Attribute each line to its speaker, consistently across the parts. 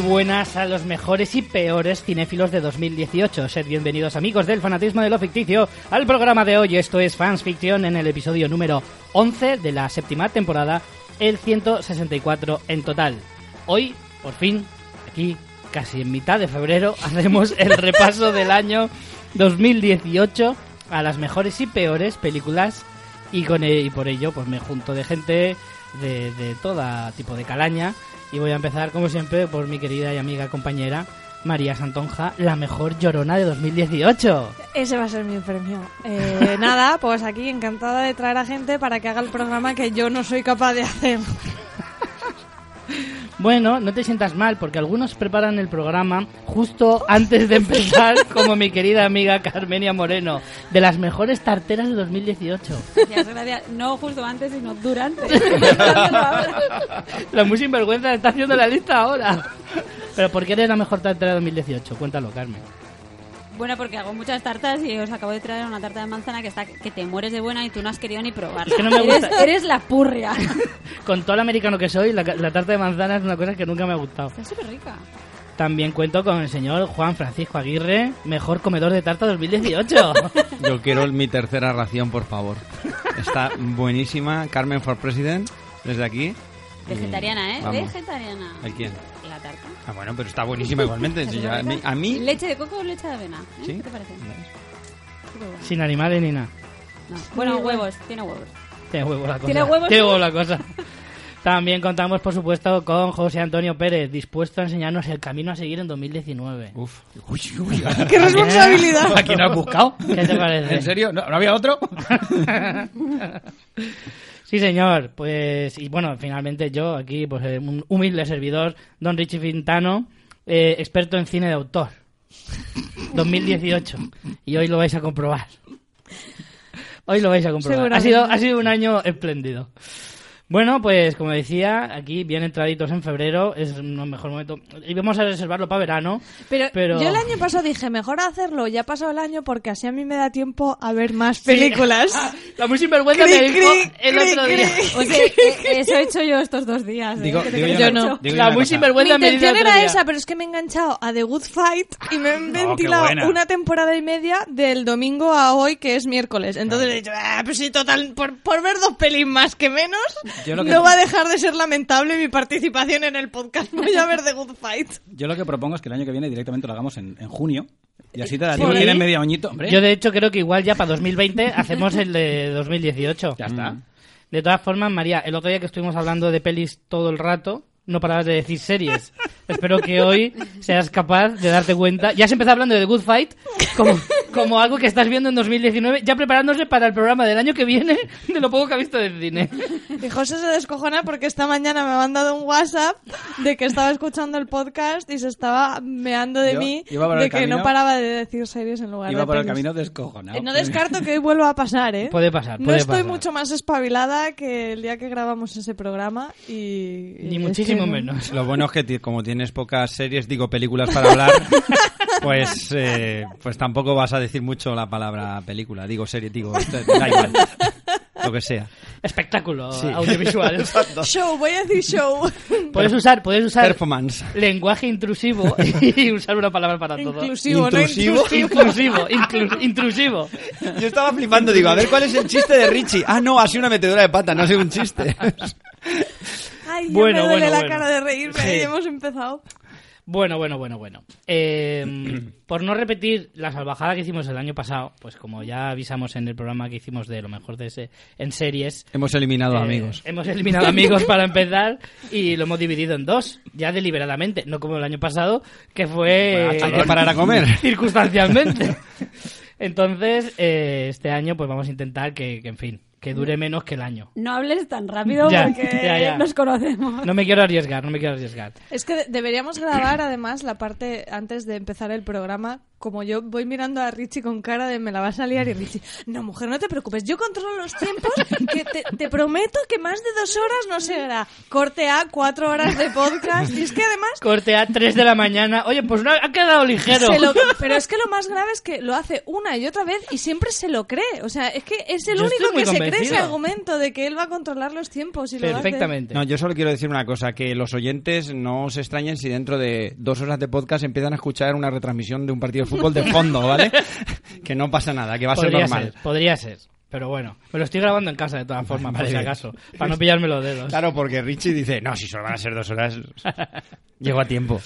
Speaker 1: buenas a los mejores y peores cinéfilos de 2018. Sed bienvenidos amigos del fanatismo de lo ficticio al programa de hoy. Esto es Fans Fiction en el episodio número 11 de la séptima temporada, el 164 en total. Hoy, por fin, aquí, casi en mitad de febrero, hacemos el repaso del año 2018 a las mejores y peores películas y, con, y por ello pues me junto de gente de, de toda tipo de calaña y voy a empezar, como siempre, por mi querida y amiga compañera María Santonja, la mejor llorona de 2018.
Speaker 2: Ese va a ser mi premio. Eh, nada, pues aquí encantada de traer a gente para que haga el programa que yo no soy capaz de hacer.
Speaker 1: Bueno, no te sientas mal, porque algunos preparan el programa justo antes de empezar, como mi querida amiga Carmenia Moreno, de las mejores tarteras de 2018.
Speaker 3: Gracias, gracias. No justo antes, sino durante.
Speaker 1: La muy sinvergüenza está haciendo la lista ahora. Pero ¿por qué eres la mejor tartera de 2018? Cuéntalo, Carmen.
Speaker 3: bueno, porque hago muchas tartas y os acabo de traer una tarta de manzana que está que te mueres de buena y tú no has querido ni probarla.
Speaker 1: Es que no me
Speaker 3: eres,
Speaker 1: gusta.
Speaker 3: eres la purria.
Speaker 1: Con todo el americano que soy, la, la tarta de manzana es una cosa que nunca me ha gustado.
Speaker 3: Está súper rica.
Speaker 1: Mm, También cuento con el señor Juan Francisco Aguirre, mejor comedor de tarta 2018.
Speaker 4: Yo quiero mi tercera ración, por favor. Está buenísima. Carmen for President, desde aquí.
Speaker 3: Vegetariana, ¿eh?
Speaker 4: Vamos.
Speaker 3: Vegetariana.
Speaker 4: ¿A quién?
Speaker 3: La tarta.
Speaker 4: Ah, bueno, pero está buenísima igualmente. Sí, a mí, a mí-
Speaker 3: ¿Leche de coco o leche de avena? ¿eh?
Speaker 4: ¿Sí?
Speaker 3: ¿Qué te parece? Súper buena.
Speaker 1: Sin animales ni nada.
Speaker 3: No. Bueno, huevos, tiene huevos.
Speaker 1: Tiene huevo la cosa.
Speaker 3: ¿Tiene huevos?
Speaker 1: Tiene huevo la cosa. También contamos, por supuesto, con José Antonio Pérez, dispuesto a enseñarnos el camino a seguir en 2019.
Speaker 5: Uf.
Speaker 2: ¡Qué responsabilidad!
Speaker 5: Aquí no has buscado.
Speaker 1: ¿Qué te parece?
Speaker 5: ¿En serio? ¿No, no había otro?
Speaker 1: Sí, señor. Pues, y bueno, finalmente yo aquí, pues eh, un humilde servidor, don Richie Fintano, eh, experto en cine de autor. 2018. Y hoy lo vais a comprobar. Hoy lo vais a comprobar. Ha
Speaker 2: Seguramente.
Speaker 1: sido, ha sido un año espléndido. Bueno, pues como decía, aquí bien entraditos en febrero, es un mejor momento. Y vamos a reservarlo para verano.
Speaker 2: Pero,
Speaker 1: Pero-
Speaker 2: yo el año pasado dije, mejor hacerlo, ya ha pasado el año porque así a mí me da tiempo a ver más películas.
Speaker 1: La muy sinvergüenza
Speaker 2: Cri,
Speaker 1: me dijo
Speaker 2: cri,
Speaker 1: Ah, el
Speaker 2: cri,
Speaker 1: otro día.
Speaker 2: cri.
Speaker 3: O sea, eh, eso he hecho yo estos dos días. ¿eh?
Speaker 4: Digo-
Speaker 3: ¿Qué te
Speaker 4: digo
Speaker 3: crees?
Speaker 2: yo
Speaker 3: Yo
Speaker 2: no.
Speaker 3: no.
Speaker 4: Digo
Speaker 1: La
Speaker 4: una
Speaker 1: muy
Speaker 4: cosa.
Speaker 2: Mi
Speaker 1: sinvergüenza me dice el
Speaker 2: intención
Speaker 1: otro
Speaker 2: era
Speaker 1: día.
Speaker 2: esa, pero es que me he enganchado a The Good Fight y me han
Speaker 5: qué
Speaker 2: ventilado
Speaker 5: buena.
Speaker 2: una temporada y media del domingo a hoy, que es miércoles. Entonces he dicho, "Ah, pues sí, total, por, por ver dos pelis más que menos,
Speaker 5: Yo lo que-
Speaker 2: no va a dejar de ser lamentable mi participación en el podcast. Voy a ver The Good Fight.
Speaker 5: Yo lo que propongo es que el año que viene directamente lo hagamos en, en junio. Y así te da
Speaker 1: Sí.
Speaker 5: tiempo. Tienes media oñito, hombre.
Speaker 1: Yo de hecho creo que igual ya para 2020 hacemos el de 2018.
Speaker 5: Ya está.
Speaker 1: Mm. De todas formas, María, el otro día que estuvimos hablando de pelis todo el rato, no parabas de decir series. Espero que hoy seas capaz de darte cuenta. Ya has empezado hablando de The Good Fight como, como algo que estás viendo en 2019, ya preparándose para el programa del año que viene de lo poco que ha visto de cine.
Speaker 2: Y José se descojona porque esta mañana me ha mandado un WhatsApp de que estaba escuchando el podcast y se estaba meando de
Speaker 5: Yo
Speaker 2: mí,
Speaker 5: iba por el
Speaker 2: de que
Speaker 5: camino-
Speaker 2: no paraba de decir series en lugar
Speaker 5: Iba
Speaker 2: de
Speaker 5: por el
Speaker 2: pelis.
Speaker 5: camino descojonado.
Speaker 2: Eh, No descarto que hoy vuelva a pasar, ¿eh?
Speaker 1: Puede pasar,
Speaker 2: No
Speaker 1: puede
Speaker 2: estoy
Speaker 1: pasar.
Speaker 2: mucho más espabilada que el día que grabamos ese programa y... y
Speaker 1: Ni
Speaker 2: es
Speaker 1: muchísimo
Speaker 2: que no.
Speaker 1: menos.
Speaker 4: Lo bueno es que ti- como tienes pocas series, digo películas para hablar, pues, eh, pues tampoco vas a decir mucho la palabra película. Digo serie, digo, da igual. Lo que sea.
Speaker 1: Espectáculo audiovisual.
Speaker 2: Show, voy a decir show.
Speaker 1: Puedes usar, puedes usar
Speaker 4: Performance.
Speaker 1: lenguaje intrusivo y usar una palabra para todo.
Speaker 2: inclusivo, ¿no?
Speaker 4: Intrusivo.
Speaker 2: Intrusivo.
Speaker 1: Inclusivo, inclu- intrusivo.
Speaker 4: Yo estaba flipando, digo, a ver cuál es el chiste de Richie. Ah, no, ha sido una metedura de pata, no ha sido un chiste.
Speaker 2: Ay, ya
Speaker 1: Bueno,
Speaker 2: me duele
Speaker 1: bueno,
Speaker 2: la
Speaker 1: bueno.
Speaker 2: cara de reírme
Speaker 1: Sí.
Speaker 2: y hemos empezado.
Speaker 1: Bueno, bueno, bueno, bueno. Eh, por no repetir la salvajada que hicimos el año pasado, pues como ya avisamos en el programa que hicimos de lo mejor de ese en series,
Speaker 4: Hemos eliminado
Speaker 1: eh,
Speaker 4: amigos.
Speaker 1: hemos eliminado amigos para empezar y lo hemos dividido en dos, ya deliberadamente, no como el año pasado, que fue
Speaker 4: Bueno, hay
Speaker 1: eh,
Speaker 4: que parar a comer.
Speaker 1: circunstancialmente. Entonces, eh, este año pues vamos a intentar que, que, en fin, que dure menos que el año.
Speaker 3: No hables tan rápido
Speaker 1: Ya,
Speaker 3: porque
Speaker 1: ya, ya.
Speaker 3: nos conocemos.
Speaker 1: No me quiero arriesgar, no me quiero arriesgar.
Speaker 2: Es que de- deberíamos grabar además la parte antes de empezar el programa como yo voy mirando a Richie con cara de me la va a salir y Richie, no mujer, no te preocupes, yo controlo los tiempos, que te, te prometo que más de dos horas no se hará. Corte A, cuatro horas de podcast, y es que además
Speaker 1: Corte a 3 de la mañana. Oye, pues no, ha quedado ligero.
Speaker 2: se lo- pero es que lo más grave es que lo hace una y otra vez y siempre se lo cree. O sea, es que es el
Speaker 1: Yo estoy
Speaker 2: único
Speaker 1: muy
Speaker 2: que se cree ese
Speaker 1: convencido.
Speaker 2: argumento de que él va a controlar los tiempos y lo hace.
Speaker 1: Perfectamente.
Speaker 4: No, yo solo quiero decir una cosa, que los oyentes no se extrañen si dentro de dos horas de podcast empiezan a escuchar una retransmisión de un partido de fútbol de fondo, ¿vale? que no pasa nada, que va a ser
Speaker 1: podría
Speaker 4: normal.
Speaker 1: podría ser. Pero bueno, me lo estoy grabando en casa de todas formas, por
Speaker 4: Vale,
Speaker 1: si
Speaker 4: bien.
Speaker 1: acaso, para no pillarme los dedos.
Speaker 4: Claro, porque Richie dice, no, si solo van a ser dos horas, llego a tiempo.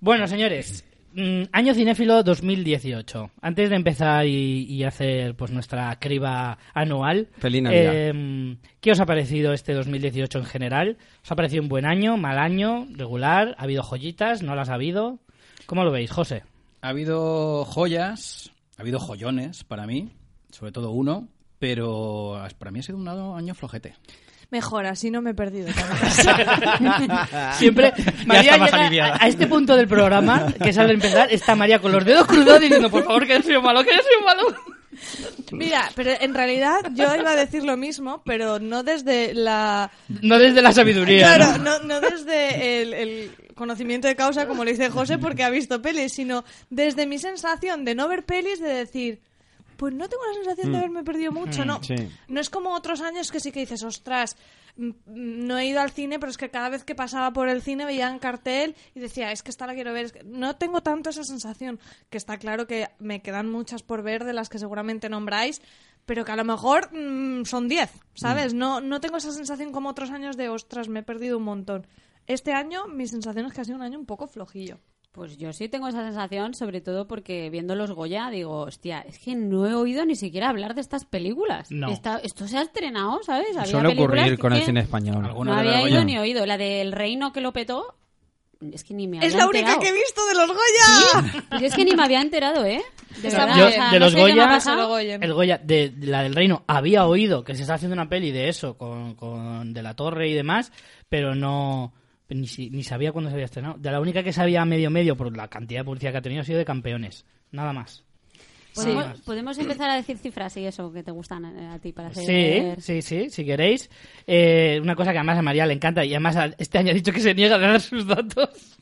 Speaker 1: Bueno, señores, mm, año cinéfilo 2018. Antes de empezar y, y hacer pues nuestra criba anual,
Speaker 4: Feliz Navidad.
Speaker 1: eh, ¿qué os ha parecido este 2018 en general? ¿Os ha parecido un buen año, mal año, regular? ¿Ha habido joyitas? ¿No las ha habido? ¿Cómo lo veis, José?
Speaker 5: Ha habido joyas, ha habido joyones para mí, sobre todo uno, pero para mí ha sido un año flojete.
Speaker 2: Mejor, así no me he perdido.
Speaker 1: Siempre María
Speaker 4: Ah. está más
Speaker 1: llega
Speaker 4: aliviada.
Speaker 1: a, a este punto del programa, que es al empezar, está María con los dedos crudos diciendo, por favor, que he sido malo, que he sido malo.
Speaker 2: Mira, pero en realidad yo iba a decir lo mismo, pero no desde la...
Speaker 1: No desde la sabiduría.
Speaker 2: Claro,
Speaker 1: ¿no?
Speaker 2: no, no desde el, el conocimiento de causa, como le dice José, porque ha visto pelis, sino desde mi sensación de no ver pelis, de decir... Pues no tengo la sensación de haberme perdido mucho, no.
Speaker 4: sí.
Speaker 2: No es como otros años que sí que dices, ostras, mm, mm, no he ido al cine, pero es que cada vez que pasaba por el cine veía un cartel y decía, es que esta la quiero ver. es que- No tengo tanto esa sensación, que está claro que me quedan muchas por ver de las que seguramente nombráis, pero que a lo mejor mm, son 10, ¿sabes? No, no tengo esa sensación como otros años de, ostras, me he perdido un montón. Este año mi sensación es que ha sido un año un poco flojillo.
Speaker 3: Pues yo sí tengo esa sensación, sobre todo porque viendo los Goya digo, hostia, es que no he oído ni siquiera hablar de estas películas.
Speaker 1: No.
Speaker 3: Esta- esto se ha estrenado, ¿sabes? Había
Speaker 4: Suele
Speaker 3: películas
Speaker 4: ocurrir
Speaker 3: que-
Speaker 4: con el
Speaker 3: que
Speaker 4: cine español.
Speaker 5: Alguna
Speaker 3: No
Speaker 5: de la
Speaker 3: había
Speaker 5: Goya.
Speaker 3: ido ni oído. La del reino que lo petó, es que ni me había
Speaker 2: Es la única
Speaker 3: enterado.
Speaker 2: que he visto de los Goya.
Speaker 3: Yo es que ni me había enterado, ¿eh? De
Speaker 2: Está
Speaker 3: verdad,
Speaker 2: muy
Speaker 1: Yo,
Speaker 3: o
Speaker 2: bien.
Speaker 3: sea,
Speaker 1: de
Speaker 3: no
Speaker 1: los
Speaker 3: sé qué me ha
Speaker 1: Goya,
Speaker 3: pasado.
Speaker 2: El Goya.
Speaker 1: el Goya de, de la del Reino había oído que se está haciendo una peli de eso con, con De la Torre y demás, pero no ni, si- ni sabía cuándo se había estrenado. De la única que sabía medio medio por la cantidad de publicidad que ha tenido ha sido de Campeones, nada más.
Speaker 3: ¿Podemos,
Speaker 1: Sí.
Speaker 3: podemos empezar a decir cifras y eso que te gustan eh, a ti para hacer.
Speaker 1: Sí, sí, sí, si queréis. Eh, una cosa que además a María le encanta y además a- este año ha dicho que se niega a dar sus datos.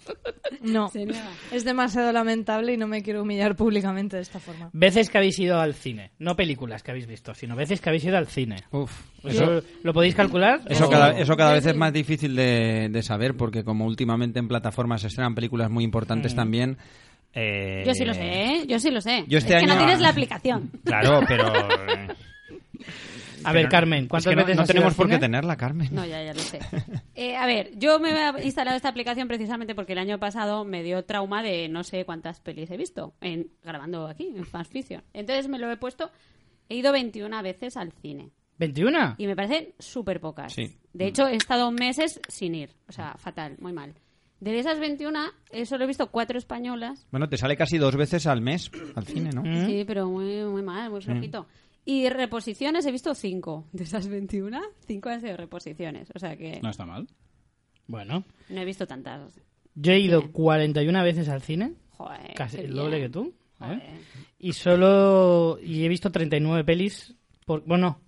Speaker 2: No.
Speaker 3: Se niega.
Speaker 2: Es demasiado lamentable y no me quiero humillar públicamente de esta forma.
Speaker 1: Veces que habéis ido al cine, no películas que habéis visto, sino veces que habéis ido al cine.
Speaker 4: Uf, eso,
Speaker 1: ¿Eso lo podéis calcular?
Speaker 4: eso
Speaker 1: ¿O-
Speaker 4: cada, eso cada vez es más difícil de, de saber, porque como últimamente en plataformas se estrenan películas muy importantes también... eh,
Speaker 3: Yo sí lo sé, ¿eh? Yo sí lo sé.
Speaker 4: Yo este
Speaker 3: es que no
Speaker 4: año-
Speaker 3: tienes la aplicación.
Speaker 4: Claro, pero... eh,
Speaker 1: A ver,
Speaker 4: pero-
Speaker 1: Carmen,
Speaker 4: es
Speaker 1: ¿cuántas
Speaker 4: que no-
Speaker 1: veces
Speaker 4: no,
Speaker 1: has ido
Speaker 4: tenemos
Speaker 1: al
Speaker 4: por qué
Speaker 1: cine?
Speaker 4: tenerla, Carmen.
Speaker 3: No, ya, ya lo sé. Eh, a ver, yo me he instalado esta aplicación precisamente porque el año pasado me dio trauma de no sé cuántas pelis he visto en, grabando aquí, en Fast Fiction. Entonces me lo he puesto. He ido 21 veces al cine.
Speaker 1: ¿21?
Speaker 3: Y me parecen súper pocas.
Speaker 4: Sí.
Speaker 3: De hecho, he estado meses sin ir. O sea, fatal, muy mal. De esas 21, eh, solo he visto cuatro españolas.
Speaker 4: Bueno, te sale casi dos veces al mes al cine, ¿no?
Speaker 5: ¿Mm?
Speaker 3: Sí, pero muy, muy mal, muy flojito. Y reposiciones he visto cinco. De esas 21, cinco han sido reposiciones. O sea que
Speaker 5: No está mal.
Speaker 1: Bueno.
Speaker 3: no he visto tantas.
Speaker 1: Yo he ido 41 veces al cine,
Speaker 3: Joder.
Speaker 1: casi
Speaker 3: Eh, qué
Speaker 1: el doble
Speaker 3: bien.
Speaker 1: que tú. ¿eh?
Speaker 3: Joder.
Speaker 1: Y solo. Y he visto 39 pelis. Por, bueno,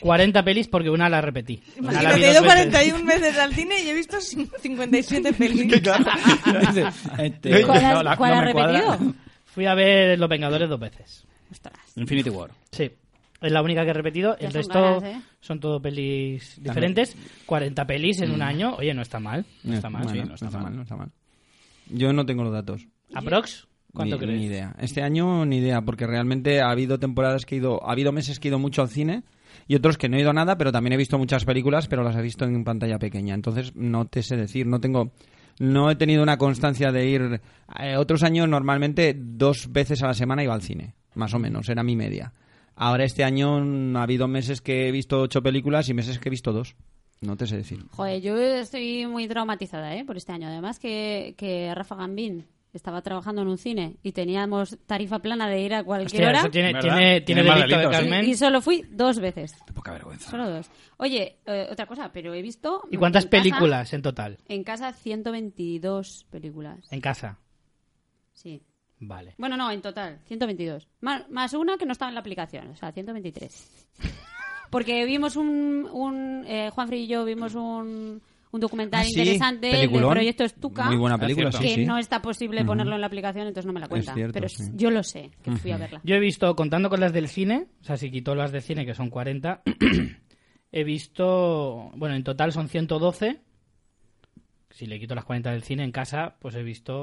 Speaker 1: 40 pelis porque una la repetí. Una la vi
Speaker 2: Imagínate, he
Speaker 1: dos
Speaker 2: ido
Speaker 1: veces.
Speaker 2: 41 veces al cine y he visto 57 películas.
Speaker 5: Este,
Speaker 3: ¿Cuál has,
Speaker 5: no, la-
Speaker 3: cuál
Speaker 5: no
Speaker 3: has
Speaker 5: me cuadra.
Speaker 3: repetido?
Speaker 1: Fui a ver Los Vengadores dos veces.
Speaker 3: Ostras.
Speaker 5: Infinity War.
Speaker 1: Sí. Es la única que he repetido.
Speaker 3: Ya
Speaker 1: El
Speaker 3: son
Speaker 1: resto
Speaker 3: ganas, ¿eh?
Speaker 1: son todo pelis diferentes. 40 pelis en un año. Oye, no está mal. No está mal.
Speaker 4: Eh, Bueno,
Speaker 5: sí,
Speaker 4: no está mal, no está mal. Yo no tengo los datos.
Speaker 1: ¿Aprox? ¿Cuánto
Speaker 4: ni,
Speaker 1: crees?
Speaker 4: ni idea. Este año ni idea, porque realmente ha habido temporadas que he ido, ha habido meses que he ido mucho al cine y otros que no he ido a nada, pero también he visto muchas películas, pero las he visto en pantalla pequeña. Entonces no te sé decir, no tengo, no he tenido una constancia de ir. eh, otros años normalmente dos veces a la semana iba al cine, más o menos, era mi media. Ahora este año mm, ha habido meses que he visto ocho películas y meses que he visto dos. No te sé decir.
Speaker 3: Joder, yo estoy muy traumatizada ¿eh? por este año. Además que, que Rafa Gambín estaba trabajando en un cine y teníamos tarifa plana de ir a cualquier
Speaker 1: Hostia,
Speaker 3: hora.
Speaker 1: eso tiene,
Speaker 5: ¿Verdad?
Speaker 1: tiene, tiene
Speaker 5: Tiene más
Speaker 1: delito de
Speaker 5: delitos, sí.
Speaker 1: Carmen.
Speaker 3: Y, y solo fui dos veces.
Speaker 5: Poca vergüenza.
Speaker 3: Solo dos. Oye, eh, otra cosa, pero he visto...
Speaker 1: ¿Y cuántas
Speaker 3: en casa-
Speaker 1: películas en total?
Speaker 3: en casa 122 películas.
Speaker 1: En casa.
Speaker 3: Sí.
Speaker 1: Vale.
Speaker 3: Bueno, no, en total, 122. Más, más una que no estaba en la aplicación, o sea, 123. Porque vimos un... un eh, Juanfri y yo vimos un, un documental
Speaker 4: Ah, sí,
Speaker 3: interesante
Speaker 4: peliculón.
Speaker 3: del proyecto Estuca.
Speaker 4: Muy buena película,
Speaker 5: Es
Speaker 4: sí,
Speaker 3: Que
Speaker 4: sí.
Speaker 3: no está posible ponerlo en la aplicación, entonces no me la cuenta.
Speaker 4: cierto,
Speaker 3: Pero
Speaker 4: sí.
Speaker 3: yo lo sé, que fui a verla.
Speaker 1: Yo he visto, contando con las del cine, o sea, si quitó las del cine, que son 40, he visto, bueno, en total son 112. Si le quito las 40 del cine en casa, pues he visto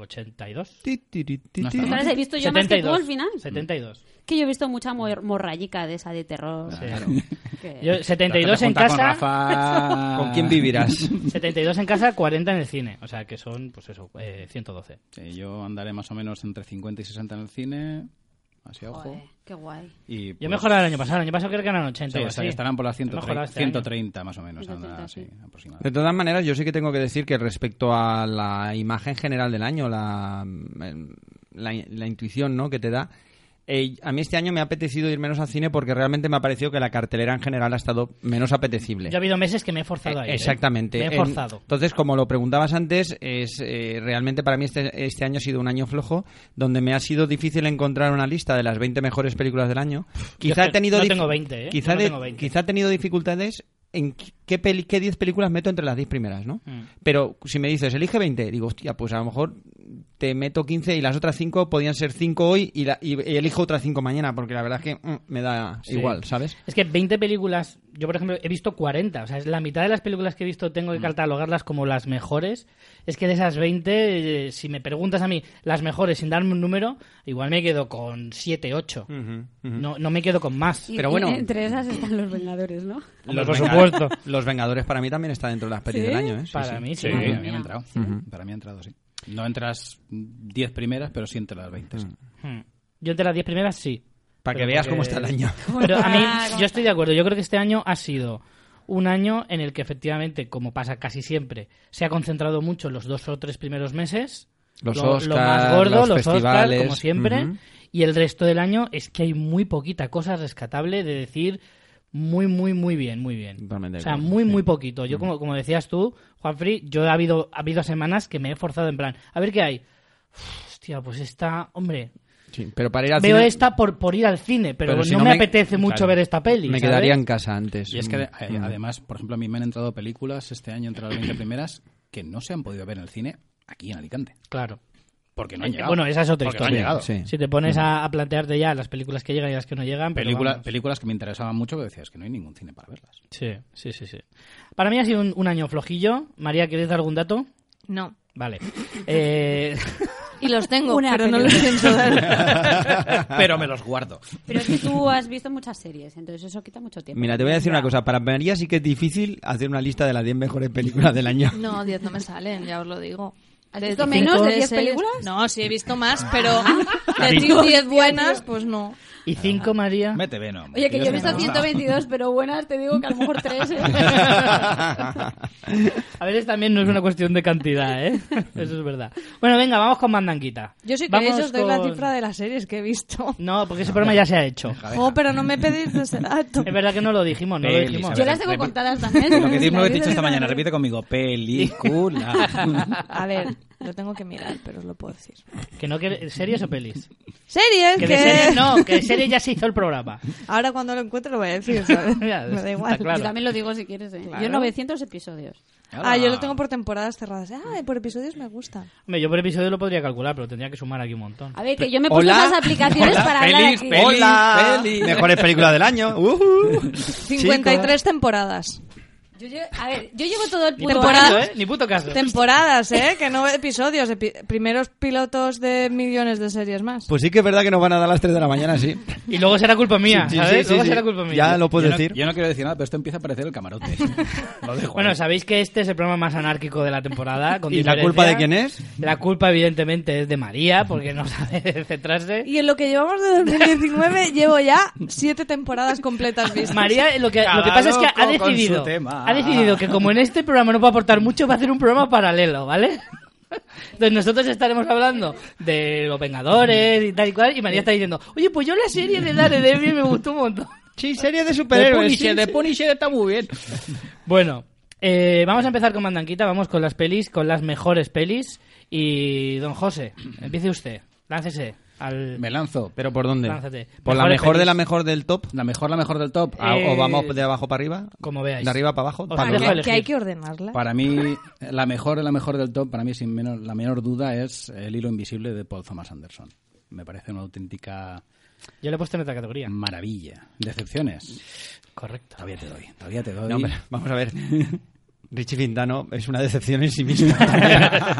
Speaker 1: 82.
Speaker 4: Ti, ti, ti, ti,
Speaker 5: No
Speaker 4: ti.
Speaker 5: está mal.
Speaker 3: Entonces he visto yo más que tú al final.
Speaker 1: 72.
Speaker 5: Mm.
Speaker 3: Que yo he visto mucha mor- morrayica de esa de terror.
Speaker 1: Sí.
Speaker 3: que-
Speaker 1: Yo, 72
Speaker 5: Te
Speaker 1: en
Speaker 5: juntas con
Speaker 1: casa,
Speaker 5: Rafa.
Speaker 4: ¿Con quién vivirás?
Speaker 1: 72 en casa, 40 en el cine. O sea, que son, pues eso, eh, 112.
Speaker 5: Sí, yo andaré más o menos entre 50 y 60 en el cine. Así a ojo.
Speaker 3: Joder, qué guay.
Speaker 5: Y
Speaker 1: Yo
Speaker 5: pues,
Speaker 1: he mejorado el año pasado, el año pasado creo que eran 80
Speaker 5: Sí,
Speaker 1: o
Speaker 5: o
Speaker 1: así.
Speaker 5: sea, que estarán por las
Speaker 1: He mejorado
Speaker 5: 130,
Speaker 1: este año.
Speaker 5: 130 más o menos.
Speaker 3: 130,
Speaker 5: andará, sí,
Speaker 3: sí.
Speaker 4: De
Speaker 5: aproximadamente.
Speaker 4: todas maneras, yo sí que tengo que decir que respecto a la imagen general del año, la, la, la intuición ¿no? que te da, eh, a mí este año me ha apetecido ir menos al cine porque realmente me ha parecido que la cartelera en general ha estado menos apetecible.
Speaker 1: Yo ha habido meses que me he
Speaker 5: E-
Speaker 1: forzado a ir. ¿eh?
Speaker 4: Exactamente.
Speaker 1: Me he
Speaker 4: En-
Speaker 1: forzado.
Speaker 4: Entonces, como lo preguntabas antes, es eh, realmente para mí este, este año ha sido un año flojo, donde me ha sido difícil encontrar una lista de las 20 mejores películas del año. Quizá
Speaker 1: es
Speaker 4: he
Speaker 1: que
Speaker 4: tenido
Speaker 1: no
Speaker 4: dif-
Speaker 1: tengo 20, ¿eh?
Speaker 4: Quizá,
Speaker 1: Yo no
Speaker 4: de-
Speaker 1: tengo 20.
Speaker 4: quizá he tenido dificultades en qu- qué peli- qué 10 películas meto entre las 10 primeras, ¿no?
Speaker 1: Mm.
Speaker 4: Pero si me dices, elige 20, digo, hostia, pues a lo mejor te meto 15 y las otras 5 podían ser 5 hoy y, la- y- y elijo otras 5 mañana, porque la verdad es que mm, me da
Speaker 1: Sí.
Speaker 4: igual, ¿sabes?
Speaker 1: Es que 20 películas, yo por ejemplo he visto 40, o sea, es la mitad de las películas que he visto tengo
Speaker 5: Mm.
Speaker 1: que catalogarlas como las mejores. Es que de esas 20, eh, si me preguntas a mí las mejores sin darme un número, igual me quedo con 7, 8.
Speaker 5: Mm.
Speaker 1: no, no me quedo con más.
Speaker 3: Y-
Speaker 4: Pero bueno.
Speaker 3: y entre esas están los Vengadores, ¿no?
Speaker 1: Hombre, por
Speaker 4: Vengadores-
Speaker 1: supuesto.
Speaker 4: Los Vengadores para mí también está dentro de las pelis del año, ¿eh? Sí,
Speaker 1: Para
Speaker 4: sí.
Speaker 1: mí sí.
Speaker 5: Sí, a
Speaker 3: Madre
Speaker 5: mí me
Speaker 3: mía.
Speaker 5: ha entrado. Para mí ha entrado, sí. No entras 10 primeras, pero sí entre las 20. sí. Mm.
Speaker 1: Hmm. Yo entre las 10 primeras sí.
Speaker 4: Para que
Speaker 1: Pero
Speaker 4: veas
Speaker 1: porque-
Speaker 4: cómo está el año.
Speaker 1: Pero a mí,
Speaker 3: Ah, ¿cómo
Speaker 1: yo estoy de acuerdo. Yo creo que este año ha sido un año en el que efectivamente, como pasa casi siempre, se ha concentrado mucho en los dos o tres primeros meses.
Speaker 4: Los
Speaker 1: lo, lo más
Speaker 4: Oscar,
Speaker 1: gordo,
Speaker 4: los
Speaker 1: los, Oscar,
Speaker 4: festivales,
Speaker 1: como siempre.
Speaker 4: ujú.
Speaker 1: Y el resto del año es que hay muy poquita cosa rescatable de decir muy, muy, muy bien, muy bien.
Speaker 4: Totalmente
Speaker 1: o sea,
Speaker 4: de acuerdo,
Speaker 1: muy,
Speaker 4: sí. Mm.
Speaker 1: muy poquito. Yo, como, como decías tú, Juanfri, yo ha habido, ha habido semanas que me he forzado en plan, a ver qué hay. Uf, hostia, pues esta, hombre,
Speaker 4: Sí, pero para ir al
Speaker 1: veo
Speaker 4: cine,
Speaker 1: esta por, por ir al cine, pero,
Speaker 4: Pero
Speaker 1: no
Speaker 4: si no
Speaker 1: me,
Speaker 4: me-
Speaker 1: apetece mucho
Speaker 4: claro,
Speaker 1: ver esta peli.
Speaker 4: me
Speaker 1: ¿sabes?
Speaker 4: quedaría en casa antes.
Speaker 5: Y es que eh,
Speaker 4: Mm.
Speaker 5: además, por ejemplo, a mí me han entrado películas este año entre las 20 primeras que no se han podido ver en el cine aquí en Alicante.
Speaker 1: Claro.
Speaker 5: Porque no han
Speaker 1: Eh,
Speaker 5: llegado.
Speaker 1: bueno, esa es otra
Speaker 5: Porque
Speaker 1: historia.
Speaker 5: No han llegado.
Speaker 4: Sí.
Speaker 1: Si te pones a, a plantearte ya las películas que llegan y las que no llegan, pero
Speaker 5: Película-
Speaker 1: vamos.
Speaker 5: películas que me interesaban mucho, pero decías que no hay ningún cine para verlas.
Speaker 1: Sí, sí, sí, sí. Para mí ha sido un, un año flojillo. María, ¿quieres dar algún dato?
Speaker 2: No.
Speaker 1: Vale. Eh,
Speaker 2: Y los tengo,
Speaker 3: Una
Speaker 2: pero no los
Speaker 3: película.
Speaker 2: pienso dar.
Speaker 5: pero me los guardo.
Speaker 3: Pero es que tú has visto muchas series, entonces eso quita mucho tiempo.
Speaker 4: Mira, te voy a decir una cosa. Para María sí que es difícil hacer una lista de las 10 mejores películas del año.
Speaker 2: No, 10 no me salen, ya os lo digo.
Speaker 3: ¿Has visto menos de 10 películas?
Speaker 2: No, sí he visto más, pero decir 10 Ah. buenas, pues no.
Speaker 1: y cinco, María.
Speaker 5: Mete Venom.
Speaker 3: Oye, que yo he visto
Speaker 5: Venom.
Speaker 3: 122, pero buenas, te digo que a lo mejor tres.
Speaker 2: ¿eh?
Speaker 1: A veces también no es una cuestión de cantidad, ¿eh? Eso es verdad. Bueno, venga, vamos con Mandanguita.
Speaker 2: Yo sí que
Speaker 1: Vamos
Speaker 2: os doy la
Speaker 1: con-
Speaker 2: cifra de las series que he visto.
Speaker 1: No, porque ese programa ya se ha hecho.
Speaker 2: Oh, pero no me pedís ese dato.
Speaker 1: Es verdad que no lo dijimos, no lo
Speaker 5: Pelis,
Speaker 1: dijimos.
Speaker 5: a
Speaker 3: Yo
Speaker 5: ver,
Speaker 3: las tengo
Speaker 5: repi-
Speaker 3: contadas también.
Speaker 5: Lo que,
Speaker 3: Las
Speaker 5: lo que te he
Speaker 3: dices
Speaker 5: dicho esta
Speaker 3: de-
Speaker 5: mañana, repite conmigo. Película.
Speaker 2: A ver, lo tengo que mirar, pero os lo puedo decir.
Speaker 1: Que no que... ¿Series o pelis?
Speaker 2: Series
Speaker 1: Que
Speaker 2: que...
Speaker 1: de series no, que de series ya se hizo el programa.
Speaker 2: Ahora cuando lo encuentre lo voy a decir, ¿sabes?
Speaker 1: Ya,
Speaker 2: me
Speaker 1: está
Speaker 2: da igual.
Speaker 1: claro.
Speaker 3: Yo también lo digo si quieres. ¿eh? Yo
Speaker 2: Claro.
Speaker 3: 900 episodios.
Speaker 2: Ah, yo lo tengo por temporadas cerradas. Ah, y por episodios me gusta.
Speaker 1: Hombre, yo por episodio lo podría calcular, pero tendría que sumar aquí un montón.
Speaker 3: A ver, que yo me he puesto
Speaker 4: Hola.
Speaker 3: esas aplicaciones para hablar
Speaker 5: feliz,
Speaker 3: aquí.
Speaker 5: feliz. Uh,
Speaker 4: ¡Hola!
Speaker 5: Pelis, pelis.
Speaker 4: Mejores películas del año. ¡Ujú!
Speaker 2: 53 temporadas.
Speaker 3: Yo lle- a ver, yo llevo todo el
Speaker 1: Ni
Speaker 3: puto
Speaker 1: puto
Speaker 2: Temporada.
Speaker 1: caso,
Speaker 3: año-
Speaker 1: ¿eh? Ni puto caso.
Speaker 2: Temporadas, ¿eh? Que no episodios. epi- primeros pilotos de millones de series más.
Speaker 4: Pues sí que es verdad que nos van a dar a las 3 de la mañana, sí.
Speaker 1: Y luego será culpa mía,
Speaker 4: Sí, sí,
Speaker 1: ¿sabes?
Speaker 4: sí,
Speaker 1: luego
Speaker 4: sí.
Speaker 1: será culpa mía.
Speaker 4: Ya lo puedo
Speaker 5: yo no,
Speaker 4: decir.
Speaker 5: yo no quiero decir nada, pero esto empieza a parecer el camarote. Lo dejo
Speaker 1: Bueno,
Speaker 5: ahí.
Speaker 1: sabéis que este es el programa más anárquico de la temporada. con
Speaker 4: ¿Y la
Speaker 1: diferencia.
Speaker 4: culpa de quién es?
Speaker 1: La culpa, evidentemente, es de María, porque no sabe centrarse.
Speaker 2: Y en lo que llevamos de 2019 llevo ya siete temporadas completas vistas.
Speaker 1: María, lo que, lo
Speaker 5: Cada
Speaker 1: que pasa es que ha
Speaker 5: loco con su
Speaker 1: decidido,
Speaker 5: tema.
Speaker 1: ha decidido que como en este programa no puede aportar mucho, va a hacer un programa paralelo, ¿vale? Entonces nosotros estaremos hablando de los Vengadores y tal y cual, y María está diciendo, oye, pues yo la serie de Daredevil me gustó un montón.
Speaker 4: Sí, serie de
Speaker 1: superhéroes, sí, sí.
Speaker 4: Punisher está muy bien.
Speaker 1: Bueno, eh, vamos a empezar con Mandanquita, vamos con las pelis, con las mejores pelis. Y don José, empiece usted, láncese al...
Speaker 5: Me lanzo.
Speaker 4: ¿Pero por dónde?
Speaker 1: Lánzate.
Speaker 4: ¿Por la
Speaker 1: Mejores
Speaker 4: mejor de
Speaker 1: pelis.
Speaker 4: la mejor del top?
Speaker 5: La mejor, la mejor del top. Ah,
Speaker 4: ¿A-
Speaker 1: Eh,
Speaker 4: ¿O vamos de abajo para arriba?
Speaker 1: como veáis.
Speaker 4: ¿De arriba para abajo?
Speaker 1: Os
Speaker 4: ¿Para
Speaker 1: dejo
Speaker 4: arriba?
Speaker 1: elegir.
Speaker 2: que hay que ordenarla.
Speaker 5: Para mí, la mejor, la mejor del top, para mí, sin menor- la menor duda, es El hilo invisible de Paul Thomas Anderson. Me parece una auténtica
Speaker 1: Yo le he puesto en otra categoría.
Speaker 5: maravilla. Decepciones.
Speaker 1: Correcto.
Speaker 5: Todavía te doy, todavía te doy.
Speaker 4: No, hombre, vamos a ver. Richie Fintano es una decepción en sí mismo.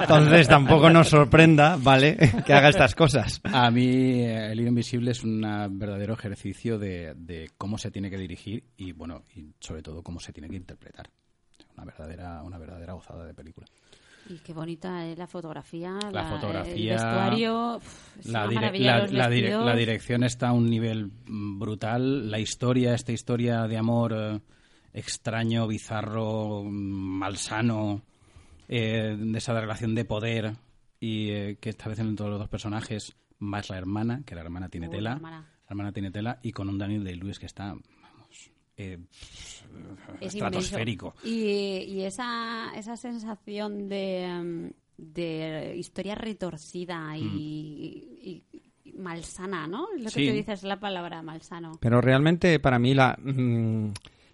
Speaker 4: Entonces tampoco nos sorprenda, ¿vale? Que haga estas cosas.
Speaker 5: A mí, eh, El hilo invisible es un verdadero ejercicio de, de cómo se tiene que dirigir y, bueno, y sobre todo cómo se tiene que interpretar. Una verdadera, una verdadera gozada de película.
Speaker 3: Y qué bonita es la fotografía, la, eh,
Speaker 5: fotografía,
Speaker 3: el vestuario, uf, es
Speaker 5: La,
Speaker 3: Pues una
Speaker 5: dire-
Speaker 3: maravilla
Speaker 5: la-
Speaker 3: los
Speaker 5: la dire-
Speaker 3: vestidos.
Speaker 5: la dirección está a un nivel mm, brutal. La historia, esta historia de amor eh, extraño, bizarro, mm, malsano, eh, de esa relación de poder y eh, que establecen todos los dos personajes, más la hermana, que la hermana tiene
Speaker 3: Uy,
Speaker 5: tela.
Speaker 3: la hermana.
Speaker 5: La hermana tiene tela y con un Daniel de Lewis que está, vamos, eh,
Speaker 3: es
Speaker 5: estratosférico.
Speaker 3: inmenso. Y, y esa, esa sensación de, mm, de historia retorcida y, y- y malsana, ¿no? Lo
Speaker 5: Mm. Sí.
Speaker 3: que tú dices la palabra malsano.
Speaker 4: Pero realmente para mí la, mm,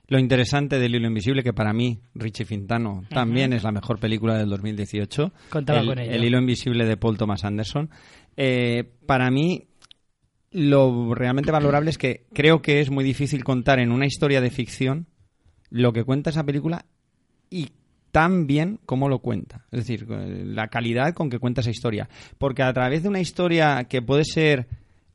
Speaker 4: lo interesante del hilo invisible, que para mí Richie Fintano también es la mejor película del 2018,
Speaker 1: Contaba
Speaker 4: el,
Speaker 1: con ello.
Speaker 4: el hilo invisible de Paul Thomas Anderson, eh, para mí lo realmente valorable es que creo que es muy difícil contar en una historia de ficción lo que cuenta esa película y tan bien como lo cuenta. Es decir, eh, la calidad con que cuenta esa historia. Porque a través de una historia que puede ser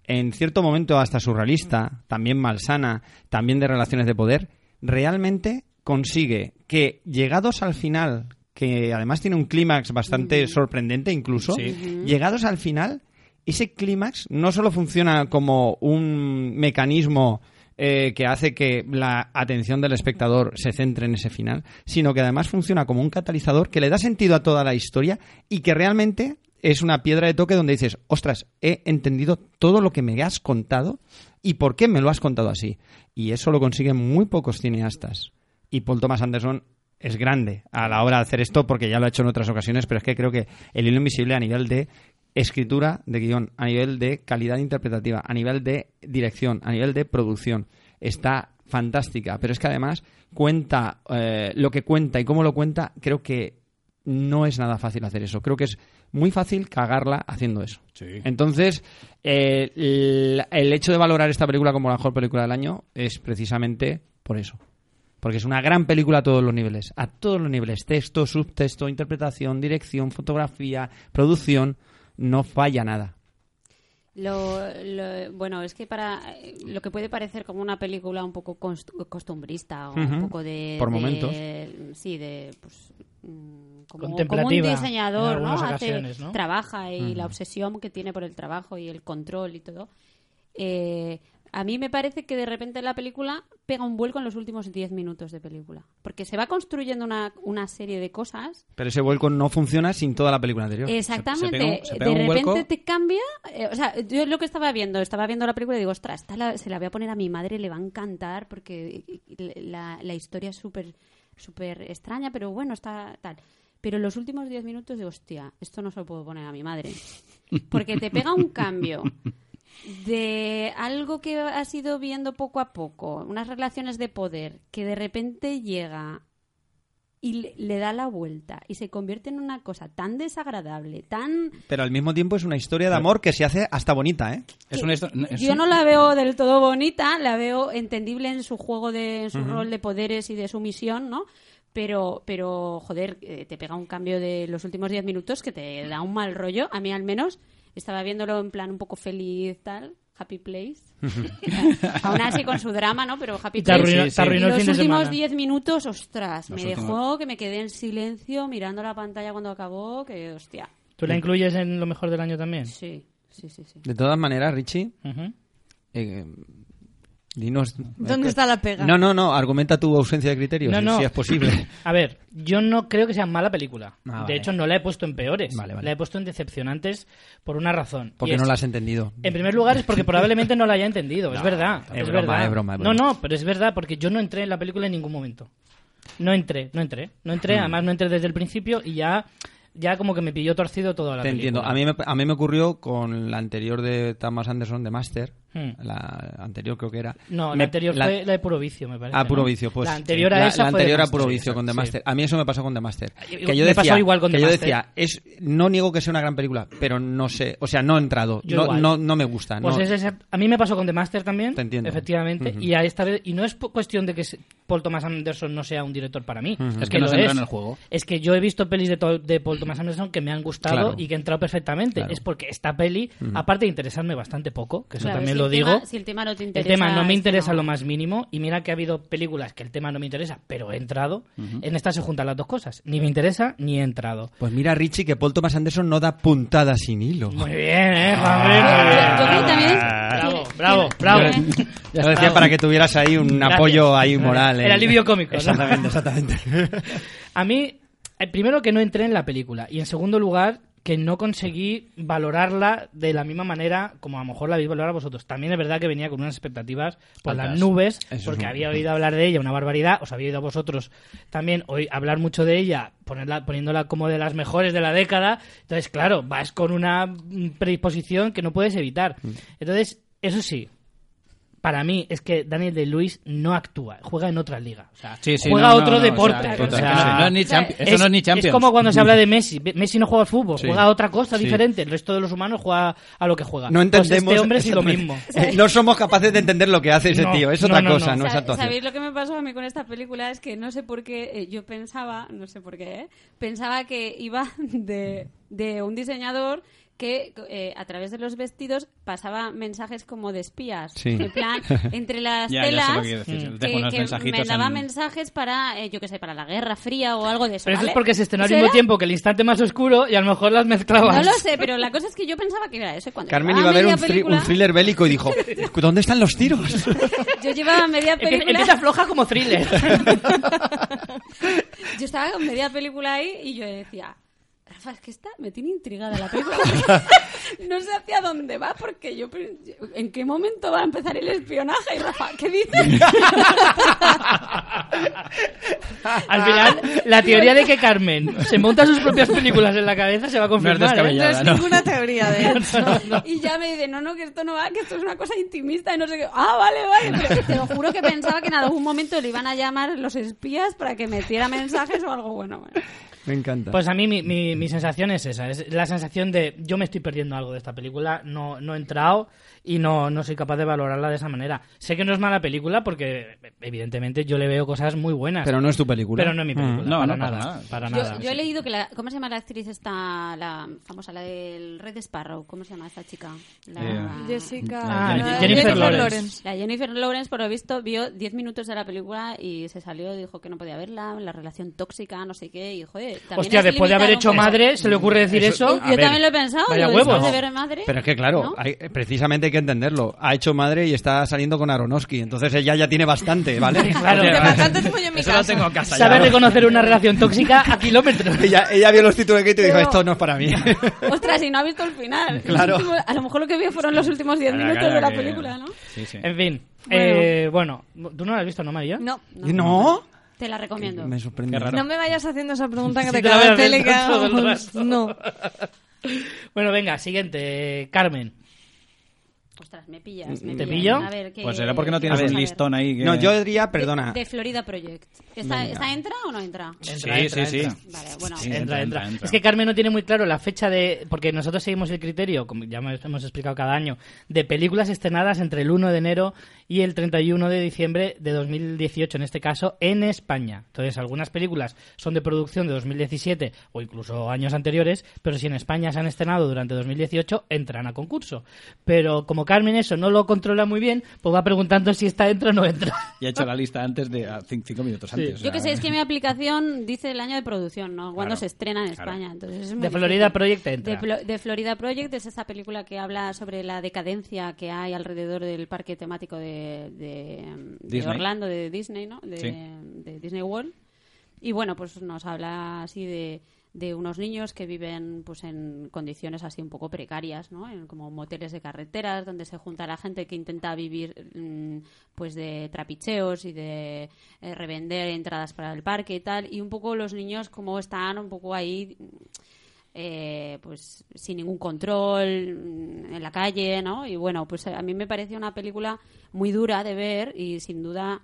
Speaker 4: en cierto momento hasta surrealista, también malsana, también de relaciones de poder, realmente consigue que llegados al final, que además tiene un clímax bastante sorprendente incluso,
Speaker 5: Sí.
Speaker 4: llegados al final, ese clímax no solo funciona como un mecanismo eh, que hace que la atención del espectador se centre en ese final, sino que además funciona como un catalizador que le da sentido a toda la historia y que realmente es una piedra de toque donde dices, ostras, he entendido todo lo que me has contado y por qué me lo has contado así. Y eso lo consiguen muy pocos cineastas. Y Paul Thomas Anderson es grande a la hora de hacer esto, porque ya lo ha hecho en otras ocasiones, pero es que creo que el hilo invisible a nivel de escritura de guión, a nivel de calidad interpretativa, a nivel de dirección, a nivel de producción, está fantástica. Pero es que además cuenta eh, lo que cuenta y cómo lo cuenta, creo que no es nada fácil hacer eso. Creo que es muy fácil cagarla haciendo eso.
Speaker 5: Sí.
Speaker 4: Entonces, eh, el, el hecho de valorar esta película como la mejor película del año es precisamente por eso. Porque es una gran película a todos los niveles. A todos los niveles. Texto, subtexto, interpretación, dirección, fotografía, producción. No falla nada.
Speaker 3: Lo, lo- bueno, es que para eh, lo que puede parecer como una película un poco const- costumbrista o
Speaker 4: Ujú.
Speaker 3: un poco de...
Speaker 4: Por
Speaker 3: de-
Speaker 4: momentos.
Speaker 3: sí, de... Pues, mm, como, como un
Speaker 1: Contemplativa, en
Speaker 3: diseñador, ¿no?
Speaker 1: algunas
Speaker 3: Hace-
Speaker 1: ocasiones, ¿no?
Speaker 3: Trabaja y la obsesión que tiene por el trabajo y el control y todo. Eh, a mí me parece que de repente la película pega un vuelco en los últimos 10 minutos de película. Porque se va construyendo una, una serie de cosas
Speaker 4: Pero ese vuelco no funciona sin toda la película anterior.
Speaker 5: Se- se
Speaker 3: Exactamente.
Speaker 5: pega un- se pega
Speaker 3: de
Speaker 5: un
Speaker 3: repente
Speaker 5: vuelco.
Speaker 3: te cambia. eh, o sea, yo lo que estaba viendo, estaba viendo la película y digo, ostras, esta la- se la voy a poner a mi madre, le va a encantar porque la, la historia es súper súper extraña, pero bueno, está tal. Pero los últimos 10 minutos digo, hostia, esto no se lo puedo poner a mi madre. Porque te pega un cambio de algo que has ido viendo poco a poco, unas relaciones de poder, que de repente llega y le- le da la vuelta y se convierte en una cosa tan desagradable, tan...
Speaker 4: Pero al mismo tiempo es una historia de amor que se hace hasta bonita, ¿eh?
Speaker 5: Es una histo- es
Speaker 3: Yo
Speaker 5: un-
Speaker 3: no la veo del todo bonita, la veo entendible en su juego, de, en su rol de poderes y de su misión, ¿no? Pero, pero joder, eh, te pega un cambio de los últimos 10 minutos que te da un mal rollo, a mí al menos. Estaba viéndolo en plan un poco feliz, tal, happy place. Aún así con su drama, ¿no? Pero happy
Speaker 1: Y te
Speaker 3: place.
Speaker 1: arruinó,
Speaker 5: Sí, sí,
Speaker 1: te arruinó
Speaker 3: Y
Speaker 1: el
Speaker 3: los
Speaker 1: fin de semana.
Speaker 3: últimos 10 minutos, ostras,
Speaker 5: Los
Speaker 3: me
Speaker 5: últimos-
Speaker 3: dejó que me quedé en silencio mirando la pantalla cuando acabó, que hostia.
Speaker 1: ¿Tú la incluyes en lo mejor del año también?
Speaker 3: Sí, sí, sí, sí.
Speaker 4: De todas maneras, Richie,
Speaker 1: Ujú.
Speaker 4: eh, dinos... eh,
Speaker 2: ¿Dónde está la pega?
Speaker 4: pues- No, no, no. Argumenta tu ausencia de criterios,
Speaker 1: No, no.
Speaker 4: si es posible.
Speaker 1: A ver, yo no creo que sea mala película.
Speaker 4: Ah,
Speaker 1: de
Speaker 4: vale.
Speaker 1: hecho, no la he puesto en peores.
Speaker 4: Vale, vale.
Speaker 1: La he puesto en decepcionantes por una razón.
Speaker 4: Porque
Speaker 1: Y
Speaker 4: no
Speaker 1: es-
Speaker 4: la has entendido.
Speaker 1: En primer lugar es porque probablemente no la haya entendido. es
Speaker 4: No,
Speaker 1: verdad.
Speaker 4: es
Speaker 1: es
Speaker 4: broma,
Speaker 1: verdad.
Speaker 4: es broma, es
Speaker 1: No,
Speaker 4: broma.
Speaker 1: no, pero es verdad porque yo no entré en la
Speaker 4: Hmm.
Speaker 1: película en ningún momento. No entré, no entré. No entré, además no entré desde el principio y ya... ya como que me pilló torcido toda la
Speaker 4: Te entiendo. A mí, me, a mí me ocurrió con la anterior de Thomas Anderson, de Master.
Speaker 1: Hmm.
Speaker 4: La anterior creo que era.
Speaker 1: No, la
Speaker 4: Me-
Speaker 1: anterior
Speaker 4: la-
Speaker 1: fue la de puro vicio, me parece.
Speaker 4: Ah, puro
Speaker 1: ¿no?
Speaker 4: vicio, pues.
Speaker 1: La anterior a
Speaker 4: la-
Speaker 1: esa
Speaker 4: la
Speaker 1: fue de
Speaker 4: anterior a
Speaker 1: Master,
Speaker 4: puro vicio con The
Speaker 1: sí.
Speaker 4: Master. A mí eso me pasó con The Master.
Speaker 1: Yo-
Speaker 4: Que yo
Speaker 1: me
Speaker 4: decía,
Speaker 1: pasó igual con
Speaker 4: que
Speaker 1: The
Speaker 4: yo
Speaker 1: Master.
Speaker 4: decía, es, no niego que sea una gran película, pero no sé, o sea, no he entrado,
Speaker 1: Yo
Speaker 4: no,
Speaker 1: igual.
Speaker 4: no, no me gusta.
Speaker 1: Pues
Speaker 4: Ah, no-
Speaker 1: es esa- a mí me pasó con The Master también.
Speaker 4: Te entiendo.
Speaker 1: Efectivamente.
Speaker 4: Ujú.
Speaker 1: Y a esta vez, y no es po- cuestión de que se- Paul Thomas Anderson no sea un director para mí.
Speaker 4: Ujú.
Speaker 5: Es que
Speaker 1: lo
Speaker 5: no se entra en el juego.
Speaker 1: Es que yo he visto pelis de, to- de Paul Thomas Anderson que me han gustado
Speaker 4: Claro.
Speaker 1: y que he entrado perfectamente.
Speaker 4: Claro.
Speaker 1: Es porque esta peli, aparte de interesarme bastante poco, que eso
Speaker 3: Claro,
Speaker 1: también
Speaker 3: si
Speaker 1: lo
Speaker 3: el
Speaker 1: digo.
Speaker 3: tema- si el tema no te interesa,
Speaker 1: El tema no me
Speaker 3: es que
Speaker 1: interesa
Speaker 3: no.
Speaker 1: lo más mínimo. Y mira que ha habido películas que el tema no me interesa, pero he entrado. En esta se juntan las dos cosas. Ni me interesa ni he entrado.
Speaker 4: Pues mira, Richie, que Paul Thomas Anderson no da puntada sin hilo.
Speaker 1: Muy bien, eh,
Speaker 4: Ah.
Speaker 1: Juan Luis, muy bien.
Speaker 3: Yo creo que también.
Speaker 1: Bravo, bravo, bravo.
Speaker 3: Bien.
Speaker 4: Lo decía para que tuvieras ahí un
Speaker 1: Gracias.
Speaker 4: apoyo ahí
Speaker 1: Gracias.
Speaker 4: moral.
Speaker 1: El
Speaker 4: eh.
Speaker 1: alivio cómico, ¿no?
Speaker 4: Exactamente, exactamente.
Speaker 1: A mí, eh, primero que no entré en la película y en segundo lugar que no conseguí valorarla de la misma manera como a lo mejor la habéis valorado vosotros. También es verdad que venía con unas expectativas por las
Speaker 5: Altas.
Speaker 1: nubes,
Speaker 4: Eso es
Speaker 1: porque
Speaker 4: un-
Speaker 1: había oído hablar de ella una barbaridad, os había oído a vosotros también hoy hablar mucho de ella, ponerla, poniéndola como de las mejores de la década. Entonces, claro, vas con una mm, predisposición que no puedes evitar.
Speaker 4: Mm.
Speaker 1: Entonces, eso sí, para mí es que Daniel de Luis no actúa, juega en otra liga. O sea,
Speaker 5: Sí, sí,
Speaker 1: juega
Speaker 5: no, no,
Speaker 1: otro
Speaker 5: no,
Speaker 1: deporte.
Speaker 5: o sea,
Speaker 1: o
Speaker 5: total,
Speaker 1: sea,
Speaker 5: sí. No es ni champi- eso no es ni Champions.
Speaker 1: como cuando se habla de Messi. Be- Messi no juega al fútbol,
Speaker 4: Sí.
Speaker 1: juega a otra cosa
Speaker 4: Sí.
Speaker 1: diferente. El resto de los humanos juega a lo que juega.
Speaker 4: No
Speaker 1: Pues
Speaker 4: entendemos.
Speaker 1: este hombre es lo mismo.
Speaker 4: Eh, no somos capaces de entender lo que hace ese
Speaker 1: No,
Speaker 4: tío. Es
Speaker 1: no,
Speaker 4: otra
Speaker 1: no,
Speaker 4: cosa, no,
Speaker 1: no.
Speaker 4: es
Speaker 3: Sa-
Speaker 4: actuación.
Speaker 3: ¿Sabéis lo que me pasó a mí con esta película? Es que no sé por qué, eh, yo pensaba, no sé por qué, ¿eh? pensaba que iba de, de un diseñador que eh, a través de los vestidos pasaba mensajes como de espías.
Speaker 4: Sí.
Speaker 3: En plan, entre las
Speaker 5: Ya, ya
Speaker 3: telas...
Speaker 5: sé lo que quieres decir.
Speaker 1: Mm.
Speaker 3: que-
Speaker 5: Dejo unos
Speaker 3: que
Speaker 5: mensajitos
Speaker 3: me daba
Speaker 5: en-
Speaker 3: mensajes para, eh, yo qué sé, para la Guerra Fría o algo de eso.
Speaker 1: Pero eso es
Speaker 3: ¿vale?
Speaker 1: porque se estrenó al
Speaker 3: ¿Eso
Speaker 1: mismo
Speaker 3: era?
Speaker 1: tiempo que el instante más oscuro y a lo mejor las mezclabas.
Speaker 3: No lo sé, pero la cosa es que yo pensaba que era eso. y Cuando
Speaker 4: Carmen iba a
Speaker 3: llevaba
Speaker 4: ver un,
Speaker 3: media
Speaker 4: thri-
Speaker 3: película-
Speaker 4: un thriller bélico y dijo, ¿dónde están los tiros?
Speaker 3: Yo llevaba media
Speaker 1: Empie-
Speaker 3: película...
Speaker 1: Empieza floja como thriller.
Speaker 3: Yo estaba con media película ahí y yo decía, Rafa, es que esta me tiene intrigada la película. porque no sé hacia dónde va porque yo, pe- ¿en qué momento va a empezar el espionaje? Y Rafa, ¿qué dices?
Speaker 1: Al final, la teoría de que Carmen se monta sus propias películas en la cabeza se va a confirmar. ¿eh?
Speaker 2: No
Speaker 5: descabellado.
Speaker 2: es
Speaker 5: Nada, no.
Speaker 2: ninguna teoría de hecho.
Speaker 3: Y ya me dice, no, no, que esto no va, que esto es una cosa intimista y no sé qué. Ah, vale, vale. Pero te lo juro que pensaba que en algún momento le iban a llamar los espías para que metiera mensajes o algo bueno. bueno.
Speaker 4: Me encanta.
Speaker 1: Pues a mí mi, mi-
Speaker 4: Mm,
Speaker 1: mi sensación es esa, es la sensación de yo me estoy perdiendo algo de esta película, no, no he entrado y no, no soy capaz de valorarla de esa manera. Sé que no es mala película porque evidentemente yo le veo cosas muy buenas, pero
Speaker 4: pero
Speaker 1: no,
Speaker 4: no es tu película. Mm.
Speaker 1: es mi película,
Speaker 5: No,
Speaker 1: para,
Speaker 5: no, para
Speaker 1: nada,
Speaker 5: nada.
Speaker 1: para
Speaker 3: Yo,
Speaker 1: nada.
Speaker 3: yo he leído que la, ¿cómo se llama la actriz esta, la famosa, la del Red Sparrow? ¿Cómo se llama esta chica? La...
Speaker 5: Yeah.
Speaker 2: Jessica.
Speaker 1: Ah,
Speaker 2: no,
Speaker 1: Jennifer Lawrence.
Speaker 3: La Jennifer Lawrence, por lo visto, vio 10 minutos de la película y se salió, dijo que no podía verla, la relación tóxica, no sé qué, y joder, también
Speaker 1: Hostia,
Speaker 3: es
Speaker 1: después de haber
Speaker 3: limitado,
Speaker 1: hecho
Speaker 3: pero-
Speaker 1: madre, ¿se le ocurre decir eso?
Speaker 3: Yo también lo he pensado,
Speaker 1: vaya
Speaker 3: digo, después
Speaker 1: huevos.
Speaker 3: de ver madre.
Speaker 4: Pero es que claro,
Speaker 3: ¿no?
Speaker 4: hay- eh, precisamente hay que entenderlo. Ha hecho madre y está saliendo con Aronofsky, entonces ella ya tiene bastante, ¿vale?
Speaker 1: Claro.
Speaker 2: De bastante tengo yo en mi
Speaker 5: Eso
Speaker 2: casa.
Speaker 5: lo tengo en casa. ya.
Speaker 1: Saber reconocer una relación tóxica a kilómetros.
Speaker 4: ella, ella vio los títulos que y dijo,
Speaker 3: Pero-
Speaker 4: esto no es para mí.
Speaker 3: Ostras, y no ha visto el final.
Speaker 4: Claro.
Speaker 3: Los últimos- a lo mejor lo que vio fueron los últimos 10
Speaker 5: Calla,
Speaker 3: minutos
Speaker 5: calla,
Speaker 3: de la
Speaker 5: que-
Speaker 3: película, ¿no?
Speaker 5: Sí, sí.
Speaker 1: En fin,
Speaker 3: Bueno.
Speaker 1: eh, bueno, tú no la has visto, ¿no, María?
Speaker 2: No.
Speaker 4: ¿No?
Speaker 3: Te la recomiendo.
Speaker 4: Me sorprende.
Speaker 5: Qué raro.
Speaker 2: No me vayas haciendo esa pregunta que
Speaker 1: Sí,
Speaker 2: te
Speaker 1: te la
Speaker 2: cada
Speaker 1: voy a
Speaker 2: vez
Speaker 1: hacer
Speaker 2: le que
Speaker 1: todo el
Speaker 2: hagamos.
Speaker 1: rato.
Speaker 2: Pues No.
Speaker 1: Bueno, venga, siguiente, eh, Carmen.
Speaker 3: Ostras, me pillas. Me
Speaker 1: ¿Te
Speaker 3: pillas.
Speaker 1: pillo?
Speaker 3: A ver, ¿qué-
Speaker 5: Pues será porque
Speaker 3: qué
Speaker 5: no tienes
Speaker 3: vamos
Speaker 5: un
Speaker 3: a ver?
Speaker 5: listón ahí. Que...
Speaker 4: No, yo diría, perdona.
Speaker 3: De, de Florida Project. ¿Esta, ¿Esta entra o no entra?
Speaker 1: Entra,
Speaker 5: sí,
Speaker 1: entra,
Speaker 5: sí,
Speaker 1: entra.
Speaker 5: sí.
Speaker 3: Vale, bueno.
Speaker 5: Sí.
Speaker 1: Entra, entra.
Speaker 5: Entra, entra, entra.
Speaker 1: Es que Carmen no tiene muy claro la fecha de. Porque nosotros seguimos el criterio, como ya hemos hemos explicado cada año, de películas estrenadas entre el 1 de enero y el 31 de diciembre de 2018, en este caso, en España. Entonces, algunas películas son de producción de 2017 o incluso años anteriores, pero si en España se han estrenado durante 2018, entran a concurso. Pero como Carmen eso no lo controla muy bien, pues va preguntando si está dentro o no entra.
Speaker 5: Ya he hecho la lista antes de ah, cin- cinco minutos antes. o sea,
Speaker 3: Yo que sé, es que mi aplicación dice el año de producción, ¿no? Cuando
Speaker 5: Claro,
Speaker 3: se estrena en
Speaker 5: claro.
Speaker 3: España. Entonces es muy
Speaker 1: De
Speaker 3: difícil.
Speaker 1: Florida Project entra.
Speaker 3: De, Flo- de Florida Project es esa película que habla sobre la decadencia que hay alrededor del parque temático de, de- de
Speaker 5: Disney.
Speaker 3: Orlando, de Disney, ¿no? De,
Speaker 5: Sí.
Speaker 3: de Disney World. Y bueno, pues nos habla así de, de unos niños que viven pues en condiciones así un poco precarias, ¿no? En como moteles de carreteras donde se junta la gente que intenta vivir mm, pues de trapicheos y de eh, revender entradas para el parque y tal y un poco los niños como están un poco ahí mm, eh, pues sin ningún control mm, en la calle, ¿no? Y bueno, pues a mí me pareció una película muy dura de ver y sin duda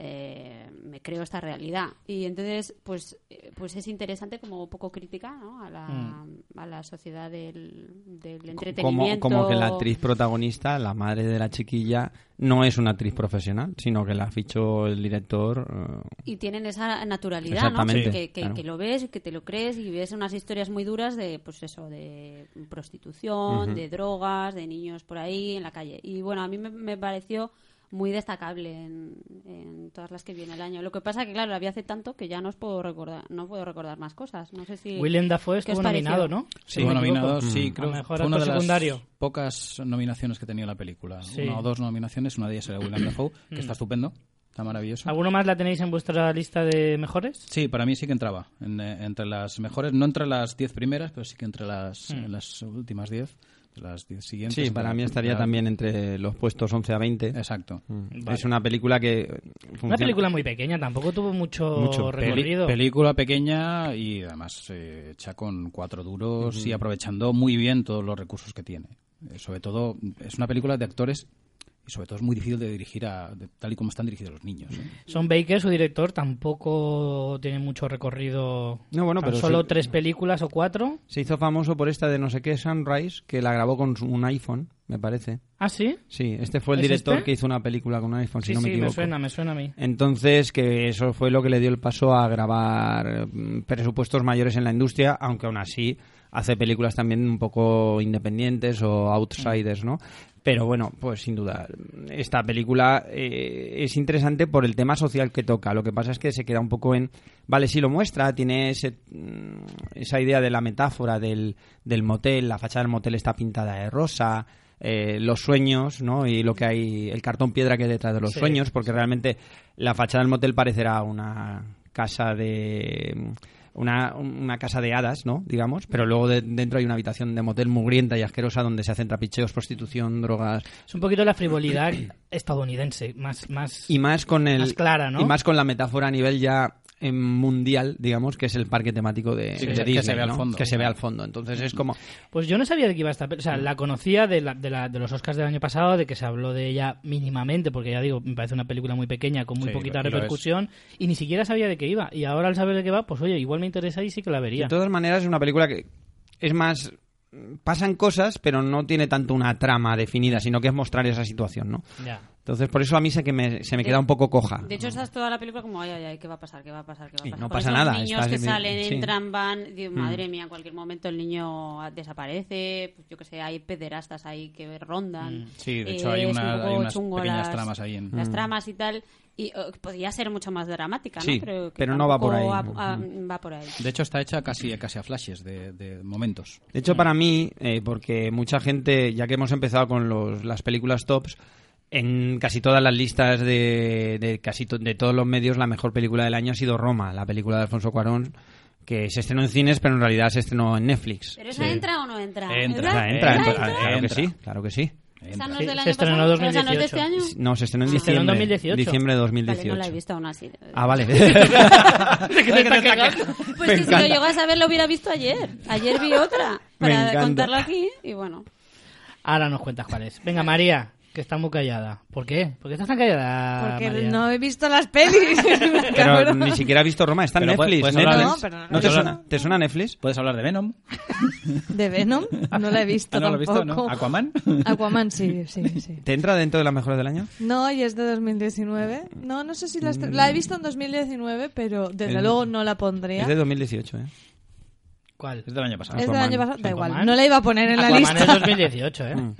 Speaker 3: eh, me creo esta realidad. Y entonces, pues, eh, pues es interesante como poco crítica, ¿no? A la, a la sociedad del, del
Speaker 4: Mm. Como,
Speaker 3: entretenimiento.
Speaker 4: como que la actriz protagonista, la madre de la chiquilla, no es una actriz profesional, sino que la fichó el director. eh,
Speaker 3: y tienen esa naturalidad, ¿no?
Speaker 4: Exactamente,
Speaker 3: Que, que- que-
Speaker 4: claro.
Speaker 3: que lo ves, que te lo crees y ves unas historias muy duras de, pues eso, de prostitución, de drogas, de niños por ahí en la calle. Y bueno, a mí me, me pareció muy destacable en, en todas las que viene el año. Lo que pasa que claro, la vi hace tanto que ya no os puedo recordar, no puedo recordar más cosas. No sé si
Speaker 1: Willem Dafoe
Speaker 3: ¿qué
Speaker 1: estuvo
Speaker 3: os pareció?
Speaker 1: nominado, ¿no? Si
Speaker 5: Sí,
Speaker 1: no me equivoco.
Speaker 5: nominado, sí,
Speaker 1: Mm.
Speaker 5: creo
Speaker 1: A
Speaker 5: que
Speaker 1: mejor
Speaker 5: fue una
Speaker 1: actor
Speaker 5: de las
Speaker 1: secundario.
Speaker 5: pocas nominaciones que tenía la película.
Speaker 1: Sí. Mm.
Speaker 5: Una o dos nominaciones, una de ellas era William Dafoe, que está estupendo, está maravilloso.
Speaker 1: ¿Alguno más la tenéis en vuestra lista de mejores?
Speaker 5: Sí, para mí sí que entraba en, eh, entre las mejores, no entre las 10 primeras, pero sí que entre las, en las últimas 10, de las 10 siguientes.
Speaker 4: Sí, para
Speaker 5: entre-
Speaker 4: mí estaría
Speaker 5: era-
Speaker 4: también entre los puestos 11 a 20.
Speaker 5: Exacto.
Speaker 4: Mm.
Speaker 1: Eh, Vale.
Speaker 4: Es una película que. eh, funciona.
Speaker 1: Una película muy pequeña, tampoco tuvo mucho,
Speaker 4: Mucho.
Speaker 5: Peli-
Speaker 1: recorrido.
Speaker 5: película pequeña y además eh, hecha con cuatro duros y aprovechando muy bien todos los recursos que tiene. Eh, sobre todo, es una película de actores y sobre todo es muy difícil de dirigir a, de- tal y como están dirigidos los niños. ¿eh?
Speaker 1: Son Baker, su director, tampoco tiene mucho recorrido.
Speaker 4: No, bueno,
Speaker 1: Tan
Speaker 4: pero
Speaker 1: solo
Speaker 4: sí.
Speaker 1: tres películas o cuatro.
Speaker 4: Se hizo famoso por esta de no sé qué, Sunrise, que la grabó con su- un iPhone, me parece.
Speaker 1: ¿Ah, sí?
Speaker 4: Sí, este fue el
Speaker 1: ¿Es
Speaker 4: director
Speaker 1: este?
Speaker 4: que hizo una película con un iPhone,
Speaker 1: Sí,
Speaker 4: si no me
Speaker 1: sí,
Speaker 4: equivoco.
Speaker 1: me suena, me suena a mí.
Speaker 4: Entonces, que eso fue lo que le dio el paso a grabar mm, presupuestos mayores en la industria, aunque aún así hace películas también un poco independientes o outsiders, ¿no? Pero bueno, pues sin duda, esta película eh, es interesante por el tema social que toca. Lo que pasa es que se queda un poco en... Vale, sí lo muestra, tiene ese, mm, esa idea de la metáfora del, del motel, la fachada del motel está pintada de rosa, eh, los sueños, ¿no? Y lo que hay, el cartón piedra que hay detrás de los
Speaker 1: Sí.
Speaker 4: sueños, porque realmente la fachada del motel parecerá una casa de una, una casa de hadas, ¿no? Digamos, pero luego de- dentro hay una habitación de motel mugrienta y asquerosa donde se hacen trapicheos, prostitución, drogas
Speaker 1: Es un poquito la frivolidad estadounidense, más, más
Speaker 4: y más con el
Speaker 1: Más clara, ¿no?
Speaker 4: y más con la metáfora a nivel ya eh, mundial, digamos, que es el parque temático de, de
Speaker 5: Sí, que se- que
Speaker 4: Disney,
Speaker 5: se ve al
Speaker 4: ¿no?
Speaker 5: fondo.
Speaker 4: que se ve al fondo. Entonces es como
Speaker 1: Pues yo no sabía de qué iba esta pe- O
Speaker 5: Mm.
Speaker 1: sea, la conocía de, la- de, la- de los Oscars del año pasado, de que se habló de ella mínimamente, porque ya digo, me parece una película muy pequeña, con muy
Speaker 5: Sí,
Speaker 1: poquita
Speaker 5: lo- lo es.
Speaker 1: repercusión, y ni siquiera sabía de qué iba. Y ahora al saber de qué va, pues oye, igual me interesa y sí que la vería.
Speaker 4: De todas maneras, es una película que es más. Pasan cosas, pero no tiene tanto una trama definida, sino que es mostrar esa situación, ¿no?
Speaker 1: Ya.
Speaker 4: Entonces, por eso a mí se, que me, se me queda un poco coja.
Speaker 3: De hecho, estás toda la película como, ay, ay, ay, ¿qué va a pasar? ¿Qué va a pasar? ¿Qué va a
Speaker 4: Y
Speaker 3: pasar?
Speaker 4: no
Speaker 3: Con
Speaker 4: pasa
Speaker 3: esos
Speaker 4: nada,
Speaker 3: niños
Speaker 4: estás
Speaker 3: que
Speaker 4: en-
Speaker 3: salen,
Speaker 4: sí.
Speaker 3: entran, van,
Speaker 5: Mm.
Speaker 3: digo, madre mía, en cualquier momento el niño ah, desaparece, pues yo que sé, hay pederastas ahí que rondan.
Speaker 5: Mm. Sí, de
Speaker 3: Eh,
Speaker 5: hecho hay,
Speaker 3: es
Speaker 5: una-
Speaker 3: un
Speaker 5: hay
Speaker 3: poco
Speaker 5: unas
Speaker 3: chungo
Speaker 5: pequeñas
Speaker 3: las-
Speaker 5: tramas ahí. En, Mm.
Speaker 3: Las tramas y tal, y eh, podría ser mucho más dramática,
Speaker 4: Sí,
Speaker 3: ¿no? que
Speaker 4: pero no va por
Speaker 3: tampoco
Speaker 4: ahí.
Speaker 3: Va, ah, va por ahí.
Speaker 5: Mm. De hecho está hecha casi, casi a flashes de, de momentos.
Speaker 4: De hecho, para mí, eh, porque mucha gente, ya que hemos empezado con los- las películas tops, en casi todas las listas de, de casi to- de todos los medios, la mejor película del año ha sido Roma, la película de Alfonso Cuarón, que se estrenó en cines, pero en realidad se estrenó en Netflix.
Speaker 3: ¿Pero esa entra o no entra?
Speaker 5: Entra,
Speaker 4: O sea,
Speaker 3: ¿Verdad?
Speaker 4: entra, entra,
Speaker 5: Entra, entra.
Speaker 4: claro que sí, claro que sí.
Speaker 3: ¿Esa
Speaker 5: Entra.
Speaker 3: no
Speaker 1: Sí,
Speaker 3: es del
Speaker 1: se
Speaker 3: año
Speaker 1: estrenó en
Speaker 3: pasado? ¿Esa no es de este
Speaker 1: 2018.
Speaker 3: año?
Speaker 4: No, se estrenó en
Speaker 1: Se estrenó en
Speaker 4: diciembre.
Speaker 1: 2018.
Speaker 4: Diciembre de
Speaker 3: Vale,
Speaker 4: 2018.
Speaker 3: no la he visto aún así.
Speaker 4: Ah, vale.
Speaker 3: Pues
Speaker 4: Me
Speaker 3: que si
Speaker 4: encanta.
Speaker 3: lo llego a saber lo hubiera visto ayer. Ayer vi otra
Speaker 4: Me
Speaker 3: para
Speaker 4: encanta.
Speaker 3: contarlo aquí y bueno.
Speaker 1: Ahora nos cuentas cuál es. Venga, María, que está muy callada. ¿Por qué? ¿Por qué estás tan callada?
Speaker 2: Porque
Speaker 1: Ah, María?
Speaker 2: no he visto las pelis.
Speaker 4: Pero
Speaker 2: cabrón.
Speaker 4: ni siquiera has visto Roma, está en
Speaker 5: Pero
Speaker 4: Netflix.
Speaker 5: puedes hablar
Speaker 2: de-
Speaker 4: Netflix.
Speaker 2: No, pero no-
Speaker 4: te
Speaker 5: no-
Speaker 4: suena? ¿Te suena Netflix?
Speaker 5: ¿Puedes hablar de Venom?
Speaker 2: De Venom no la he visto
Speaker 5: Ah, no lo he
Speaker 2: tampoco.
Speaker 5: visto, ¿no? ¿Aquaman?
Speaker 2: Aquaman sí, sí, sí.
Speaker 4: ¿Te entra dentro de las mejores del año?
Speaker 2: No, y es de 2019. No, no sé si la, estre- la he visto en 2019, pero desde
Speaker 4: Es-
Speaker 2: luego no la pondría.
Speaker 4: Es de 2018, ¿eh?
Speaker 1: ¿Cuál?
Speaker 5: Es del año pasado.
Speaker 2: Es del
Speaker 4: Aquaman.
Speaker 2: año pasado, da
Speaker 1: Aquaman.
Speaker 2: igual. No la iba a poner en la
Speaker 1: Aquaman es
Speaker 2: lista.
Speaker 1: 2018, ¿eh?
Speaker 5: Mm.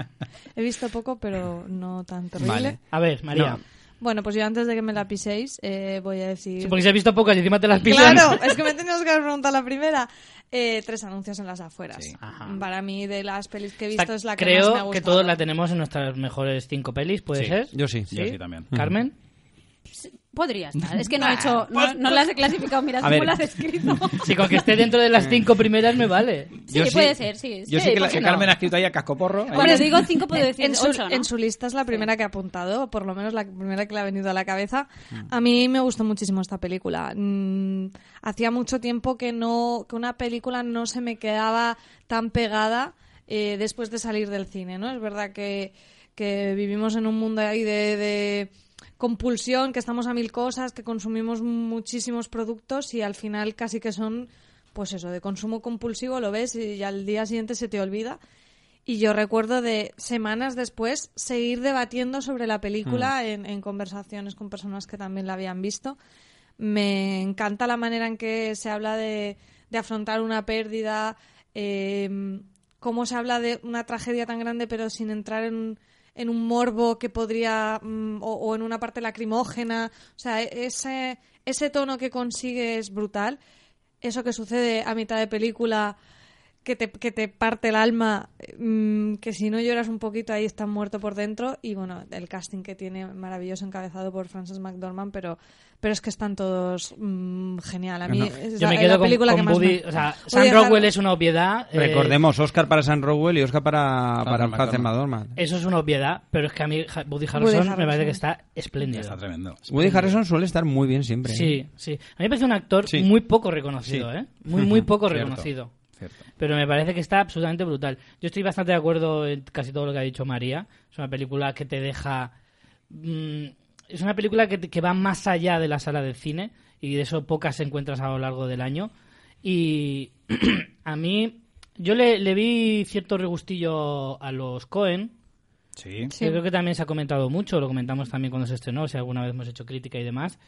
Speaker 2: He visto poco, pero no tan terrible.
Speaker 4: Vale.
Speaker 1: A ver, María.
Speaker 4: No.
Speaker 2: Bueno, pues yo antes de que me la piséis, eh, voy a decir.
Speaker 1: Sí, porque se ha visto pocas y encima te las pisan.
Speaker 2: Claro, es que me tenías que haber preguntado la primera. Eh, tres anuncios en las afueras. Para mí, de las pelis que he visto,
Speaker 1: Está-
Speaker 2: es la que
Speaker 1: creo
Speaker 2: más me ha gustado.
Speaker 1: que todos la tenemos en nuestras mejores cinco pelis, ¿puede
Speaker 5: Sí.
Speaker 1: ser?
Speaker 4: Yo sí.
Speaker 5: Yo sí también.
Speaker 1: ¿Carmen?
Speaker 3: Podría estar. Es que no he hecho. No, no las he clasificado. Mira
Speaker 4: A ver.
Speaker 3: cómo las he escrito.
Speaker 1: Si con que esté dentro de las cinco primeras me vale.
Speaker 3: Sí, puede ser, sí.
Speaker 4: Yo
Speaker 3: Sí,
Speaker 4: sé que,
Speaker 3: ¿por
Speaker 4: la-
Speaker 3: qué
Speaker 4: que
Speaker 3: no?
Speaker 4: Carmen ha escrito ahí a cascoporro. ahí.
Speaker 3: Cuando digo cinco puedo decir
Speaker 2: En su,
Speaker 3: ocho, ¿no?
Speaker 2: en su lista es la primera que ha apuntado, por lo menos la primera que le ha venido a la cabeza. A mí me gustó muchísimo esta película. Mm, hacía mucho tiempo que no que una película no se me quedaba tan pegada eh, después de salir del cine, ¿no? Es verdad que, que vivimos en un mundo ahí de, de compulsión, que estamos a mil cosas, que consumimos muchísimos productos y al final casi que son, pues eso, de consumo compulsivo, lo ves y al día siguiente se te olvida. Y yo recuerdo de semanas después seguir debatiendo sobre la película en, en conversaciones con personas que también la habían visto. Me encanta la manera en que se habla de, de afrontar una pérdida, eh, cómo se habla de una tragedia tan grande pero sin entrar en, en un morbo que podría, mm, o, o en una parte lacrimógena. O sea, e- ese, ese tono que consigue es brutal. Eso que sucede a mitad de película que te, que te parte el alma, mm, que si no lloras un poquito ahí estás muerto por dentro. Y bueno, el casting que tiene maravilloso encabezado por Frances McDormand, pero, pero es que están todos mm, genial. A mí
Speaker 4: No,
Speaker 2: es
Speaker 1: Yo
Speaker 2: la,
Speaker 1: me
Speaker 2: la
Speaker 1: quedo con,
Speaker 2: película
Speaker 1: con
Speaker 2: que más
Speaker 1: Woody- eh,
Speaker 2: me-
Speaker 1: O sea,
Speaker 2: Woody
Speaker 1: Sam Rockwell
Speaker 2: Harrelson.
Speaker 1: es una obviedad. eh,
Speaker 4: Recordemos Oscar para San Rowell y Oscar para, para
Speaker 5: McDormand.
Speaker 4: Frances McDormand.
Speaker 1: Eso es una obviedad, pero es que a mí Ja- Woody Harrelson me parece
Speaker 2: Harrelson.
Speaker 1: que está espléndido.
Speaker 5: Está tremendo.
Speaker 4: Woody Harrison suele estar muy bien siempre. ¿eh?
Speaker 1: Sí, sí. A mí me parece un actor
Speaker 4: Sí.
Speaker 1: muy poco reconocido,
Speaker 4: Sí.
Speaker 1: ¿eh? Muy, muy poco
Speaker 5: Cierto.
Speaker 1: reconocido.
Speaker 5: Cierto.
Speaker 1: Pero me parece que está absolutamente brutal. Yo estoy bastante de acuerdo en casi todo lo que ha dicho María. Es una película que te deja... mm, es una película que, te- que va más allá de la sala del cine y de eso pocas encuentras a lo largo del año. Y a mí... Yo le, le vi cierto regustillo a los Cohen,
Speaker 5: Sí.
Speaker 2: Sí.
Speaker 1: yo creo que también se ha comentado mucho, lo comentamos también cuando se estrenó, si alguna vez hemos hecho crítica y demás.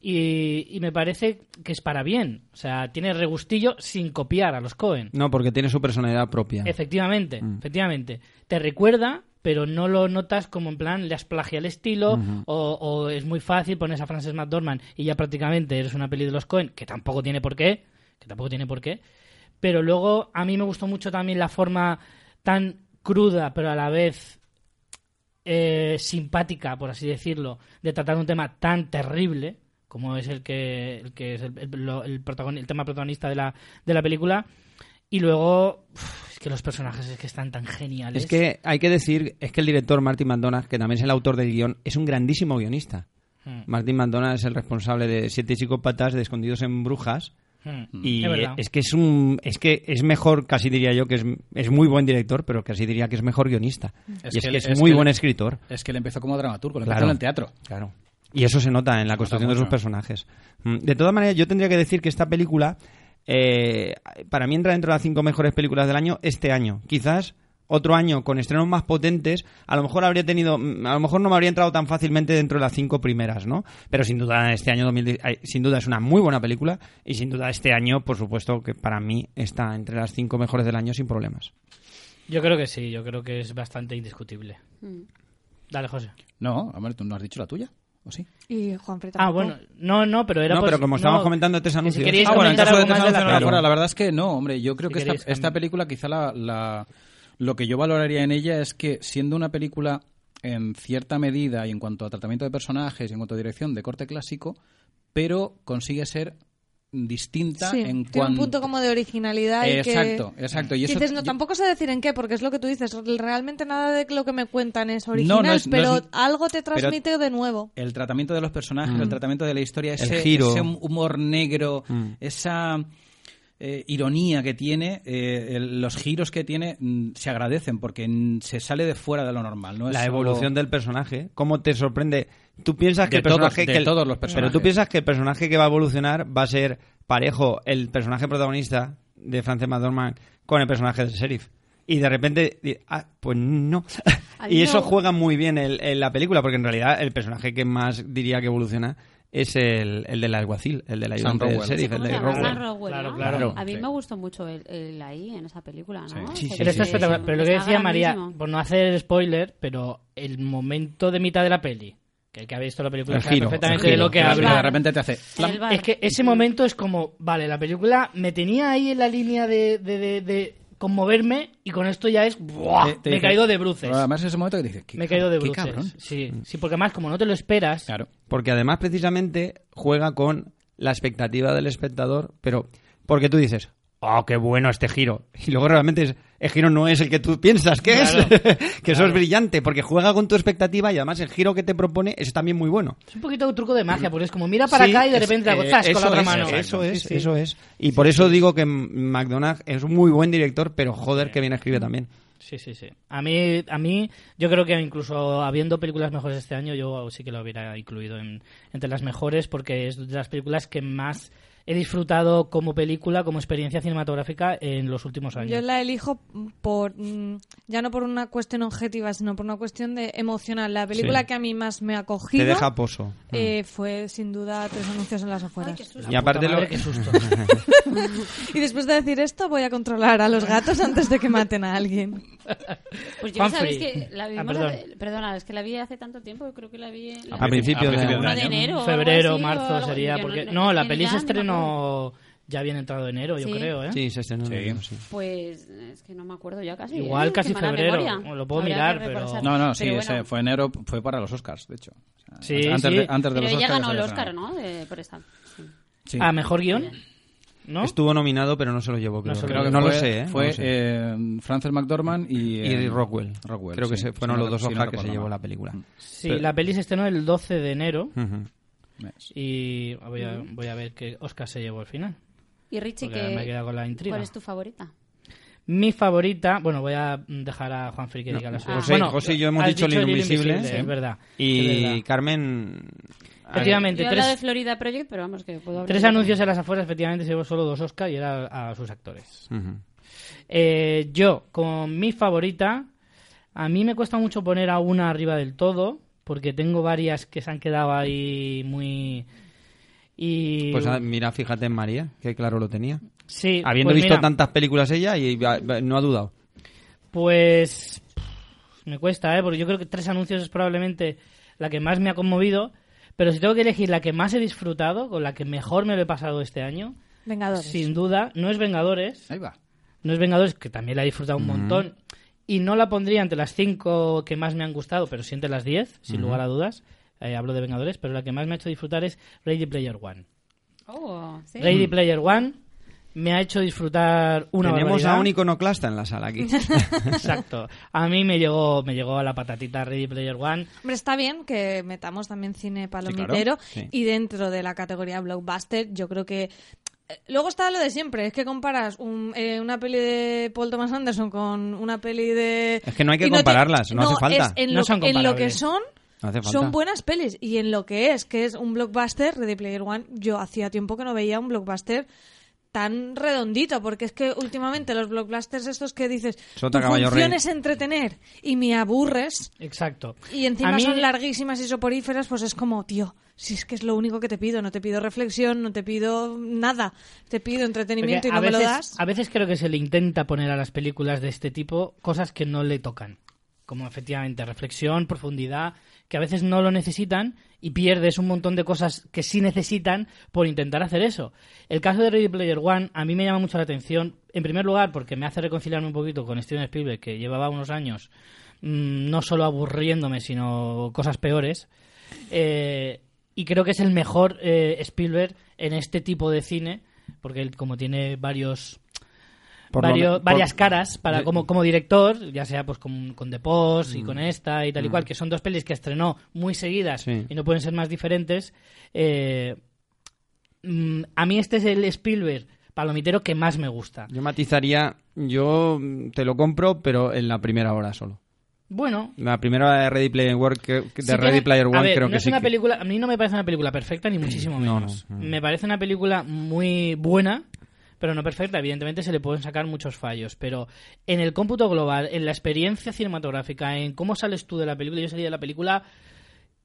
Speaker 1: Y, y me parece que es para bien. O sea, tiene regustillo sin copiar a los Cohen.
Speaker 4: No, porque tiene su personalidad propia.
Speaker 1: Efectivamente, efectivamente. Te recuerda, pero no lo notas como en plan le has plagiado el estilo o, o es muy fácil pones a Frances McDormand y ya prácticamente eres una peli de los Cohen, que tampoco tiene por qué, que tampoco tiene por qué. Pero luego a mí me gustó mucho también la forma tan cruda, pero a la vez eh, simpática, por así decirlo, de tratar un tema tan terrible como es el que, el que es el, el- lo- el protagoni- el tema protagonista de la, de la película. Y luego, uf, es que los personajes es que están tan geniales.
Speaker 4: Es que hay que decir, es que el director Martin McDonagh, que también es el autor del guión, es un grandísimo guionista.
Speaker 1: Mm.
Speaker 4: Martin McDonagh es el responsable de Siete psicópatas de Escondidos en Brujas.
Speaker 1: Mm. Es
Speaker 4: Y es,
Speaker 1: verdad.
Speaker 4: que es un es que es mejor, casi diría yo que es, es muy buen director, pero casi diría que es mejor guionista.
Speaker 5: Es
Speaker 4: y es que,
Speaker 5: que él-
Speaker 4: es,
Speaker 5: es
Speaker 4: muy
Speaker 5: que él-
Speaker 4: buen escritor.
Speaker 5: Es que él empezó como dramaturgo, lo empezó
Speaker 4: Claro.
Speaker 5: en el teatro.
Speaker 4: Claro. Y eso se nota en la construcción de sus
Speaker 5: mucho.
Speaker 4: personajes. Mm, De todas maneras, yo tendría que decir que esta película, eh, para mí entra dentro de las cinco mejores películas del año este año. Quizás otro año con estrenos más potentes, a lo mejor habría tenido, mm, a lo mejor no me habría entrado tan fácilmente dentro de las cinco primeras, ¿no? Pero sin duda este año 2010 ay, sin duda es una muy buena película y sin duda este año, por supuesto, que para mí está entre las cinco mejores del año sin problemas.
Speaker 1: Yo creo que sí, yo creo que es bastante indiscutible.
Speaker 3: Mm.
Speaker 1: Dale, José.
Speaker 5: No, hombre, tú no has dicho la tuya. ¿O sí?
Speaker 2: Y Juan
Speaker 1: Ah, bueno, no, no, pero era
Speaker 4: no,
Speaker 1: por-
Speaker 4: pero como estábamos
Speaker 1: no,
Speaker 4: comentando tres anuncios.
Speaker 1: queríais
Speaker 5: Ah, bueno, en
Speaker 1: comentar
Speaker 5: caso de
Speaker 1: algo más
Speaker 5: Tres
Speaker 1: de la
Speaker 5: Anuncios en la
Speaker 1: película.
Speaker 5: Fuera, la verdad es que no, hombre. Yo creo
Speaker 1: Si
Speaker 5: que esta,
Speaker 1: queréis cambiar.
Speaker 5: esta película quizá la, la- lo que yo valoraría en ella es que siendo una película en cierta medida y en cuanto a tratamiento de personajes y en cuanto a dirección de corte clásico, pero consigue ser distinta
Speaker 2: Sí,
Speaker 5: en
Speaker 2: tiene
Speaker 5: cuanto...
Speaker 2: un punto como de originalidad y que-
Speaker 5: Exacto, exacto. Y
Speaker 2: que
Speaker 5: eso
Speaker 2: dices, no,
Speaker 5: yo-
Speaker 2: tampoco sé decir en qué, porque es lo que tú dices. Realmente nada de lo que me cuentan es original,
Speaker 5: no es- no
Speaker 2: pero
Speaker 5: es-
Speaker 2: algo te transmite de nuevo.
Speaker 5: el tratamiento de los personajes, el tratamiento de la historia,
Speaker 4: Mm. El
Speaker 5: ese,
Speaker 4: giro.
Speaker 5: ese humor negro,
Speaker 4: Mm.
Speaker 5: esa eh, ironía que tiene, eh, el- los giros que tiene, mm, se agradecen porque mm, se sale de fuera de lo normal. ¿no? Es
Speaker 4: la
Speaker 5: algo-
Speaker 4: evolución del personaje, cómo te sorprende. Tú piensas que
Speaker 5: De
Speaker 4: el personaje
Speaker 5: todos- de
Speaker 4: que el-
Speaker 5: todos los
Speaker 4: pero
Speaker 5: personajes.
Speaker 4: tú piensas que el personaje que va a evolucionar va a ser parejo el personaje protagonista de Frances McDormand con el personaje del sheriff. Y de repente, di- ah, pues no.
Speaker 3: Ay,
Speaker 4: y eso
Speaker 3: no.
Speaker 4: juega muy bien el- en la película, porque en realidad el personaje que más diría que evoluciona es el, el del alguacil, el del ayudante del
Speaker 5: Rockwell.
Speaker 4: sheriff, el
Speaker 3: ¿Cómo
Speaker 4: de
Speaker 3: se llama?
Speaker 4: Rockwell.
Speaker 3: Sam Rowell,
Speaker 1: Claro,
Speaker 3: ¿no?
Speaker 4: claro.
Speaker 3: A mí
Speaker 5: Sí.
Speaker 3: me gustó mucho el, el ahí en esa película, ¿no?
Speaker 5: Sí.
Speaker 4: Sí,
Speaker 1: Él
Speaker 4: sí,
Speaker 1: está
Speaker 4: sí,
Speaker 1: espectacular. Pero lo que
Speaker 3: Está
Speaker 1: decía María,
Speaker 3: grandísimo.
Speaker 1: por no hacer spoiler, pero el momento de mitad de la peli, que el que ha visto la película
Speaker 4: El
Speaker 1: sabe
Speaker 4: giro, el
Speaker 1: perfectamente de
Speaker 4: giro.
Speaker 1: lo que
Speaker 5: Pero
Speaker 1: habla.
Speaker 5: De repente te hace... plan.
Speaker 3: El bar.
Speaker 1: Es que ese momento es como, vale, la película me tenía ahí en la línea de, de, de- de conmoverme y con esto ya es... ¡buah!
Speaker 5: Te- te
Speaker 1: me he
Speaker 5: dice-
Speaker 1: caído de bruces.
Speaker 5: Pero además es ese momento que dices, "Qué
Speaker 1: me he caído de
Speaker 5: qué
Speaker 1: bruces.
Speaker 5: cabrón".
Speaker 1: Sí, sí, porque además como no te lo esperas...
Speaker 5: Claro.
Speaker 4: Porque además, precisamente, juega con la expectativa del espectador, pero porque tú dices, oh, qué bueno este giro. Y luego realmente es- el giro no es el que tú piensas que
Speaker 1: Claro,
Speaker 4: es. que eso es brillante, porque juega con tu expectativa y además el giro que te propone es también muy bueno.
Speaker 1: Es un poquito de truco de magia, porque es como mira para
Speaker 4: Sí,
Speaker 1: acá y de
Speaker 4: es-
Speaker 1: repente hago
Speaker 4: eh,
Speaker 1: zas con
Speaker 4: eso
Speaker 1: la otra
Speaker 4: es,
Speaker 1: mano.
Speaker 4: Eso es,
Speaker 1: Sí, sí.
Speaker 4: eso es. Y por eso digo que M- McDonagh es un muy buen director, pero joder, que bien escribe también.
Speaker 1: Sí, sí, sí. A mí, a mí, yo creo que incluso habiendo películas mejores este año, yo sí que lo hubiera incluido en- entre las mejores porque es de las películas que más he disfrutado como película, como experiencia cinematográfica en los últimos
Speaker 2: Yo
Speaker 1: años.
Speaker 2: la elijo por mm, ya no por una cuestión objetiva, sino por una cuestión de emocional. La película
Speaker 4: Sí.
Speaker 2: que a mí más me ha
Speaker 4: Te
Speaker 2: cogido
Speaker 4: deja poso.
Speaker 5: Mm.
Speaker 2: eh, fue sin duda tres anuncios en las afueras.
Speaker 4: Y aparte
Speaker 1: Puta
Speaker 4: lo
Speaker 1: madre, qué susto.
Speaker 2: Y después de decir esto, voy a controlar a los gatos antes de que maten a alguien.
Speaker 3: Pues yo
Speaker 1: Humphrey.
Speaker 3: sabéis que la
Speaker 1: Ah,
Speaker 3: vimos
Speaker 1: perdón.
Speaker 3: hace- perdona, es que la vi hace tanto tiempo, creo que la vi en
Speaker 4: A principio de-
Speaker 3: uno de
Speaker 5: año.
Speaker 3: enero, o
Speaker 1: Febrero,
Speaker 3: algo así, o
Speaker 1: marzo
Speaker 3: algo-
Speaker 1: sería,
Speaker 3: yo
Speaker 1: porque...
Speaker 3: no-
Speaker 1: No, la
Speaker 3: en
Speaker 1: peli se
Speaker 3: edad, no me
Speaker 1: estrenó ya bien entrado enero, yo
Speaker 3: Sí.
Speaker 1: creo, ¿eh?
Speaker 4: Sí, se estrenó en
Speaker 5: Sí.
Speaker 4: enero, sí.
Speaker 3: Pues es que no me acuerdo ya casi.
Speaker 1: Igual
Speaker 3: ¿eh?
Speaker 1: casi
Speaker 3: Qué mala
Speaker 1: febrero.
Speaker 3: memoria.
Speaker 1: Lo puedo
Speaker 3: Habría que
Speaker 1: mirar, pero-
Speaker 3: repasar.
Speaker 5: No, no, sí,
Speaker 3: Pero
Speaker 5: ese
Speaker 3: bueno,
Speaker 5: fue enero, fue para los Oscars, de hecho. O sea,
Speaker 1: Sí,
Speaker 5: antes
Speaker 1: sí.
Speaker 5: De, antes de
Speaker 3: Pero
Speaker 5: los
Speaker 3: ella
Speaker 5: Oscars.
Speaker 3: ganó el
Speaker 5: había
Speaker 3: Oscar,
Speaker 5: estrenado.
Speaker 3: ¿no? De- por esta. Sí.
Speaker 5: Sí.
Speaker 4: Ah,
Speaker 1: ¿A Ah, mejor guión? ¿No?
Speaker 4: Estuvo nominado, pero no se lo llevó, creo.
Speaker 1: se lo
Speaker 4: Creo
Speaker 1: llevó.
Speaker 4: que no lo
Speaker 5: fue-
Speaker 4: sé, ¿eh?
Speaker 5: Fue
Speaker 4: No lo sé.
Speaker 5: eh, Frances McDormand y,
Speaker 4: y
Speaker 5: eh,
Speaker 4: Rockwell.
Speaker 5: Rockwell,
Speaker 4: Creo que
Speaker 5: sí.
Speaker 4: se
Speaker 5: Si
Speaker 4: fueron
Speaker 5: no
Speaker 4: los dos
Speaker 5: rec- si no
Speaker 4: Oscar que se
Speaker 5: recuerdo
Speaker 4: llevó
Speaker 5: mal.
Speaker 4: la película.
Speaker 1: Sí,
Speaker 4: Pero-
Speaker 1: la peli se estrenó el 12 de enero
Speaker 4: Ujú.
Speaker 5: ¿Ves?
Speaker 1: y voy a, voy a ver qué Oscar se llevó al final.
Speaker 3: Y Richie,
Speaker 1: Porque me he quedado
Speaker 3: que,
Speaker 1: con la intriga.
Speaker 3: ¿cuál es tu favorita?
Speaker 1: Mi favorita, bueno, voy a mm, dejar a Juan que diga la suya.
Speaker 4: José,
Speaker 1: Bueno,
Speaker 4: José y yo hemos
Speaker 1: has
Speaker 4: dicho, el invisible. sí.
Speaker 1: Es verdad.
Speaker 4: Y
Speaker 1: es verdad.
Speaker 4: Carmen.
Speaker 1: Efectivamente,
Speaker 3: Yo
Speaker 1: tres-
Speaker 3: la de Florida Project, pero vamos, que puedo hablar.
Speaker 1: Tres
Speaker 3: de-
Speaker 1: anuncios en las afueras, efectivamente, se llevó solo dos Oscar y era a sus actores.
Speaker 4: Ujú.
Speaker 1: Eh, yo, con mi favorita, a mí me cuesta mucho poner a una arriba del todo, porque tengo varias que se han quedado ahí muy... Y...
Speaker 4: Pues ah, mira, fíjate en María, que claro lo tenía.
Speaker 1: sí,
Speaker 4: Habiendo
Speaker 1: pues
Speaker 4: visto
Speaker 1: mira,
Speaker 4: tantas películas ella y ah, no ha dudado.
Speaker 1: Pues pff, me cuesta, ¿eh? Porque yo creo que tres anuncios es probablemente la que más me ha conmovido. Pero si tengo que elegir la que más he disfrutado, con la que mejor me lo he pasado este año,
Speaker 2: Vengadores.
Speaker 1: sin duda, no es Vengadores.
Speaker 5: Ahí va.
Speaker 1: No es Vengadores, que también la he disfrutado un montón. Y no la pondría entre las cinco que más me han gustado, pero sí entre las diez, sin lugar a dudas. Eh, hablo de Vengadores, pero la que más me ha hecho disfrutar es Ready Player One.
Speaker 3: Oh, sí.
Speaker 1: Ready Player One me ha hecho disfrutar una
Speaker 4: Tenemos
Speaker 1: barbaridad.
Speaker 4: a un iconoclasta en la sala aquí.
Speaker 1: Exacto. A mí me llegó, me llegó a la patatita Ready Player One.
Speaker 2: Hombre, está bien que metamos también cine palomitero
Speaker 4: claro, sí.
Speaker 2: y dentro de la categoría blockbuster yo creo que... eh, Luego está lo de siempre, es que comparas un- eh, una peli de Paul Thomas Anderson con una peli de...
Speaker 4: Es que no hay que
Speaker 2: y
Speaker 4: compararlas, no hace
Speaker 2: es
Speaker 4: falta.
Speaker 2: en,
Speaker 1: No
Speaker 2: lo,
Speaker 1: son
Speaker 2: en lo que
Speaker 1: comparables.
Speaker 2: son,
Speaker 4: No hace falta.
Speaker 2: son buenas pelis. Y en lo que es, que es un blockbuster, Ready Player One, yo hacía tiempo que no veía un blockbuster tan redondito, porque es que últimamente los blockbusters estos que dices,
Speaker 4: Sota,
Speaker 2: tu
Speaker 4: caballo,
Speaker 2: función
Speaker 4: rey".
Speaker 2: es entretener y me aburres,
Speaker 1: Exacto.
Speaker 2: y encima
Speaker 1: A mí-
Speaker 2: son larguísimas y soporíferas, pues es como, tío, si es que es lo único que te pido, no te pido reflexión, no te pido nada, te pido
Speaker 1: porque
Speaker 2: entretenimiento y
Speaker 1: a
Speaker 2: no
Speaker 1: veces,
Speaker 2: me lo das.
Speaker 1: a veces creo que se le intenta poner a las películas de este tipo cosas que no le tocan. Como efectivamente reflexión, profundidad, que a veces no lo necesitan y pierdes un montón de cosas que sí necesitan por intentar hacer eso. El caso de Ready Player One a mí me llama mucho la atención, en primer lugar porque me hace reconciliarme un poquito con Steven Spielberg, que llevaba unos años mm, no solo aburriéndome, sino cosas peores. Eh, y creo que es el mejor eh, Spielberg en este tipo de cine, porque él, como tiene varios,
Speaker 4: Por lo
Speaker 1: varios-
Speaker 4: men- por-
Speaker 1: varias caras para
Speaker 4: de-
Speaker 1: como, como director, ya sea pues con, con The Post
Speaker 4: Mm.
Speaker 1: y con esta y tal y cual, que son dos pelis que estrenó muy seguidas
Speaker 4: Sí.
Speaker 1: y no pueden ser más diferentes. eh, mm, a mí este es el Spielberg palomitero que más me gusta.
Speaker 4: Yo matizaría, yo mm, te lo compro, pero en la primera hora solo.
Speaker 1: Bueno,
Speaker 4: La primera hora de Ready Player One, que- de
Speaker 1: Sí,
Speaker 4: Ready
Speaker 1: tiene-
Speaker 4: Player
Speaker 1: a
Speaker 4: One
Speaker 1: ver,
Speaker 4: creo
Speaker 1: no
Speaker 4: que
Speaker 1: es
Speaker 4: sí.
Speaker 1: una
Speaker 4: que- Mm,
Speaker 1: película a mí no me parece una película perfecta ni muchísimo
Speaker 4: No,
Speaker 1: menos
Speaker 4: no, no.
Speaker 1: me parece una película muy buena pero no perfecta evidentemente se le pueden sacar muchos fallos pero en el cómputo global en la experiencia cinematográfica en cómo sales tú de la película yo salí de la película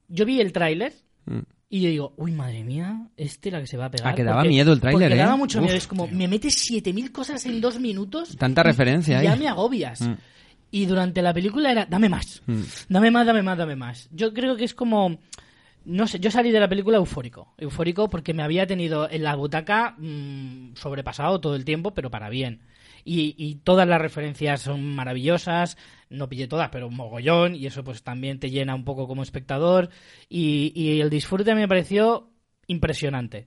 Speaker 1: yo vi el tráiler
Speaker 4: Mm.
Speaker 1: y yo digo, uy, madre mía, este la que se va a pegar.
Speaker 4: Ah, que daba miedo el tráiler,
Speaker 1: porque
Speaker 4: ¿eh?
Speaker 1: daba mucho
Speaker 4: Uf,
Speaker 1: miedo. Es como, me metes 7.000 cosas en dos minutos.
Speaker 4: Tanta
Speaker 1: y-
Speaker 4: referencia
Speaker 1: y Ya
Speaker 4: ahí.
Speaker 1: me agobias.
Speaker 4: Mm.
Speaker 1: Y durante la película era, dame más.
Speaker 4: Mm.
Speaker 1: Dame más, dame más, dame más. Yo creo que es como... No sé, yo salí de la película eufórico. Eufórico porque me había tenido en la butaca mm, sobrepasado todo el tiempo, pero para bien. y, y todas las referencias son maravillosas. No pillé todas, pero un mogollón y eso pues también te llena un poco como espectador. Y, y el disfrute me pareció impresionante.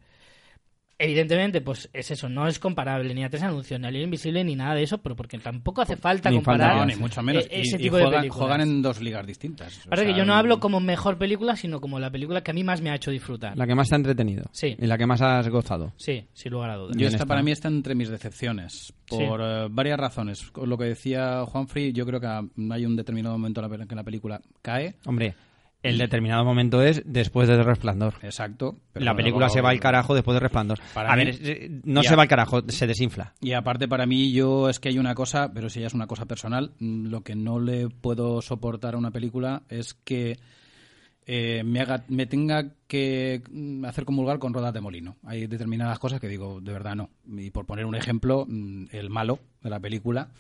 Speaker 1: Evidentemente, pues es eso, no es comparable ni a Tres Anuncios, ni a Lilo Invisible, ni nada de eso, pero porque tampoco hace falta
Speaker 4: Ni
Speaker 1: comparar
Speaker 4: falta,
Speaker 5: No, ni mucho menos.
Speaker 1: e- ese
Speaker 5: y y
Speaker 1: tipo de
Speaker 5: juegan,
Speaker 1: películas.
Speaker 5: juegan en dos ligas distintas. O
Speaker 1: Parece
Speaker 5: sea,
Speaker 1: que yo no hablo como mejor película, sino como la película que a mí más me ha hecho disfrutar.
Speaker 4: La que más te ha entretenido.
Speaker 1: Sí.
Speaker 4: Y la que más has gozado.
Speaker 1: Sí, sin lugar a dudas.
Speaker 5: Yo
Speaker 4: Bien
Speaker 5: esta
Speaker 4: está.
Speaker 5: para mí está entre mis decepciones por eh, varias razones. Con Lo que decía Juanfrey, yo creo que ah, hay un determinado momento en la pel- que la película cae.
Speaker 4: Hombre, el determinado momento es después de Resplandor.
Speaker 5: Exacto. pero
Speaker 4: la
Speaker 5: luego-
Speaker 4: película se va al carajo después de Resplandor.
Speaker 5: Para
Speaker 4: a
Speaker 5: mí-
Speaker 4: ver, es- eh, no
Speaker 5: Ya.
Speaker 4: se va al carajo, se desinfla.
Speaker 5: Y aparte para mí yo es que hay una cosa, pero si ya es una cosa personal, mm, lo que no le puedo soportar a una película es que eh, me, haga- me tenga que mm, hacer comulgar con ruedas de molino. Hay determinadas cosas que digo, de verdad no. Y por poner un ejemplo, mm, el malo de la película,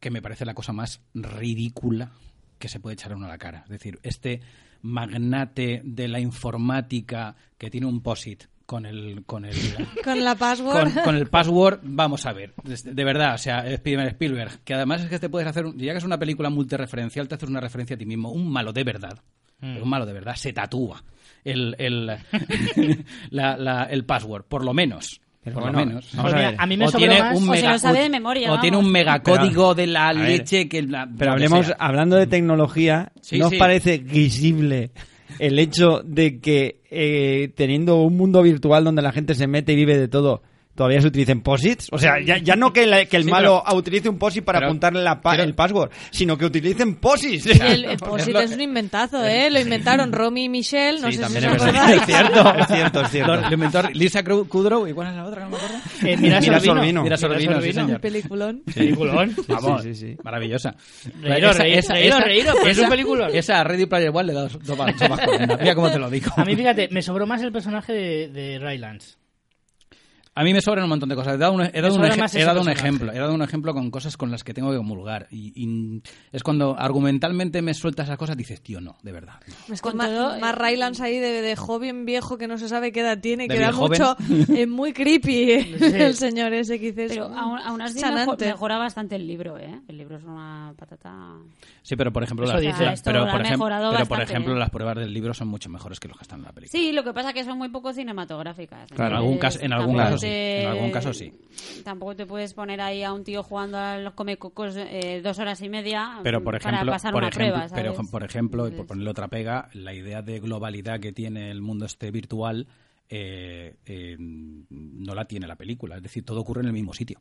Speaker 5: que me parece la cosa más ridícula que se puede echar a uno a la cara. Es decir, este magnate de la informática que tiene un POSIT con el, con el
Speaker 2: Con la
Speaker 5: con,
Speaker 2: password.
Speaker 5: con el password, vamos a ver. De, de verdad, o sea, Spider-Man Spielberg, que además es que te puedes hacer, un- ya que es una película multireferencial, te haces una referencia a ti mismo. Un malo de verdad,
Speaker 4: Mm.
Speaker 5: pero un malo de verdad, se tatúa el, el, la- la- el password, por lo menos.
Speaker 4: Pero
Speaker 5: por lo
Speaker 4: bueno,
Speaker 5: menos.
Speaker 4: vamos
Speaker 1: Pues
Speaker 4: a
Speaker 1: mira,
Speaker 4: ver.
Speaker 1: a mí me
Speaker 5: o
Speaker 1: sobró
Speaker 5: tiene
Speaker 1: más- eh,
Speaker 5: un
Speaker 3: O se
Speaker 5: mega-
Speaker 3: lo sabe de memoria,
Speaker 5: o
Speaker 3: vamos.
Speaker 5: tiene un megacódigo de la
Speaker 4: a ver,
Speaker 5: leche que la-
Speaker 4: Pero
Speaker 5: lo que
Speaker 4: hablemos,
Speaker 5: sea.
Speaker 4: hablando de tecnología,
Speaker 5: Sí,
Speaker 4: ¿no
Speaker 5: sí.
Speaker 4: os parece visible el hecho de que eh, teniendo un mundo virtual donde la gente se mete y vive de todo, todavía se utilicen posits? O sea, ya, ya no que, la- que el
Speaker 5: Sí,
Speaker 4: malo utilice un posit para
Speaker 5: pero-
Speaker 4: apuntarle la pa-
Speaker 5: pero-
Speaker 4: el password, sino que utilicen posits.
Speaker 2: El, el Posit es un inventazo, ¿eh? Lo inventaron Romy y Michelle, no
Speaker 5: Sí,
Speaker 2: sé si
Speaker 5: también
Speaker 2: os
Speaker 5: es verdad.
Speaker 2: acordáis.
Speaker 4: es cierto, es cierto, es cierto.
Speaker 5: Lo- lo inventó Lisa Cru- Kudrow, ¿y cuál es la otra? No me acuerdo.
Speaker 1: Eh, mira,
Speaker 4: Mira
Speaker 1: Sorbino.
Speaker 4: Sorbino.
Speaker 5: Mira Sorbino, sí,
Speaker 1: Sorbino.
Speaker 5: señor.
Speaker 2: Peliculón.
Speaker 1: Peliculón.
Speaker 5: Vamos,
Speaker 4: sí, sí.
Speaker 5: maravillosa.
Speaker 1: Reíros, reíros, reíros, reíros, pero es un peliculón.
Speaker 5: Esa a Ready Player One le da dos, dos, ba- dos bajones. Mira cómo te lo digo.
Speaker 1: A mí, fíjate, me sobró más el personaje de, de Rylance.
Speaker 5: A mí me sobran un montón de cosas. He dado un, he dado
Speaker 1: Me
Speaker 5: un
Speaker 1: sobra
Speaker 5: eje-
Speaker 1: más
Speaker 5: he
Speaker 1: ese
Speaker 5: dado un
Speaker 1: personaje.
Speaker 5: ejemplo. He dado un ejemplo con cosas con las que tengo que comulgar. Y, y es cuando argumentalmente me sueltas esas cosas, dices, tío, no, de verdad.
Speaker 2: Es que
Speaker 3: Con
Speaker 2: ma-
Speaker 3: todo, eh,
Speaker 2: más Rylance ahí de, de joven viejo que no se sabe qué edad tiene,
Speaker 5: De
Speaker 2: que da
Speaker 5: viejoven.
Speaker 2: mucho. Es muy creepy eh,
Speaker 1: Sí.
Speaker 2: el señor ese que dices.
Speaker 3: Pero aún, aún así
Speaker 2: chanante.
Speaker 3: mejor- mejora bastante el libro, ¿eh? El libro es una patata...
Speaker 5: Sí, pero por ejemplo,
Speaker 1: Eso
Speaker 5: las,
Speaker 1: dice.
Speaker 5: las-
Speaker 3: Esto lo
Speaker 5: pero, por
Speaker 3: ha
Speaker 5: ejemplo,
Speaker 3: mejorado
Speaker 5: pero por
Speaker 3: bastante,
Speaker 5: ejemplo
Speaker 3: ¿eh?
Speaker 5: las pruebas del libro son mucho mejores que los que están en la película.
Speaker 3: Sí, lo que pasa es que son muy poco cinematográficas.
Speaker 4: Claro,
Speaker 5: en algún caso- en algún
Speaker 3: tampoco
Speaker 4: caso
Speaker 5: sí, en algún caso sí.
Speaker 3: Tampoco te puedes poner ahí a un tío jugando a los comecocos eh, dos horas y media
Speaker 5: pero por
Speaker 3: mm,
Speaker 5: ejemplo,
Speaker 3: para pasar
Speaker 5: por
Speaker 3: una
Speaker 5: ejemplo,
Speaker 3: prueba, ¿sabes?
Speaker 5: pero por ejemplo, y por
Speaker 3: Entonces,
Speaker 5: ponerle otra pega, la idea de globalidad que tiene el mundo este virtual eh, eh, no la tiene la película. Es decir, todo ocurre en el mismo sitio.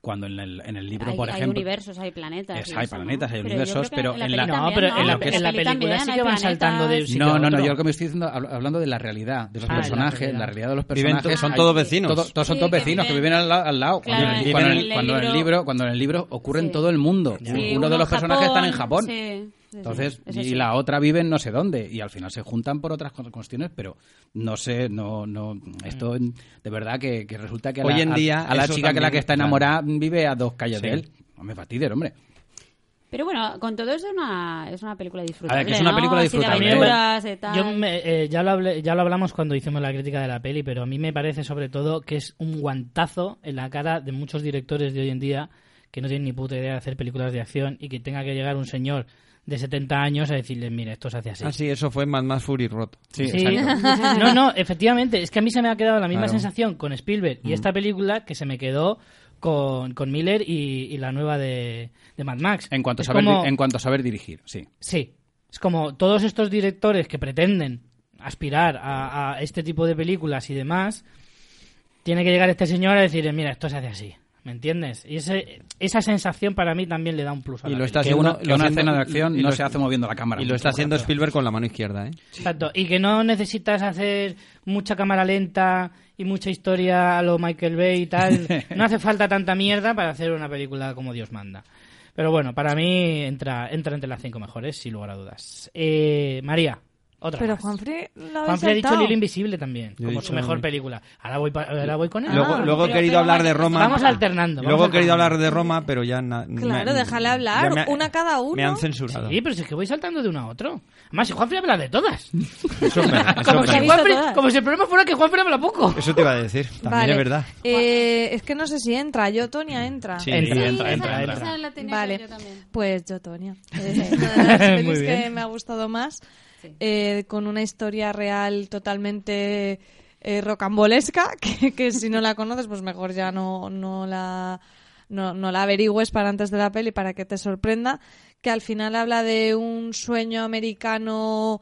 Speaker 5: Cuando en el, en el libro,
Speaker 3: hay,
Speaker 5: por
Speaker 3: hay
Speaker 5: ejemplo,
Speaker 3: universos, hay planetas.
Speaker 5: Es-
Speaker 3: y
Speaker 5: hay
Speaker 3: eso, ¿no?
Speaker 5: planetas, hay
Speaker 3: Pero yo creo
Speaker 5: universos,
Speaker 3: que
Speaker 5: pero en la-
Speaker 3: peli
Speaker 1: No,
Speaker 3: también,
Speaker 1: pero en la,
Speaker 5: Lo que
Speaker 1: en
Speaker 5: es-
Speaker 1: la
Speaker 3: peli
Speaker 1: película
Speaker 3: también
Speaker 1: sí
Speaker 3: hay
Speaker 1: que van
Speaker 3: planetas.
Speaker 1: saltando de un sitio
Speaker 5: no,
Speaker 1: a
Speaker 5: no, no,
Speaker 1: otro.
Speaker 5: yo lo que me estoy diciendo, hablo- hablando de la realidad, de los
Speaker 1: Ah, de la
Speaker 5: personajes,
Speaker 1: realidad.
Speaker 5: la realidad de los
Speaker 4: Viven
Speaker 5: personajes.
Speaker 4: to- son
Speaker 5: Hay-
Speaker 4: todos vecinos.
Speaker 5: Todos, todos son
Speaker 3: Sí,
Speaker 5: todos
Speaker 3: que
Speaker 5: vecinos que
Speaker 3: viven-
Speaker 5: viven al, la- al lado.
Speaker 3: Claro,
Speaker 5: cuando, en,
Speaker 4: en
Speaker 5: cuando en
Speaker 3: el-
Speaker 5: el, cuando en el
Speaker 3: libro-
Speaker 5: libro, cuando en el libro ocurre en
Speaker 3: Sí.
Speaker 5: todo el mundo.
Speaker 3: Sí,
Speaker 5: uno, de
Speaker 3: en
Speaker 5: los personajes
Speaker 3: Japón,
Speaker 5: está en Japón.
Speaker 3: sí, sí, sí,
Speaker 5: Entonces,
Speaker 3: eso
Speaker 5: y
Speaker 3: sí.
Speaker 5: la otra vive en no sé dónde. Y al final se juntan por otras cu- cuestiones, pero no sé, no, no,
Speaker 2: Mm.
Speaker 5: esto en- de verdad que, que resulta que a la-
Speaker 4: Hoy en
Speaker 5: a-
Speaker 4: día,
Speaker 5: a, la
Speaker 4: eso
Speaker 5: chica que la
Speaker 4: también,
Speaker 5: que está
Speaker 4: claro.
Speaker 5: enamorada vive a dos calles
Speaker 4: Sí.
Speaker 5: de él. No me fastidies, hombre.
Speaker 3: Pero bueno, con todo eso es una, es una película disfrutable.
Speaker 5: A ver, que es una
Speaker 3: ¿no?
Speaker 5: película
Speaker 3: Así de
Speaker 5: disfrutable.
Speaker 3: aventuras, de tal.
Speaker 1: Yo me- eh, ya, lo hablé- ya lo hablamos cuando hicimos la crítica de la peli, pero a mí me parece sobre todo que es un guantazo en la cara de muchos directores de hoy en día que no tienen ni puta idea de hacer películas de acción y que tenga que llegar un señor de 70 años a decirles, mire, esto se hace así.
Speaker 4: Ah, sí, eso fue Mad Max Fury Road.
Speaker 1: Sí. No, no, efectivamente. Es que a mí se me ha quedado la misma
Speaker 4: Claro.
Speaker 1: sensación con Spielberg y esta película que se me quedó con, con Miller y, y la nueva de, de Mad Max.
Speaker 5: En cuanto, a
Speaker 1: Es
Speaker 5: saber,
Speaker 1: como-
Speaker 5: di- en cuanto a saber dirigir, sí.
Speaker 1: Sí. Es como todos estos directores que pretenden aspirar a, a este tipo de películas y demás, tiene que llegar este señor a decir, mira, esto se hace así. ¿Me entiendes? Y ese, esa sensación para mí también le da un plus a
Speaker 4: Y
Speaker 1: la
Speaker 4: lo
Speaker 1: peli.
Speaker 4: está
Speaker 5: que
Speaker 4: haciendo-
Speaker 5: una,
Speaker 4: lo
Speaker 5: que una
Speaker 4: haciendo-
Speaker 5: escena de acción
Speaker 4: y
Speaker 5: no
Speaker 4: lo
Speaker 5: se
Speaker 4: está-
Speaker 5: hace moviendo la cámara.
Speaker 4: Y lo está haciendo Spielberg con la mano izquierda, ¿eh?
Speaker 1: Exacto. Y que no necesitas hacer mucha cámara lenta y mucha historia a lo Michael Bay y tal. No hace falta tanta mierda para hacer una película como Dios manda. Pero bueno, para mí entra, entra entre las cinco mejores, sin lugar a dudas. Eh, María, Otra
Speaker 2: Pero
Speaker 1: más.
Speaker 2: Juanfrey la habéis
Speaker 1: Juanfrey ha dicho
Speaker 2: saltado.
Speaker 1: Lilo Invisible también,
Speaker 4: Yo he
Speaker 1: como
Speaker 4: dicho-
Speaker 1: su mejor película. Ahora voy, pa- ahora voy con él.
Speaker 4: Luego,
Speaker 2: Ah,
Speaker 4: luego he
Speaker 2: pero-
Speaker 4: querido
Speaker 2: pero
Speaker 4: hablar de
Speaker 2: vamos-
Speaker 4: Roma.
Speaker 1: vamos alternando,
Speaker 4: Luego
Speaker 1: vamos
Speaker 4: he querido
Speaker 1: alternando.
Speaker 4: hablar de Roma, pero ya. na-
Speaker 2: Claro,
Speaker 4: me-
Speaker 2: déjala hablar,
Speaker 4: ya me
Speaker 2: una cada uno.
Speaker 4: Me han censurado.
Speaker 1: Sí, pero si es que voy saltando de uno a otro. Además, si Juanfrey habla de todas.
Speaker 4: Eso, es verdad, eso es
Speaker 1: como,
Speaker 4: verdad.
Speaker 1: si
Speaker 3: verdad.
Speaker 1: Juanfrey-
Speaker 3: Todas.
Speaker 1: como si el problema fuera que Juanfrey habla poco.
Speaker 4: Eso te iba a decir. También
Speaker 2: Vale.
Speaker 4: es verdad.
Speaker 2: Eh, es que no sé si entra. Yotonia entra.
Speaker 4: Sí,
Speaker 1: Entra,
Speaker 3: Sí,
Speaker 1: entra,
Speaker 3: esa-
Speaker 1: entra, entra.
Speaker 3: esa la tenía
Speaker 2: Vale,
Speaker 3: que yo también.
Speaker 2: pues Yotonia. Es una de las
Speaker 1: Muy
Speaker 2: pelis que
Speaker 1: bien.
Speaker 2: me ha gustado más.
Speaker 3: Sí.
Speaker 2: eh, con una historia real totalmente eh, rocambolesca. Que, que si no la conoces, pues mejor ya no, no la. No, no la averigües para antes de la peli para que te sorprenda, que al final habla de un sueño americano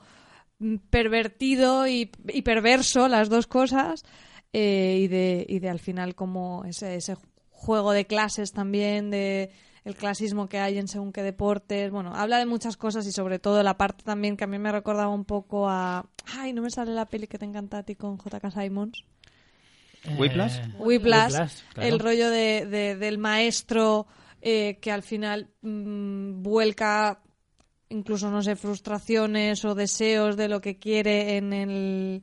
Speaker 2: mm, pervertido y, y perverso, las dos cosas, eh, y, de, y de al final como ese, ese juego de clases también, de el clasismo que hay en según qué deportes, bueno, habla de muchas cosas y sobre todo la parte también que a mí me recordaba un poco a... Ay, no me sale la peli que te encanta a ti con JK Simons.
Speaker 4: ¿Whiplash?
Speaker 1: Eh,
Speaker 2: Whiplash,
Speaker 1: Whiplash, claro.
Speaker 2: el rollo de, de- del maestro eh, que al final mm, vuelca incluso, no sé, frustraciones o deseos de lo que quiere en el,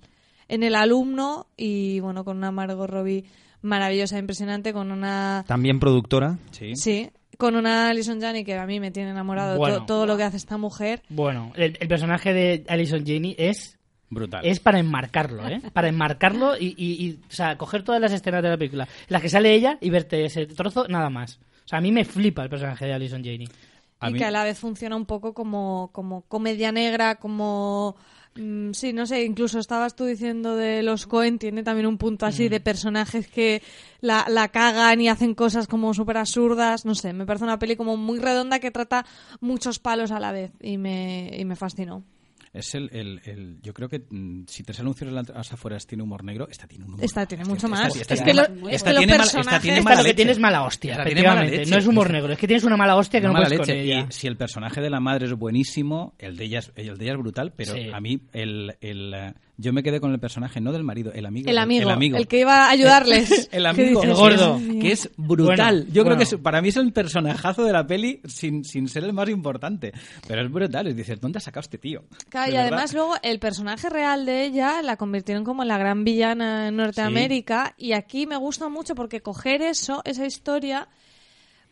Speaker 2: en el alumno y, bueno, con una Margot Robbie maravillosa, e impresionante, con una...
Speaker 4: También productora.
Speaker 5: Sí.
Speaker 2: Sí, con una Alison Janney que a mí me tiene enamorado
Speaker 1: Bueno.
Speaker 2: to- todo lo que hace esta mujer.
Speaker 1: Bueno, el, el personaje de Alison Janney es
Speaker 5: Brutal.
Speaker 1: es para enmarcarlo, ¿eh? Para enmarcarlo y, y- y, o sea, coger todas las escenas de la película, las que sale ella y verte ese trozo, nada más. O sea, a mí me flipa el personaje de Alison Janney.
Speaker 5: A
Speaker 2: y
Speaker 5: mí-
Speaker 2: que a la vez funciona un poco como, como comedia negra, como... mm, sí, no sé, incluso estabas tú diciendo de los Cohen, tiene también un punto
Speaker 5: Mm.
Speaker 2: así de personajes que la, la cagan y hacen cosas como súper absurdas, no sé, me parece una peli como muy redonda que trata muchos palos a la vez y me, y me fascinó.
Speaker 5: Es el, el- el- yo creo que mm, si tres anuncios las afueras tiene humor negro, esta tiene un humor.
Speaker 2: Esta tiene mucho
Speaker 5: esta-
Speaker 2: más.
Speaker 5: esta
Speaker 2: Es
Speaker 5: tiene
Speaker 2: que lo-
Speaker 5: mala-
Speaker 2: es
Speaker 5: esta
Speaker 2: que los
Speaker 5: tiene mala-
Speaker 2: personajes-
Speaker 5: esta tiene
Speaker 2: Esta
Speaker 1: Esta
Speaker 5: mala
Speaker 1: lo que
Speaker 5: leche.
Speaker 1: tienes mala hostia,
Speaker 5: Esta tiene mala
Speaker 1: efectivamente.
Speaker 5: leche.
Speaker 1: No es humor negro, es que tienes una mala hostia que no
Speaker 5: mala
Speaker 1: puedes con
Speaker 5: leche.
Speaker 1: ella.
Speaker 5: Y si el personaje de la madre es buenísimo, el de ella es, el de ella es brutal, pero
Speaker 1: Sí.
Speaker 5: a mí el, el, eh, yo me quedé con el personaje no del marido, el amigo,
Speaker 2: El amigo, el,
Speaker 5: amigo.
Speaker 2: que iba a ayudarles.
Speaker 5: El
Speaker 2: ¿Qué
Speaker 5: amigo,
Speaker 2: dices?
Speaker 1: El gordo.
Speaker 5: Que es brutal.
Speaker 1: Bueno,
Speaker 5: Yo creo
Speaker 1: bueno.
Speaker 5: que es- para mí es el personajazo de la peli sin, sin ser el más importante. Pero es brutal. Y dices, ¿dónde has sacado este tío?
Speaker 2: Claro,
Speaker 5: De
Speaker 2: y
Speaker 5: verdad.
Speaker 2: además luego el personaje real de ella la convirtieron como en la gran villana en Norteamérica y aquí me gusta mucho porque coger eso, esa historia,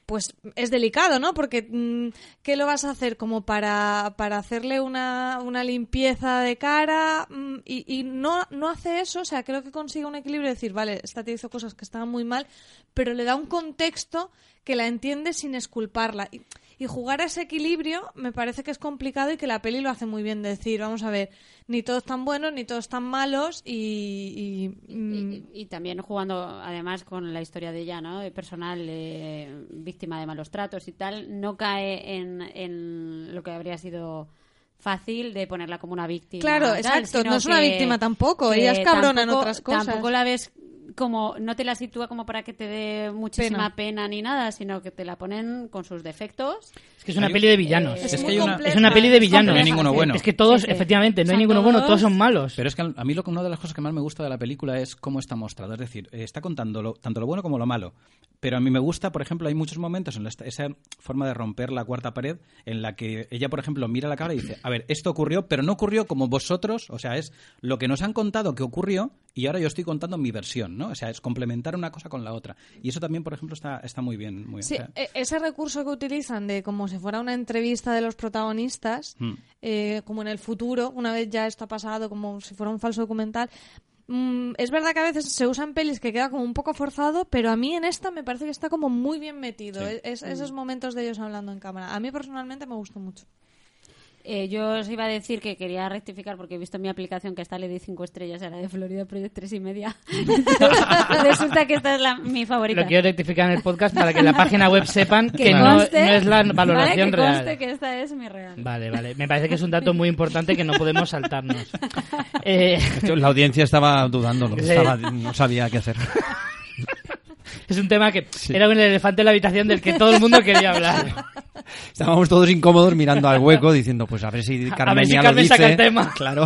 Speaker 2: pues es delicado, ¿no? Porque mm, ¿qué lo vas a hacer? Como para, para hacerle una, una limpieza de cara mm, y, y no, no hace eso, o sea, creo que consigue un equilibrio de decir, vale, esta te hizo cosas que estaban muy mal, pero le da un contexto que la entiende sin esculparla. Y, y jugar a ese equilibrio me parece que es complicado y que la peli lo hace muy bien decir, vamos a ver, ni todos tan buenos, ni todos tan malos y... y, mm,
Speaker 3: Y, y- y también jugando además con la historia de ella, ¿no? De personal eh, víctima de malos tratos y tal, no cae en, en lo que habría sido fácil de ponerla como una víctima.
Speaker 2: Claro,
Speaker 3: y tal,
Speaker 2: exacto,
Speaker 3: sino
Speaker 2: no es una
Speaker 3: que-
Speaker 2: víctima tampoco,
Speaker 3: que
Speaker 2: ella es cabrona en
Speaker 3: tampoco-
Speaker 2: otras cosas.
Speaker 3: Tampoco la ves como no te la sitúa como para que te dé
Speaker 2: Pena.
Speaker 3: muchísima pena, ni nada, sino que te la ponen con sus defectos.
Speaker 1: Es que es una peli de villanos.
Speaker 2: Es,
Speaker 5: Es
Speaker 2: muy
Speaker 5: que hay una-
Speaker 2: compleja.
Speaker 1: Es una peli de villanos.
Speaker 5: No hay ninguno bueno.
Speaker 1: Es que todos,
Speaker 3: Sí, sí.
Speaker 1: efectivamente, no hay
Speaker 3: Son
Speaker 1: ninguno bueno, todos
Speaker 3: todos-
Speaker 1: son malos.
Speaker 5: Pero es que a mí lo que una de las cosas que más me gusta de la película es cómo está mostrada. Es decir, eh, está contando lo- tanto lo bueno como lo malo. Pero a mí me gusta, por ejemplo, hay muchos momentos en la- esa forma de romper la cuarta pared en la que ella, por ejemplo, mira la cámara y dice, a ver, esto ocurrió, pero no ocurrió como vosotros, o sea, es lo que nos han contado que ocurrió y ahora yo estoy contando mi versión, ¿no? O sea, es complementar una cosa con la otra. Y eso también, por ejemplo, está, está muy bien. Muy bien.
Speaker 2: Sí,
Speaker 5: O sea,
Speaker 2: e- ese recurso que utilizan de como si fuera una entrevista de los protagonistas,
Speaker 5: Mm.
Speaker 2: eh, como en el futuro, una vez ya esto ha pasado, como si fuera un falso documental. Mm, es verdad que a veces se usan pelis que queda como un poco forzado, pero a mí en esta me parece que está como muy bien metido. E-,
Speaker 5: Sí.
Speaker 2: Es- esos momentos de ellos hablando en cámara. A mí personalmente me gustó mucho.
Speaker 3: Eh, yo os iba a decir que quería rectificar porque he visto en mi aplicación que esta le di 5 estrellas a la de Florida Project 3 y media. Resulta que esta es la, mi favorita.
Speaker 1: Lo quiero rectificar en el podcast para que en la página web sepan que, no,
Speaker 3: conste-
Speaker 1: no es la valoración
Speaker 3: ¿vale? que
Speaker 1: real.
Speaker 3: conste que esta es mi real.
Speaker 1: Vale, vale. Me parece que es un dato muy importante que no podemos saltarnos. Eh,
Speaker 4: De hecho, La audiencia estaba dudándolo.
Speaker 1: Sí.
Speaker 4: estaba- no sabía qué hacer.
Speaker 1: es un tema que era un elefante en la habitación del que todo el mundo quería hablar.
Speaker 4: Estábamos todos incómodos mirando al hueco diciendo, pues a ver si
Speaker 1: A- a
Speaker 4: Carmen
Speaker 1: ver si
Speaker 4: ya
Speaker 1: Carmen
Speaker 4: lo dice.
Speaker 1: saca el tema.
Speaker 4: Claro.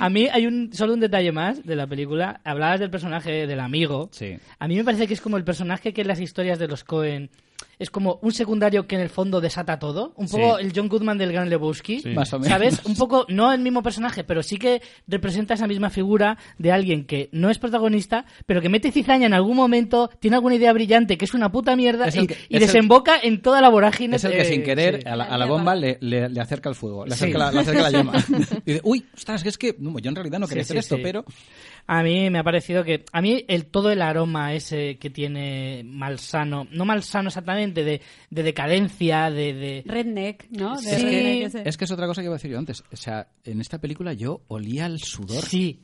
Speaker 1: A mí hay un solo un detalle más de la película. Hablabas del personaje del amigo.
Speaker 5: sí.
Speaker 1: A mí me parece que es como el personaje que en las historias de los Cohen es como un secundario que en el fondo desata todo. Un poco
Speaker 5: Sí.
Speaker 1: el John Goodman del Gran Lebowski.
Speaker 6: Sí.
Speaker 5: Más o menos.
Speaker 1: ¿Sabes? Un poco, no el mismo personaje, pero sí que representa esa misma figura de alguien que no es protagonista, pero que mete cizaña en algún momento, tiene alguna idea brillante, que es una puta mierda,
Speaker 5: Es
Speaker 1: y,
Speaker 5: el que-
Speaker 1: y
Speaker 5: es el-
Speaker 1: desemboca en toda la vorágine.
Speaker 5: Es el que
Speaker 1: eh,
Speaker 5: sin querer
Speaker 1: sí.
Speaker 5: a, la, a la bomba le, le- le acerca el fuego, le acerca,
Speaker 1: Sí.
Speaker 5: la, le acerca la llama. Y dice, uy, ostras, es que no, yo en realidad no quería
Speaker 1: Sí,
Speaker 5: hacer
Speaker 1: sí,
Speaker 5: esto,
Speaker 1: sí.
Speaker 5: pero
Speaker 1: A mí me ha parecido que. A mí el, todo el aroma ese que tiene malsano. No malsano exactamente, de, de decadencia, de. de-
Speaker 3: Redneck, ¿no?
Speaker 1: Sí.
Speaker 3: De redneck ese.
Speaker 5: es que es otra cosa que iba a decir yo antes. O sea, en esta película yo olía el sudor.
Speaker 1: Sí.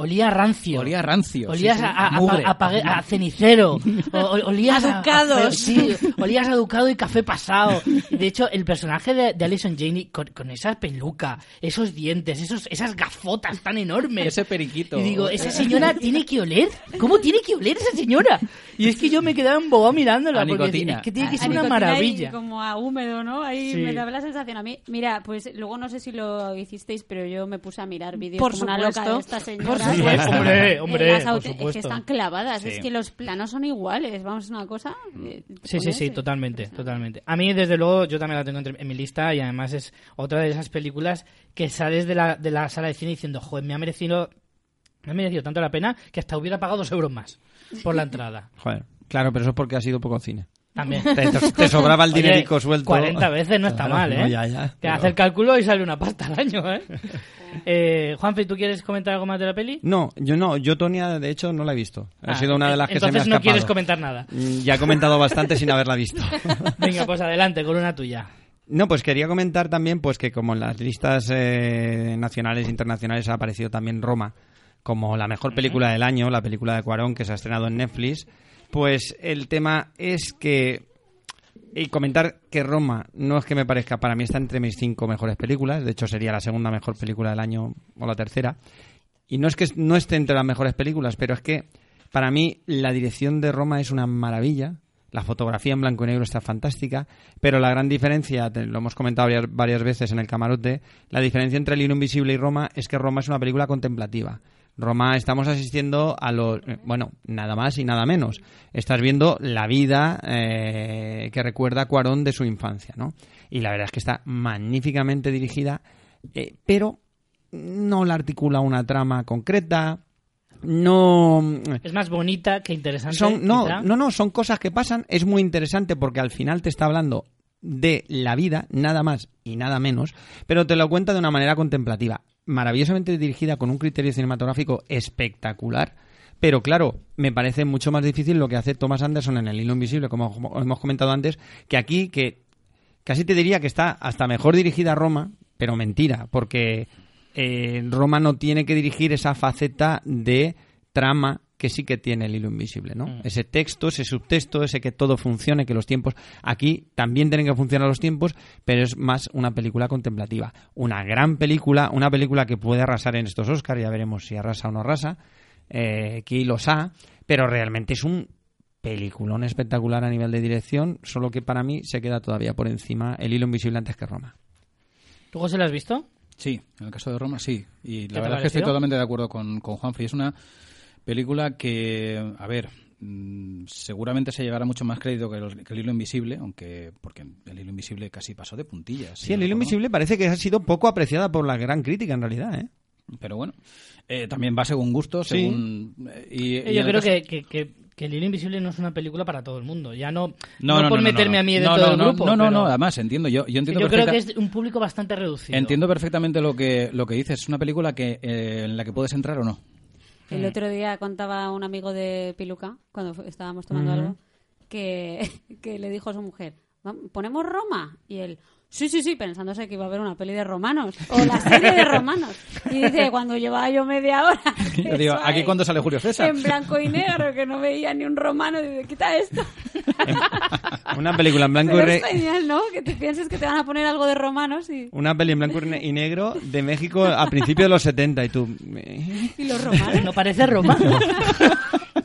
Speaker 1: Olía a rancio.
Speaker 5: Olía a rancio.
Speaker 1: Olías
Speaker 5: sí, sí,
Speaker 1: a, a- a-
Speaker 5: mugre.
Speaker 1: a pague- a cenicero, o- o- olías a,
Speaker 2: Aducados.
Speaker 1: a- sí, olías a ducado y café pasado. De hecho, el personaje de, de Alison Janey con, con esa peluca, esos dientes, esos, esas gafotas tan enormes.
Speaker 5: Ese periquito.
Speaker 1: Y digo, esa señora tiene que oler. ¿Cómo tiene que oler esa señora? Y es que yo me quedaba embobado mirándola.
Speaker 5: A
Speaker 1: porque
Speaker 5: nicotina.
Speaker 1: es que tiene que
Speaker 3: A
Speaker 1: ser una
Speaker 3: nicotina y
Speaker 1: maravilla.
Speaker 3: Como a húmedo, ¿no? Ahí
Speaker 1: Sí.
Speaker 3: me daba la sensación a mí. Mira, pues luego no sé si lo hicisteis, pero yo me puse a mirar vídeos
Speaker 2: Por
Speaker 3: como una loca
Speaker 2: supuesto.
Speaker 3: de esta señora. pues, eh,
Speaker 1: Por supuesto, hombre, hombre,
Speaker 3: las
Speaker 1: por
Speaker 3: aute- es que
Speaker 1: supuesto.
Speaker 3: están clavadas,
Speaker 5: Sí.
Speaker 3: es que los planos son iguales, vamos, es una cosa. eh, te
Speaker 1: Sí, sí,
Speaker 3: pones,
Speaker 1: sí,
Speaker 3: eh,
Speaker 1: totalmente, totalmente. A mí, desde luego, yo también la tengo entre- en mi lista y además es otra de esas películas que sales de la, de la sala de cine diciendo, joder, me ha merecido... Me ha merecido tanto la pena que hasta hubiera pagado dos euros más por la entrada.
Speaker 4: Joder, claro, pero eso es porque ha sido poco cine.
Speaker 1: También.
Speaker 4: Te, te sobraba el
Speaker 1: Oye,
Speaker 4: dinerico suelto.
Speaker 1: 40 veces no está
Speaker 4: Claro,
Speaker 1: mal, ¿eh?
Speaker 4: no, ya, ya,
Speaker 1: Que
Speaker 4: pero-
Speaker 1: hace el cálculo y sale una pasta al año, ¿eh? eh Juanfe, ¿tú quieres comentar algo más de la peli?
Speaker 4: No, yo no, yo Tonia de hecho no la he visto. Ha
Speaker 1: Ah,
Speaker 4: sido una de las que se me ha
Speaker 1: Entonces no quieres
Speaker 4: escapado.
Speaker 1: comentar nada.
Speaker 4: Mm, Ya he comentado bastante sin haberla visto.
Speaker 1: Venga, pues adelante, con una tuya.
Speaker 4: No, pues quería comentar también pues que como en las listas eh, nacionales e internacionales ha aparecido también Roma como la mejor película del año, la película de Cuarón que se ha estrenado en Netflix, pues el tema es que y comentar que Roma no es que me parezca, para mí está entre mis cinco mejores películas, de hecho sería la segunda mejor película del año o la tercera. Y no es que no esté entre las mejores películas, pero es que para mí la dirección de Roma es una maravilla. La fotografía en blanco y negro está fantástica, pero la gran diferencia, te- lo hemos comentado varias, varias veces en el camarote, la diferencia entre El Hilo Invisible y Roma es que Roma es una película contemplativa. Roma, estamos asistiendo a lo. eh, Bueno, nada más y nada menos. Estás viendo la vida eh, que recuerda Cuarón de su infancia, ¿no? Y la verdad es que está magníficamente dirigida, eh, pero no la articula una trama concreta, no...
Speaker 1: Es más bonita que interesante.
Speaker 4: Son, no,
Speaker 1: quizá.
Speaker 4: no, no, son cosas que pasan, es muy interesante porque al final te está hablando de la vida, nada más y nada menos, pero te lo cuenta de una manera contemplativa, maravillosamente dirigida con un criterio cinematográfico espectacular, pero claro, me parece mucho más difícil lo que hace Thomas Anderson en El Hilo Invisible, como como hemos comentado antes, que aquí, que Casi te diría que está hasta mejor dirigida a Roma, pero mentira, porque eh, Roma no tiene que dirigir esa faceta de trama que sí que tiene el hilo invisible, ¿no? Ese texto, ese subtexto, ese que todo funcione, que los tiempos aquí también tienen que funcionar los tiempos, pero es más una película contemplativa, una gran película, una película que puede arrasar en estos Oscars, ya veremos si arrasa o no arrasa, eh, aquí los ha, pero realmente es un peliculón espectacular a nivel de dirección, solo que para mí se queda todavía por encima el hilo invisible antes que Roma.
Speaker 1: ¿Tú, José, la has visto?
Speaker 5: Sí, en el caso de Roma sí. Y
Speaker 1: te
Speaker 5: la verdad es que estoy
Speaker 1: pareció?
Speaker 5: totalmente de acuerdo con, con Juanfrey. Es una película que, a ver, mm, seguramente se llevará mucho más crédito que el, que El Hilo Invisible, aunque porque El Hilo Invisible casi pasó de puntillas.
Speaker 4: Sí,
Speaker 5: si
Speaker 4: el
Speaker 5: no
Speaker 4: hilo
Speaker 5: recuerdo mal.
Speaker 4: invisible parece que ha sido poco apreciada por la gran crítica en realidad, ¿eh?
Speaker 5: Pero bueno, eh, también va según gusto,
Speaker 4: Sí.
Speaker 5: según... eh, y- y
Speaker 1: Eh, Yo
Speaker 5: en el
Speaker 1: creo
Speaker 5: caso-
Speaker 1: que, que, que, que El Hilo Invisible no es una película para todo el mundo. Ya no,
Speaker 5: No,
Speaker 1: no
Speaker 5: no, no,
Speaker 1: por
Speaker 5: no,
Speaker 1: meterme
Speaker 5: no.
Speaker 1: a mí
Speaker 5: No,
Speaker 1: dentro
Speaker 5: no,
Speaker 1: del
Speaker 5: no,
Speaker 1: grupo.
Speaker 5: No, no,
Speaker 1: pero
Speaker 5: no, además entiendo. Yo, yo entiendo
Speaker 1: yo creo
Speaker 5: perfecta-
Speaker 1: que es un público bastante reducido.
Speaker 5: Entiendo perfectamente lo que, lo que dices. Es una película que, eh, en la que puedes entrar o no.
Speaker 3: El otro día contaba un amigo de Piluca, cuando fu- estábamos tomando algo, que, que le dijo a su mujer, "Va- ¿ponemos Roma? Y él, sí, sí, sí, pensándose que iba a haber una peli de romanos, o la serie de romanos. Y dice, cuando llevaba yo media hora...
Speaker 5: Yo digo,
Speaker 3: eso
Speaker 5: ¿aquí
Speaker 3: ahí,
Speaker 5: cuándo sale Julio César?
Speaker 3: En blanco y negro, que no veía ni un romano, dice, quita esto.
Speaker 4: Una película en blanco y
Speaker 3: Pero
Speaker 4: re-
Speaker 3: es genial, ¿no? Que te pienses que te van a poner algo de romanos y,
Speaker 4: una peli en blanco y ne- y negro de México a principios de los 70 y tú ¿eh?
Speaker 3: y los romanos.
Speaker 1: No parece romano.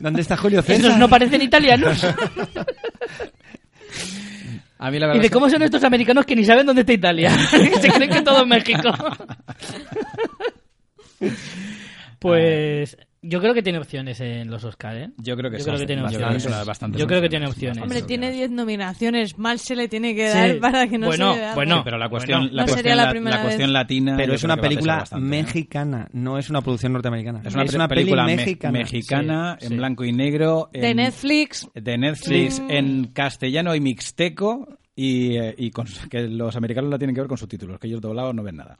Speaker 4: ¿Dónde está Julio
Speaker 1: Esos
Speaker 4: César?
Speaker 1: no parecen italianos.
Speaker 5: A mí la
Speaker 1: Y
Speaker 5: verdad
Speaker 1: de
Speaker 5: es que-
Speaker 1: cómo son estos americanos que ni saben dónde está Italia. Se creen que todo es México. Pues Yo creo que tiene opciones en los Oscar, ¿eh?
Speaker 5: Yo creo que
Speaker 1: Yo
Speaker 5: sí.
Speaker 1: creo que tiene
Speaker 5: bastantes-
Speaker 1: opciones.
Speaker 5: bastantes
Speaker 1: Yo creo que tiene opciones.
Speaker 5: bastantes
Speaker 1: Hombre,
Speaker 2: Hombre, tiene 10 nominaciones, mal se le tiene que
Speaker 1: Sí.
Speaker 2: dar para que no
Speaker 1: Bueno,
Speaker 2: se le dé
Speaker 1: bueno.
Speaker 5: Sí, pero la cuestión,
Speaker 1: Bueno,
Speaker 5: la
Speaker 2: no sería
Speaker 5: cuestión,
Speaker 2: la
Speaker 5: la-
Speaker 2: primera
Speaker 5: la cuestión
Speaker 2: vez.
Speaker 5: latina.
Speaker 4: Pero
Speaker 5: yo
Speaker 4: es
Speaker 5: creo
Speaker 4: una
Speaker 5: que va a pesar
Speaker 4: película
Speaker 5: bastante, ¿eh?
Speaker 4: mexicana, no es una producción norteamericana.
Speaker 5: Es una,
Speaker 4: es
Speaker 5: pe-
Speaker 4: una peli
Speaker 5: película me-
Speaker 4: mexicana.
Speaker 5: mexicana,
Speaker 1: Sí,
Speaker 5: en
Speaker 1: sí.
Speaker 5: blanco y negro.
Speaker 2: De
Speaker 1: em,
Speaker 5: en-
Speaker 2: Netflix.
Speaker 5: de Netflix en castellano y mixteco y, eh, y con- que los americanos la tienen que ver con subtítulos, que ellos doblados no ven nada.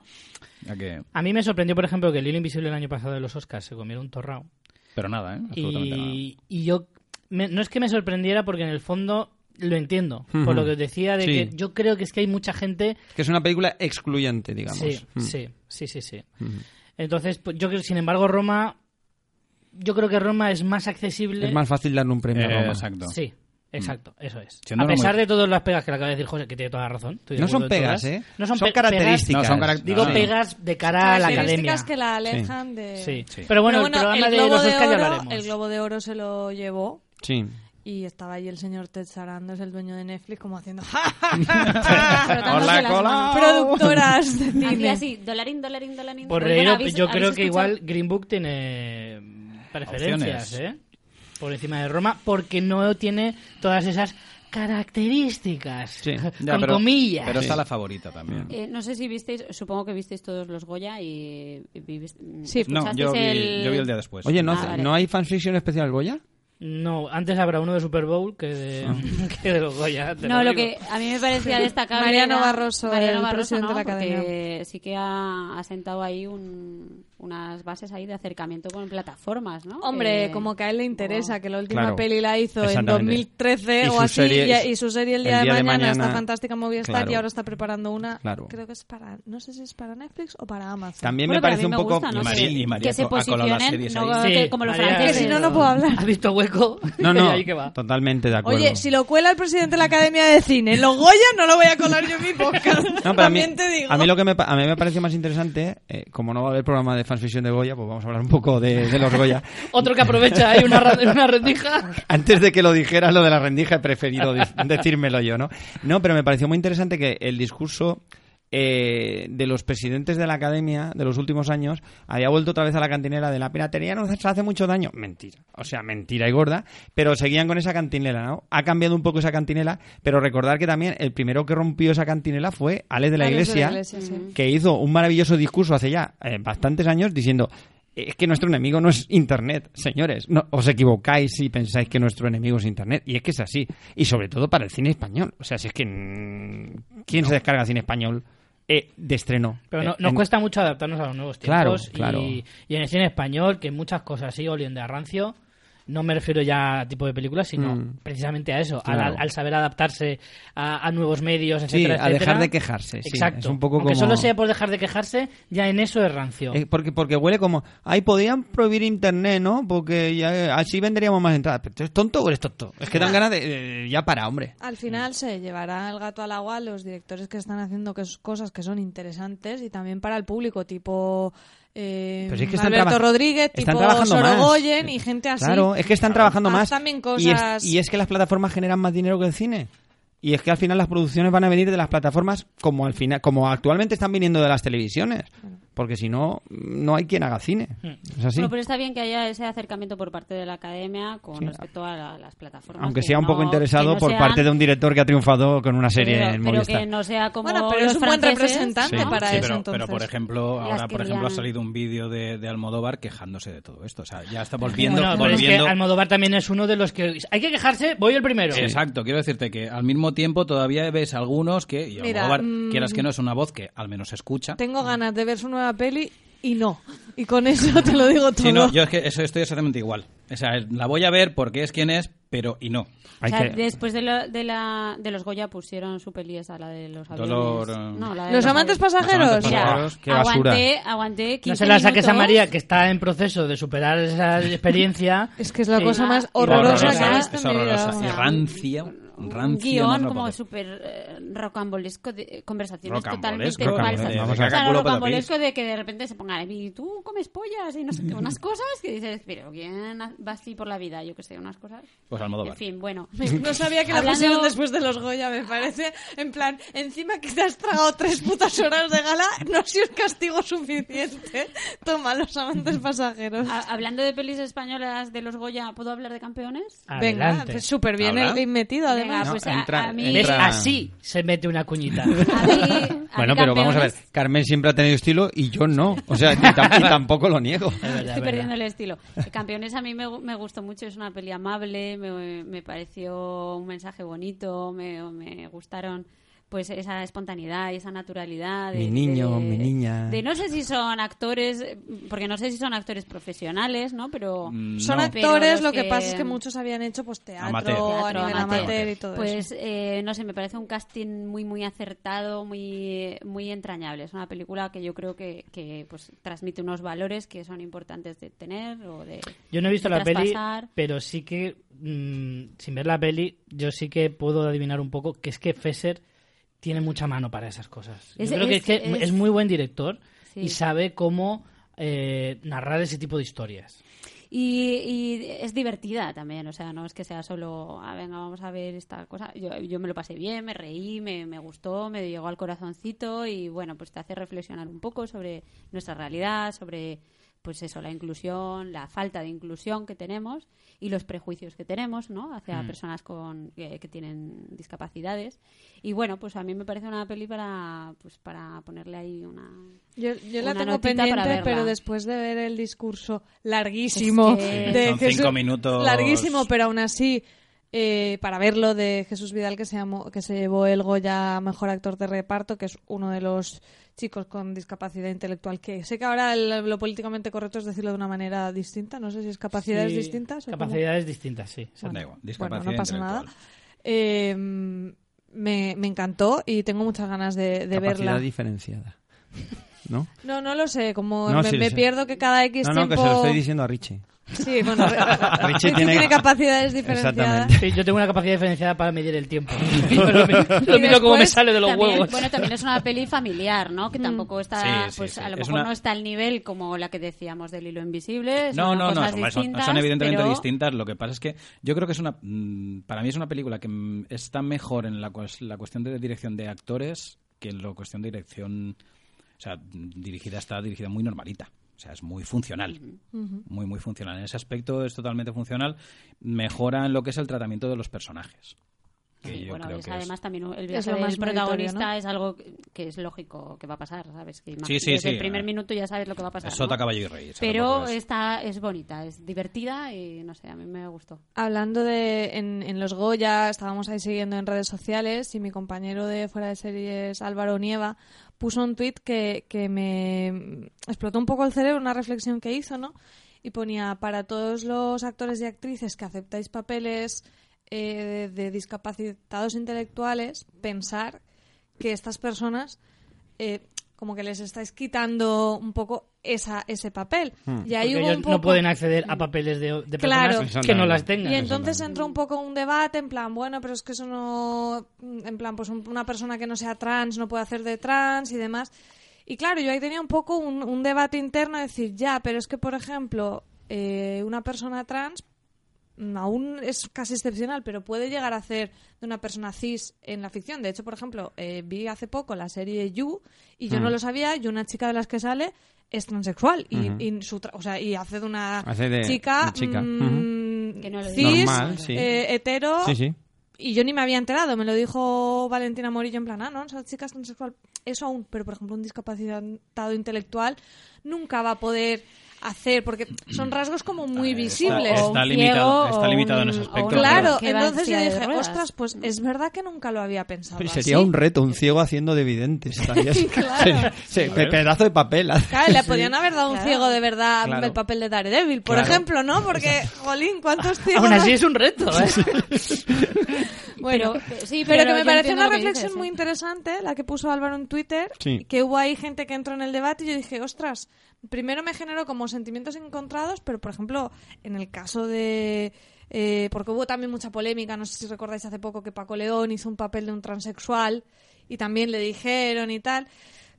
Speaker 5: Ya que-
Speaker 1: A mí me sorprendió, por ejemplo, que el hilo invisible el año pasado de los Oscars se comiera un torrao.
Speaker 5: pero nada, ¿eh? absolutamente nada.
Speaker 1: Y, y yo, me- no es que me sorprendiera porque en el fondo lo entiendo. Por lo que os decía de
Speaker 4: Sí.
Speaker 1: que yo creo que es que hay mucha gente...
Speaker 4: Que es una película excluyente, digamos.
Speaker 1: Sí,
Speaker 4: Mm.
Speaker 1: sí, sí, sí, sí. Entonces, pues, yo creo, sin embargo, Roma... Yo creo que Roma es más accesible.
Speaker 4: Es más fácil darle un premio a
Speaker 5: Eh,
Speaker 4: Roma.
Speaker 5: exacto.
Speaker 1: Sí, exacto, eso es.
Speaker 5: Siendo
Speaker 1: a pesar
Speaker 5: muy-
Speaker 1: de todas las pegas que le acaba de decir José, que tiene toda la razón. estoy de
Speaker 4: No
Speaker 1: acuerdo
Speaker 4: son
Speaker 1: en
Speaker 4: pegas,
Speaker 1: todas.
Speaker 4: ¿eh?
Speaker 1: No son,
Speaker 4: son
Speaker 1: pe- pegas-
Speaker 4: características. Ah.
Speaker 5: No, son caract-
Speaker 1: Digo
Speaker 5: Sí.
Speaker 1: pegas de cara a Ah, la academia.
Speaker 2: Características que la alejan de...
Speaker 1: Sí.
Speaker 5: Sí.
Speaker 1: Pero bueno, el programa de los Oscar ya
Speaker 2: Oro,
Speaker 1: lo haremos.
Speaker 2: El Globo de Oro se lo llevó
Speaker 4: Sí.
Speaker 2: y estaba ahí el señor Ted Sarandos, el dueño de Netflix, como haciendo...
Speaker 3: Frotándose
Speaker 5: Hola,
Speaker 3: las
Speaker 5: cola.
Speaker 3: manos.
Speaker 2: Productoras de
Speaker 3: Así,
Speaker 2: cine.
Speaker 3: así, dolarín, dolarín, dolarín.
Speaker 1: Por
Speaker 3: Oigan,
Speaker 1: reír,
Speaker 3: ¿habéis-
Speaker 1: yo
Speaker 3: habéis
Speaker 1: creo que
Speaker 3: escuchado?
Speaker 1: igual Green Book tiene preferencias,
Speaker 5: Opciones.
Speaker 1: ¿eh? Por encima de Roma, porque no tiene todas esas características.
Speaker 4: Sí.
Speaker 1: Con
Speaker 5: Ya, pero,
Speaker 1: comillas.
Speaker 5: Pero está la favorita también.
Speaker 3: Eh, no sé si visteis, supongo que visteis todos los Goya y, y viviste- mm,
Speaker 2: Sí.
Speaker 5: No, yo vi,
Speaker 3: escuchasteis
Speaker 5: yo vi el día después.
Speaker 4: Oye, ¿no,
Speaker 3: Ah,
Speaker 4: hace-
Speaker 3: vale.
Speaker 4: ¿no hay fanfiction especial Goya?
Speaker 1: No, antes habrá uno de Super Bowl que de,
Speaker 5: Ah.
Speaker 1: que de los Goya. te
Speaker 3: No, lo
Speaker 1: digo.
Speaker 3: que a mí me parecía destacable.
Speaker 2: Mariano
Speaker 3: era-
Speaker 2: Barroso, el presidente de la
Speaker 3: Porque
Speaker 2: academia.
Speaker 3: Sí que ha, ha sentado ahí un- unas bases ahí de acercamiento con plataformas, ¿no?
Speaker 2: Hombre,
Speaker 3: Eh,
Speaker 2: como que a él le interesa, que la última
Speaker 4: Claro.
Speaker 2: peli la hizo en
Speaker 4: Exactamente.
Speaker 2: 2013
Speaker 4: Y
Speaker 2: o
Speaker 4: su
Speaker 2: así,
Speaker 4: serie-
Speaker 2: y, a- y su serie El Día, de, mañana, está fantástica en Movistar
Speaker 4: Claro.
Speaker 2: y ahora está preparando una,
Speaker 4: Claro.
Speaker 2: creo que es para, no sé si es para Netflix o para Amazon.
Speaker 4: También
Speaker 3: Bueno,
Speaker 4: me
Speaker 3: pero a
Speaker 4: parece
Speaker 3: mí
Speaker 4: un
Speaker 3: me
Speaker 4: poco...
Speaker 3: gusta, ¿no?
Speaker 5: Y María-
Speaker 3: Sí.
Speaker 5: y María
Speaker 3: que se
Speaker 5: ha colado las
Speaker 3: posicionen,
Speaker 5: series
Speaker 3: no
Speaker 5: ahí.
Speaker 3: que-
Speaker 1: Sí,
Speaker 3: como los
Speaker 1: María,
Speaker 3: franceses.
Speaker 2: Que si no, no puedo hablar.
Speaker 1: ¿Has visto hueco?
Speaker 4: No, no,
Speaker 1: ahí que va.
Speaker 4: totalmente de acuerdo.
Speaker 2: Oye, si lo cuela el presidente de la Academia de Cine, lo Goya no lo voy a colar yo en mi podcast.
Speaker 4: No, pero a mí,
Speaker 2: También te digo.
Speaker 4: a mí lo que me, pa- a mí me pareció más interesante, eh, como no va a haber programa de fanfiction de Goya, pues vamos a hablar un poco de, de los Goya.
Speaker 1: Otro que aprovecha ahí una, ra- una rendija.
Speaker 4: Antes de que lo dijeras lo de la rendija, he preferido di- decírmelo yo, ¿no? No, pero me pareció muy interesante que el discurso eh, de los presidentes de la academia de los últimos años había vuelto otra vez a la cantinela de la piratería, nos hace mucho daño. Mentira, o sea, mentira y gorda, pero seguían con esa cantinela, ¿no? Ha cambiado un poco esa cantinela, pero recordar que también el primero que rompió esa cantinela fue Alex de la
Speaker 2: Alex de la
Speaker 4: Iglesia,
Speaker 2: Iglesia, sí.
Speaker 4: que hizo un maravilloso discurso hace ya eh, bastantes años diciendo es que nuestro enemigo no es Internet, señores. No, os equivocáis si pensáis que nuestro enemigo es Internet. Y es que es así. Y sobre todo para el cine español. O sea, si es que... mm, ¿Quién se descarga cine español eh, de estreno?
Speaker 1: Pero no,
Speaker 4: Eh,
Speaker 1: nos
Speaker 4: en-
Speaker 1: cuesta mucho adaptarnos a los nuevos
Speaker 4: Claro,
Speaker 1: tiempos.
Speaker 4: claro.
Speaker 1: Y, y en el cine español, que muchas cosas sí oliendo a rancio, no me refiero ya a tipo de películas, sino
Speaker 4: Mm.
Speaker 1: precisamente a eso, al-
Speaker 4: Claro.
Speaker 1: al, saber adaptarse a, a nuevos medios,
Speaker 4: Sí,
Speaker 1: etcétera,
Speaker 4: a
Speaker 1: etcétera.
Speaker 4: dejar de quejarse. sí.
Speaker 1: Exacto.
Speaker 4: Es un poco
Speaker 1: Aunque
Speaker 4: como...
Speaker 1: solo sea por dejar de quejarse, ya en eso es rancio.
Speaker 4: Eh, porque, porque huele como, ay, podían prohibir internet, ¿no? Porque ya, eh, así venderíamos más entradas. ¿Pero ¿tú eres tonto o eres tonto? Es que dan ganas de... eh, ya para, hombre.
Speaker 2: Al final se llevará el gato al agua a los directores que están haciendo que sus cosas que son interesantes y también para el público, tipo eh,
Speaker 4: Pero si es que están
Speaker 2: Alberto
Speaker 4: traba-
Speaker 2: Rodríguez,
Speaker 4: están
Speaker 2: tipo
Speaker 4: trabajando más.
Speaker 2: Sorogoyen y gente así.
Speaker 4: Claro, eh. es que están trabajando
Speaker 2: Haz
Speaker 4: más.
Speaker 2: también
Speaker 4: Y es-
Speaker 2: cosas-
Speaker 4: Y es, que las plataformas generan más dinero que el cine. Y es que al final las producciones van a venir de las plataformas como al final, como actualmente están viniendo de las televisiones. Porque si no, no hay quien haga cine. Es así.
Speaker 3: Bueno, pero está bien que haya ese acercamiento por parte de la academia con
Speaker 4: Sí.
Speaker 3: respecto a la- las plataformas.
Speaker 4: Aunque
Speaker 3: que
Speaker 4: sea un
Speaker 3: no-
Speaker 4: poco
Speaker 3: que
Speaker 4: interesado
Speaker 3: no
Speaker 4: por
Speaker 3: sean-
Speaker 4: parte de un director que ha triunfado con una serie
Speaker 3: pero,
Speaker 4: en
Speaker 3: pero
Speaker 4: Movistar.
Speaker 3: que no sea como
Speaker 2: Bueno, pero
Speaker 3: los
Speaker 2: es un buen
Speaker 3: franceses,
Speaker 2: representante
Speaker 3: ¿no?
Speaker 2: para
Speaker 5: sí,
Speaker 2: eso,
Speaker 5: pero,
Speaker 2: entonces.
Speaker 5: pero, por ejemplo,
Speaker 3: Las
Speaker 5: ahora
Speaker 3: que
Speaker 5: por ejemplo ha
Speaker 3: digan-
Speaker 5: salido un vídeo de, de Almodóvar quejándose de todo esto. O sea, ya está volviendo,
Speaker 1: Bueno, pero es que
Speaker 5: volviendo,
Speaker 1: Almodóvar también es uno de los que... Hay que quejarse, voy el primero.
Speaker 5: Exacto, quiero decirte que al mismo tiempo todavía ves algunos que, y
Speaker 2: Mira,
Speaker 5: Almodóvar,
Speaker 2: mm,
Speaker 5: quieras que no, es una voz que al menos se escucha.
Speaker 2: Tengo ganas de ver su nueva peli y no. Y con eso te lo digo todo.
Speaker 5: Sí, no, yo es que eso estoy exactamente igual. O sea, la voy a ver porque es quien es, pero y no.
Speaker 3: O
Speaker 4: Hay
Speaker 3: sea,
Speaker 4: que-
Speaker 3: después de, lo- de la, de los Goya pusieron su peli esa, la de los aviones.
Speaker 5: Dolor, eh.
Speaker 3: No, la de
Speaker 2: Los amantes
Speaker 3: aviones.
Speaker 2: pasajeros.
Speaker 5: Los amantes
Speaker 3: Mira,
Speaker 4: Pasajeros, qué basura.
Speaker 3: Aguanté, aguanté 15
Speaker 1: No se la saques a
Speaker 3: minutos.
Speaker 1: María, que está en proceso de superar esa experiencia.
Speaker 2: Es que es la
Speaker 3: Sí.
Speaker 2: cosa más
Speaker 3: Y
Speaker 2: horrorosa que he
Speaker 1: horrorosa,
Speaker 2: visto
Speaker 5: es
Speaker 2: en mi vida.
Speaker 5: horrorosa. Y
Speaker 2: vamos.
Speaker 5: rancia.
Speaker 3: un
Speaker 5: Rancio
Speaker 3: guión
Speaker 5: no lo
Speaker 3: como
Speaker 5: podemos.
Speaker 3: súper eh, rocambolesco, de, eh, conversaciones
Speaker 5: Rocambolesco,
Speaker 3: totalmente
Speaker 5: rocambolesco,
Speaker 3: falsas.
Speaker 4: vamos a
Speaker 3: O sea,
Speaker 4: sacar
Speaker 6: culo para
Speaker 3: rocambolesco de que de repente se pongan, y tú comes pollas y no sé qué, unas cosas que dices, pero ¿quién ha- va así por la vida? Yo que sé, unas cosas.
Speaker 5: Pues Almodóvar.
Speaker 3: En fin, bueno.
Speaker 2: No sabía que la
Speaker 3: Hablando-
Speaker 2: pusieron después de los Goya, me parece. En plan, encima que te has tragado tres putas horas de gala, no ha sido un castigo suficiente. Toma, los amantes pasajeros.
Speaker 3: Ha- hablando de pelis españolas de los Goya, ¿puedo hablar de campeones?
Speaker 2: Venga,
Speaker 1: Adelante.
Speaker 2: pues súper bien
Speaker 5: Habla.
Speaker 2: el metido, además.
Speaker 3: Venga, pues a-
Speaker 4: entra-
Speaker 3: a mí-
Speaker 1: ¿Ves?
Speaker 4: entra-
Speaker 1: Así se mete una cuñita.
Speaker 3: A mí- a mí
Speaker 4: Bueno, pero vamos a ver.
Speaker 3: Campeones-
Speaker 4: Carmen siempre ha tenido estilo y yo no. O sea, y tam- y tampoco lo niego.
Speaker 3: Estoy perdiendo el estilo. Eh, Campeones a mí me, gu- me gustó mucho, es una peli amable, me, me pareció un mensaje bonito, me, me gustaron pues esa espontaneidad y esa naturalidad. de-
Speaker 4: Mi
Speaker 3: de-
Speaker 4: niño, mi niña.
Speaker 3: De no sé si son actores, eh, porque no sé si son actores profesionales, ¿no? Pero...
Speaker 5: Mm,
Speaker 2: Son
Speaker 5: no.
Speaker 2: actores,
Speaker 3: Pero
Speaker 2: lo que...
Speaker 3: que-
Speaker 2: pasa es que muchos habían hecho pues teatro,
Speaker 5: Amateur.
Speaker 2: a
Speaker 3: Teatro
Speaker 2: nivel
Speaker 3: amateur.
Speaker 2: amateur, y todo eso.
Speaker 3: Pues eh, no sé, me parece un casting muy muy acertado, muy muy entrañable. Es una película que yo creo que, que, pues transmite unos valores que son importantes de tener o de
Speaker 1: Yo no he visto
Speaker 3: de
Speaker 1: la peli,
Speaker 3: traspasar.
Speaker 1: pero sí que, mm, sin ver la peli, yo sí que puedo adivinar un poco que es que Fesser tiene mucha mano para esas cosas.
Speaker 3: Es-
Speaker 1: yo creo que
Speaker 3: es-
Speaker 1: es, que es,
Speaker 3: es-
Speaker 1: muy buen director
Speaker 3: Sí.
Speaker 1: y sabe cómo eh, narrar ese tipo de historias.
Speaker 3: Y, y es divertida también, o sea, no es que sea solo, ah, venga, vamos a ver esta cosa. Yo, yo me lo pasé bien, me reí, me, me gustó, me llegó al corazoncito y bueno, pues te hace reflexionar un poco sobre nuestra realidad, sobre pues eso, la inclusión, la falta de inclusión que tenemos y los prejuicios que tenemos, ¿no? Hacia personas con, que, que tienen discapacidades. Y bueno, pues a mí me parece una peli para, pues para ponerle ahí una,
Speaker 2: Yo, yo la
Speaker 3: Una
Speaker 2: tengo
Speaker 3: notita para
Speaker 2: pendiente,
Speaker 3: verla.
Speaker 2: pero después de ver el discurso larguísimo
Speaker 3: Es que-
Speaker 2: de
Speaker 5: Son
Speaker 2: Jesús,
Speaker 5: cinco minutos.
Speaker 2: larguísimo, pero aún así eh, para verlo de Jesús Vidal que se llamó- que se llevó el Goya a mejor actor de reparto, que es uno de los chicos con discapacidad intelectual. Que sé que ahora el- lo políticamente correcto es decirlo de una manera distinta. No sé si es capacidades
Speaker 1: Sí,
Speaker 2: distintas. o cómo.
Speaker 1: Capacidades distintas, sí.
Speaker 5: Da igual, discapacidad
Speaker 2: bueno, no pasa nada.
Speaker 5: intelectual.
Speaker 2: Eh, me, me encantó y tengo muchas ganas de, de
Speaker 4: Capacidad
Speaker 2: verla.
Speaker 4: diferenciada. ¿No?
Speaker 2: No, no lo sé, como
Speaker 4: No,
Speaker 2: me,
Speaker 4: sí lo
Speaker 2: me
Speaker 4: sé.
Speaker 2: pierdo que cada X
Speaker 4: No, no,
Speaker 2: tiempo...
Speaker 4: que se lo estoy diciendo a Richie.
Speaker 2: Sí, bueno, Richie
Speaker 4: tiene-
Speaker 2: tiene... capacidades diferenciadas.
Speaker 4: Exactamente.
Speaker 1: Sí, yo tengo una capacidad diferenciada para medir el tiempo. lo miro, lo miro como
Speaker 2: después,
Speaker 1: me sale de los
Speaker 3: También-
Speaker 1: huevos.
Speaker 3: Bueno, también es una peli familiar, ¿no? Que tampoco está,
Speaker 5: Mm. Sí, sí,
Speaker 3: pues
Speaker 5: sí.
Speaker 3: a lo
Speaker 5: Es
Speaker 3: mejor
Speaker 5: una-
Speaker 3: no está al nivel como la que decíamos del hilo invisible. son
Speaker 5: No, no, no,
Speaker 3: cosas
Speaker 5: son, son-
Speaker 3: distintas,
Speaker 5: son evidentemente
Speaker 3: pero-
Speaker 5: distintas. Lo que pasa es que yo creo que es una. mm, Para mí es una película que mm, está mejor en la, cuas- la cuestión de dirección de actores que en la cuestión de dirección. O sea, mm, dirigida está dirigida muy normalita. O sea, es muy funcional.
Speaker 3: Mm.
Speaker 5: Muy, muy funcional. En ese aspecto es totalmente funcional. Mejora en lo que es el tratamiento de los personajes. Que
Speaker 3: Sí,
Speaker 5: yo
Speaker 3: bueno,
Speaker 5: creo
Speaker 3: es
Speaker 5: que es-
Speaker 3: además también el
Speaker 2: Es
Speaker 3: viaje
Speaker 2: lo más
Speaker 3: del protagonista
Speaker 2: meritorio, ¿no?
Speaker 3: es algo que- que es lógico que va a pasar, ¿sabes? Que imag-
Speaker 5: Sí, sí,
Speaker 3: desde
Speaker 5: sí,
Speaker 3: el primer
Speaker 5: eh.
Speaker 3: minuto ya sabes lo que va a pasar.
Speaker 5: es sota,
Speaker 3: ¿no?
Speaker 5: caballo y rey. ¿sabes?
Speaker 3: Pero
Speaker 5: Porque es-
Speaker 3: esta es bonita, es divertida y no sé, a mí me gustó.
Speaker 2: Hablando de en, en los Goya, estábamos ahí siguiendo en redes sociales y mi compañero de fuera de series, Álvaro Nieva, puso un tuit que, que me explotó un poco el cerebro, una reflexión que hizo, ¿no? Y ponía, para todos los actores y actrices que aceptáis papeles eh, de, de discapacitados intelectuales, pensar que estas personas eh, como que les estáis quitando un poco esa, ese papel. Y
Speaker 1: Hmm. Porque
Speaker 2: ahí hubo
Speaker 1: ellos
Speaker 2: un poco...
Speaker 1: no pueden acceder a papeles de, de
Speaker 2: Claro.
Speaker 1: personas que no las tengan.
Speaker 2: Y entonces entró un poco un debate en plan, bueno, pero es que eso no. En plan, pues un- una persona que no sea trans no puede hacer de trans y demás. Y claro, yo ahí tenía un poco un, un debate interno de decir, ya, pero es que, por ejemplo, eh, una persona trans mm, aún es casi excepcional, pero puede llegar a hacer de una persona cis en la ficción. De hecho, por ejemplo, eh, vi hace poco la serie You y yo no lo sabía y una chica de las que sale es transexual y, y su tra- o sea, y hace de una
Speaker 4: Ah, Hace de-
Speaker 2: chica,
Speaker 4: de chica.
Speaker 2: mm,
Speaker 3: Que no lo
Speaker 2: cis,
Speaker 4: Normal, sí.
Speaker 2: eh, hetero
Speaker 4: Sí, sí.
Speaker 2: y yo ni me había enterado, me lo dijo Valentina Morillo en plan, ah, no, esa chica es transexual. Eso aún, pero por ejemplo, un discapacitado intelectual nunca va a poder hacer, porque son rasgos como muy visibles.
Speaker 5: Está
Speaker 3: O un
Speaker 5: limitado-
Speaker 3: ciego,
Speaker 5: está
Speaker 3: o
Speaker 5: limitado en
Speaker 3: un-
Speaker 5: ese
Speaker 3: o
Speaker 5: aspecto,
Speaker 3: un-
Speaker 2: Claro,
Speaker 3: que va en
Speaker 2: entonces yo
Speaker 3: silla de
Speaker 2: dije,
Speaker 3: ruedas.
Speaker 2: ostras, pues es verdad que nunca lo había pensado.
Speaker 4: Pues
Speaker 2: así".
Speaker 4: sería un reto, un ciego haciendo de videntes. estaría-
Speaker 2: Claro.
Speaker 4: Sí, sí, pe- pedazo de papel.
Speaker 2: Claro, le podían haber dado un
Speaker 3: Claro.
Speaker 2: ciego de verdad
Speaker 4: Claro.
Speaker 2: el papel de Daredevil, por
Speaker 4: Claro.
Speaker 2: ejemplo, ¿no? Porque, jolín, ¿cuántos ciegos?
Speaker 1: Aún así es un reto, ¿eh?
Speaker 2: Bueno,
Speaker 3: Pero- sí,
Speaker 2: pero,
Speaker 3: pero
Speaker 2: que me
Speaker 3: yo
Speaker 2: pareció
Speaker 3: entiendo
Speaker 2: una
Speaker 3: lo que
Speaker 2: reflexión
Speaker 3: dices, ¿eh?
Speaker 2: muy
Speaker 3: sí.
Speaker 2: interesante la que puso Álvaro en Twitter,
Speaker 4: Sí.
Speaker 2: que hubo ahí gente que entró en el debate y yo dije, ostras, primero me generó como sentimientos encontrados, pero por ejemplo, en el caso de eh, porque hubo también mucha polémica, no sé si recordáis hace poco que Paco León hizo un papel de un transexual y también le dijeron y tal.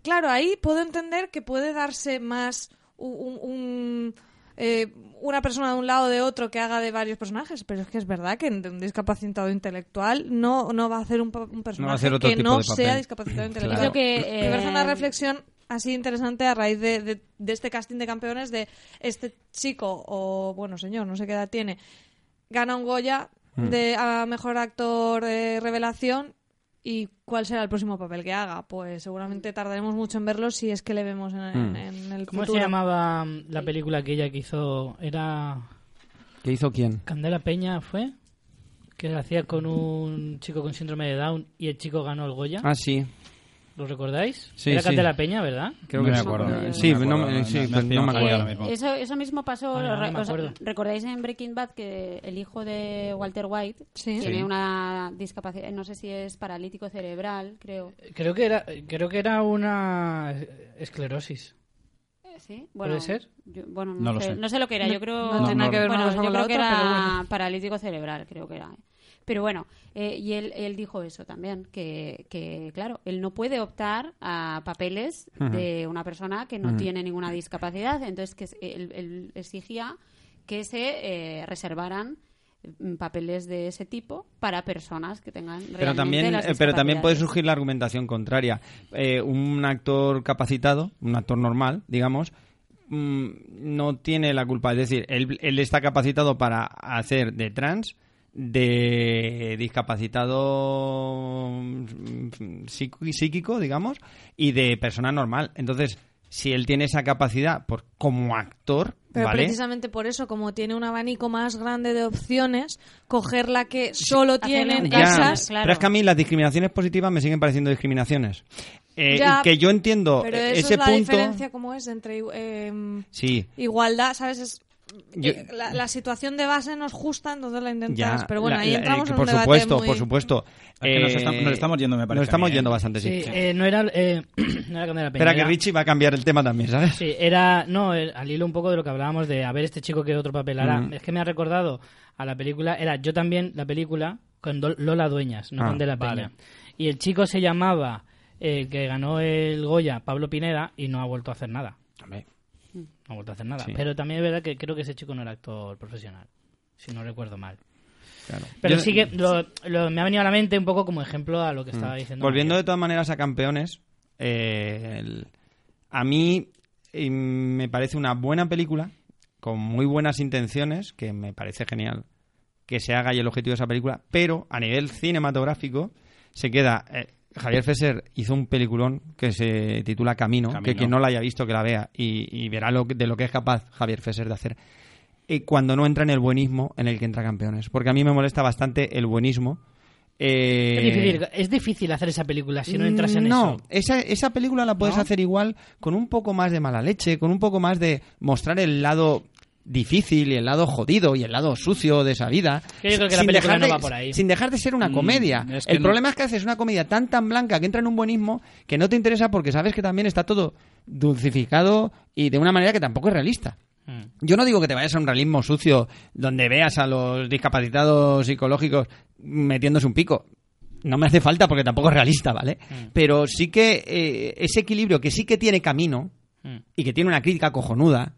Speaker 2: Claro, ahí puedo entender que puede darse más un- un- un, eh, una persona de un lado o de otro que haga de varios personajes, pero es que es verdad que un discapacitado intelectual no, no va a hacer un, pa- un personaje
Speaker 4: hacer otro
Speaker 2: que
Speaker 4: tipo
Speaker 2: no
Speaker 4: de papel.
Speaker 2: sea discapacitado intelectual.
Speaker 3: Eso que,
Speaker 2: Me parece una
Speaker 3: eh,
Speaker 2: reflexión así interesante a raíz de, de- de este casting de campeones de este chico o, bueno, señor, no sé qué edad tiene, gana un Goya
Speaker 4: Mm.
Speaker 2: de, a mejor actor de revelación y cuál será el próximo papel que haga. Pues seguramente tardaremos mucho en verlo si es que le vemos en, en-
Speaker 4: Mm.
Speaker 2: en el
Speaker 1: ¿Cómo se
Speaker 2: futuro.
Speaker 1: llamaba mm, la película que ella que hizo? Era
Speaker 4: ¿Qué hizo quién?
Speaker 1: Candela Peña, ¿fue? Que la hacía con un chico con síndrome de Down y el chico ganó el Goya.
Speaker 4: Ah, sí.
Speaker 1: ¿Lo recordáis?
Speaker 4: Sí,
Speaker 1: Era
Speaker 4: sí.
Speaker 1: Candela Peña, ¿verdad?
Speaker 4: Creo
Speaker 5: no
Speaker 4: que
Speaker 5: me
Speaker 4: sí.
Speaker 5: acuerdo.
Speaker 4: Sí,
Speaker 5: me
Speaker 4: no,
Speaker 5: acuerdo,
Speaker 4: eh, sí,
Speaker 5: no- no
Speaker 4: pero
Speaker 5: estoy
Speaker 4: no me
Speaker 5: acordado
Speaker 4: acuerdo.
Speaker 5: ahora mismo.
Speaker 3: Eso, eso mismo pasó.
Speaker 1: Vale, ahora me
Speaker 3: os-
Speaker 1: acuerdo.
Speaker 3: ¿Recordáis en Breaking Bad que el hijo de Walter White
Speaker 2: Sí.
Speaker 3: tiene
Speaker 5: Sí.
Speaker 3: una discapacidad, no sé si es paralítico cerebral, creo.
Speaker 1: Creo que era, creo que era una esclerosis.
Speaker 3: ¿Sí? Bueno,
Speaker 1: ¿Puede ser?
Speaker 3: yo- bueno, no,
Speaker 5: No lo
Speaker 3: sé.
Speaker 5: sé.
Speaker 3: No sé lo que era.
Speaker 2: No-
Speaker 3: yo creo.
Speaker 2: no tiene
Speaker 5: nada que
Speaker 2: ver una
Speaker 3: bueno,
Speaker 2: cosa
Speaker 3: yo
Speaker 2: con
Speaker 3: creo
Speaker 2: la
Speaker 3: que
Speaker 2: otra,
Speaker 3: era
Speaker 2: pero bueno.
Speaker 3: paralítico cerebral, creo que era. Pero bueno, eh, y él, él dijo eso también, que, que, claro, él no puede optar a papeles de una persona que no tiene ninguna discapacidad. Entonces, que es- él, él exigía que se eh, reservaran mm, papeles de ese tipo para personas que tengan
Speaker 4: Pero
Speaker 3: realmente
Speaker 4: también,
Speaker 3: las
Speaker 4: eh, pero también puede
Speaker 3: discapacidades.
Speaker 4: surgir la argumentación contraria. Eh, un actor capacitado, un actor normal, digamos, mm, no tiene la culpa. Es decir, él, él está capacitado para hacer de trans, de discapacitado mm, psiqui- psíquico, digamos, y de persona normal. Entonces, si él tiene esa capacidad por, como actor,
Speaker 2: Pero
Speaker 4: ¿vale?
Speaker 2: precisamente por eso, como tiene un abanico más grande de opciones, coger la que solo tienen
Speaker 3: un
Speaker 4: Ya,
Speaker 2: esas.
Speaker 3: claro.
Speaker 4: Pero es que a mí las discriminaciones positivas me siguen pareciendo discriminaciones. Eh,
Speaker 2: Ya,
Speaker 4: y que yo entiendo
Speaker 2: Pero
Speaker 4: eh,
Speaker 2: eso
Speaker 4: ese
Speaker 2: es la
Speaker 4: punto.
Speaker 2: diferencia, como es, entre eh,
Speaker 4: Sí.
Speaker 2: igualdad, ¿sabes? Es,
Speaker 4: Yo-
Speaker 2: eh, la, la situación de base no es justa, entonces la intentas.
Speaker 4: Ya,
Speaker 2: pero bueno,
Speaker 4: la-
Speaker 2: ahí
Speaker 4: la- eh,
Speaker 2: entramos
Speaker 4: que
Speaker 2: en un
Speaker 4: Por
Speaker 2: debate
Speaker 4: supuesto,
Speaker 2: muy-
Speaker 4: por supuesto. Eh,
Speaker 5: Es que nos estamos- nos estamos yendo, me parece
Speaker 4: Nos estamos
Speaker 5: a mí,
Speaker 4: yendo
Speaker 5: ¿eh?
Speaker 4: bastante, sí.
Speaker 1: Sí, eh, no era, eh, no era Candela Peña.
Speaker 4: Espera que
Speaker 1: era-
Speaker 4: Richie va a cambiar el tema también, ¿sabes?
Speaker 1: Sí, era, no, eh, al hilo un poco de lo que hablábamos de a ver este chico qué otro papel hará.
Speaker 4: Ujú.
Speaker 1: Es que me ha recordado a la película, era yo también la película con Dol- Lola Dueñas, no
Speaker 4: Ah,
Speaker 1: con De la Peña.
Speaker 5: vale.
Speaker 1: Y el chico se llamaba, eh, el que ganó el Goya, Pablo Pineda, y no ha vuelto a hacer nada.
Speaker 4: Hombre,
Speaker 1: No ha vuelto a hacer nada.
Speaker 4: Sí.
Speaker 1: Pero también es verdad que creo que ese chico no era actor profesional, si no recuerdo mal.
Speaker 4: claro.
Speaker 1: Pero
Speaker 4: Yo-
Speaker 1: sí que lo- lo- me ha venido a la mente un poco como ejemplo a lo que estaba diciendo.
Speaker 4: Mm. Volviendo de
Speaker 1: María.
Speaker 4: todas maneras a campeones, eh, el- a mí eh, me parece una buena película, con muy buenas intenciones, que me parece genial que se haga y el objetivo de esa película, pero a nivel cinematográfico se queda... eh, Javier Fesser hizo un peliculón que se titula Camino, que
Speaker 5: Camino.
Speaker 4: quien no la haya visto que la vea y, y verá lo, que- de lo que es capaz Javier Fesser de hacer eh, cuando no entra en el buenismo en el que entra Campeones, porque a mí me molesta bastante el buenismo. eh,
Speaker 1: Es difícil, es difícil hacer esa película si no entras en
Speaker 4: no,
Speaker 1: eso.
Speaker 4: esa, esa película la puedes hacer igual con un poco más de mala leche, con un poco más de mostrar el lado difícil y el lado jodido y el lado sucio de esa vida.
Speaker 1: Que yo creo que la
Speaker 4: sin
Speaker 1: película
Speaker 4: dejar
Speaker 1: no
Speaker 4: de-
Speaker 1: va por ahí.
Speaker 4: Sin dejar de ser una
Speaker 5: Mm,
Speaker 4: comedia.
Speaker 5: es que
Speaker 4: el
Speaker 5: no-
Speaker 4: problema es que haces una comedia tan tan blanca que entra en un buenismo que no te interesa porque sabes que también está todo dulcificado y de una manera que tampoco es realista.
Speaker 1: Mm.
Speaker 4: Yo no digo que te vayas a un realismo sucio donde veas a los discapacitados psicológicos metiéndose un pico. No me hace falta porque tampoco es realista, ¿vale? Pero sí que eh, ese equilibrio que sí que tiene camino
Speaker 1: Mm.
Speaker 4: y que tiene una crítica cojonuda,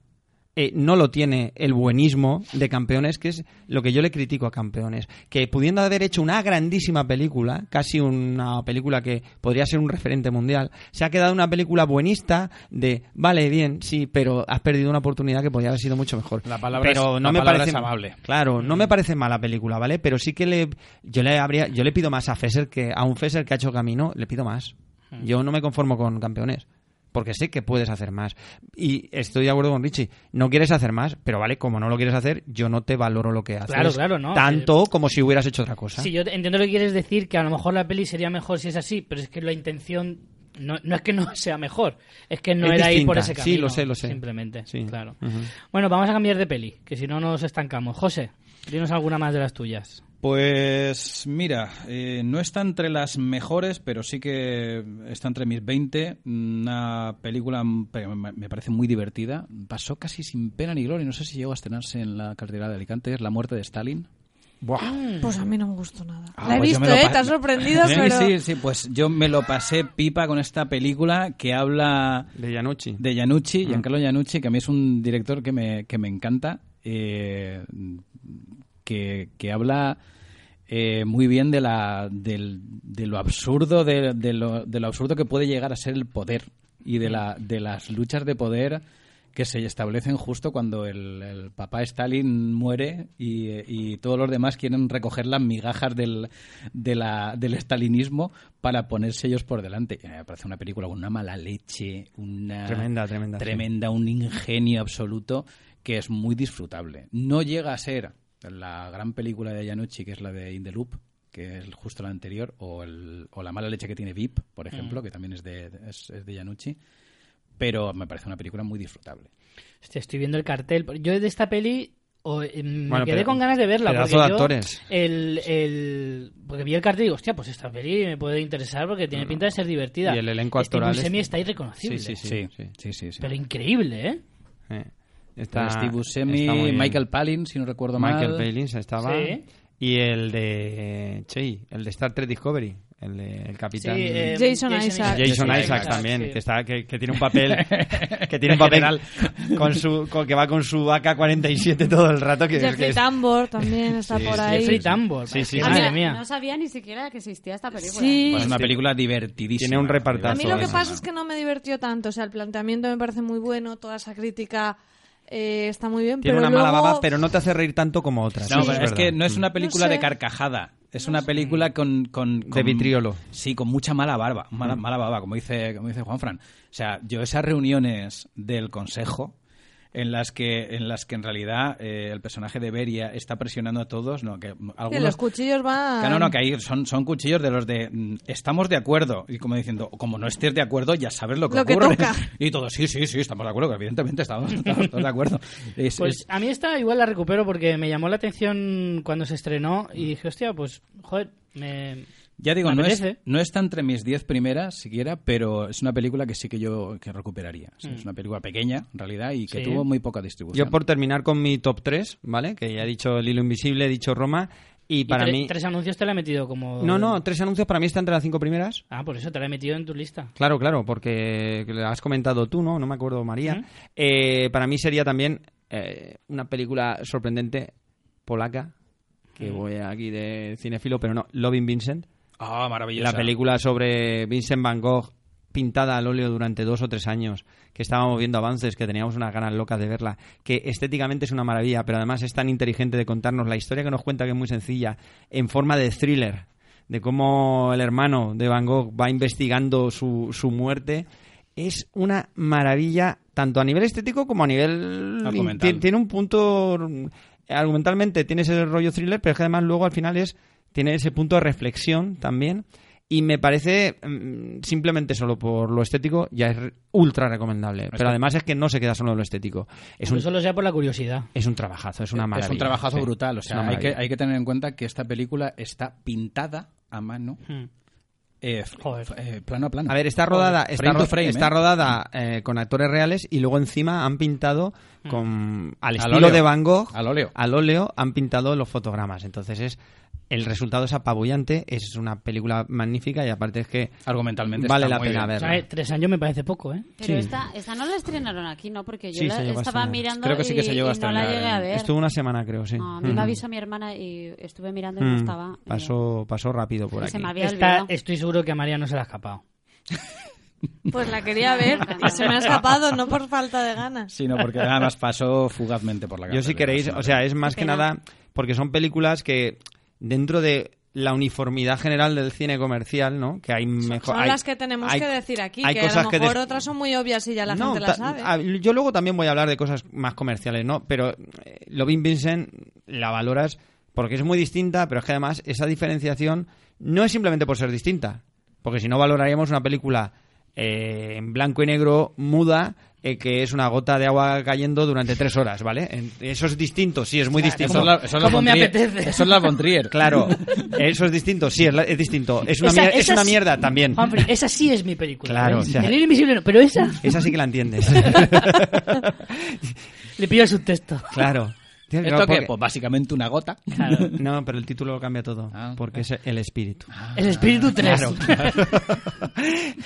Speaker 4: eh, no lo tiene el buenismo de Campeones, que es lo que yo le critico a Campeones. Que pudiendo haber hecho una grandísima película, casi una película que podría ser un referente mundial, se ha quedado una película buenista de, vale, bien, sí, pero has perdido una oportunidad que podría haber sido mucho mejor.
Speaker 5: La palabra
Speaker 4: pero
Speaker 5: es-
Speaker 4: no
Speaker 5: la
Speaker 4: me
Speaker 5: palabra
Speaker 4: parece
Speaker 5: es amable.
Speaker 4: Claro, no
Speaker 1: Mm.
Speaker 4: me parece mala película, ¿vale? Pero sí que le, yo le habría, yo le pido más a Fesser que a un Fesser que ha hecho camino, le pido más.
Speaker 1: Mm.
Speaker 4: Yo no me conformo con campeones. Porque sé que puedes hacer más. Y estoy de acuerdo con Richie. No quieres hacer más, pero vale, como no lo quieres hacer, yo no te valoro lo que haces.
Speaker 1: Claro, claro, no.
Speaker 4: Tanto como si hubieras hecho otra cosa.
Speaker 1: Sí, yo te- entiendo lo que quieres decir, que a lo mejor la peli sería mejor si es así, pero es que la intención no, no es que no sea mejor, es que no
Speaker 4: Es
Speaker 1: era ir por ese
Speaker 4: distinta.
Speaker 1: camino.
Speaker 4: Sí, lo sé, lo sé.
Speaker 1: Simplemente,
Speaker 4: Sí.
Speaker 1: claro.
Speaker 4: Ujú.
Speaker 1: Bueno, vamos a cambiar de peli, que si no nos estancamos. José, dinos alguna más de las tuyas.
Speaker 5: Pues mira, eh, no está entre las mejores, pero sí que está entre mis 20. Una película que me me parece muy divertida. Pasó casi sin pena ni gloria, no sé si llegó a estrenarse en la cartera de Alicante, es La muerte de Stalin.
Speaker 4: Buah.
Speaker 2: Pues a mí no me gustó nada.
Speaker 5: Ah,
Speaker 2: la he
Speaker 5: pues
Speaker 2: visto,
Speaker 5: yo me lo
Speaker 2: ¿eh?
Speaker 5: pa-
Speaker 2: Te has sorprendido,
Speaker 5: Sí,
Speaker 2: pero...
Speaker 5: Sí, sí, pues yo me lo pasé pipa con esta película que habla
Speaker 4: De Yanucci.
Speaker 5: de Giannucci,
Speaker 2: Mm.
Speaker 5: Giancarlo Giannucci, que a mí es un director que me, que me encanta, eh, que, que habla eh, muy bien de, la, del, de lo absurdo de, de lo, de lo absurdo que puede llegar a ser el poder y de, la, de las luchas de poder que se establecen justo cuando el, el papá Stalin muere y, eh, y todos los demás quieren recoger las migajas del, de la- del stalinismo para ponerse ellos por delante. Y me parece una película, con una mala leche, una
Speaker 4: Tremenda, tremenda, Ah, sí.
Speaker 5: tremenda, un ingenio absoluto que es muy disfrutable. No llega a ser la gran película de Yanucci, que es la de In the Loop, que es justo la anterior, o, el- o La mala leche que tiene VIP, por
Speaker 4: Mm.
Speaker 5: ejemplo, que también es de, es, es de Yanucci, pero me parece una película muy disfrutable.
Speaker 1: Hostia, estoy viendo el cartel. Yo de esta peli o, eh, me
Speaker 4: Bueno,
Speaker 1: quedé
Speaker 4: pero-
Speaker 1: con ganas de verla.
Speaker 4: pedazo
Speaker 1: Porque
Speaker 4: de
Speaker 1: yo
Speaker 4: actores.
Speaker 1: El, el- porque vi el cartel y digo, hostia, pues esta peli me puede interesar porque tiene pinta de ser divertida.
Speaker 4: Y el elenco
Speaker 1: Steve
Speaker 4: actoral
Speaker 1: Buscemi
Speaker 4: es-
Speaker 1: está irreconocible.
Speaker 4: Sí, sí, sí.
Speaker 5: sí, sí, sí.
Speaker 1: Pero increíble, ¿eh?
Speaker 4: Eh, Está,
Speaker 5: Está Pues Steve Buscemi,
Speaker 4: está muy bien.
Speaker 5: Michael Palin, si no recuerdo
Speaker 4: Michael
Speaker 5: mal.
Speaker 4: Palin se estaba.
Speaker 1: Sí.
Speaker 4: Y el de. Che, el de Star Trek Discovery. El, de- el capitán.
Speaker 1: Sí, eh,
Speaker 2: Jason Isaac.
Speaker 4: Jason
Speaker 5: Jason
Speaker 4: Isaacs
Speaker 5: Isaacs,
Speaker 4: también,
Speaker 1: sí.
Speaker 4: que, está, que, que tiene un papel. que tiene un papel. con su, con- que va con su AK-47 todo el rato. Que, que
Speaker 2: Jeffrey
Speaker 4: es-
Speaker 2: Tambor también está por ahí.
Speaker 1: Jeffrey Tambor.
Speaker 4: Sí, sí,
Speaker 1: es que
Speaker 4: sí.
Speaker 1: Madre
Speaker 3: Ah, mira,
Speaker 1: mía.
Speaker 3: No sabía ni siquiera que existía esta película.
Speaker 2: Sí.
Speaker 5: Bueno, es una
Speaker 4: Sí.
Speaker 5: película divertidísima.
Speaker 4: Tiene un repartazo,
Speaker 2: A mí lo que
Speaker 4: Eso,
Speaker 2: pasa es que no me divirtió tanto. O sea, el planteamiento me parece muy bueno, toda esa crítica eh, está muy bien.
Speaker 4: Tiene
Speaker 2: pero
Speaker 4: una mala
Speaker 2: luego-
Speaker 4: baba, pero no te hace reír tanto como otras.
Speaker 5: No,
Speaker 4: eso
Speaker 5: pero es
Speaker 4: verdad.
Speaker 5: que no es una película
Speaker 2: No sé.
Speaker 5: de carcajada. Es una película con, con- con-
Speaker 4: vitriolo.
Speaker 5: Sí, con mucha mala barba. Mala, mala baba, como dice, como dice Juanfran. O sea, yo esas reuniones del consejo en las que en las que en realidad eh, el personaje de Beria está presionando a todos no que
Speaker 2: Que
Speaker 5: algunos
Speaker 2: los cuchillos van...
Speaker 5: Que no, no, que ahí son, son cuchillos de los de mm, estamos de acuerdo. Y como diciendo, como no estés de acuerdo, ya sabes lo que
Speaker 2: Lo que
Speaker 5: ocurre.
Speaker 2: toca.
Speaker 5: Y todos, sí, sí, sí, estamos de acuerdo, que evidentemente estamos, estamos todos de acuerdo. Es-
Speaker 1: Pues
Speaker 5: es-
Speaker 1: a mí esta igual la recupero porque me llamó la atención cuando se estrenó
Speaker 4: Mm.
Speaker 1: y dije, hostia, pues, joder, me...
Speaker 5: ya digo,
Speaker 1: me
Speaker 5: no es,
Speaker 1: apetece.
Speaker 5: no está entre mis 10 primeras siquiera, pero es una película que sí que yo que recuperaría. O sea, Es una película pequeña, en realidad, y que
Speaker 1: Sí.
Speaker 5: tuvo muy poca distribución.
Speaker 4: Yo por terminar con mi top 3, ¿vale? Que ya he dicho El Hilo Invisible, he dicho Roma. Y para
Speaker 1: tre-
Speaker 4: mí...
Speaker 1: Tres anuncios te la he metido como...
Speaker 4: No, no, tres anuncios para mí están entre las cinco primeras.
Speaker 1: Ah, por eso te la he metido en tu lista.
Speaker 4: Claro, claro, porque la has comentado tú, ¿no? No me acuerdo, María.
Speaker 1: Ujú.
Speaker 4: Eh, para mí sería también eh, una película sorprendente polaca, que voy aquí de cinefilo, pero no, Loving Vincent.
Speaker 5: Ah, maravillosa.
Speaker 4: La película sobre Vincent Van Gogh pintada al óleo durante dos o tres años, que estábamos viendo avances, que teníamos unas ganas locas de verla, que estéticamente es una maravilla, pero además es tan inteligente de contarnos la historia que nos cuenta que es muy sencilla, en forma de thriller, de cómo el hermano de Van Gogh va investigando su, su muerte. Es una maravilla, tanto a nivel estético como a nivel...
Speaker 5: Argumental.
Speaker 4: Ti- Tiene un punto... Argumentalmente tiene ese rollo thriller, pero es que además luego al final es tiene ese punto de reflexión también. Y me parece, mm, simplemente solo por lo estético, ya es re- ultra recomendable. Pero además es que no se queda solo en lo estético. Es un,
Speaker 1: Eso lo sea por la curiosidad.
Speaker 4: es un trabajazo, es una maravilla.
Speaker 5: Es un trabajazo
Speaker 4: sí.
Speaker 5: brutal. O
Speaker 4: Es
Speaker 5: sea,
Speaker 4: una
Speaker 5: hay que,
Speaker 4: maravilla.
Speaker 5: hay que tener en cuenta que esta película está pintada a mano,
Speaker 1: Hmm.
Speaker 5: eh,
Speaker 1: Joder.
Speaker 5: eh, plano a plano.
Speaker 4: A ver, está rodada, está,
Speaker 5: Frame to
Speaker 4: ro-
Speaker 5: frame,
Speaker 4: está
Speaker 5: ¿eh?
Speaker 4: rodada eh, con actores reales y luego encima han pintado con al
Speaker 5: Mm. Al
Speaker 4: estilo
Speaker 5: óleo.
Speaker 4: de Van Gogh,
Speaker 5: Al óleo.
Speaker 4: al óleo han pintado los fotogramas. Entonces es el resultado es apabullante, es una película magnífica y aparte es que
Speaker 5: Argumentalmente
Speaker 4: vale
Speaker 5: está
Speaker 4: la
Speaker 5: muy
Speaker 4: pena
Speaker 5: bien.
Speaker 1: O
Speaker 4: verla.
Speaker 1: sea, eh, tres años me parece poco, ¿eh?
Speaker 3: Pero
Speaker 4: Sí.
Speaker 3: esta, esta no la estrenaron aquí, ¿no? Porque yo
Speaker 4: Sí,
Speaker 3: la
Speaker 4: se llegó a
Speaker 3: estaba
Speaker 4: estrenar.
Speaker 3: mirando
Speaker 5: Creo que sí que
Speaker 3: y-
Speaker 5: se llegó a
Speaker 3: y no la
Speaker 5: estrenar.
Speaker 3: llegué a ver.
Speaker 4: Estuvo una semana creo, sí.
Speaker 3: No, a mí me
Speaker 4: Mm.
Speaker 3: avisó mi hermana y estuve mirando y
Speaker 4: Mm,
Speaker 3: no estaba. eh, Y
Speaker 4: Pasó, pasó rápido por
Speaker 3: que
Speaker 4: aquí.
Speaker 3: se me había
Speaker 1: Esta,
Speaker 3: olvidado.
Speaker 1: estoy seguro que a María no se la ha escapado.
Speaker 2: Pues la quería ver y se me ha escapado, no por falta de ganas.
Speaker 5: Sí, no, porque nada más pasó fugazmente por la
Speaker 4: Yo
Speaker 5: cabeza.
Speaker 4: si queréis, o sea, es más
Speaker 3: Qué
Speaker 4: que
Speaker 3: pena.
Speaker 4: nada porque son películas que dentro de la uniformidad general del cine comercial, ¿no? Que hay mejor.
Speaker 2: Son
Speaker 4: hay-
Speaker 2: las que tenemos
Speaker 4: hay-
Speaker 2: que decir aquí,
Speaker 4: hay
Speaker 2: que
Speaker 4: cosas
Speaker 2: a lo mejor
Speaker 4: des-
Speaker 2: otras son muy obvias y ya la
Speaker 4: No,
Speaker 2: gente las
Speaker 4: ta-
Speaker 2: sabe.
Speaker 4: a- yo luego también voy a hablar de cosas más comerciales, ¿no? Pero eh, Lovin Vincent la valoras porque es muy distinta, pero es que además esa diferenciación no es simplemente por ser distinta, porque si no valoraríamos una película eh, en blanco y negro, muda, eh, que es una gota de agua cayendo durante tres horas, ¿vale? En- eso es distinto, sí, es muy distinto.
Speaker 5: Eso es la, eso es la
Speaker 1: ¿Cómo me
Speaker 5: Von Trier.
Speaker 1: apetece?
Speaker 5: Eso es la Von Trier.
Speaker 4: Claro, eso es distinto, sí, es, la- es distinto. Es una,
Speaker 1: Esa-
Speaker 4: mier- es
Speaker 1: esa
Speaker 4: una
Speaker 1: sí-
Speaker 4: mierda también.
Speaker 1: Humphrey, esa sí es mi película.
Speaker 4: Mm. Claro,
Speaker 1: ¿eh?
Speaker 4: o sea-
Speaker 1: El Hilo invisible no, pero esa
Speaker 4: Esa sí que la entiendes.
Speaker 1: le pido el subtexto.
Speaker 4: Claro. Tío,
Speaker 5: ¿Esto
Speaker 4: claro,
Speaker 5: qué?
Speaker 4: porque-
Speaker 5: Pues básicamente una gota.
Speaker 4: No, pero el título lo cambia todo,
Speaker 5: Ah.
Speaker 4: porque es el espíritu.
Speaker 1: El espíritu 3.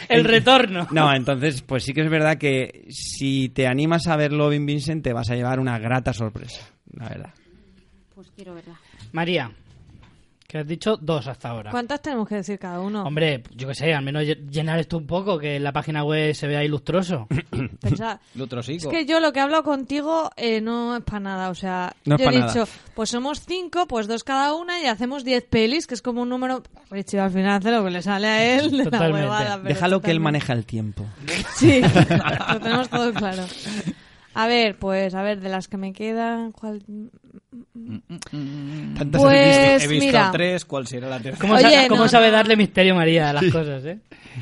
Speaker 1: el retorno.
Speaker 4: No, entonces, pues sí que es verdad que si te animas a ver Loving Vincent, te vas a llevar una grata sorpresa, la verdad.
Speaker 3: Pues quiero verla.
Speaker 1: María, que has dicho dos hasta ahora.
Speaker 2: ¿Cuántas tenemos que decir cada uno?
Speaker 1: Hombre, yo qué sé, al menos lle- llenar esto un poco, que la página web se vea ilustroso.
Speaker 2: Pensad.
Speaker 5: El otro
Speaker 2: Es que yo lo que he hablado contigo eh, no es para nada. O sea,
Speaker 4: No es
Speaker 2: yo he
Speaker 4: pa' nada.
Speaker 2: dicho, pues somos cinco, pues dos cada una y hacemos diez pelis, que es como un número. Richie al final hace lo que le sale a él de la
Speaker 1: Totalmente.
Speaker 2: huevada. pero
Speaker 4: Déjalo que él
Speaker 2: totalmente.
Speaker 4: maneja el tiempo.
Speaker 2: Sí, lo tenemos todo claro. A ver, pues, a ver, de las que me quedan, ¿cuál?
Speaker 4: Tantas
Speaker 2: Pues-
Speaker 4: he visto.
Speaker 2: Es,
Speaker 5: He visto
Speaker 2: mira.
Speaker 5: tres, ¿cuál será la tercera?
Speaker 1: ¿Cómo,
Speaker 2: Oye,
Speaker 1: sa- cómo
Speaker 2: no,
Speaker 1: sabe
Speaker 2: no.
Speaker 1: darle misterio María a las cosas, eh?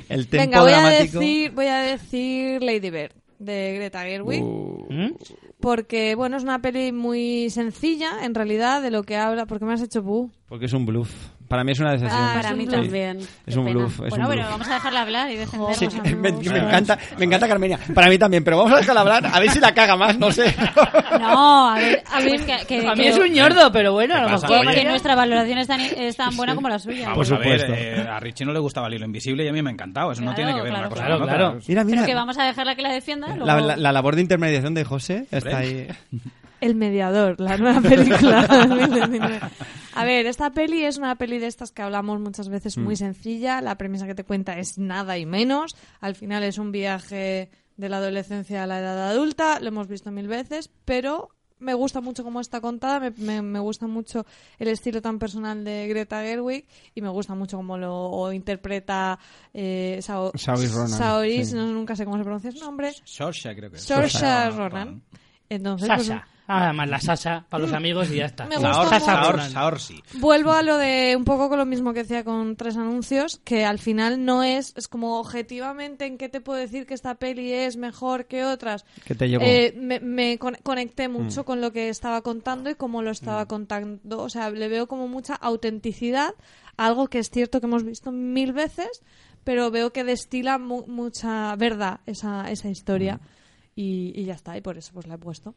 Speaker 4: El tiempo
Speaker 2: Venga, voy a,
Speaker 4: dramático.
Speaker 2: decir, voy a decir Lady Bird, de Greta Gerwig.
Speaker 1: ¿Mm?
Speaker 2: Porque, bueno, es una peli muy sencilla, en realidad, de lo que habla. Porque me has hecho bu.
Speaker 4: Porque es un bluff. Para mí es una decepción.
Speaker 2: Ah,
Speaker 3: Para
Speaker 2: es
Speaker 3: mí
Speaker 2: un
Speaker 3: también.
Speaker 4: Es
Speaker 3: Qué
Speaker 4: un
Speaker 3: pena.
Speaker 4: bluff, es
Speaker 3: bueno,
Speaker 4: un
Speaker 3: bueno,
Speaker 4: bluff.
Speaker 3: vamos a dejarla hablar y defendernos.
Speaker 4: Sí,
Speaker 2: Vamos a
Speaker 4: me,
Speaker 2: hablar.
Speaker 4: me encanta, me encanta Carmenia. Para mí también, pero vamos a dejarla hablar, a ver si la caga más, no sé.
Speaker 3: No, a ver, a ver, que,
Speaker 2: Eh,
Speaker 3: que-
Speaker 1: A mí
Speaker 3: que-
Speaker 1: es un ñordo, pero bueno, a lo
Speaker 5: ¿Qué pasa?
Speaker 1: mejor...
Speaker 3: que-
Speaker 5: Oye.
Speaker 3: que nuestra valoración es tan, es tan buena como la suya.
Speaker 5: Vamos
Speaker 4: Por
Speaker 5: a ver,
Speaker 4: supuesto.
Speaker 5: eh, a Richie no le gustaba el hilo invisible y a mí me ha encantado. Eso no
Speaker 3: Claro,
Speaker 5: tiene que ver
Speaker 3: claro,
Speaker 5: una cosa
Speaker 1: claro,
Speaker 5: con
Speaker 1: claro.
Speaker 5: otra.
Speaker 4: Mira,
Speaker 3: Pero
Speaker 4: mira.
Speaker 3: que vamos a dejarla que la defienda. luego-
Speaker 4: La, la- la labor de intermediación de José está ahí.
Speaker 2: El Mediador, la nueva película de 2019. A ver, esta peli es una peli de estas que hablamos muchas veces
Speaker 4: Mm.
Speaker 2: muy sencilla. La premisa que te cuenta es nada y menos. Al final es un viaje de la adolescencia a la edad adulta. Lo hemos visto mil veces, pero me gusta mucho cómo está contada. Me, me- me gusta mucho el estilo tan personal de Greta Gerwig y me gusta mucho cómo lo interpreta eh, Sao-
Speaker 4: Saoirse Ronan,
Speaker 2: Saoirse,
Speaker 4: sí.
Speaker 2: no- nunca sé cómo se pronuncia su nombre.
Speaker 5: Saoirse, creo que es.
Speaker 2: Saoirse Ronan. Entonces, pues,
Speaker 1: Sasa. Nada más la Sasa para los amigos y ya está.
Speaker 2: Me gusta
Speaker 5: Saor-
Speaker 2: mucho.
Speaker 1: Sasa
Speaker 5: Saor-
Speaker 1: Ronan.
Speaker 5: Saorsi.
Speaker 2: Vuelvo a lo de un poco con lo mismo que decía con tres anuncios, que al final no es, es como objetivamente en qué te puedo decir que esta peli es mejor que otras.
Speaker 4: Que te llegó.
Speaker 2: Eh, me, me con- conecté
Speaker 1: Mm.
Speaker 2: mucho con lo que estaba contando y cómo lo estaba contando. O sea, le veo como mucha autenticidad, algo que es cierto que hemos visto mil veces, pero veo que destila mu- mucha verdad esa, esa historia.
Speaker 1: Mm.
Speaker 2: Y, y ya está, y por eso pues la he puesto.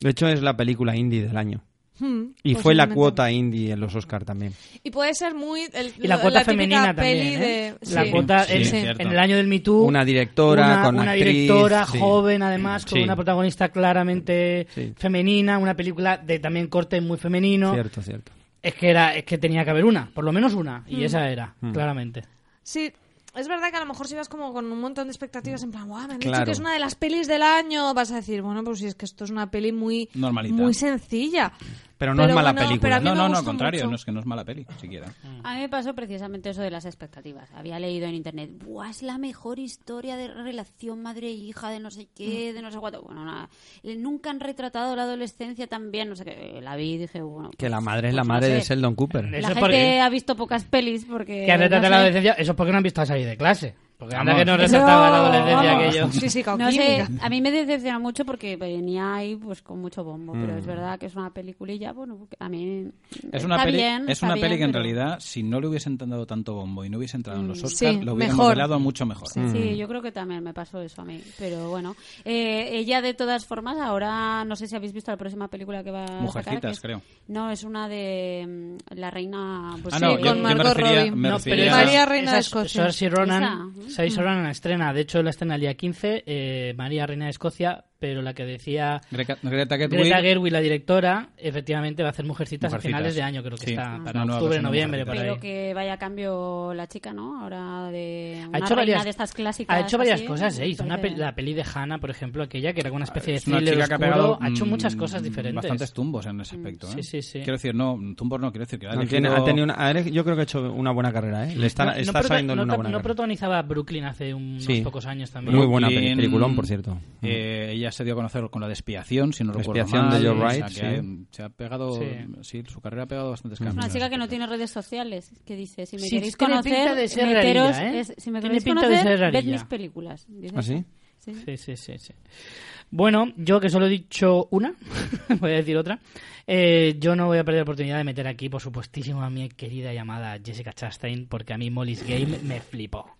Speaker 4: De hecho, es la película indie del año.
Speaker 2: Hmm,
Speaker 4: Y fue la
Speaker 2: posiblemente.
Speaker 4: cuota indie en los Oscar también.
Speaker 2: Y puede ser muy. El,
Speaker 1: Y la cuota
Speaker 2: típica
Speaker 1: femenina
Speaker 2: peli
Speaker 1: también, ¿eh?
Speaker 2: de-
Speaker 1: La
Speaker 2: sí.
Speaker 1: cuota
Speaker 5: Sí,
Speaker 1: en-
Speaker 5: es cierto.
Speaker 1: en el año del Me Too.
Speaker 4: Una directora
Speaker 1: una,
Speaker 4: con
Speaker 1: una
Speaker 4: actriz,
Speaker 1: directora
Speaker 4: sí.
Speaker 1: joven, además, con
Speaker 4: Sí.
Speaker 1: una protagonista claramente
Speaker 4: Sí.
Speaker 1: femenina, una película de también corte muy femenino.
Speaker 4: Cierto, cierto.
Speaker 1: Es que era, es que tenía que haber una, por lo menos una,
Speaker 2: Mm.
Speaker 1: y esa era,
Speaker 4: Mm.
Speaker 1: claramente.
Speaker 2: Sí, es verdad que a lo mejor si vas como con un montón de expectativas en plan, "Guau, me han dicho
Speaker 4: Claro.
Speaker 2: que es una de las pelis del año, vas a decir, bueno, pues si es que esto es una peli muy,
Speaker 5: Normalita.
Speaker 2: muy sencilla.
Speaker 4: Pero no es mala película.
Speaker 2: pero a mí
Speaker 5: No,
Speaker 2: me
Speaker 5: no, no,
Speaker 2: gusta
Speaker 5: contrario,
Speaker 2: mucho.
Speaker 5: no es que no es mala peli, siquiera.
Speaker 3: A mí me pasó precisamente eso de las expectativas. Había leído en internet, Buah, es la mejor historia de relación madre e hija de no sé qué, de no sé cuánto. Bueno, nada. Nunca han retratado la adolescencia tan bien, no sé qué. La vi y dije, bueno.
Speaker 4: Que la madre es
Speaker 3: pues
Speaker 4: la
Speaker 3: no
Speaker 4: madre
Speaker 3: sé.
Speaker 4: de Sheldon Cooper.
Speaker 1: Eso
Speaker 3: La
Speaker 1: es
Speaker 3: gente
Speaker 1: porque-
Speaker 3: ha visto pocas pelis
Speaker 2: Eh,
Speaker 3: porque...
Speaker 1: que han retratado
Speaker 3: no
Speaker 1: la
Speaker 3: sé.
Speaker 1: adolescencia, eso es porque no han visto a salir de clase. Porque anda
Speaker 5: Vamos.
Speaker 1: que no
Speaker 5: Eso-
Speaker 1: resaltaba la adolescencia
Speaker 2: Vamos.
Speaker 1: aquello.
Speaker 2: Sí, sí,
Speaker 3: No sé,
Speaker 2: cauquímica.
Speaker 3: a mí me decepcionó mucho porque venía ahí pues con mucho bombo, pero
Speaker 1: Mm.
Speaker 3: es verdad que es una peliculilla, bueno, que a mí
Speaker 5: Es una
Speaker 3: está
Speaker 5: peli,
Speaker 3: bien,
Speaker 5: es
Speaker 3: está
Speaker 5: una
Speaker 3: bien,
Speaker 5: peli que en
Speaker 3: pero-
Speaker 5: realidad, si no le hubiesen dado tanto bombo y no hubiese entrado en los Oscars,
Speaker 2: sí,
Speaker 5: lo hubiesen
Speaker 2: mejor.
Speaker 5: modelado mucho mejor.
Speaker 3: Sí, sí, yo creo que también me pasó eso a mí, pero bueno. Eh, ella de todas formas, ahora no sé si habéis visto la próxima película que va a sacar.
Speaker 5: Mujercitas,
Speaker 3: que es-
Speaker 5: creo.
Speaker 3: No, es una de mm, la reina... Pues,
Speaker 5: Ah, no,
Speaker 3: eh,
Speaker 5: yo,
Speaker 2: con
Speaker 5: yo me
Speaker 2: Margot
Speaker 5: refería,
Speaker 2: Robbie.
Speaker 5: me
Speaker 1: No,
Speaker 5: refería
Speaker 1: pero
Speaker 5: a-
Speaker 2: María Reina
Speaker 1: esa
Speaker 2: de
Speaker 1: es
Speaker 2: Escocia.
Speaker 1: Saoirse Ronan,
Speaker 3: Esa.
Speaker 1: Saoirse Ronan la estrena, de hecho la estrena el día 15, eh, María Reina de Escocia, pero la que decía
Speaker 5: Greta, Greta Gerwig.
Speaker 1: Greta Gerwig, la directora, efectivamente va a hacer Mujercitas, a
Speaker 5: Mujercitas.
Speaker 1: finales de año, creo que
Speaker 5: Sí,
Speaker 1: está,
Speaker 5: una
Speaker 1: para
Speaker 5: nueva
Speaker 1: octubre,
Speaker 5: versión de
Speaker 1: noviembre, por
Speaker 5: Mujercitas.
Speaker 1: ahí.
Speaker 3: Pero que vaya a cambio la chica, ¿no? Ahora de una
Speaker 1: Ha hecho,
Speaker 3: reina
Speaker 1: varias,
Speaker 3: de estas clásicas.
Speaker 1: ha hecho varias
Speaker 3: así,
Speaker 1: cosas, ¿eh?
Speaker 3: me
Speaker 1: Hizo una
Speaker 3: parece
Speaker 1: peli- la peli de Hannah, por ejemplo, aquella que era como una especie de
Speaker 5: Ah, Es una
Speaker 1: thriller
Speaker 5: chica que ha
Speaker 1: oscuro.
Speaker 5: pegado
Speaker 1: ha hecho
Speaker 5: mm,
Speaker 1: muchas cosas diferentes.
Speaker 5: Bastantes tumbos en ese aspecto.
Speaker 1: Sí,
Speaker 5: ¿eh?
Speaker 1: sí, sí.
Speaker 5: Quiero decir, no, tumbos no, quiero decir que ha
Speaker 4: No tiene-
Speaker 5: elegido-
Speaker 4: ha tenido una- a ver, yo creo que ha hecho una buena carrera, ¿eh? Le está,
Speaker 1: No- no
Speaker 4: está
Speaker 1: prota-
Speaker 4: saliendo
Speaker 1: no
Speaker 4: una
Speaker 1: ta-
Speaker 4: buena
Speaker 1: no
Speaker 4: carrera.
Speaker 1: protagonizaba Brooklyn hace un-
Speaker 4: Sí.
Speaker 1: unos pocos años también.
Speaker 4: Muy buena
Speaker 5: Brooklyn,
Speaker 4: peli- peliculón, por cierto.
Speaker 5: eh, ella se dio a conocer con la de Expiación, si no recuerdo
Speaker 4: Expiación
Speaker 5: mal.
Speaker 4: de Joe
Speaker 5: o sea,
Speaker 4: Wright,
Speaker 5: que
Speaker 4: sí.
Speaker 5: Se ha pegado,
Speaker 1: Sí.
Speaker 5: sí. su carrera ha pegado bastantes
Speaker 3: Es
Speaker 5: cambios.
Speaker 3: una chica que no tiene redes sociales, que dice, si me
Speaker 1: Sí,
Speaker 3: queréis
Speaker 1: tiene
Speaker 3: conocer,
Speaker 1: pinta de ser
Speaker 3: meteros-
Speaker 1: rarilla, ¿eh?
Speaker 3: es- si me
Speaker 1: Tiene
Speaker 3: queréis
Speaker 1: pinta de
Speaker 3: conocer,
Speaker 1: ser
Speaker 3: ved
Speaker 1: rarilla.
Speaker 3: mis películas. dice.
Speaker 4: ¿Ah, sí?
Speaker 3: Sí.
Speaker 1: Sí, sí, sí, sí. Bueno, yo que solo he dicho una, voy a decir otra. eh, yo no voy a perder la oportunidad de meter aquí, por supuestísimo, a mi querida llamada Jessica Chastain, porque a mí Molly's Game me flipó.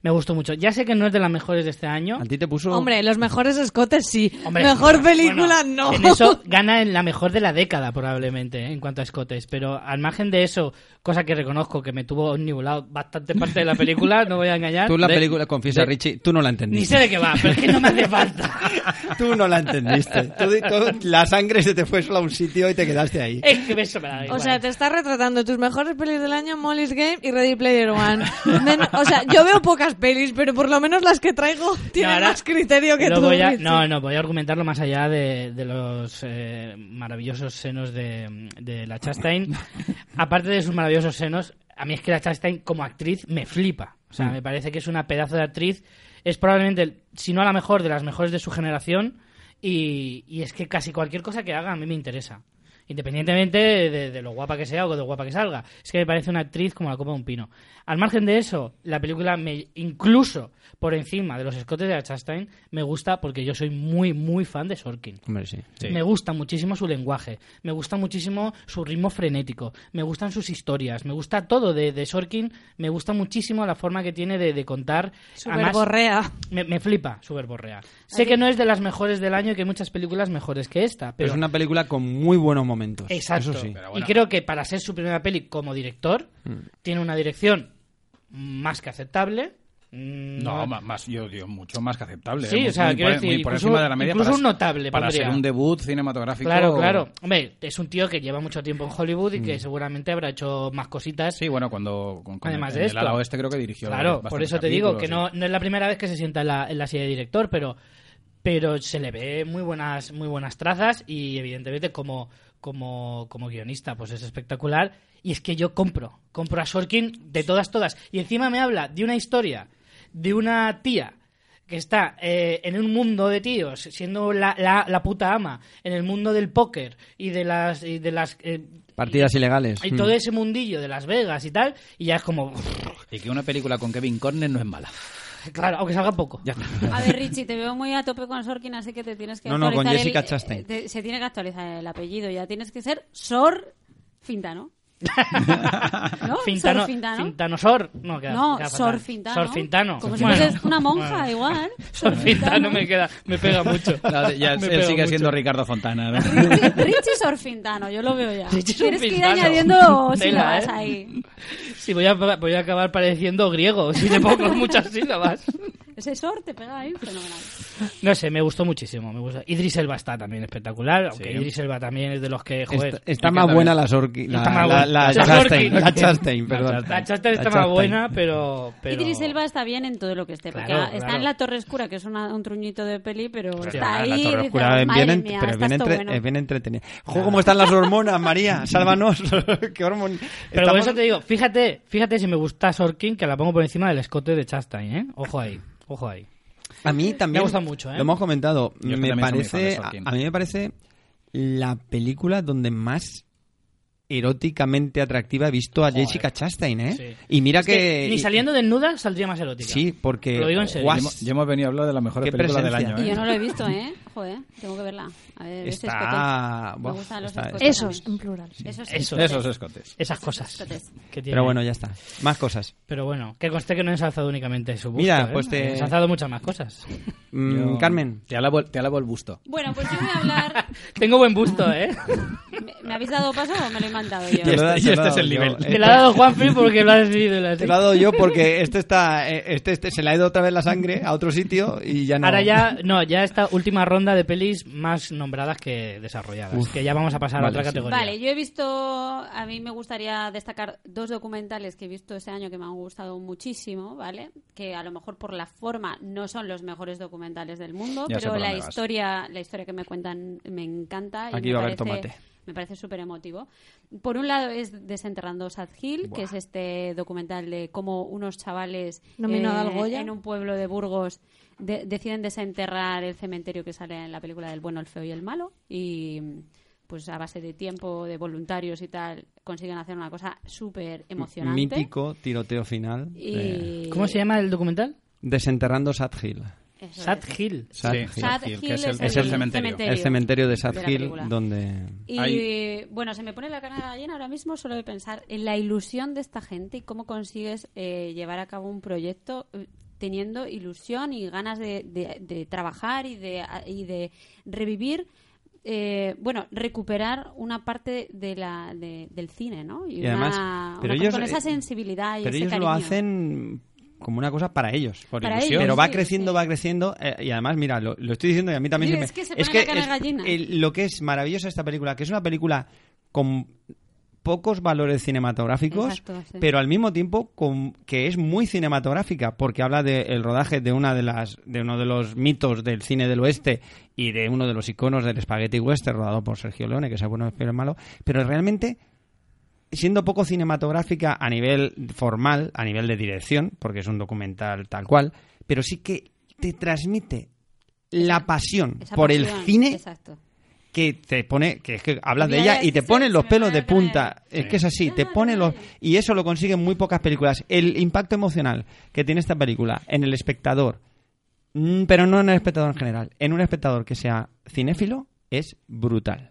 Speaker 1: Me gustó mucho. Ya sé que no es de las mejores de este año.
Speaker 4: A ti te puso...
Speaker 2: Hombre, los mejores escotes sí.
Speaker 1: Hombre,
Speaker 2: Mejor
Speaker 1: bueno,
Speaker 2: película no.
Speaker 1: En eso gana en la mejor de la década, probablemente, ¿eh? en cuanto a escotes. Pero al margen de eso, cosa que reconozco que me tuvo nublado bastante parte de la película, no voy a engañar.
Speaker 4: Tú la
Speaker 1: de-
Speaker 4: película, confiesa
Speaker 1: de-
Speaker 4: Richie, tú no la
Speaker 1: Ni
Speaker 4: entendiste.
Speaker 1: sé de qué va, pero es que no me hace falta.
Speaker 4: Tú no la entendiste. Tú- tú- la sangre se te fue solo a un sitio y te quedaste ahí.
Speaker 2: Eh,
Speaker 1: Es que eso me da
Speaker 2: O
Speaker 1: igual.
Speaker 2: sea, te está retratando tus mejores pelis del año, Molly's Game y Ready Player One. Nen- o sea, yo veo pocas pelis, pero por lo menos las que traigo tienen
Speaker 1: ahora
Speaker 2: más criterio que
Speaker 1: Lo
Speaker 2: tú.
Speaker 1: voy a-
Speaker 2: Richie.
Speaker 1: no, no, voy a argumentarlo más allá de, de los eh, maravillosos senos de, de la Chastain. Aparte de sus maravillosos senos, a mí es que la Chastain como actriz me flipa. O
Speaker 2: Mm.
Speaker 1: sea, me parece que es una pedazo de actriz. Es probablemente, si no a la mejor, de las mejores de su generación. Y, y es que casi cualquier cosa que haga a mí me interesa. Independientemente de, de lo guapa que sea o de lo guapa que salga. Es que me parece una actriz como la copa de un pino. Al margen de eso, la película me incluso por encima de los escotes de la Chastain me gusta porque yo soy muy, muy fan de Sorkin.
Speaker 4: Hombre, sí.
Speaker 5: Sí.
Speaker 1: Me gusta muchísimo su lenguaje, me gusta muchísimo su ritmo frenético, me gustan sus historias, me gusta todo de, de Sorkin, me gusta muchísimo la forma que tiene de, de contar.
Speaker 2: Su
Speaker 1: Además,
Speaker 2: verborrea.
Speaker 1: me, me flipa su verborrea. Sé que no es de las mejores del año y que hay muchas películas mejores que esta,
Speaker 4: Pero
Speaker 1: pero
Speaker 4: es una película con muy buenos momentos.
Speaker 1: Exacto.
Speaker 4: Pues, Eso sí. Mm.
Speaker 5: Pero bueno.
Speaker 1: Y creo que para ser su primera peli como director, tiene una dirección más que aceptable. Mm,
Speaker 5: No, ma- más, yo digo, mucho más que aceptable.
Speaker 1: Sí,
Speaker 5: muy-
Speaker 1: o sea,
Speaker 5: muy
Speaker 1: quiero
Speaker 5: por,
Speaker 1: decir,
Speaker 5: muy por
Speaker 1: incluso-
Speaker 5: encima de la media.
Speaker 1: incluso
Speaker 5: para
Speaker 1: un
Speaker 5: ser-
Speaker 1: notable
Speaker 5: Para
Speaker 1: pondría.
Speaker 5: ser un debut cinematográfico.
Speaker 1: Claro, claro. Hombre, es un tío que lleva mucho tiempo en Hollywood y
Speaker 4: Mm.
Speaker 1: que seguramente habrá hecho más cositas.
Speaker 5: Sí, bueno, cuando. Con, con
Speaker 1: Además
Speaker 5: el,
Speaker 1: de
Speaker 5: el
Speaker 1: esto.
Speaker 5: ala oeste creo que dirigió.
Speaker 1: claro,
Speaker 5: bastantes
Speaker 1: por eso te digo
Speaker 5: capítulos,
Speaker 1: que
Speaker 5: sí.
Speaker 1: no, no es la primera vez que se sienta en la, en la silla de director, pero, pero se le ve muy buenas, muy buenas trazas y evidentemente como, como, como guionista pues es espectacular. Y es que yo compro, compro a Sorkin de todas, todas. Y encima me habla de una historia, de una tía que está eh, en un mundo de tíos, siendo la, la, la puta ama, en el mundo del póker y de las... Y de las eh,
Speaker 4: Partidas ilegales.
Speaker 1: y
Speaker 4: Mm.
Speaker 1: todo ese mundillo de Las Vegas y tal, y ya es como,
Speaker 5: Y que una película con Kevin Corner no es mala.
Speaker 1: claro, aunque salga poco.
Speaker 5: Ya está.
Speaker 3: A ver, Richie, te veo muy a tope con Sorkin, así que te tienes que
Speaker 4: No, no,
Speaker 3: actualizar.
Speaker 4: con
Speaker 3: el- eh,
Speaker 4: Jessica Chastain.
Speaker 3: te- se tiene que actualizar el apellido, ya tienes que ser Sor Fintano. ¿No?
Speaker 1: Fintano,
Speaker 3: Sor Fintano.
Speaker 1: Fintanosor. No, queda,
Speaker 3: No,
Speaker 1: queda fatal.
Speaker 3: Sor Fintano.
Speaker 1: Sor Fintano. pues
Speaker 3: Como si
Speaker 1: Bueno,
Speaker 3: fueses una monja, igual.
Speaker 1: Sor Fintano me queda, me pega mucho.
Speaker 5: No, ya,
Speaker 1: Me
Speaker 5: él
Speaker 1: pega
Speaker 5: sigue
Speaker 1: mucho.
Speaker 5: siendo Ricardo Fontana. ¿no?
Speaker 3: Richie, Richie Sor Fintano, yo lo veo ya.
Speaker 1: Richie Sor
Speaker 3: tienes que ir
Speaker 1: Fintano.
Speaker 3: añadiendo
Speaker 1: Tela,
Speaker 3: sílabas
Speaker 1: ¿eh?
Speaker 3: ahí.
Speaker 1: Sí, voy a, voy a acabar pareciendo griego si le pongo muchas sílabas.
Speaker 3: Ese Sor te pega ahí, fenomenal.
Speaker 1: No sé, me gustó muchísimo. Me gustó. Idris Elba está también espectacular, aunque
Speaker 5: Sí.
Speaker 1: Idris Elba también es de los que, joder...
Speaker 4: Está, está más buena la Sorkin. La,
Speaker 1: Está más
Speaker 4: la-
Speaker 1: buena.
Speaker 4: la
Speaker 1: La
Speaker 4: Chastain.
Speaker 1: Sorkin.
Speaker 4: La Chastain, perdón.
Speaker 1: la Chastain está más buena, pero... pero...
Speaker 3: Idris Elba está bien en todo lo que esté, porque
Speaker 1: Claro,
Speaker 3: está
Speaker 1: claro.
Speaker 3: en La Torre Oscura, que es una- un truñito de peli, pero está
Speaker 4: Ah,
Speaker 3: ahí.
Speaker 4: la Torre
Speaker 3: dices,
Speaker 4: Oscura es
Speaker 3: "Madre
Speaker 4: bien, en-
Speaker 3: mía,
Speaker 4: pero es bien,
Speaker 3: está esto
Speaker 4: entre-
Speaker 3: bueno".
Speaker 1: eh,
Speaker 4: es bien entretenida. Jo, ¿Cómo están las hormonas, María? Sálvanos. ¿Qué hormon...
Speaker 1: Pero por
Speaker 4: estamos-
Speaker 1: eso te digo, fíjate, fíjate si me gusta Sorkin, que la pongo por encima del escote de Chastain, ¿eh? Ojo ahí, ojo ahí.
Speaker 4: A mí también.
Speaker 1: Me gusta mucho, ¿eh?
Speaker 4: Lo hemos comentado.
Speaker 5: Yo es que
Speaker 4: Me
Speaker 5: también soy muy fan de
Speaker 4: parece. A,
Speaker 5: Sorkin.
Speaker 4: a mí me parece la película donde más eróticamente atractiva he visto a Jessica Chastain, ¿eh?
Speaker 1: Sí.
Speaker 4: Y mira
Speaker 1: Es
Speaker 4: que,
Speaker 1: que ni
Speaker 4: y-
Speaker 1: saliendo desnuda saldría más erótica.
Speaker 4: Sí, porque.
Speaker 1: Lo digo en serio.
Speaker 5: Ya
Speaker 4: Guas,
Speaker 5: hemos, ya hemos venido a hablar de las mejores
Speaker 4: Qué
Speaker 5: películas del
Speaker 4: presencia.
Speaker 5: año.
Speaker 3: Y
Speaker 5: ¿eh?
Speaker 3: yo no lo he visto, ¿eh? Joder, tengo que verla. A ver, ese
Speaker 4: Está-
Speaker 3: escote.
Speaker 4: Buah,
Speaker 3: Me gustan los
Speaker 4: está-
Speaker 3: escotes.
Speaker 2: Esos,
Speaker 3: también.
Speaker 2: en plural.
Speaker 3: Esos,
Speaker 1: Eso.
Speaker 3: escotes.
Speaker 5: Esos escotes.
Speaker 1: Esas cosas.
Speaker 3: Escotes.
Speaker 1: que tiene.
Speaker 4: Pero bueno, ya está. Más cosas.
Speaker 1: Pero bueno, que conste que no he ensalzado únicamente su busto.
Speaker 4: Mira,
Speaker 1: ¿eh?
Speaker 4: pues te-
Speaker 1: He ensalzado muchas más cosas.
Speaker 4: Mm,
Speaker 5: Yo-
Speaker 4: Carmen.
Speaker 5: Te alabo, te alabo el busto.
Speaker 3: Bueno, pues yo voy a hablar...
Speaker 1: Tengo buen busto, ¿eh?
Speaker 3: ¿Me, me habéis dado paso o me lo he inventado yo?
Speaker 5: Y este-
Speaker 4: he dado-
Speaker 5: y
Speaker 4: te lo he
Speaker 5: este es
Speaker 4: dado
Speaker 5: el
Speaker 4: yo.
Speaker 5: nivel.
Speaker 4: Esto-
Speaker 1: Te lo ha dado Juanfrey porque lo has decidido. ¿eh? lo has
Speaker 4: Te lo he dado yo porque este está, eh, este, este se le ha ido otra vez la sangre a otro sitio y ya no.
Speaker 1: Ahora ya, no, ya esta última ronda de pelis más nombradas que desarrolladas.
Speaker 4: Uf,
Speaker 1: que ya vamos a pasar
Speaker 4: vale,
Speaker 1: a otra
Speaker 4: sí.
Speaker 1: categoría.
Speaker 3: Vale, yo he visto, a mí me gustaría destacar dos documentales que he visto ese año que me han gustado muchísimo, ¿vale? Que a lo mejor por la forma no son los mejores documentales del mundo,
Speaker 5: Ya sé
Speaker 3: pero
Speaker 5: por
Speaker 3: la
Speaker 5: dónde vas.
Speaker 3: historia, la historia que me cuentan me encanta. y
Speaker 4: Aquí
Speaker 3: me
Speaker 4: va a haber
Speaker 3: parece-
Speaker 4: tomate.
Speaker 3: Me parece súper emotivo. Por un lado es Desenterrando Sad Hill, que es este documental de cómo unos chavales eh,
Speaker 2: Nominado al Goya.
Speaker 3: en un pueblo de Burgos de- deciden desenterrar el cementerio que sale en la película del bueno, el feo y el malo y pues a base de tiempo, de voluntarios y tal, consiguen hacer una cosa súper emocionante.
Speaker 4: Mítico tiroteo final. de-
Speaker 3: Y...
Speaker 1: Eh. ¿Cómo se llama el documental?
Speaker 4: Desenterrando Sad Hill.
Speaker 3: Eso
Speaker 1: Sad
Speaker 3: es.
Speaker 1: Hill.
Speaker 4: Sad
Speaker 5: Sí.
Speaker 4: Hill.
Speaker 3: Sad
Speaker 5: Hill,
Speaker 3: Hill
Speaker 5: que es el-
Speaker 4: es el
Speaker 5: cementerio.
Speaker 4: El cementerio de Sad
Speaker 3: de la
Speaker 4: Hill,
Speaker 3: película.
Speaker 4: donde.
Speaker 3: Y
Speaker 5: Hay-
Speaker 3: bueno, se me pone la cara llena ahora mismo solo de pensar en la ilusión de esta gente y cómo consigues eh, llevar a cabo un proyecto eh, teniendo ilusión y ganas de, de- de trabajar y de, y de revivir, eh, bueno, recuperar una parte de la, de- del cine, ¿no? Y,
Speaker 4: Y
Speaker 3: una-
Speaker 4: además-
Speaker 3: una
Speaker 4: pero
Speaker 3: cosa
Speaker 4: ellos-
Speaker 3: con esa
Speaker 4: eh,
Speaker 3: sensibilidad y
Speaker 4: Pero
Speaker 3: ese
Speaker 4: ellos lo
Speaker 3: cariño.
Speaker 4: hacen como una cosa para ellos.
Speaker 5: Por
Speaker 3: Para
Speaker 5: ilusión.
Speaker 3: ellos,
Speaker 4: Pero va
Speaker 3: sí,
Speaker 4: creciendo,
Speaker 3: sí.
Speaker 4: va creciendo. eh, y además, mira, lo, lo estoy diciendo y a mí también
Speaker 3: Sí,
Speaker 4: se me-
Speaker 3: es que se pone la cara de gallina.
Speaker 4: el- lo que es maravillosa esta película, que es una película con pocos valores cinematográficos,
Speaker 3: Exacto, Ah, sí.
Speaker 4: pero al mismo tiempo con, que es muy cinematográfica, porque habla del rodaje de una de las de uno de los mitos del cine del oeste y de uno de los iconos del spaghetti western rodado por Sergio Leone, que sea bueno pero malo, pero realmente siendo poco cinematográfica a nivel formal, a nivel de dirección, porque es un documental tal cual, pero sí que te transmite la pasión
Speaker 3: Esa
Speaker 4: por el
Speaker 3: pasión,
Speaker 4: cine
Speaker 3: exacto.
Speaker 4: que te pone, que es que hablas de
Speaker 3: Mira,
Speaker 4: ella y te
Speaker 3: se-
Speaker 4: ponen
Speaker 3: se
Speaker 4: los
Speaker 3: me
Speaker 4: pelos
Speaker 3: va
Speaker 4: de
Speaker 3: a caer.
Speaker 4: punta, es que es así, te ponen los y eso lo consiguen muy pocas películas. El impacto emocional que tiene esta película en el espectador, mm, pero no en el espectador en general, en un espectador que sea cinéfilo es brutal.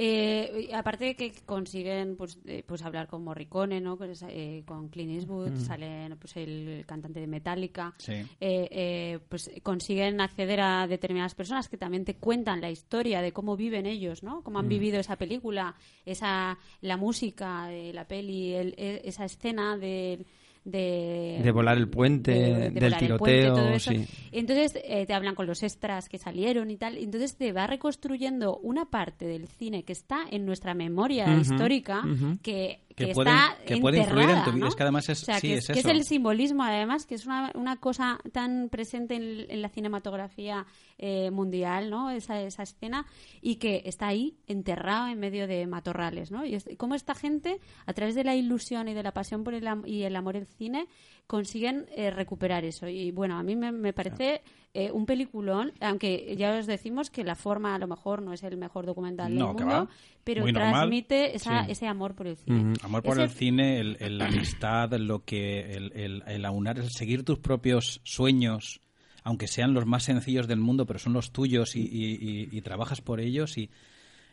Speaker 3: Eh, y aparte que consiguen pues, eh, pues hablar con Morricone, ¿no? Con esa- eh, con Clint Eastwood, salen pues, el cantante de Metallica.
Speaker 5: Sí.
Speaker 3: Eh, eh, pues consiguen acceder a determinadas personas que también te cuentan la historia de cómo viven ellos, ¿no? Cómo han
Speaker 5: Mm.
Speaker 3: vivido esa película, esa la música, de la peli, el- e- esa escena del- de
Speaker 4: De volar el puente, del
Speaker 3: volar el puente,
Speaker 4: tiroteo,
Speaker 3: todo eso.
Speaker 4: sí.
Speaker 3: Entonces eh, te hablan con los extras que salieron y tal. Entonces te va reconstruyendo una parte del cine que está en nuestra memoria
Speaker 4: Ujú,
Speaker 3: histórica
Speaker 4: ujú.
Speaker 3: que,
Speaker 5: Que
Speaker 3: que
Speaker 5: puede-
Speaker 3: está
Speaker 5: que puede influir en tu
Speaker 3: enterrada,
Speaker 5: vida.
Speaker 3: ¿no?
Speaker 5: Es que además es-
Speaker 3: O sea,
Speaker 5: sí,
Speaker 3: que
Speaker 5: es
Speaker 3: que
Speaker 5: eso.
Speaker 3: el simbolismo, además, que es una, una cosa tan presente en, en la cinematografía eh, mundial, ¿no? Esa, esa escena, y que está ahí enterrado en medio de matorrales, ¿no? Y es- cómo esta gente, a través de la ilusión y de la pasión por el am- y el amor al cine, consiguen eh, recuperar eso. Y bueno, a mí me, me parece eh, un peliculón, aunque ya os decimos que la forma a lo mejor no es el mejor documental
Speaker 5: No,
Speaker 3: del
Speaker 5: que
Speaker 3: mundo,
Speaker 5: va.
Speaker 3: pero
Speaker 5: Muy normal.
Speaker 3: transmite esa-
Speaker 5: Sí.
Speaker 3: ese amor por el cine.
Speaker 5: Amor por
Speaker 3: Ese-
Speaker 5: el cine, el, el- la amistad, lo que el, el- el aunar, el seguir tus propios sueños, aunque sean los más sencillos del mundo, pero son los tuyos y, y- y- y trabajas por ellos y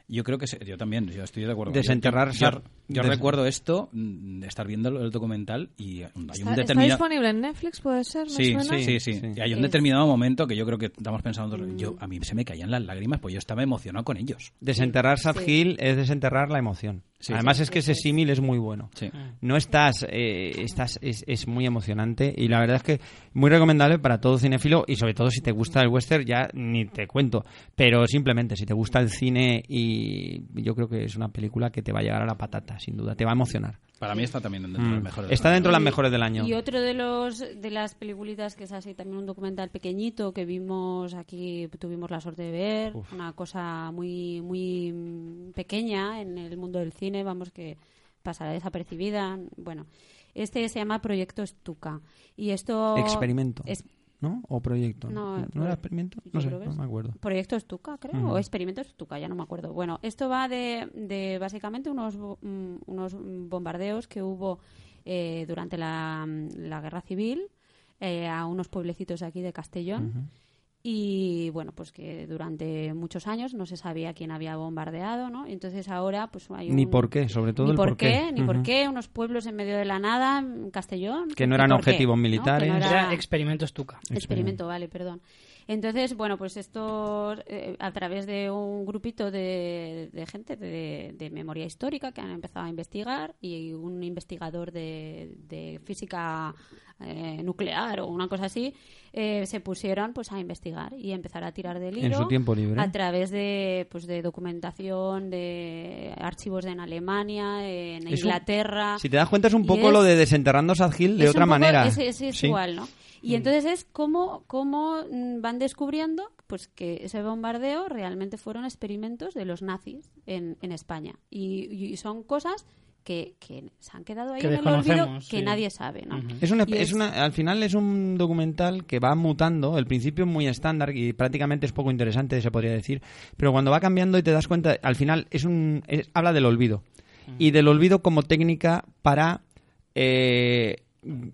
Speaker 5: yo creo que se- yo también, yo estoy de acuerdo. Yo-
Speaker 4: Desenterrar-
Speaker 5: Yo, yo- yo
Speaker 4: des-
Speaker 5: recuerdo esto, mm, de estar viendo el documental y hay un
Speaker 2: Está, está
Speaker 5: determinado
Speaker 2: disponible en Netflix, puede ser, me
Speaker 5: Sí,
Speaker 2: suena.
Speaker 5: sí, sí, sí.
Speaker 4: Sí.
Speaker 5: Y hay un
Speaker 3: Es-
Speaker 5: determinado momento que yo creo que estamos pensando, yo a mí se me caían las lágrimas, pues yo estaba emocionado con ellos.
Speaker 4: Desenterrar Sad
Speaker 3: Sí.
Speaker 4: Hill es desenterrar la emoción.
Speaker 5: Sí,
Speaker 4: Además
Speaker 5: sí,
Speaker 4: es que ese símil es muy bueno.
Speaker 5: Sí.
Speaker 4: No estás, eh, estás es, es muy emocionante y la verdad es que muy recomendable para todo cinefilo y sobre todo si te gusta el western ya ni te cuento, pero simplemente si te gusta el cine y yo creo que es una película que te va a llegar a la patata sin duda, te va a emocionar.
Speaker 5: Para mí está también dentro de las
Speaker 4: Mm.
Speaker 5: mejores.
Speaker 4: Está dentro de las
Speaker 3: Y-
Speaker 4: mejores del año.
Speaker 3: Y otro de los de las peliculitas que es así también un documental pequeñito que vimos aquí tuvimos la suerte de ver, una cosa muy muy mm, pequeña en el mundo del cine, vamos que pasará desapercibida, bueno. Este se llama Proyecto Estuca y esto
Speaker 4: Experimento.
Speaker 3: es-
Speaker 4: ¿No? ¿O proyecto?
Speaker 3: No,
Speaker 4: ¿No, era experimento?
Speaker 3: yo
Speaker 4: No sé,
Speaker 3: creo que
Speaker 4: no
Speaker 3: es.
Speaker 4: me acuerdo. Mm.
Speaker 3: Proyecto Estuca, creo,
Speaker 4: Ujú.
Speaker 3: o Experimento Estuca, ya no me acuerdo. Bueno, esto va de, de básicamente unos, bo- mm, unos mm, bombardeos que hubo eh, durante la, mm, la Guerra Civil eh, a unos pueblecitos de aquí de Castellón. Y bueno, pues que durante muchos años no se sabía quién había bombardeado, ¿no? Entonces ahora pues hay
Speaker 4: Ni
Speaker 3: un-
Speaker 4: por qué, sobre todo
Speaker 3: ni
Speaker 4: el
Speaker 3: por,
Speaker 4: por
Speaker 3: qué, ni por
Speaker 4: Ujú.
Speaker 3: qué, unos pueblos en medio de la nada, en Castellón.
Speaker 4: Que
Speaker 3: ni
Speaker 4: no eran
Speaker 3: por qué,
Speaker 4: objetivos
Speaker 3: ¿no? Que no
Speaker 4: militares.
Speaker 1: Era experimentos Tuca.
Speaker 3: Experimento, vale, perdón. Entonces, bueno, pues esto eh, a través de un grupito de, de gente de, de memoria histórica que han empezado a investigar y un investigador de, de física eh, nuclear o una cosa así eh, se pusieron pues a investigar y empezar a tirar del hilo
Speaker 4: En su tiempo libre.
Speaker 3: a través de pues de documentación de archivos en Alemania en
Speaker 4: Es un-
Speaker 3: Inglaterra
Speaker 4: Si te das cuenta es un
Speaker 3: Y
Speaker 4: poco lo
Speaker 3: es-
Speaker 4: de desenterrando Sad Hill de
Speaker 3: es un
Speaker 4: otra
Speaker 3: poco-
Speaker 4: manera.
Speaker 3: Es, es- es
Speaker 4: Sí. Mm.
Speaker 3: igual, ¿no? Y entonces es cómo, cómo mm, van descubriendo pues que ese bombardeo realmente fueron experimentos de los nazis en, en España. Y, y son cosas que, que se han quedado ahí
Speaker 1: Que
Speaker 3: en el olvido
Speaker 1: desconocemos,
Speaker 3: que
Speaker 1: sí.
Speaker 3: nadie sabe, ¿no?
Speaker 4: Es una,
Speaker 3: Y
Speaker 4: es
Speaker 3: es-
Speaker 4: una- al final es un documental que va mutando. El principio es muy estándar y prácticamente es poco interesante, se podría decir. Pero cuando va cambiando y te das cuenta, al final es un, es- habla del olvido. Y del olvido como técnica para eh,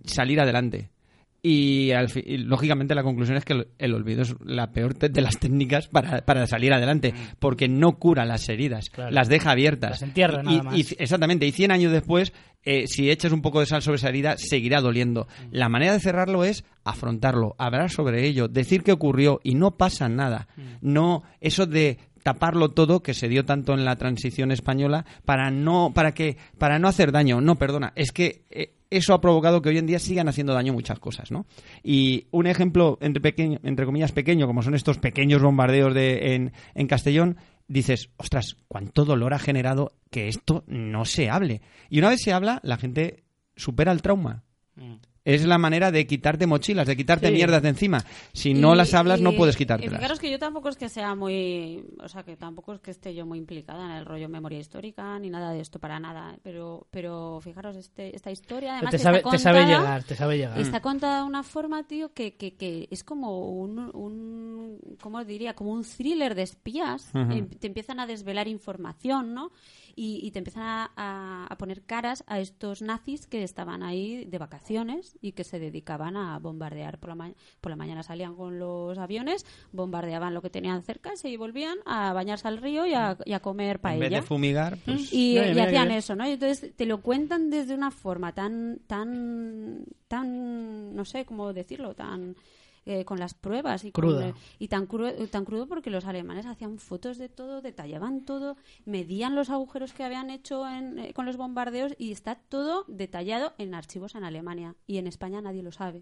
Speaker 4: salir adelante. Y, al fi- y, lógicamente la conclusión es que el, el olvido es la peor te- de las técnicas para, para salir adelante, porque no cura las heridas,
Speaker 1: Claro.
Speaker 4: las deja abiertas.
Speaker 1: Las entierra
Speaker 4: Y-
Speaker 1: nada
Speaker 4: y-
Speaker 1: más.
Speaker 4: y- exactamente, y 100 años después, eh, si echas un poco de sal sobre esa herida, seguirá doliendo.
Speaker 1: Mm.
Speaker 4: La manera de cerrarlo es afrontarlo, hablar sobre ello, decir que ocurrió y no pasa nada.
Speaker 1: Mm.
Speaker 4: No eso de taparlo todo que se dio tanto en la transición española para no para que para no hacer daño. No, perdona, es que eh, eso ha provocado que hoy en día sigan haciendo daño muchas cosas, ¿no? Y un ejemplo entre pequeño, entre comillas pequeño, como son estos pequeños bombardeos de, en, en Castellón, dices, ostras, cuánto dolor ha generado que esto no se hable. Y una vez se habla, la gente supera el trauma. Es la manera de quitarte mochilas, de quitarte
Speaker 1: Sí.
Speaker 4: mierdas de encima. Si no
Speaker 3: Y-
Speaker 4: las hablas,
Speaker 3: y-
Speaker 4: no puedes
Speaker 3: Y
Speaker 4: quitártelas.
Speaker 3: fijaros que yo tampoco es que sea muy. O sea, que tampoco es que esté yo muy implicada en el rollo memoria histórica ni nada de esto para nada. Pero, pero fijaros, este, esta historia además.
Speaker 1: te,
Speaker 3: está
Speaker 1: sabe, te sabe
Speaker 3: contada-
Speaker 1: llegar, te sabe llegar.
Speaker 4: Mm.
Speaker 3: Está contada de una forma, tío, que, que, que es como un, un- ¿Cómo diría? Como un thriller de espías.
Speaker 4: Ujú.
Speaker 3: Em- Te empiezan a desvelar información, ¿no? Y, y te empiezan a, a- a poner caras a estos nazis que estaban ahí de vacaciones y que se dedicaban a bombardear. Por la, ma- por la mañana salían con los aviones, bombardeaban lo que tenían cerca, se volvían a bañarse al río y a, y a comer
Speaker 4: En
Speaker 3: paella.
Speaker 4: vez de fumigar, pues,
Speaker 3: Y,
Speaker 1: Mira,
Speaker 3: y
Speaker 1: mira qué
Speaker 3: hacían
Speaker 1: bien.
Speaker 3: eso, ¿no? Y entonces te lo cuentan desde una forma tan, tan, tan, no sé cómo decirlo, tan eh, con las pruebas y con,
Speaker 1: Cruda.
Speaker 3: eh, y tan crudo, tan crudo porque los alemanes hacían fotos de todo, detallaban todo, medían los agujeros que habían hecho en, eh, con los bombardeos y está todo detallado en archivos en Alemania y en España nadie lo sabe.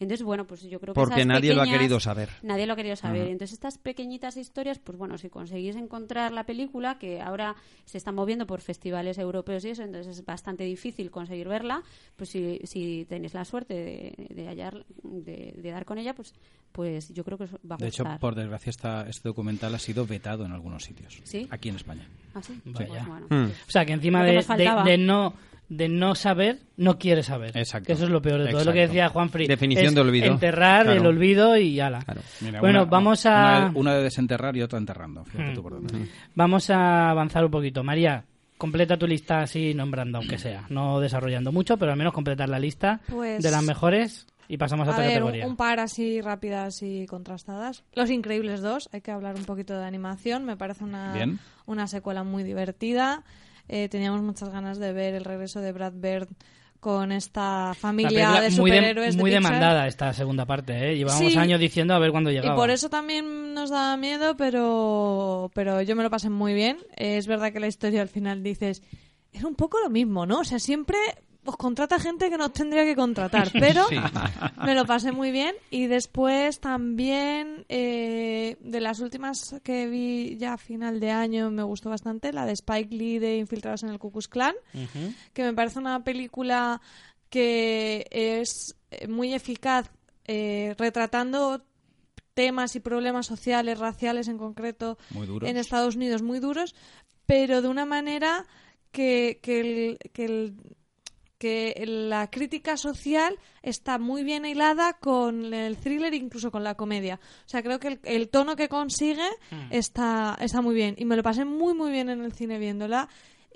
Speaker 3: Entonces, bueno, pues yo creo que
Speaker 4: Mm. porque
Speaker 3: esas
Speaker 4: nadie lo ha
Speaker 3: pequeñas-
Speaker 4: querido saber.
Speaker 3: Nadie lo ha querido saber.
Speaker 4: Ajá.
Speaker 3: Entonces, estas pequeñitas historias, pues bueno, si conseguís encontrar la película, que ahora se está moviendo por festivales europeos y eso, entonces es bastante difícil conseguir verla, pues si, si tenéis la suerte de, de hallar, de, de dar con ella, pues, pues yo creo que os va a
Speaker 5: De hecho,
Speaker 3: gustar.
Speaker 5: por desgracia, esta- este documental ha sido vetado en algunos sitios.
Speaker 3: ¿Sí?
Speaker 5: Aquí en España.
Speaker 3: ¿Ah, sí?
Speaker 5: Vaya.
Speaker 3: Pues bueno,
Speaker 4: Mm.
Speaker 3: pues-
Speaker 1: O sea, que encima
Speaker 3: Lo que
Speaker 1: de,
Speaker 3: nos faltaba.
Speaker 1: de- de no de no saber, no quiere saber.
Speaker 5: Exacto.
Speaker 1: Que eso es lo peor de todo. Es Lo que
Speaker 5: Exacto.
Speaker 1: decía Juan Fri.
Speaker 4: Definición de olvido.
Speaker 1: Enterrar
Speaker 4: Claro.
Speaker 1: el olvido y ala.
Speaker 4: Claro.
Speaker 5: Mira,
Speaker 1: bueno,
Speaker 5: una-
Speaker 1: vamos a.
Speaker 5: Una, una de desenterrar y otra enterrando. Fíjate tú por dónde.
Speaker 1: Vamos a avanzar un poquito. María, completa tu lista así nombrando, aunque sea. No desarrollando mucho, pero al menos completar la lista
Speaker 2: Pues-
Speaker 1: de las mejores y pasamos a,
Speaker 2: A
Speaker 1: otra
Speaker 2: ver, un,
Speaker 1: categoría.
Speaker 2: un par así rápidas y contrastadas. Los Increíbles 2, hay que hablar un poquito de animación, me parece una,
Speaker 5: Bien.
Speaker 2: una secuela muy divertida. Eh, teníamos muchas ganas de ver el regreso de Brad Bird con esta
Speaker 1: Una
Speaker 2: familia de
Speaker 1: película muy, de-
Speaker 2: superhéroes de
Speaker 1: muy
Speaker 2: Pixar.
Speaker 1: demandada esta segunda parte, ¿eh? Llevábamos
Speaker 2: Sí.
Speaker 1: años diciendo a ver cuándo llegaba.
Speaker 2: Y por eso también nos daba miedo, pero, pero yo me lo pasé muy bien. Eh, Es verdad que la historia al final dices, es un poco lo mismo, ¿no? O sea, siempre os contrata gente que no os tendría que contratar, pero
Speaker 4: Sí.
Speaker 2: me lo pasé muy bien. Y después también, eh, de las últimas que vi ya a final de año, me gustó bastante, la de Spike Lee de Infiltrados en el Ku Klux Klan
Speaker 1: Ujú.
Speaker 2: que me parece una película que es eh, muy eficaz eh, retratando temas y problemas sociales, raciales en concreto,
Speaker 5: Muy duro.
Speaker 2: en Estados Unidos muy duros, pero de una manera que, que el- que el- que la crítica social está muy bien hilada con el thriller, incluso con la comedia. O sea, creo que el, el tono que consigue está, está muy bien. Y me lo pasé muy, muy bien en el cine viéndola.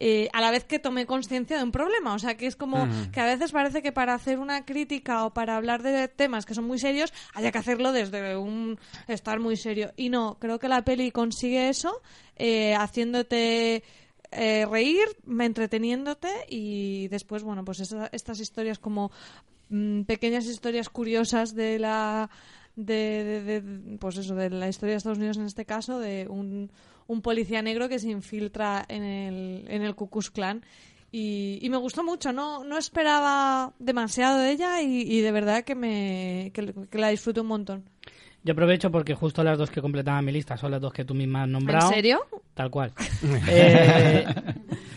Speaker 2: eh, a la vez que tomé conciencia de un problema. O sea, que es como que a veces parece que para hacer una crítica o para hablar de temas que son muy serios, haya que hacerlo desde un estar muy serio. Y no, creo que la peli consigue eso eh, haciéndote eh, reír, me- entreteniéndote y después, bueno, pues esa- estas historias como mm, pequeñas historias curiosas de la de, de- de- pues eso de la historia de Estados Unidos en este caso de un, un policía negro que se infiltra en el en el Ku Klux Klan y, y me gustó mucho no no esperaba demasiado de ella y, y de verdad que me que, que la disfruto un montón
Speaker 1: Yo aprovecho porque justo las dos que completaban mi lista son las dos que tú misma has nombrado.
Speaker 2: en serio
Speaker 1: Tal cual. Eh,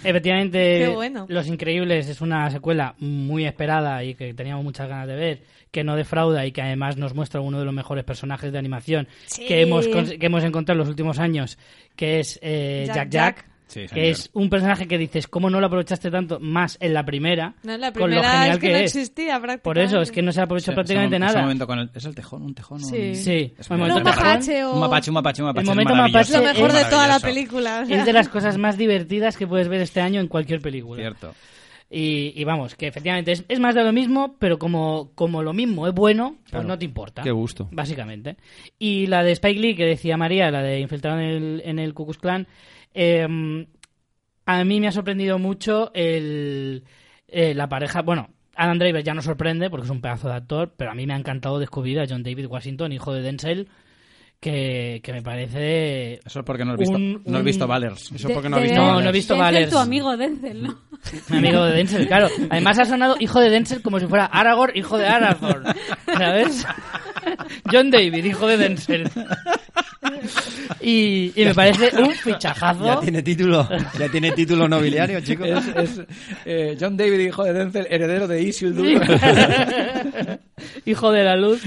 Speaker 1: efectivamente,
Speaker 2: Qué bueno.
Speaker 1: Los Increíbles es una secuela muy esperada y que teníamos muchas ganas de ver, que no defrauda y que además nos muestra uno de los mejores personajes de animación que, hemos, cons- que hemos encontrado en los últimos años, que es eh,
Speaker 2: Jack
Speaker 1: Jack Jack.
Speaker 2: Jack.
Speaker 5: Sí, señor.
Speaker 1: que es un personaje que dices, ¿cómo no lo aprovechaste tanto más en la primera?
Speaker 2: no, la
Speaker 1: con lo
Speaker 2: primera
Speaker 1: genial
Speaker 2: es que, no
Speaker 1: es.
Speaker 2: existía prácticamente
Speaker 1: Por eso, es que no se aprovechó
Speaker 5: Ese-
Speaker 1: prácticamente
Speaker 5: ese mo- ese
Speaker 1: nada.
Speaker 5: momento con el- ¿Es el tejón? ¿Un tejón?
Speaker 2: Sí.
Speaker 5: Un-
Speaker 1: Sí.
Speaker 5: Es
Speaker 1: Un
Speaker 5: un
Speaker 1: momento
Speaker 5: mapache.
Speaker 2: mapache o-
Speaker 5: Un mapache, un mapache, un mapache.
Speaker 1: momento
Speaker 5: es
Speaker 1: mapache
Speaker 5: maravilloso,
Speaker 2: lo mejor
Speaker 5: es
Speaker 2: de toda la
Speaker 5: maravilloso.
Speaker 2: película o sea.
Speaker 1: Es de las cosas más divertidas que puedes ver este año en cualquier película.
Speaker 5: Cierto.
Speaker 1: Y, y vamos, que efectivamente es, es más de lo mismo, pero como, como lo mismo es bueno, pues
Speaker 4: Claro.
Speaker 1: no te importa.
Speaker 4: Qué gusto.
Speaker 1: Básicamente. Y la de Spike Lee, que decía María, la de Infiltrado en el, en el Ku Klux Klan, eh, a mí me ha sorprendido mucho el, eh, la pareja. Bueno, Alan Driver ya no sorprende porque es un pedazo de actor, pero a mí me ha encantado descubrir a John David Washington, hijo de Denzel, que, que me parece.
Speaker 5: Eso es porque no has visto,
Speaker 1: Un-
Speaker 5: no has
Speaker 1: un-
Speaker 5: visto Valers.
Speaker 4: Eso porque no
Speaker 3: De-
Speaker 4: he visto
Speaker 3: de-
Speaker 1: No, no he
Speaker 4: Valers.
Speaker 1: visto
Speaker 3: Denzel,
Speaker 1: Valers.
Speaker 3: tu amigo Denzel, ¿no?
Speaker 1: Mi amigo de Denzel, claro. Además ha sonado hijo de Denzel como si fuera Aragorn, hijo de Aragorn. ¿Sabes? John David, hijo de Denzel. Y, y me parece un
Speaker 4: Ya
Speaker 1: fichajazo.
Speaker 4: tiene título. Ya tiene título nobiliario, chicos.
Speaker 5: Es, es, eh, John David, hijo de Denzel, heredero de Isildur.
Speaker 1: Hijo de la luz.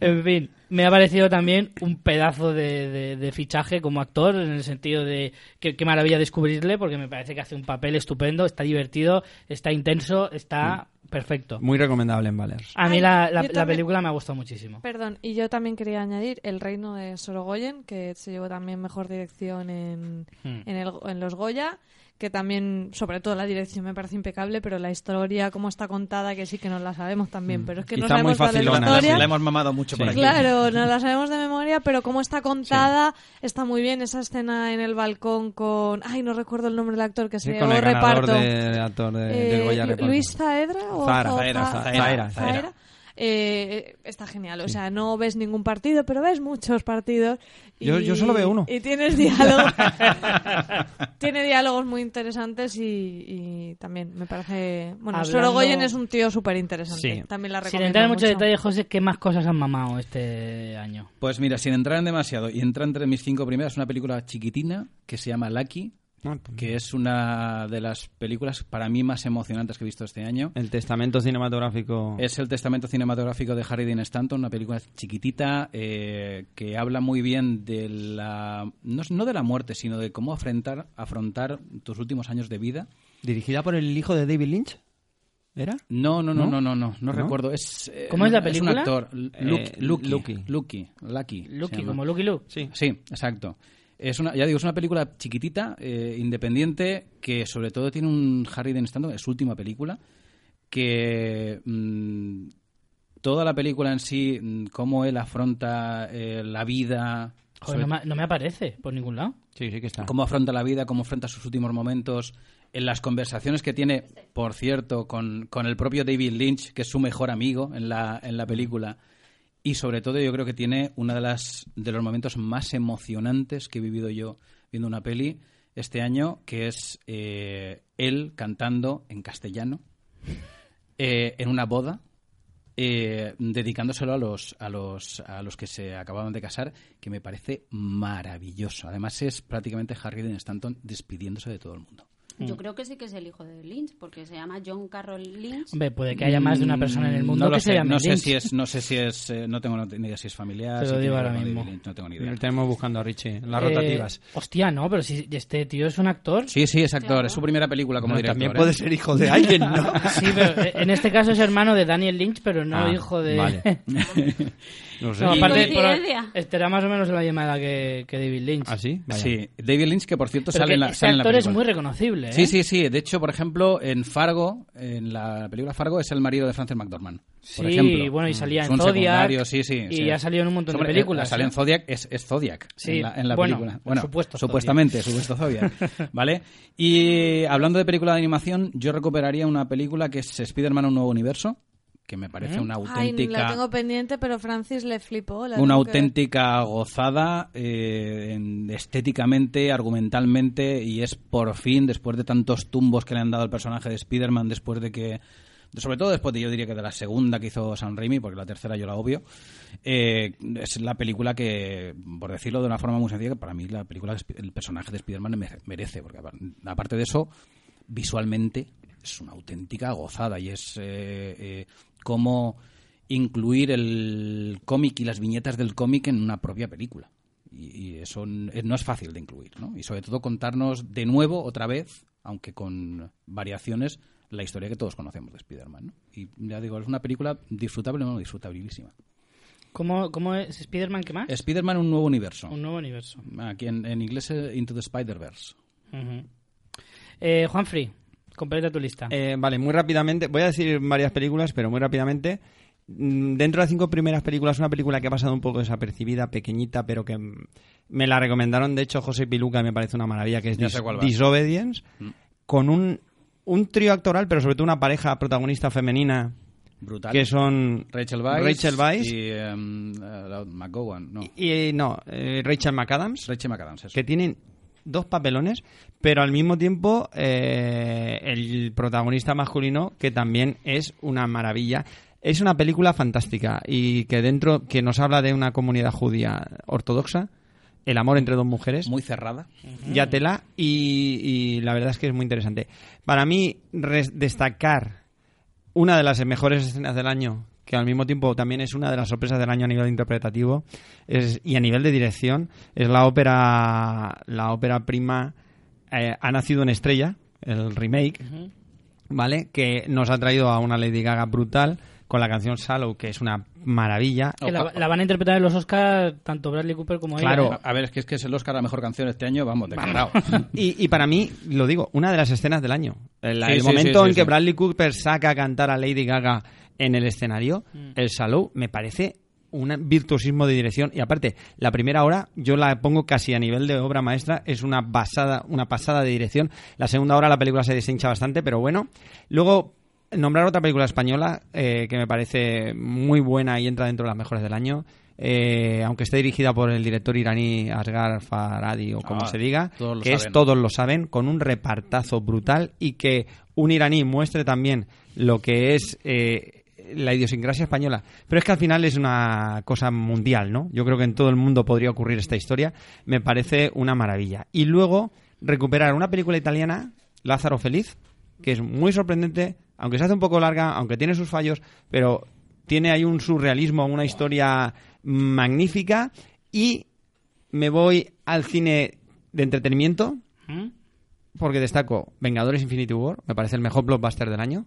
Speaker 1: En fin, me ha parecido también un pedazo de, de- de fichaje como actor, en el sentido de que, qué maravilla descubrirle, porque me parece que hace un papel estupendo, está divertido, está intenso, está perfecto.
Speaker 4: Mm. Muy recomendable en Valers.
Speaker 1: A mí
Speaker 2: Ay,
Speaker 1: la, la- la
Speaker 2: yo también-
Speaker 1: película me ha gustado muchísimo.
Speaker 2: Perdón, y yo también quería añadir El Reino de Sorogoyen, que se llevó también mejor dirección en,
Speaker 1: Mm.
Speaker 2: en, el- en los Goya, que también, sobre todo la dirección me parece impecable, pero la historia, cómo está contada, que sí que no la sabemos también, pero es que no
Speaker 4: Quizá muy
Speaker 2: sabemos cuál es la
Speaker 4: facilona,
Speaker 2: historia.
Speaker 5: La hemos mamado mucho por aquí.
Speaker 2: Claro, no la sabemos de memoria, pero como está contada, está muy bien esa escena en el balcón con... Ay, no recuerdo el nombre del actor que se
Speaker 4: Sí, con el ganador
Speaker 2: reparto.
Speaker 4: de actor de,
Speaker 2: Eh,
Speaker 4: del Goya
Speaker 2: Lu-
Speaker 4: Reparto.
Speaker 2: Luis Zaedra o
Speaker 4: Zahara,
Speaker 2: o
Speaker 4: Zahara,
Speaker 2: Za-
Speaker 4: Zahara,
Speaker 2: Zahara,
Speaker 4: Zahara.
Speaker 2: Zahara. Eh, está genial, o sea, no ves ningún partido, pero ves muchos partidos. y-
Speaker 4: Yo- yo solo veo uno.
Speaker 2: Y tienes diálogo. Tiene diálogos muy interesantes y, y también me parece. Bueno,
Speaker 1: Hablando-
Speaker 2: Sorogoyen es un tío súper interesante.
Speaker 4: Sí.
Speaker 2: También la
Speaker 1: Sin
Speaker 2: recomiendo.
Speaker 1: entrar en mucho
Speaker 2: mucho.
Speaker 1: detalle, José, ¿qué más cosas han mamado este año?
Speaker 5: Pues mira, sin entrar en demasiado, y entra entre mis cinco primeras una película chiquitina que se llama Lucky,
Speaker 4: Ah, pues,
Speaker 1: Mm.
Speaker 5: que es una de las películas para mí más emocionantes que he visto este año.
Speaker 4: El testamento
Speaker 1: Oh.
Speaker 4: cinematográfico.
Speaker 5: Es el testamento cinematográfico de Harry Dean Stanton, una película chiquitita eh, que habla muy bien de la. No, es- no de la muerte, sino de cómo afrontar, afrontar tus últimos años de vida.
Speaker 4: dirigida por el hijo de David Lynch. ¿Era?
Speaker 5: No, no, no,
Speaker 4: ¿No?
Speaker 5: no, no, no, no,
Speaker 4: ¿No?
Speaker 5: recuerdo. Es, eh,
Speaker 1: ¿Cómo es la
Speaker 5: Es un
Speaker 1: película?
Speaker 5: actor, Lu-
Speaker 4: Eh,
Speaker 5: Lucky,
Speaker 4: Lucky.
Speaker 5: Lucky, Lucky, Lucky. se
Speaker 1: Lucky,
Speaker 5: llama.
Speaker 1: como Lucky Luke.
Speaker 4: Sí.
Speaker 5: Sí, exacto. Es una, ya digo, es una película chiquitita, eh, independiente, que sobre todo tiene un Harry Dean Stanton, es su última película, que mm, toda la película en sí, mm, cómo él afronta eh, la vida,
Speaker 1: Joder,
Speaker 5: sobre-
Speaker 1: no, me, no me aparece por ningún lado.
Speaker 4: Sí, sí que está.
Speaker 5: cómo afronta la vida, cómo afronta sus últimos momentos, en las conversaciones que tiene, por cierto, con, con el propio David Lynch, que es su mejor amigo en la, en la película. Y sobre todo yo creo que tiene uno de, las, de los momentos más emocionantes que he vivido yo viendo una peli este año, que es eh, él cantando en castellano eh, en una boda, eh, dedicándoselo a los, a, los, a los que se acababan de casar, que me parece maravilloso. Además es prácticamente Harry Dean Stanton despidiéndose de todo el mundo.
Speaker 4: Hmm.
Speaker 3: Yo creo que sí que es el hijo de Lynch, porque se llama John Carroll Lynch.
Speaker 1: Hombre, puede que haya más de una persona en el
Speaker 5: Mm,
Speaker 1: mundo
Speaker 5: no lo
Speaker 1: que se
Speaker 5: sé.
Speaker 1: llame
Speaker 5: no sé
Speaker 1: Lynch.
Speaker 5: si es no sé si es eh, no tengo ni idea si es familiar
Speaker 1: Te lo
Speaker 5: si tiene
Speaker 1: digo
Speaker 5: que ver
Speaker 1: ahora
Speaker 5: con David
Speaker 1: mismo.
Speaker 5: Lynch, no tengo ni idea
Speaker 4: Tenemos buscando a Richie. Las
Speaker 1: Eh,
Speaker 4: rotativas.
Speaker 1: Hostia, no, pero si este tío es un actor.
Speaker 5: sí sí es actor es su primera película como
Speaker 4: Bueno,
Speaker 5: director
Speaker 4: también
Speaker 5: ¿eh?
Speaker 4: puede ser hijo de alguien, ¿no?
Speaker 1: Sí, pero eh, en este caso es hermano de Daniel Lynch, pero no
Speaker 4: Ah,
Speaker 1: hijo de.
Speaker 4: vale. No sé.
Speaker 1: No, aparte,
Speaker 3: Qué
Speaker 1: por-
Speaker 3: coincidencia.
Speaker 1: estará más o menos en la llamada que, que David Lynch.
Speaker 4: ¿Ah, sí? Vaya.
Speaker 5: sí David Lynch que por cierto
Speaker 1: Pero
Speaker 5: sale
Speaker 1: que
Speaker 5: en la
Speaker 1: ese
Speaker 5: sale en la
Speaker 1: actor es
Speaker 5: película.
Speaker 1: muy reconocible. ¿eh?
Speaker 5: sí sí sí de hecho por ejemplo en Fargo en la película Fargo es el marido de Frances McDormand por
Speaker 1: Sí,
Speaker 5: ejemplo
Speaker 1: bueno, y salía
Speaker 5: Es
Speaker 1: en
Speaker 5: un
Speaker 1: Zodiac,
Speaker 5: secundario, sí, sí,
Speaker 1: y
Speaker 5: sí.
Speaker 1: ha salido en un montón de
Speaker 5: Hombre, eh,
Speaker 1: películas,
Speaker 5: Sale
Speaker 1: ¿eh?
Speaker 5: en Zodiac, es, es Zodiac
Speaker 1: Sí,
Speaker 5: en la, en la
Speaker 1: bueno,
Speaker 5: película.
Speaker 1: por supuesto,
Speaker 5: Supuestamente, supuesto Zodiac. ¿Vale? Y hablando de película de animación, yo recuperaría una película que es Spider-Man Un Nuevo Universo, que me parece una
Speaker 2: ¿Eh? Ay, la
Speaker 5: auténtica.
Speaker 2: tengo pendiente, pero Francis le flipó. la
Speaker 5: Una
Speaker 2: tengo que ver.
Speaker 5: auténtica gozada eh, en- estéticamente, argumentalmente, y es por fin, después de tantos tumbos que le han dado al personaje de Spider-Man, después de que. Sobre todo después de, yo diría que de la segunda que hizo San Raimi, porque la tercera yo la obvio, eh, es la película que, por decirlo de una forma muy sencilla, que para mí la película, de Spi- el personaje de Spider-Man mere- merece, porque apar- aparte de eso, visualmente es una auténtica gozada y es eh, eh, como incluir el cómic y las viñetas del cómic en una propia película. Y, y eso n- eh, no es fácil de incluir, ¿no? Y sobre todo contarnos de nuevo, otra vez, aunque con variaciones, la historia que todos conocemos de Spider-Man. ¿no? Y ya digo, es una película disfrutable, no, disfrutabilísima.
Speaker 1: ¿Cómo, cómo es Spider-Man? ¿Qué más?
Speaker 5: Spider-Man, un nuevo universo.
Speaker 1: Un nuevo universo.
Speaker 5: Aquí en, en inglés, eh, Into the Spider-Verse.
Speaker 1: Ujú. eh, Juanfrey, Completa tu lista.
Speaker 4: Eh, vale, muy rápidamente. Voy a decir varias películas, pero muy rápidamente. Mm, Dentro de las cinco primeras películas, una película que ha pasado un poco desapercibida, pequeñita, pero que mm, me la recomendaron, de hecho, José Piluca, y me parece una maravilla, que es
Speaker 5: Ya
Speaker 4: Dis-
Speaker 5: sé cuál va. Mm.
Speaker 4: Disobedience, con un, un trío actoral, pero sobre todo una pareja protagonista femenina,
Speaker 5: Brutal.
Speaker 4: que son
Speaker 5: Rachel Weisz.
Speaker 4: Rachel Weisz
Speaker 5: Y em, la- McGowan, no.
Speaker 4: y, eh, no, eh, Rachel McAdams,
Speaker 5: Rachel McAdams, eso.
Speaker 4: que tienen dos papelones, pero al mismo tiempo eh, el protagonista masculino, que también es una maravilla. Es una película fantástica y que dentro, que nos habla de una comunidad judía ortodoxa, el amor entre dos mujeres,
Speaker 5: Muy cerrada.
Speaker 4: ya tela, y, y la verdad es que es muy interesante. Para mí, res- destacar una de las mejores escenas del año, que al mismo tiempo también es una de las sorpresas del año a nivel interpretativo es- y a nivel de dirección, es la ópera, la ópera prima eh, Ha nacido una estrella, el remake, ¿vale? Que nos ha traído a una Lady Gaga brutal con la canción Shallow, que es una maravilla.
Speaker 1: Que la, la van a interpretar en los Oscars tanto Bradley Cooper como ella.
Speaker 4: Claro.
Speaker 5: A, a ver, es que, es que es el Oscar a la mejor canción este año, vamos, de
Speaker 4: Y, y para mí, lo digo, una de las escenas del año. El,
Speaker 5: Sí,
Speaker 4: el
Speaker 5: sí,
Speaker 4: momento
Speaker 5: sí, sí,
Speaker 4: en que
Speaker 5: sí.
Speaker 4: Bradley Cooper saca a cantar a Lady Gaga en el escenario, el Salou, me parece un virtuosismo de dirección. Y aparte, la primera hora yo la pongo casi a nivel de obra maestra, es una basada, una pasada de dirección. La segunda hora la película se deshincha bastante, pero bueno. Luego, nombrar otra película española eh, que me parece muy buena y entra dentro de las mejores del año. eh, aunque esté dirigida por el director iraní Asghar Farhadi o como
Speaker 5: Ah,
Speaker 4: se diga,
Speaker 5: todos lo
Speaker 4: que es
Speaker 5: saben.
Speaker 4: todos lo saben, con un repartazo brutal y que un iraní muestre también lo que es eh, la idiosincrasia española. Pero es que al final es una cosa mundial, ¿no? Yo creo que en todo el mundo podría ocurrir esta historia. Me parece una maravilla. Y luego recuperar una película italiana, Lázaro Feliz, que es muy sorprendente, aunque se hace un poco larga, aunque tiene sus fallos, pero tiene ahí un surrealismo, una historia magnífica y me voy al cine de entretenimiento
Speaker 1: ¿Mm?
Speaker 4: porque destaco Vengadores Infinity War, me parece el mejor blockbuster del año.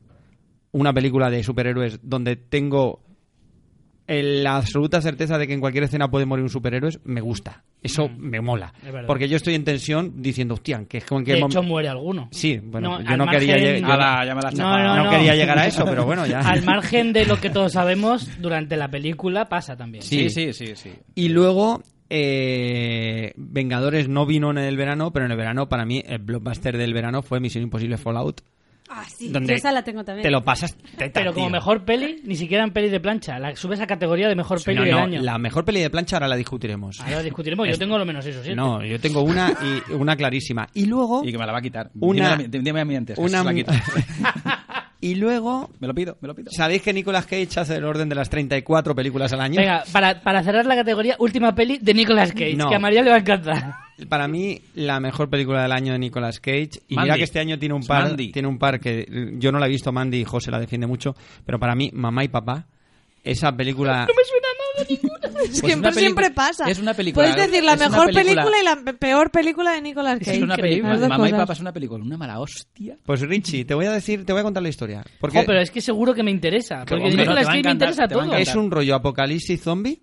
Speaker 4: Una película de superhéroes donde tengo el- la absoluta certeza de que en cualquier escena puede morir un superhéroe, me gusta. Eso me mola.
Speaker 1: Mm. Es verdad.
Speaker 4: Porque yo estoy en tensión diciendo, hostia, que es como en
Speaker 1: De
Speaker 4: qué
Speaker 1: hecho,
Speaker 4: momento...
Speaker 1: muere alguno.
Speaker 4: Sí, bueno,
Speaker 1: No,
Speaker 4: yo
Speaker 1: al
Speaker 4: no quería,
Speaker 1: margen-
Speaker 4: lleg- yo
Speaker 5: Ala, ya me la has
Speaker 1: No,
Speaker 5: chapado.
Speaker 1: no,
Speaker 4: no
Speaker 1: no.
Speaker 4: quería llegar a eso, pero bueno, ya.
Speaker 1: Al margen de lo que todos sabemos, durante la película pasa también.
Speaker 5: Sí, sí, sí, sí.
Speaker 4: Y luego, eh, Vengadores no vino en el verano, pero en el verano, para mí, el blockbuster del verano fue Misión Imposible Fallout.
Speaker 3: Ah, sí.
Speaker 4: Donde
Speaker 3: Yo esa la tengo también.
Speaker 4: Te lo pasas teta,
Speaker 1: Pero como
Speaker 4: tío.
Speaker 1: mejor peli, ni siquiera en peli de plancha. La subes a categoría de mejor peli
Speaker 4: No,
Speaker 1: del
Speaker 4: no,
Speaker 1: año.
Speaker 4: la mejor peli de plancha ahora la discutiremos.
Speaker 1: Ahora discutiremos. Yo
Speaker 4: Es-
Speaker 1: tengo lo menos eso, ¿sí?
Speaker 4: No, yo tengo una y una clarísima. Y luego...
Speaker 5: Y que me la va a quitar.
Speaker 4: Una-
Speaker 5: Dímela a mí- Dime, a mí antes. que
Speaker 4: una-
Speaker 5: se la quito.
Speaker 4: y luego...
Speaker 5: me lo pido, me lo pido.
Speaker 4: ¿Sabéis que Nicolas Cage hace el orden de las 34 películas al año?
Speaker 1: Venga, para, para cerrar la categoría, última peli de Nicolas Cage,
Speaker 4: No.
Speaker 1: que a María le va a encantar.
Speaker 4: Para mí, la mejor película del año de Nicolas Cage. Y mira
Speaker 5: Mandy.
Speaker 4: que este año tiene un par,
Speaker 5: Mandy.
Speaker 4: tiene un par que yo no la he visto, Mandy y José la defiende mucho. Pero para mí, Mamá y Papá, esa película.
Speaker 5: Pues
Speaker 2: siempre,
Speaker 5: una
Speaker 2: siempre
Speaker 5: pelicu-
Speaker 2: pasa.
Speaker 5: es una película,
Speaker 2: Puedes decir la
Speaker 5: es una
Speaker 2: mejor película...
Speaker 5: película-
Speaker 2: y la pe- peor película de Nicolas
Speaker 5: Es
Speaker 2: Cage.
Speaker 5: que es una película.
Speaker 2: Las dos
Speaker 5: Mamá y
Speaker 2: cosas.
Speaker 5: papá es una película. Una mala hostia.
Speaker 4: Pues Richie, te voy a decir, te voy a contar la historia. Porque
Speaker 1: Jo, pero es que seguro que me interesa.
Speaker 5: Que
Speaker 1: Porque
Speaker 5: hombre, no,
Speaker 1: Nicolas
Speaker 5: te va a
Speaker 1: Cage me
Speaker 5: encantar,
Speaker 1: interesa
Speaker 5: te va a
Speaker 1: todo.
Speaker 5: encantar.
Speaker 4: es un rollo apocalipsis zombie.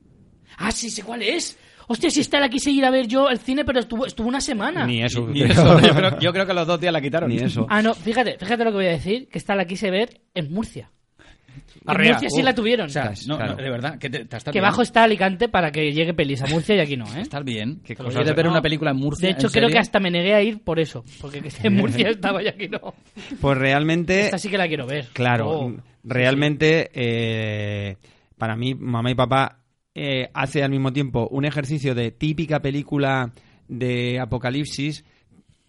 Speaker 1: Ah, sí, sé cuál es. Hostia, si esta la quise ir a ver yo al cine, pero estuvo, estuvo una semana.
Speaker 4: Ni eso.
Speaker 5: Ni eso, yo, creo, yo creo que los dos días la quitaron.
Speaker 4: Ni eso.
Speaker 1: Ah, no, fíjate, fíjate lo que voy a decir, que esta la quise ver en Murcia. en
Speaker 5: Arrea,
Speaker 1: Murcia sí
Speaker 5: uh.
Speaker 1: la tuvieron.
Speaker 5: O sea, no,
Speaker 4: Claro.
Speaker 5: no, de verdad, que te, te estás
Speaker 1: que
Speaker 5: bien.
Speaker 1: bajo está Alicante para que llegue pelis a Murcia y aquí no, ¿eh?
Speaker 5: Estás bien. Que
Speaker 4: cosas-
Speaker 5: quieres ver
Speaker 1: No.
Speaker 5: una película en Murcia.
Speaker 1: De hecho,
Speaker 5: ¿en
Speaker 1: creo que
Speaker 5: serio?
Speaker 1: hasta me negué a ir por eso, porque que esté en Murcia estaba y aquí no.
Speaker 4: Pues realmente.
Speaker 1: Esta sí que la quiero ver.
Speaker 4: Claro, mm,
Speaker 1: Oh.
Speaker 4: realmente eh, para mí mamá y papá eh, hace al mismo tiempo un ejercicio de típica película de apocalipsis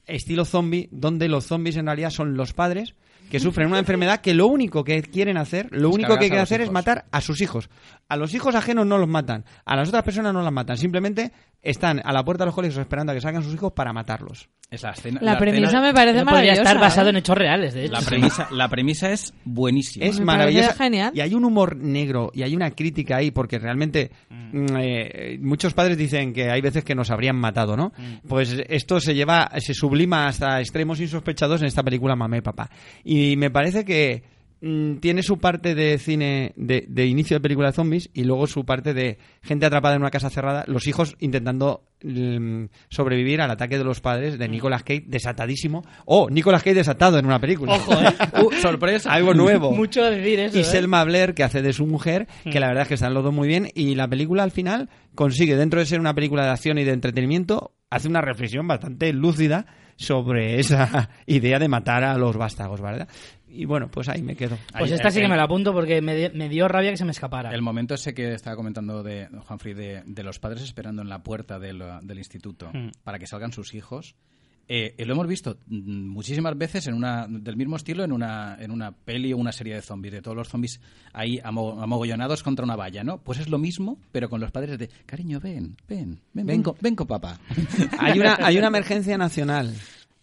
Speaker 4: estilo zombie, donde los zombies en realidad son los padres que sufren una enfermedad que lo único que quieren hacer, lo único que
Speaker 5: Descargarse a
Speaker 4: quieren
Speaker 5: los
Speaker 4: hacer es
Speaker 5: hijos.
Speaker 4: matar a sus hijos. A los hijos ajenos no los matan, a las otras personas no las matan, simplemente están a la puerta de los colegios esperando a que salgan sus hijos para matarlos.
Speaker 5: Es la escena-
Speaker 2: La,
Speaker 5: la
Speaker 2: premisa
Speaker 5: escena-
Speaker 2: me parece
Speaker 1: Eso podría
Speaker 2: maravillosa.
Speaker 1: estar basado
Speaker 2: ¿eh?
Speaker 1: en hechos reales, de hecho.
Speaker 5: La premisa, la premisa es buenísima.
Speaker 4: Es
Speaker 2: Me
Speaker 4: maravillosa.
Speaker 2: parece genial.
Speaker 4: Y hay un humor negro y hay una crítica ahí, porque realmente mm, eh, muchos padres dicen que hay veces que nos habrían matado, ¿no? Pues esto se lleva, se sublima hasta extremos insospechados en esta película Mamá y Papá. Y me parece que mm, tiene su parte de cine de, de inicio de película de zombies y luego su parte de gente atrapada en una casa cerrada, los hijos intentando mm, sobrevivir al ataque de los padres de Nicolas Cage desatadísimo o Nicolas Cage desatado en una película.
Speaker 1: Ojo, ¿eh?
Speaker 4: Uh, sorpresa, algo nuevo.
Speaker 1: Mucho a decir eso.
Speaker 4: y
Speaker 1: ¿eh?
Speaker 4: Selma Blair, que hace de su mujer, que la verdad es que están los dos muy bien. Y la película al final consigue, dentro de ser una película de acción y de entretenimiento, hace una reflexión bastante lúcida sobre esa idea de matar a los vástagos, ¿verdad? Y bueno, pues ahí me quedo.
Speaker 1: Pues
Speaker 5: Ahí,
Speaker 1: esta sí
Speaker 5: eh,
Speaker 1: que me
Speaker 5: eh.
Speaker 1: la apunto porque me, di- me dio rabia que se me escapara.
Speaker 5: El momento ese que estaba comentando de Humphrey de, de los padres esperando en la puerta de la- del instituto
Speaker 1: Mm.
Speaker 5: para que salgan sus hijos. eh, eh, lo hemos visto mm, muchísimas veces en una, del mismo estilo en una, en una peli o una serie de zombies, de todos los zombies ahí amo- amogollonados contra una valla, ¿no? Pues es lo mismo, pero con los padres de, cariño, ven, ven, ven,
Speaker 1: Hmm.
Speaker 5: ven, con, ven con papá.
Speaker 4: Hay una, hay una emergencia nacional.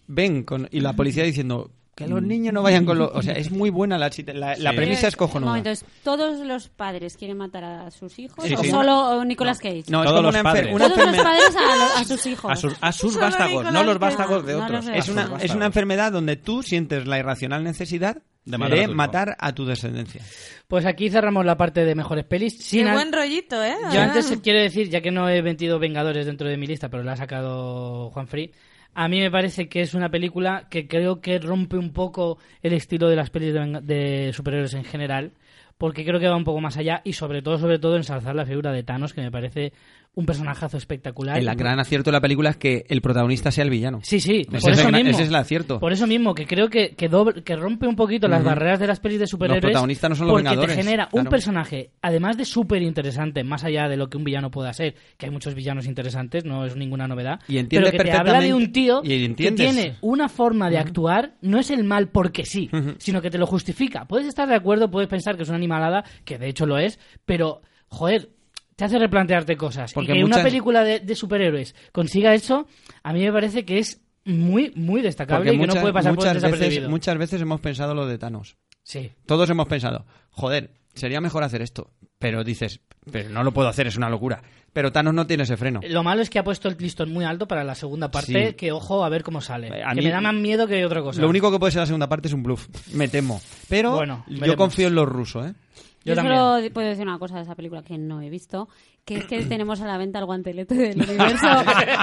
Speaker 4: Ven, con, y la policía diciendo que los niños no vayan con los... O sea, es muy buena la, chita- la, la
Speaker 5: Sí.
Speaker 4: premisa, es
Speaker 3: Un
Speaker 4: cojonuda.
Speaker 3: momento, ¿es ¿todos los padres quieren matar a sus hijos
Speaker 5: Sí,
Speaker 3: o
Speaker 5: sí.
Speaker 3: solo Nicolas Cage?
Speaker 4: No, es
Speaker 5: Todos
Speaker 4: como
Speaker 5: los
Speaker 4: una, enfer-
Speaker 5: padres.
Speaker 4: una
Speaker 3: Todos los
Speaker 4: enfermedad.
Speaker 3: padres a, lo- a sus hijos.
Speaker 5: A sus, a sus
Speaker 2: Solo
Speaker 5: vástagos,
Speaker 2: Nicolás
Speaker 5: no los
Speaker 2: Cage.
Speaker 5: vástagos de
Speaker 3: No los
Speaker 5: otros.
Speaker 3: de
Speaker 4: Es
Speaker 5: a
Speaker 3: otros.
Speaker 5: sus
Speaker 4: una, es
Speaker 5: vástagos.
Speaker 4: una enfermedad donde tú sientes la irracional necesidad
Speaker 5: De
Speaker 4: de
Speaker 5: matar
Speaker 4: matar,
Speaker 5: a tu hijo.
Speaker 4: a tu descendencia.
Speaker 1: Pues aquí cerramos la parte de mejores pelis. Sin
Speaker 2: Qué
Speaker 1: an-
Speaker 2: buen rollito, ¿eh?
Speaker 1: Yo
Speaker 2: Además.
Speaker 1: antes quiero decir, ya que no he metido Vengadores dentro de mi lista, pero la ha sacado Juan Free, a mí me parece que es una película que creo que rompe un poco el estilo de las pelis de, venga- de superhéroes en general, porque creo que va un poco más allá y sobre todo, sobre todo, ensalzar la figura de Thanos, que me parece un personajazo espectacular.
Speaker 4: El gran acierto de la película es que el protagonista sea el villano.
Speaker 1: Sí, sí,
Speaker 4: Ese
Speaker 1: por
Speaker 4: es
Speaker 1: eso
Speaker 4: el gran-
Speaker 1: mismo.
Speaker 4: ese es el acierto.
Speaker 1: Por eso mismo, que creo que, que, doble- que rompe un poquito las barreras de las pelis de superhéroes.
Speaker 4: protagonistas no son los
Speaker 1: porque
Speaker 4: Vengadores,
Speaker 1: te genera un
Speaker 4: claro.
Speaker 1: personaje, además de súper interesante, más allá de lo que un villano pueda ser, que hay muchos villanos interesantes, no es ninguna novedad.
Speaker 4: Y entiende
Speaker 1: pero que te habla de
Speaker 4: perfectamente-
Speaker 1: un tío
Speaker 4: y
Speaker 1: que
Speaker 4: entiendes.
Speaker 1: tiene una forma de actuar, no es el mal porque sí, sino que te lo justifica. Puedes estar de acuerdo, puedes pensar que es una animalada, que de hecho lo es, pero, joder... Te hace replantearte cosas.
Speaker 4: Porque
Speaker 1: y que una
Speaker 4: muchas-
Speaker 1: película de, de superhéroes consiga eso, a mí me parece que es muy, muy destacable
Speaker 4: Porque
Speaker 1: y que no puede pasar por
Speaker 4: muchas veces,
Speaker 1: desapercibido.
Speaker 4: muchas veces hemos pensado lo de Thanos.
Speaker 1: Sí.
Speaker 4: Todos hemos pensado, joder, sería mejor hacer esto. Pero dices, pero no lo puedo hacer, es una locura. Pero Thanos no tiene ese freno.
Speaker 1: Lo malo es que ha puesto el listón muy alto para la segunda parte,
Speaker 4: Sí.
Speaker 1: que ojo a ver cómo sale.
Speaker 4: Eh, a
Speaker 1: que
Speaker 4: mí-
Speaker 1: me da más miedo que otra cosa.
Speaker 4: Lo único que puede ser la segunda parte es un bluff, me temo. Pero
Speaker 1: Bueno, veremos.
Speaker 4: yo confío en los rusos, ¿eh?
Speaker 1: Yo
Speaker 3: Yo,
Speaker 1: también.
Speaker 3: solo di- puedo decir una cosa de esa película que no he visto, que es que tenemos a la venta el guantelete del universo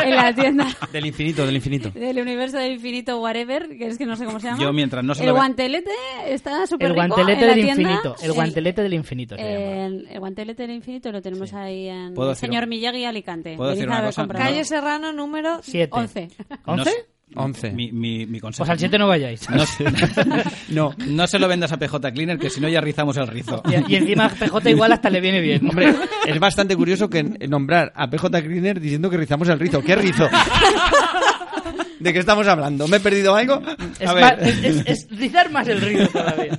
Speaker 3: en la tienda
Speaker 4: Del infinito, del infinito.
Speaker 3: del universo del infinito whatever, que es que no sé cómo se llama.
Speaker 5: Yo mientras no se
Speaker 3: el
Speaker 5: lo ve-
Speaker 3: guantelete está súper
Speaker 1: El
Speaker 3: rico
Speaker 1: guantelete
Speaker 3: en la
Speaker 1: del
Speaker 3: tienda. Eh,
Speaker 1: infinito. El guantelete del infinito se llama.
Speaker 3: El, el guantelete del infinito lo tenemos ahí en
Speaker 5: Puedo
Speaker 3: el
Speaker 5: decir-
Speaker 3: señor Miyagi Alicante.
Speaker 5: puedo decir
Speaker 3: Venid
Speaker 5: una
Speaker 3: a ver,
Speaker 5: cosa,
Speaker 3: comprad.
Speaker 2: Calle Serrano número
Speaker 1: Siete.
Speaker 3: 11.
Speaker 5: No
Speaker 1: ¿Once?
Speaker 5: sé-
Speaker 4: Once.
Speaker 5: Mi, mi, mi consejo.
Speaker 1: Pues al 7 no vayáis.
Speaker 5: No se-
Speaker 4: No.
Speaker 5: no se lo vendas a PJ Cleaner, que si no ya rizamos el rizo.
Speaker 1: Y, y encima PJ igual hasta le viene bien.
Speaker 4: Hombre, es bastante curioso que nombrar a PJ Cleaner diciendo que rizamos el rizo. ¿Qué rizo? ¿De qué estamos hablando? ¿Me he perdido algo?
Speaker 1: Es,
Speaker 4: A
Speaker 1: más-
Speaker 4: ver.
Speaker 1: es- es- es rizar más el río todavía.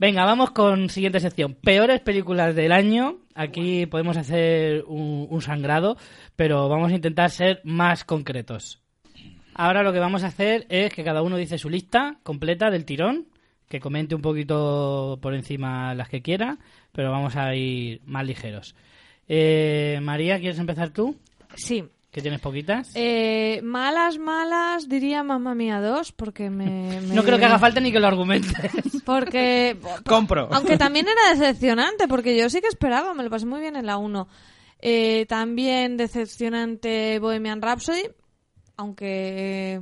Speaker 1: Venga, vamos con siguiente sección. Peores películas del año. Aquí podemos hacer un, un sangrado, pero vamos a intentar ser más concretos. Ahora lo que vamos a hacer es que cada uno dice su lista completa del tirón, que comente un poquito por encima las que quiera, pero vamos a ir más ligeros. Eh, María, ¿quieres empezar tú?
Speaker 2: Sí.
Speaker 1: Que tienes poquitas.
Speaker 2: Eh, malas, malas, diría Mamma Mía 2, porque me... me-
Speaker 1: no creo que haga falta ni que lo argumentes.
Speaker 2: Porque...
Speaker 5: Compro.
Speaker 2: Aunque también era decepcionante, porque yo sí que esperaba, me lo pasé muy bien en la 1. Eh, también decepcionante Bohemian Rhapsody, aunque... eh,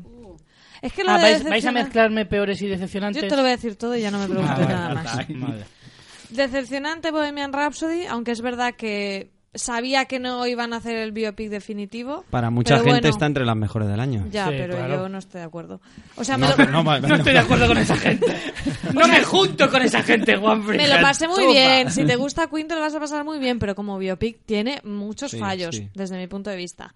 Speaker 2: Es que lo
Speaker 1: Ah,
Speaker 2: de
Speaker 1: vais, vais a
Speaker 2: decepcionante-
Speaker 1: mezclarme peores y decepcionantes?
Speaker 2: Yo te lo voy a decir todo y ya no me
Speaker 1: Ah,
Speaker 2: preguntes
Speaker 1: vale,
Speaker 2: nada más.
Speaker 1: vale, vale.
Speaker 2: Decepcionante Bohemian Rhapsody, aunque es verdad que sabía que no iban a hacer el biopic definitivo.
Speaker 4: Para mucha
Speaker 2: pero
Speaker 4: gente
Speaker 2: bueno,
Speaker 4: está entre las mejores del año.
Speaker 2: Ya,
Speaker 1: Sí,
Speaker 2: pero
Speaker 1: claro.
Speaker 2: yo no estoy de acuerdo. O sea,
Speaker 4: No,
Speaker 2: me, lo,
Speaker 4: no, vale,
Speaker 1: No
Speaker 4: no.
Speaker 1: estoy de acuerdo con esa gente. No me junto con esa gente, Juan
Speaker 2: me lo pasé muy bien. Si te gusta Queen te lo vas a pasar muy bien, pero como biopic tiene muchos
Speaker 4: Sí,
Speaker 2: fallos,
Speaker 4: sí.
Speaker 2: desde mi punto de vista.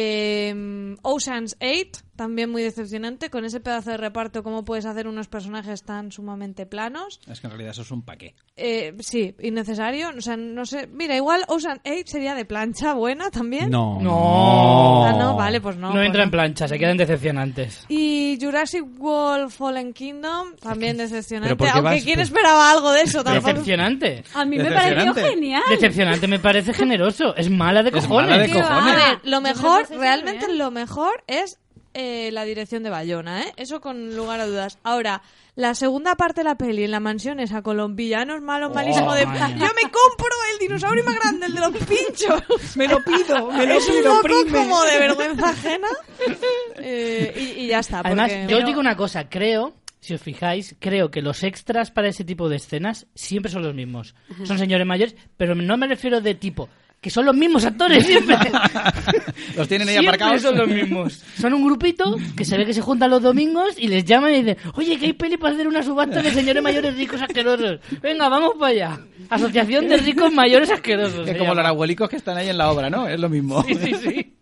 Speaker 2: Eh, Ocean's 8, también muy decepcionante, con ese pedazo de reparto, cómo puedes hacer unos personajes tan sumamente planos.
Speaker 5: Es que en realidad eso es un paqué.
Speaker 2: Eh, sí, innecesario. O sea, no sé. Mira, igual Ocean 8 sería de plancha buena también.
Speaker 4: No.
Speaker 1: No.
Speaker 2: ¿Eh? Ah, no, vale, pues no.
Speaker 1: No,
Speaker 2: pues
Speaker 1: entra en
Speaker 2: no.
Speaker 1: plancha, se quedan decepcionantes.
Speaker 2: Y Jurassic World Fallen Kingdom, también decepcionante.
Speaker 4: ¿Pero por qué
Speaker 2: Aunque
Speaker 4: vas?
Speaker 2: quién esperaba algo de eso tampoco.
Speaker 1: Decepcionante.
Speaker 3: A mí me pareció
Speaker 5: Decepcionante.
Speaker 3: genial.
Speaker 1: Decepcionante me parece generoso. Es mala de
Speaker 5: Es
Speaker 1: cojones.
Speaker 5: mala de
Speaker 2: Tío,
Speaker 5: cojones.
Speaker 2: A ver,
Speaker 3: Yo
Speaker 2: lo
Speaker 3: me lo
Speaker 2: mejor,
Speaker 3: pasé súper
Speaker 2: realmente
Speaker 3: bien.
Speaker 2: lo mejor es eh, la dirección de Bayona, ¿eh? Eso con lugar a dudas. Ahora, la segunda parte de la peli en la mansión esa con los villanos malos, malísimo de... Yo
Speaker 5: vaya.
Speaker 2: me compro el dinosaurio más grande, el de los pinchos.
Speaker 4: Me lo pido, me lo
Speaker 2: es un
Speaker 4: pido,
Speaker 2: poco
Speaker 4: prime.
Speaker 2: como de vergüenza ajena. Eh, y, y ya está.
Speaker 1: Además,
Speaker 2: porque-
Speaker 1: yo os digo una cosa, creo, si os fijáis, creo que los extras para ese tipo de escenas siempre son los mismos. Son señores mayores, pero no me refiero de tipo, que son los mismos actores siempre.
Speaker 5: Los tienen ahí
Speaker 1: Siempre
Speaker 5: aparcados.
Speaker 1: son los mismos. Son un grupito que se ve que se juntan los domingos y les llaman y dicen, oye, que hay peli para hacer una subasta de señores mayores ricos asquerosos. Venga, vamos para allá. Asociación de ricos mayores asquerosos.
Speaker 5: Es
Speaker 1: se
Speaker 5: como los
Speaker 1: llama.
Speaker 5: abuelicos que están ahí en la obra, ¿no? Es lo mismo.
Speaker 1: Sí, sí, sí.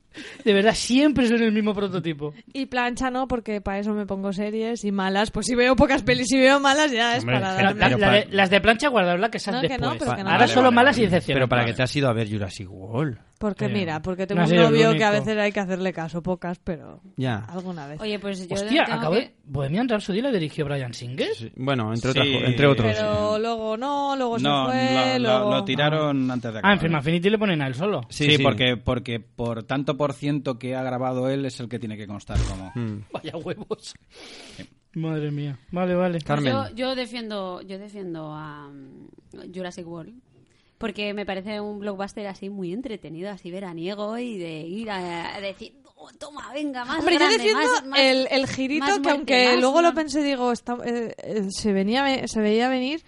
Speaker 1: De verdad, siempre son el mismo prototipo.
Speaker 2: Y plancha no, porque para eso me pongo series y malas. Pues si veo pocas pelis y veo malas, ya es
Speaker 5: Hombre,
Speaker 2: para
Speaker 1: La-
Speaker 2: darme.
Speaker 5: pero-
Speaker 1: la-
Speaker 5: pero
Speaker 1: la
Speaker 5: para-
Speaker 1: de- las de plancha guardarla que esas
Speaker 2: No, que
Speaker 1: después.
Speaker 2: no, pero que no.
Speaker 1: Ahora
Speaker 5: Vale,
Speaker 1: solo
Speaker 5: vale,
Speaker 1: malas
Speaker 5: vale.
Speaker 1: y decepciones.
Speaker 6: Pero para
Speaker 1: Vale.
Speaker 6: que te has ido a ver Jurassic World.
Speaker 2: Porque
Speaker 1: Sí.
Speaker 2: mira, porque tengo
Speaker 1: No
Speaker 2: un
Speaker 1: ha sido el
Speaker 2: novio que a
Speaker 1: único.
Speaker 2: veces hay que hacerle caso. Pocas, pero
Speaker 4: Ya.
Speaker 2: alguna vez.
Speaker 3: Oye, pues yo
Speaker 1: Hostia,
Speaker 3: tengo
Speaker 1: acabo
Speaker 3: que-
Speaker 1: de... Bohemian Rhapsody la dirigió Brian Singer.
Speaker 4: Sí, Bueno, entre,
Speaker 5: Sí.
Speaker 4: otras co- entre otros.
Speaker 2: pero luego no, luego se
Speaker 5: No,
Speaker 2: fue,
Speaker 5: lo, lo-
Speaker 2: luego...
Speaker 5: lo tiraron antes de acabar.
Speaker 1: Ah, en Film Affinity le ponen a él solo.
Speaker 5: Sí,
Speaker 4: Sí, sí.
Speaker 5: Porque, porque por tanto por ciento que ha grabado él es el que tiene que constar como...
Speaker 1: Vaya huevos. Madre mía. Vale, vale.
Speaker 4: Carmen.
Speaker 3: Yo, yo defiendo, yo defiendo a mm, Jurassic World. Porque me parece un blockbuster así muy entretenido, así veraniego y de ir a, a decir, "Oh, toma, venga, más
Speaker 2: Hombre, yo
Speaker 3: grande,
Speaker 2: defiendo
Speaker 3: más- más-
Speaker 2: el, el girito
Speaker 3: más
Speaker 2: que
Speaker 3: muerte,
Speaker 2: aunque
Speaker 3: más-
Speaker 2: luego lo
Speaker 3: más-
Speaker 2: pensé digo, está- eh, eh, se, venía, se veía venir,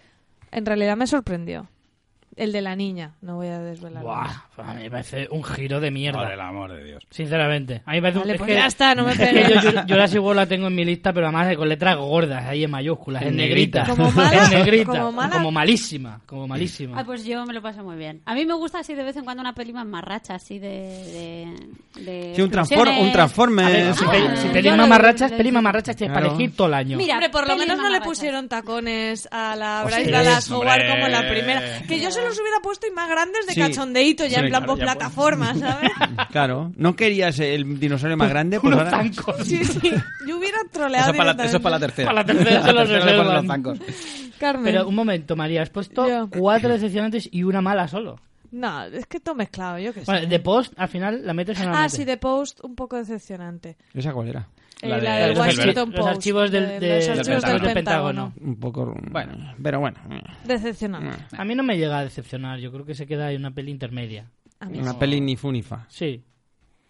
Speaker 2: en realidad me sorprendió. El de la niña, no voy a desvelar.
Speaker 1: Buah, a mí me parece un giro de
Speaker 5: Por
Speaker 1: mierda.
Speaker 5: el amor de Dios.
Speaker 1: Sinceramente. A mí me parece un...
Speaker 2: Vale,
Speaker 1: es
Speaker 2: pues
Speaker 1: que-
Speaker 2: ya está, no me
Speaker 1: es que
Speaker 2: pegues.
Speaker 1: yo, yo, yo la Jurassic World la tengo en mi lista, pero además con letras gordas, ahí en mayúsculas, en,
Speaker 4: En
Speaker 1: negrita.
Speaker 4: negrita.
Speaker 2: Como mala,
Speaker 1: en negrita.
Speaker 2: como mala.
Speaker 1: malísima. Como malísima.
Speaker 3: Ah, pues yo me lo paso muy bien. A mí me gusta así de vez en cuando una peli más marracha, así de... de, de
Speaker 4: Sí, un, transform,
Speaker 3: explosiones.
Speaker 4: un transforme.
Speaker 1: A ver, si,
Speaker 3: Ah,
Speaker 1: pe- si
Speaker 3: yo
Speaker 1: pelis
Speaker 3: lo-
Speaker 1: mamarrachas,
Speaker 3: lo-
Speaker 1: pelis mamarrachas tienes para
Speaker 4: Claro.
Speaker 1: elegir todo el año.
Speaker 3: Mira,
Speaker 2: Hombre, por lo
Speaker 3: pelis
Speaker 2: menos no le
Speaker 3: mamarrachas.
Speaker 2: pusieron tacones a la
Speaker 1: Hostia,
Speaker 2: Bryce Dallas
Speaker 1: es,
Speaker 2: Howard
Speaker 5: hombre.
Speaker 2: como en la primera. Que yo se los hubiera puesto y más grandes de
Speaker 4: Sí.
Speaker 2: cachondeíto, ya
Speaker 5: Sí,
Speaker 2: en plan
Speaker 5: claro,
Speaker 2: por
Speaker 5: ya pues.
Speaker 2: plataforma, ¿sabes?
Speaker 4: Claro. ¿No querías el dinosaurio más grande? Pues
Speaker 1: Unos
Speaker 4: ahora-
Speaker 1: zancos.
Speaker 2: Sí, sí. Yo hubiera troleado
Speaker 5: Eso para, la-
Speaker 2: directamente.
Speaker 5: eso es para la tercera.
Speaker 1: Para la tercera se lo
Speaker 5: le ponen
Speaker 1: reservan.
Speaker 5: los zancos.
Speaker 2: Carmen.
Speaker 1: Pero un momento, María, has puesto
Speaker 2: Yo.
Speaker 1: cuatro decepcionantes y una mala solo.
Speaker 2: No, es que todo mezclado, yo qué sé.
Speaker 1: Bueno, de post, al final la metes en la
Speaker 2: Ah,
Speaker 1: metes.
Speaker 2: sí, de Post, un poco decepcionante.
Speaker 4: ¿Esa cuál era?
Speaker 2: Eh,
Speaker 5: La
Speaker 2: La,
Speaker 5: de-
Speaker 2: del
Speaker 5: los
Speaker 2: Washington
Speaker 1: archi- los
Speaker 2: Post.
Speaker 1: archivos del-
Speaker 2: de-
Speaker 1: de-
Speaker 2: los
Speaker 1: del
Speaker 2: archivos del,
Speaker 5: Pentágono.
Speaker 2: Pentágono.
Speaker 4: Un poco...
Speaker 5: Bueno.
Speaker 4: Pero bueno.
Speaker 2: Decepcionante.
Speaker 1: A mí no me llega a decepcionar, yo creo que se queda ahí una peli intermedia.
Speaker 2: A mí
Speaker 4: Una peli ni funifa.
Speaker 1: Sí,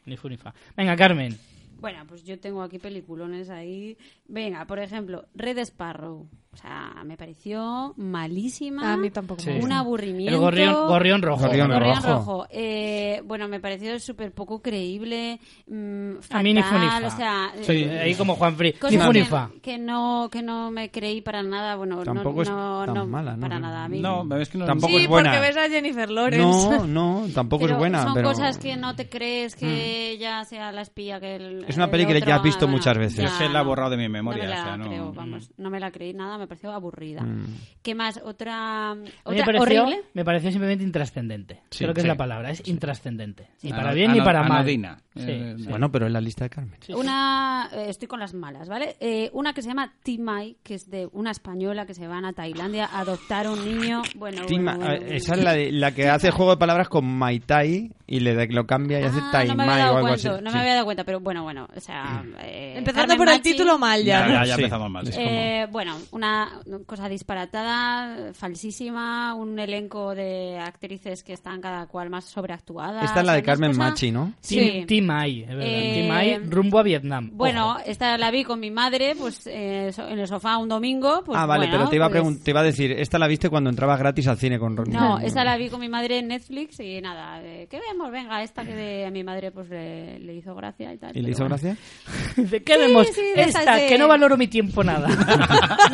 Speaker 1: ni fu ni fa. Venga, Carmen.
Speaker 3: Bueno, pues yo tengo aquí peliculones ahí. Venga, por ejemplo, Red Sparrow. O sea, me pareció malísima.
Speaker 2: A mí tampoco
Speaker 1: Sí.
Speaker 2: me
Speaker 3: Un
Speaker 2: gusta.
Speaker 3: aburrimiento.
Speaker 1: El gorrión, gorrión rojo.
Speaker 4: Gorrión
Speaker 3: Gorrión
Speaker 4: rojo.
Speaker 3: rojo. Eh, bueno, me pareció súper poco creíble. mm,
Speaker 1: A mí ni fu ni
Speaker 3: fatal,
Speaker 1: fa.
Speaker 3: O sea, eh,
Speaker 1: Sí, eh, ahí como Juan Fri. Ni
Speaker 3: cosas
Speaker 1: fu ni
Speaker 3: que-
Speaker 1: fa.
Speaker 3: que, no, que no me creí para nada. Bueno, no-
Speaker 4: Tampoco
Speaker 3: no,
Speaker 4: es tan
Speaker 3: no,
Speaker 4: mala, ¿no?
Speaker 3: Para nada. A mí
Speaker 5: No, es que no...
Speaker 4: Tampoco
Speaker 2: sí,
Speaker 4: es buena.
Speaker 2: porque ves a Jennifer Lawrence.
Speaker 4: No, no, tampoco es buena.
Speaker 3: Son
Speaker 4: pero...
Speaker 3: cosas que no te crees que
Speaker 1: Mm.
Speaker 3: ya sea la espía que el,
Speaker 4: Es una
Speaker 3: el
Speaker 4: peli que
Speaker 3: otro- ah,
Speaker 4: ya has visto
Speaker 3: bueno,
Speaker 4: muchas veces.
Speaker 3: ya
Speaker 5: Yo se la he
Speaker 3: no.
Speaker 5: borrado de mi
Speaker 3: No
Speaker 5: memoria.
Speaker 3: me la
Speaker 5: o sea, no-
Speaker 3: creo, vamos, no me la creí nada, me pareció aburrida.
Speaker 4: Mm.
Speaker 3: ¿Qué más? Otra,
Speaker 1: A mí me
Speaker 3: otra
Speaker 1: pareció,
Speaker 3: horrible.
Speaker 1: me pareció simplemente intrascendente.
Speaker 5: Sí,
Speaker 1: Creo que
Speaker 5: sí.
Speaker 1: es la palabra, es intrascendente. Ni
Speaker 5: Ano-
Speaker 1: para bien ni
Speaker 5: ano-
Speaker 1: para mal.
Speaker 5: anodina. Eh,
Speaker 1: Sí, sí.
Speaker 4: Bueno, pero es la lista de Carmen.
Speaker 3: Una, eh, estoy con las malas, ¿vale? Eh, una que se llama Timai, que es de una española que se van a Tailandia a adoptar un niño. Bueno,
Speaker 4: Tima-
Speaker 3: bueno, bueno,
Speaker 4: eh, esa es
Speaker 3: bueno.
Speaker 4: la, de- la que hace juego de palabras con Maitai y le de- lo cambia y hace
Speaker 3: Ah, no me había
Speaker 4: Taimai
Speaker 3: dado
Speaker 4: o algo
Speaker 3: cuenta,
Speaker 4: así.
Speaker 3: No
Speaker 4: Sí. Mm.
Speaker 3: me había dado cuenta, pero bueno, bueno, o sea... eh,
Speaker 2: Empezando
Speaker 3: Carmen
Speaker 2: por el
Speaker 3: Machi-
Speaker 2: título mal ya.
Speaker 5: Ya,
Speaker 2: ¿no?
Speaker 5: ya, ya
Speaker 4: Sí.
Speaker 5: empezamos mal. sí.
Speaker 3: Eh, bueno, una cosa disparatada, falsísima, un elenco de actrices que están cada cual más sobreactuadas.
Speaker 4: Esta es la de
Speaker 3: Una
Speaker 4: Carmen
Speaker 3: cosa-
Speaker 4: Machi, ¿no?
Speaker 1: Team,
Speaker 3: Sí.
Speaker 1: Team Ai, es verdad.
Speaker 3: Eh,
Speaker 1: Team Ai, rumbo a Vietnam.
Speaker 3: Bueno,
Speaker 1: Ojo.
Speaker 3: esta la vi con mi madre, pues eh, so- en el sofá un domingo. pues,
Speaker 4: ah, vale,
Speaker 3: bueno,
Speaker 4: pero te iba, a
Speaker 3: pues-
Speaker 4: pregun- te iba a decir, esta la viste cuando entrabas gratis al cine con Ronnie.
Speaker 3: No, esta la vi con mi madre en Netflix y nada, de, ¿qué vemos? Venga, esta que de- a mi madre pues le, le hizo gracia y tal.
Speaker 4: ¿Y
Speaker 3: pero
Speaker 4: le hizo
Speaker 3: bueno.
Speaker 4: gracia?
Speaker 1: ¿De qué vemos?
Speaker 3: sí, de esas
Speaker 1: Esta,
Speaker 3: de-
Speaker 1: que no valoro mi tiempo nada.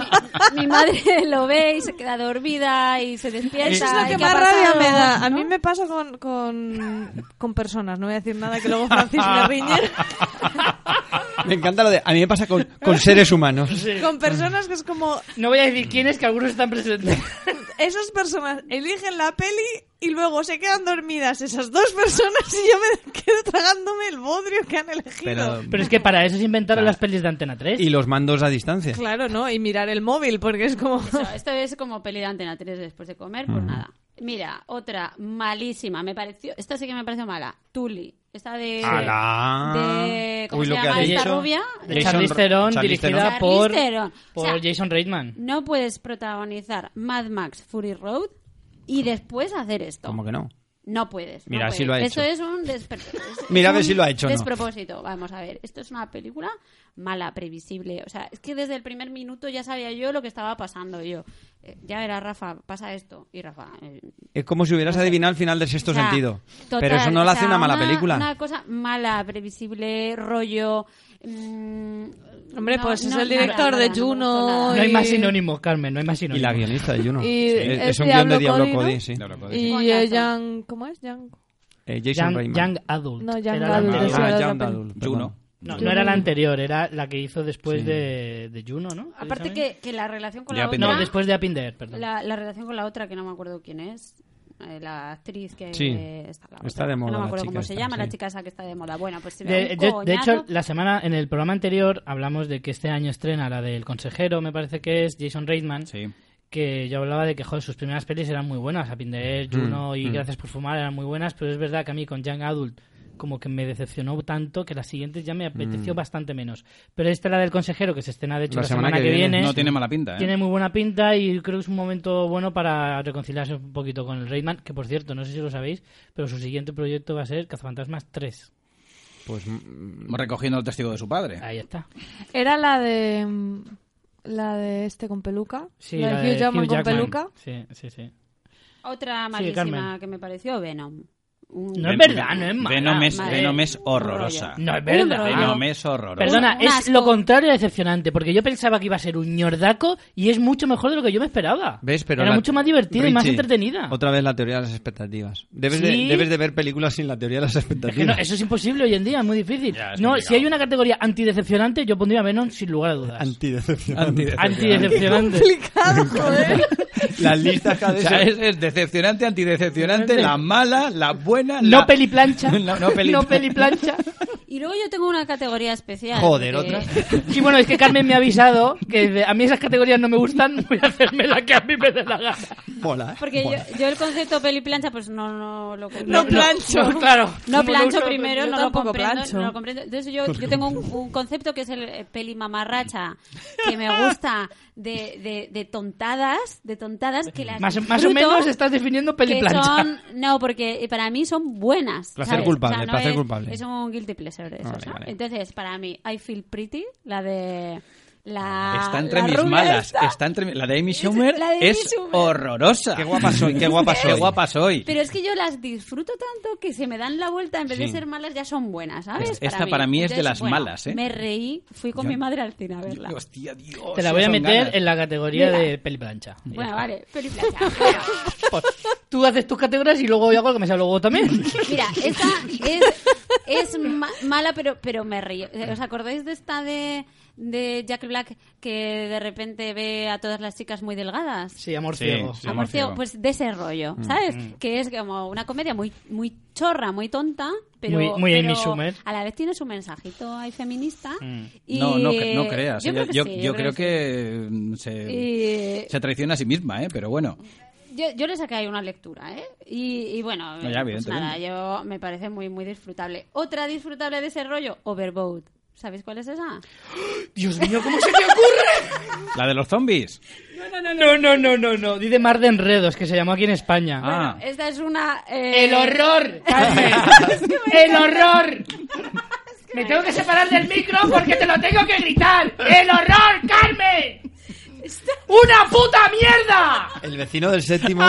Speaker 3: Mi madre lo ve y se queda dormida y se despierta.
Speaker 2: Eso es lo
Speaker 3: ¿y
Speaker 2: que
Speaker 3: qué ha
Speaker 2: más rabia
Speaker 3: pasado?
Speaker 2: me da. A mí me pasa con, con, con personas, no voy a decir nada que luego Francis me riñe.
Speaker 4: Me encanta lo de... A mí me pasa con, con seres humanos.
Speaker 2: Con personas que es como,
Speaker 1: No voy a decir quién es, que algunos están presentes.
Speaker 2: esas personas eligen la peli y luego se quedan dormidas esas dos personas y yo me quedo tragándome el bodrio que han elegido.
Speaker 1: Pero es que para eso se inventaron las pelis de Antena 3.
Speaker 4: Y los mandos a distancia.
Speaker 2: Claro, ¿no? Y mirar el móvil porque es como...
Speaker 3: Eso, esto es como peli de Antena 3 después de comer, pues nada. Mira, otra malísima, me pareció, esta sí que me pareció mala, Tuli, esta de,
Speaker 6: ¡Hala!
Speaker 3: de ¿cómo
Speaker 6: Uy,
Speaker 3: se
Speaker 6: lo que
Speaker 3: llama
Speaker 6: ha
Speaker 3: esta
Speaker 6: dicho.
Speaker 3: rubia?
Speaker 1: De
Speaker 6: Jason
Speaker 1: Charlize
Speaker 6: Ro-
Speaker 1: Theron,
Speaker 6: Charlize
Speaker 1: dirigida
Speaker 3: Theron.
Speaker 1: por,
Speaker 3: Charlize Theron.
Speaker 1: por
Speaker 3: O sea,
Speaker 1: Jason Reitman.
Speaker 3: No puedes protagonizar Mad Max Fury Road y después hacer esto.
Speaker 4: ¿Cómo que no?
Speaker 3: No puedes. no
Speaker 4: Mira a ver si
Speaker 3: puedes.
Speaker 4: lo ha
Speaker 3: Eso
Speaker 4: hecho.
Speaker 3: es un, desper- es
Speaker 4: Mira a ver
Speaker 3: un
Speaker 4: si lo ha hecho o no.
Speaker 3: despropósito. Vamos a ver. Esto es una película mala, previsible. O sea, es que desde el primer minuto ya sabía yo lo que estaba pasando. Y Yo, eh, ya verás, Rafa, pasa esto. Y Rafa. eh,
Speaker 4: Es como si hubieras adivinado el final del sexto
Speaker 3: o sea,
Speaker 4: sentido.
Speaker 3: total,
Speaker 4: Pero eso no
Speaker 3: o
Speaker 4: lo hace
Speaker 3: sea,
Speaker 4: una mala película.
Speaker 3: Una cosa mala, previsible, rollo. mm,
Speaker 2: Hombre, pues es el
Speaker 3: nada,
Speaker 2: director de
Speaker 3: nada, me gustó
Speaker 2: Juno
Speaker 3: nada.
Speaker 1: No hay más
Speaker 2: y-
Speaker 1: sinónimos, Carmen, no hay más
Speaker 4: Y
Speaker 1: sinónimos.
Speaker 4: la guionista de Juno.
Speaker 2: Y
Speaker 4: Sí, es,
Speaker 2: es
Speaker 4: es un guion de
Speaker 2: Diablo
Speaker 4: Diablo
Speaker 2: Cody,
Speaker 4: Cody,
Speaker 2: ¿no?
Speaker 4: sí.
Speaker 5: Ahora puedes-
Speaker 2: Y
Speaker 3: Coñazo.
Speaker 2: eh, Young... ¿Cómo es? Young...
Speaker 4: Eh, Jason
Speaker 1: Young,
Speaker 4: Reitman.
Speaker 1: Young Adult.
Speaker 2: No, Young
Speaker 1: Era la
Speaker 2: Adult,
Speaker 1: anterior.
Speaker 2: eso era
Speaker 4: Ah,
Speaker 2: otra
Speaker 4: Young
Speaker 2: peli.
Speaker 4: Adult, perdón.
Speaker 5: Juno.
Speaker 1: No, no era la anterior, era la que hizo después de, de Juno, ¿no?
Speaker 3: Aparte que, que la relación con
Speaker 5: Le
Speaker 3: la
Speaker 5: ha
Speaker 3: otra.
Speaker 5: pedido-
Speaker 1: No, después de Apinder, perdón.
Speaker 3: La, la relación con la otra, que no me acuerdo quién es. eh, La actriz que
Speaker 4: Sí.
Speaker 3: está, la
Speaker 4: Está
Speaker 3: otra,
Speaker 4: de
Speaker 3: que
Speaker 4: moda
Speaker 3: No
Speaker 4: la
Speaker 3: me acuerdo
Speaker 4: chica
Speaker 3: cómo se
Speaker 4: esta,
Speaker 3: llama, la
Speaker 4: sí.
Speaker 3: chica esa que está de moda. Bueno, pues se ve
Speaker 1: De,
Speaker 3: un
Speaker 1: de- de
Speaker 3: coñazo.
Speaker 1: hecho, la semana en el programa anterior hablamos de que este año estrena la del consejero, me parece que es Jason Reitman,
Speaker 5: Sí.
Speaker 1: que yo hablaba de que joder, sus primeras pelis eran muy buenas, Apinder, Juno y Gracias por fumar eran muy buenas, pero es verdad que a mí con Young Adult como que me decepcionó tanto que las siguientes ya me apeteció bastante menos. Pero esta la del consejero que se estrena de hecho la, semana, que, viene,
Speaker 5: No tiene mala pinta, ¿eh?
Speaker 1: tiene muy buena pinta y creo que es un momento bueno para reconciliarse un poquito con el Reitman, que por cierto, no sé si lo sabéis, pero su siguiente proyecto va a ser Cazafantasmas 3.
Speaker 4: Pues mm,
Speaker 5: Recogiendo el testigo de su padre.
Speaker 1: Ahí está.
Speaker 2: Era la de... mm, La de este con peluca.
Speaker 1: Sí,
Speaker 2: la
Speaker 1: la
Speaker 2: de Hugh Jackman con
Speaker 1: Jackman.
Speaker 2: peluca.
Speaker 1: Sí, sí, sí.
Speaker 3: Otra
Speaker 1: Carmen.
Speaker 3: malísima que me pareció, Venom. Un-
Speaker 1: No es
Speaker 5: Ven-
Speaker 1: verdad, no es mala.
Speaker 5: Venom es,
Speaker 3: Madre.
Speaker 5: Venom es
Speaker 4: Ah.
Speaker 5: horrorosa.
Speaker 1: No es
Speaker 3: Un
Speaker 1: verdad. ¿eh?
Speaker 3: rollo.
Speaker 5: Venom es horrorosa.
Speaker 1: Perdona,
Speaker 3: Un
Speaker 1: es
Speaker 3: asco.
Speaker 1: lo contrario de decepcionante, porque yo pensaba que iba a ser un ñordaco y es mucho mejor de lo que yo me esperaba.
Speaker 4: ¿Ves? Pero
Speaker 1: Era
Speaker 4: la-
Speaker 1: mucho más divertida y más
Speaker 4: Richie,
Speaker 1: entretenida.
Speaker 4: Otra vez la teoría de las expectativas. Debes,
Speaker 1: Sí.
Speaker 4: de, debes de ver películas sin la teoría de las
Speaker 1: Es que no,
Speaker 4: expectativas.
Speaker 1: eso es imposible hoy en día, es muy difícil.
Speaker 5: Ya, es
Speaker 1: no,
Speaker 5: complicado.
Speaker 1: si hay una categoría antidecepcionante, yo pondría Venom sin lugar a dudas.
Speaker 4: Antidecepcionante.
Speaker 1: Antidecepcionante.
Speaker 4: Las listas cada
Speaker 5: O
Speaker 4: vez
Speaker 5: sea,
Speaker 4: son-
Speaker 5: es, es decepcionante, antidecepcionante, la mala, la buena,
Speaker 1: No
Speaker 5: la...
Speaker 1: peli plancha.
Speaker 5: No, no peli-
Speaker 1: plancha.
Speaker 3: Y luego yo tengo una categoría especial.
Speaker 4: Joder,
Speaker 3: porque-
Speaker 4: otra.
Speaker 1: Y bueno, es que Carmen me ha avisado que de- a mí esas categorías no me gustan, voy a hacerme la que a mí me dé la gana.
Speaker 4: Mola, ¿eh?
Speaker 3: Porque
Speaker 4: Mola.
Speaker 3: yo, yo el concepto peli plancha, pues no, no lo comprendo.
Speaker 2: No plancho.
Speaker 1: No, claro.
Speaker 3: No
Speaker 1: Como
Speaker 3: plancho
Speaker 1: uso-
Speaker 3: primero,
Speaker 2: yo
Speaker 3: no lo,
Speaker 2: tampoco
Speaker 3: comprendo,
Speaker 2: plancho.
Speaker 3: no lo comprendo. Entonces yo, yo tengo un, un concepto que es el eh, peli mamarracha, que me gusta de, de, de tontadas, de tontadas que las
Speaker 1: Más, más o
Speaker 3: disfruto,
Speaker 1: menos estás definiendo peli
Speaker 3: que
Speaker 1: plancha.
Speaker 3: son no porque para mí son buenas
Speaker 4: Placer
Speaker 3: ¿sabes?
Speaker 4: culpable,
Speaker 3: O sea, no
Speaker 4: placer
Speaker 3: es,
Speaker 4: culpable.
Speaker 3: es un guilty pleasure eso,
Speaker 4: Vale,
Speaker 3: ¿no?
Speaker 4: vale.
Speaker 3: entonces para mí I feel pretty la de la
Speaker 5: Está entre
Speaker 3: la
Speaker 5: mis
Speaker 3: rubia
Speaker 5: malas.
Speaker 3: esta.
Speaker 5: Está entre mi- La de Amy Schumer
Speaker 3: la de Amy
Speaker 5: es
Speaker 3: Schumer.
Speaker 5: horrorosa.
Speaker 4: Qué guapa soy, qué guapa soy.
Speaker 5: Qué guapa soy.
Speaker 3: pero es que yo las disfruto tanto que se me dan la vuelta en vez de ser malas ya son buenas ¿sabes?
Speaker 5: Esta- esta para mí es de las
Speaker 3: bueno,
Speaker 5: malas, ¿eh?
Speaker 3: me reí fui con mi madre al cine a verla
Speaker 5: Hostia, Dios.
Speaker 1: Te la voy a
Speaker 5: son
Speaker 1: meter
Speaker 5: ganas.
Speaker 1: en la categoría
Speaker 3: Mira.
Speaker 1: de peli plancha.
Speaker 3: bueno vale peli plancha bueno.
Speaker 1: Pues, tú haces tus categorías y luego yo hago lo que me sale luego también.
Speaker 3: pues, Mira, esta es, es ma- mala, pero, pero me río. Eh, ¿Os acordáis de esta de, de Jack Black que de repente ve a todas las chicas muy delgadas?
Speaker 1: Sí, Mm, amor
Speaker 5: Sí,
Speaker 1: ciego.
Speaker 5: sí.
Speaker 3: Ah,
Speaker 5: amor
Speaker 3: por ciego,
Speaker 5: ciego.
Speaker 3: pues de ese rollo, ¿sabes? Que es como una comedia muy muy chorra, muy tonta, pero,
Speaker 1: Muy- muy Amy
Speaker 3: pero
Speaker 1: Schumer. Mm.
Speaker 3: a la vez tiene su mensajito ahí feminista. y-
Speaker 5: No, no, cre- no creas. Yo, yo,
Speaker 3: sí,
Speaker 5: yo creo
Speaker 3: sí.
Speaker 5: que mm, se,
Speaker 3: Y-
Speaker 5: se traiciona a sí misma, ¿eh? Pero bueno.
Speaker 3: Yo, yo le saqué ahí una lectura, ¿eh? Y, y bueno,
Speaker 5: No,
Speaker 3: pues
Speaker 5: ya, evidentemente.
Speaker 3: nada, yo me parece muy, muy disfrutable. Otra disfrutable de ese rollo, Overboard. ¿Sabéis cuál es esa?
Speaker 1: Dios mío, ¿cómo se te ocurre?
Speaker 5: La de los zombies.
Speaker 1: No, no, no, no, no. Di de Mar de Enredos, que se llamó aquí en España.
Speaker 5: Ah,
Speaker 3: Esta es una... eh,
Speaker 1: ¡El horror! Carmen! ¡El horror! Me tengo que separar del micro porque te lo tengo que gritar. ¡El horror, Carmen! ¡Una puta mierda!
Speaker 4: El vecino del séptimo.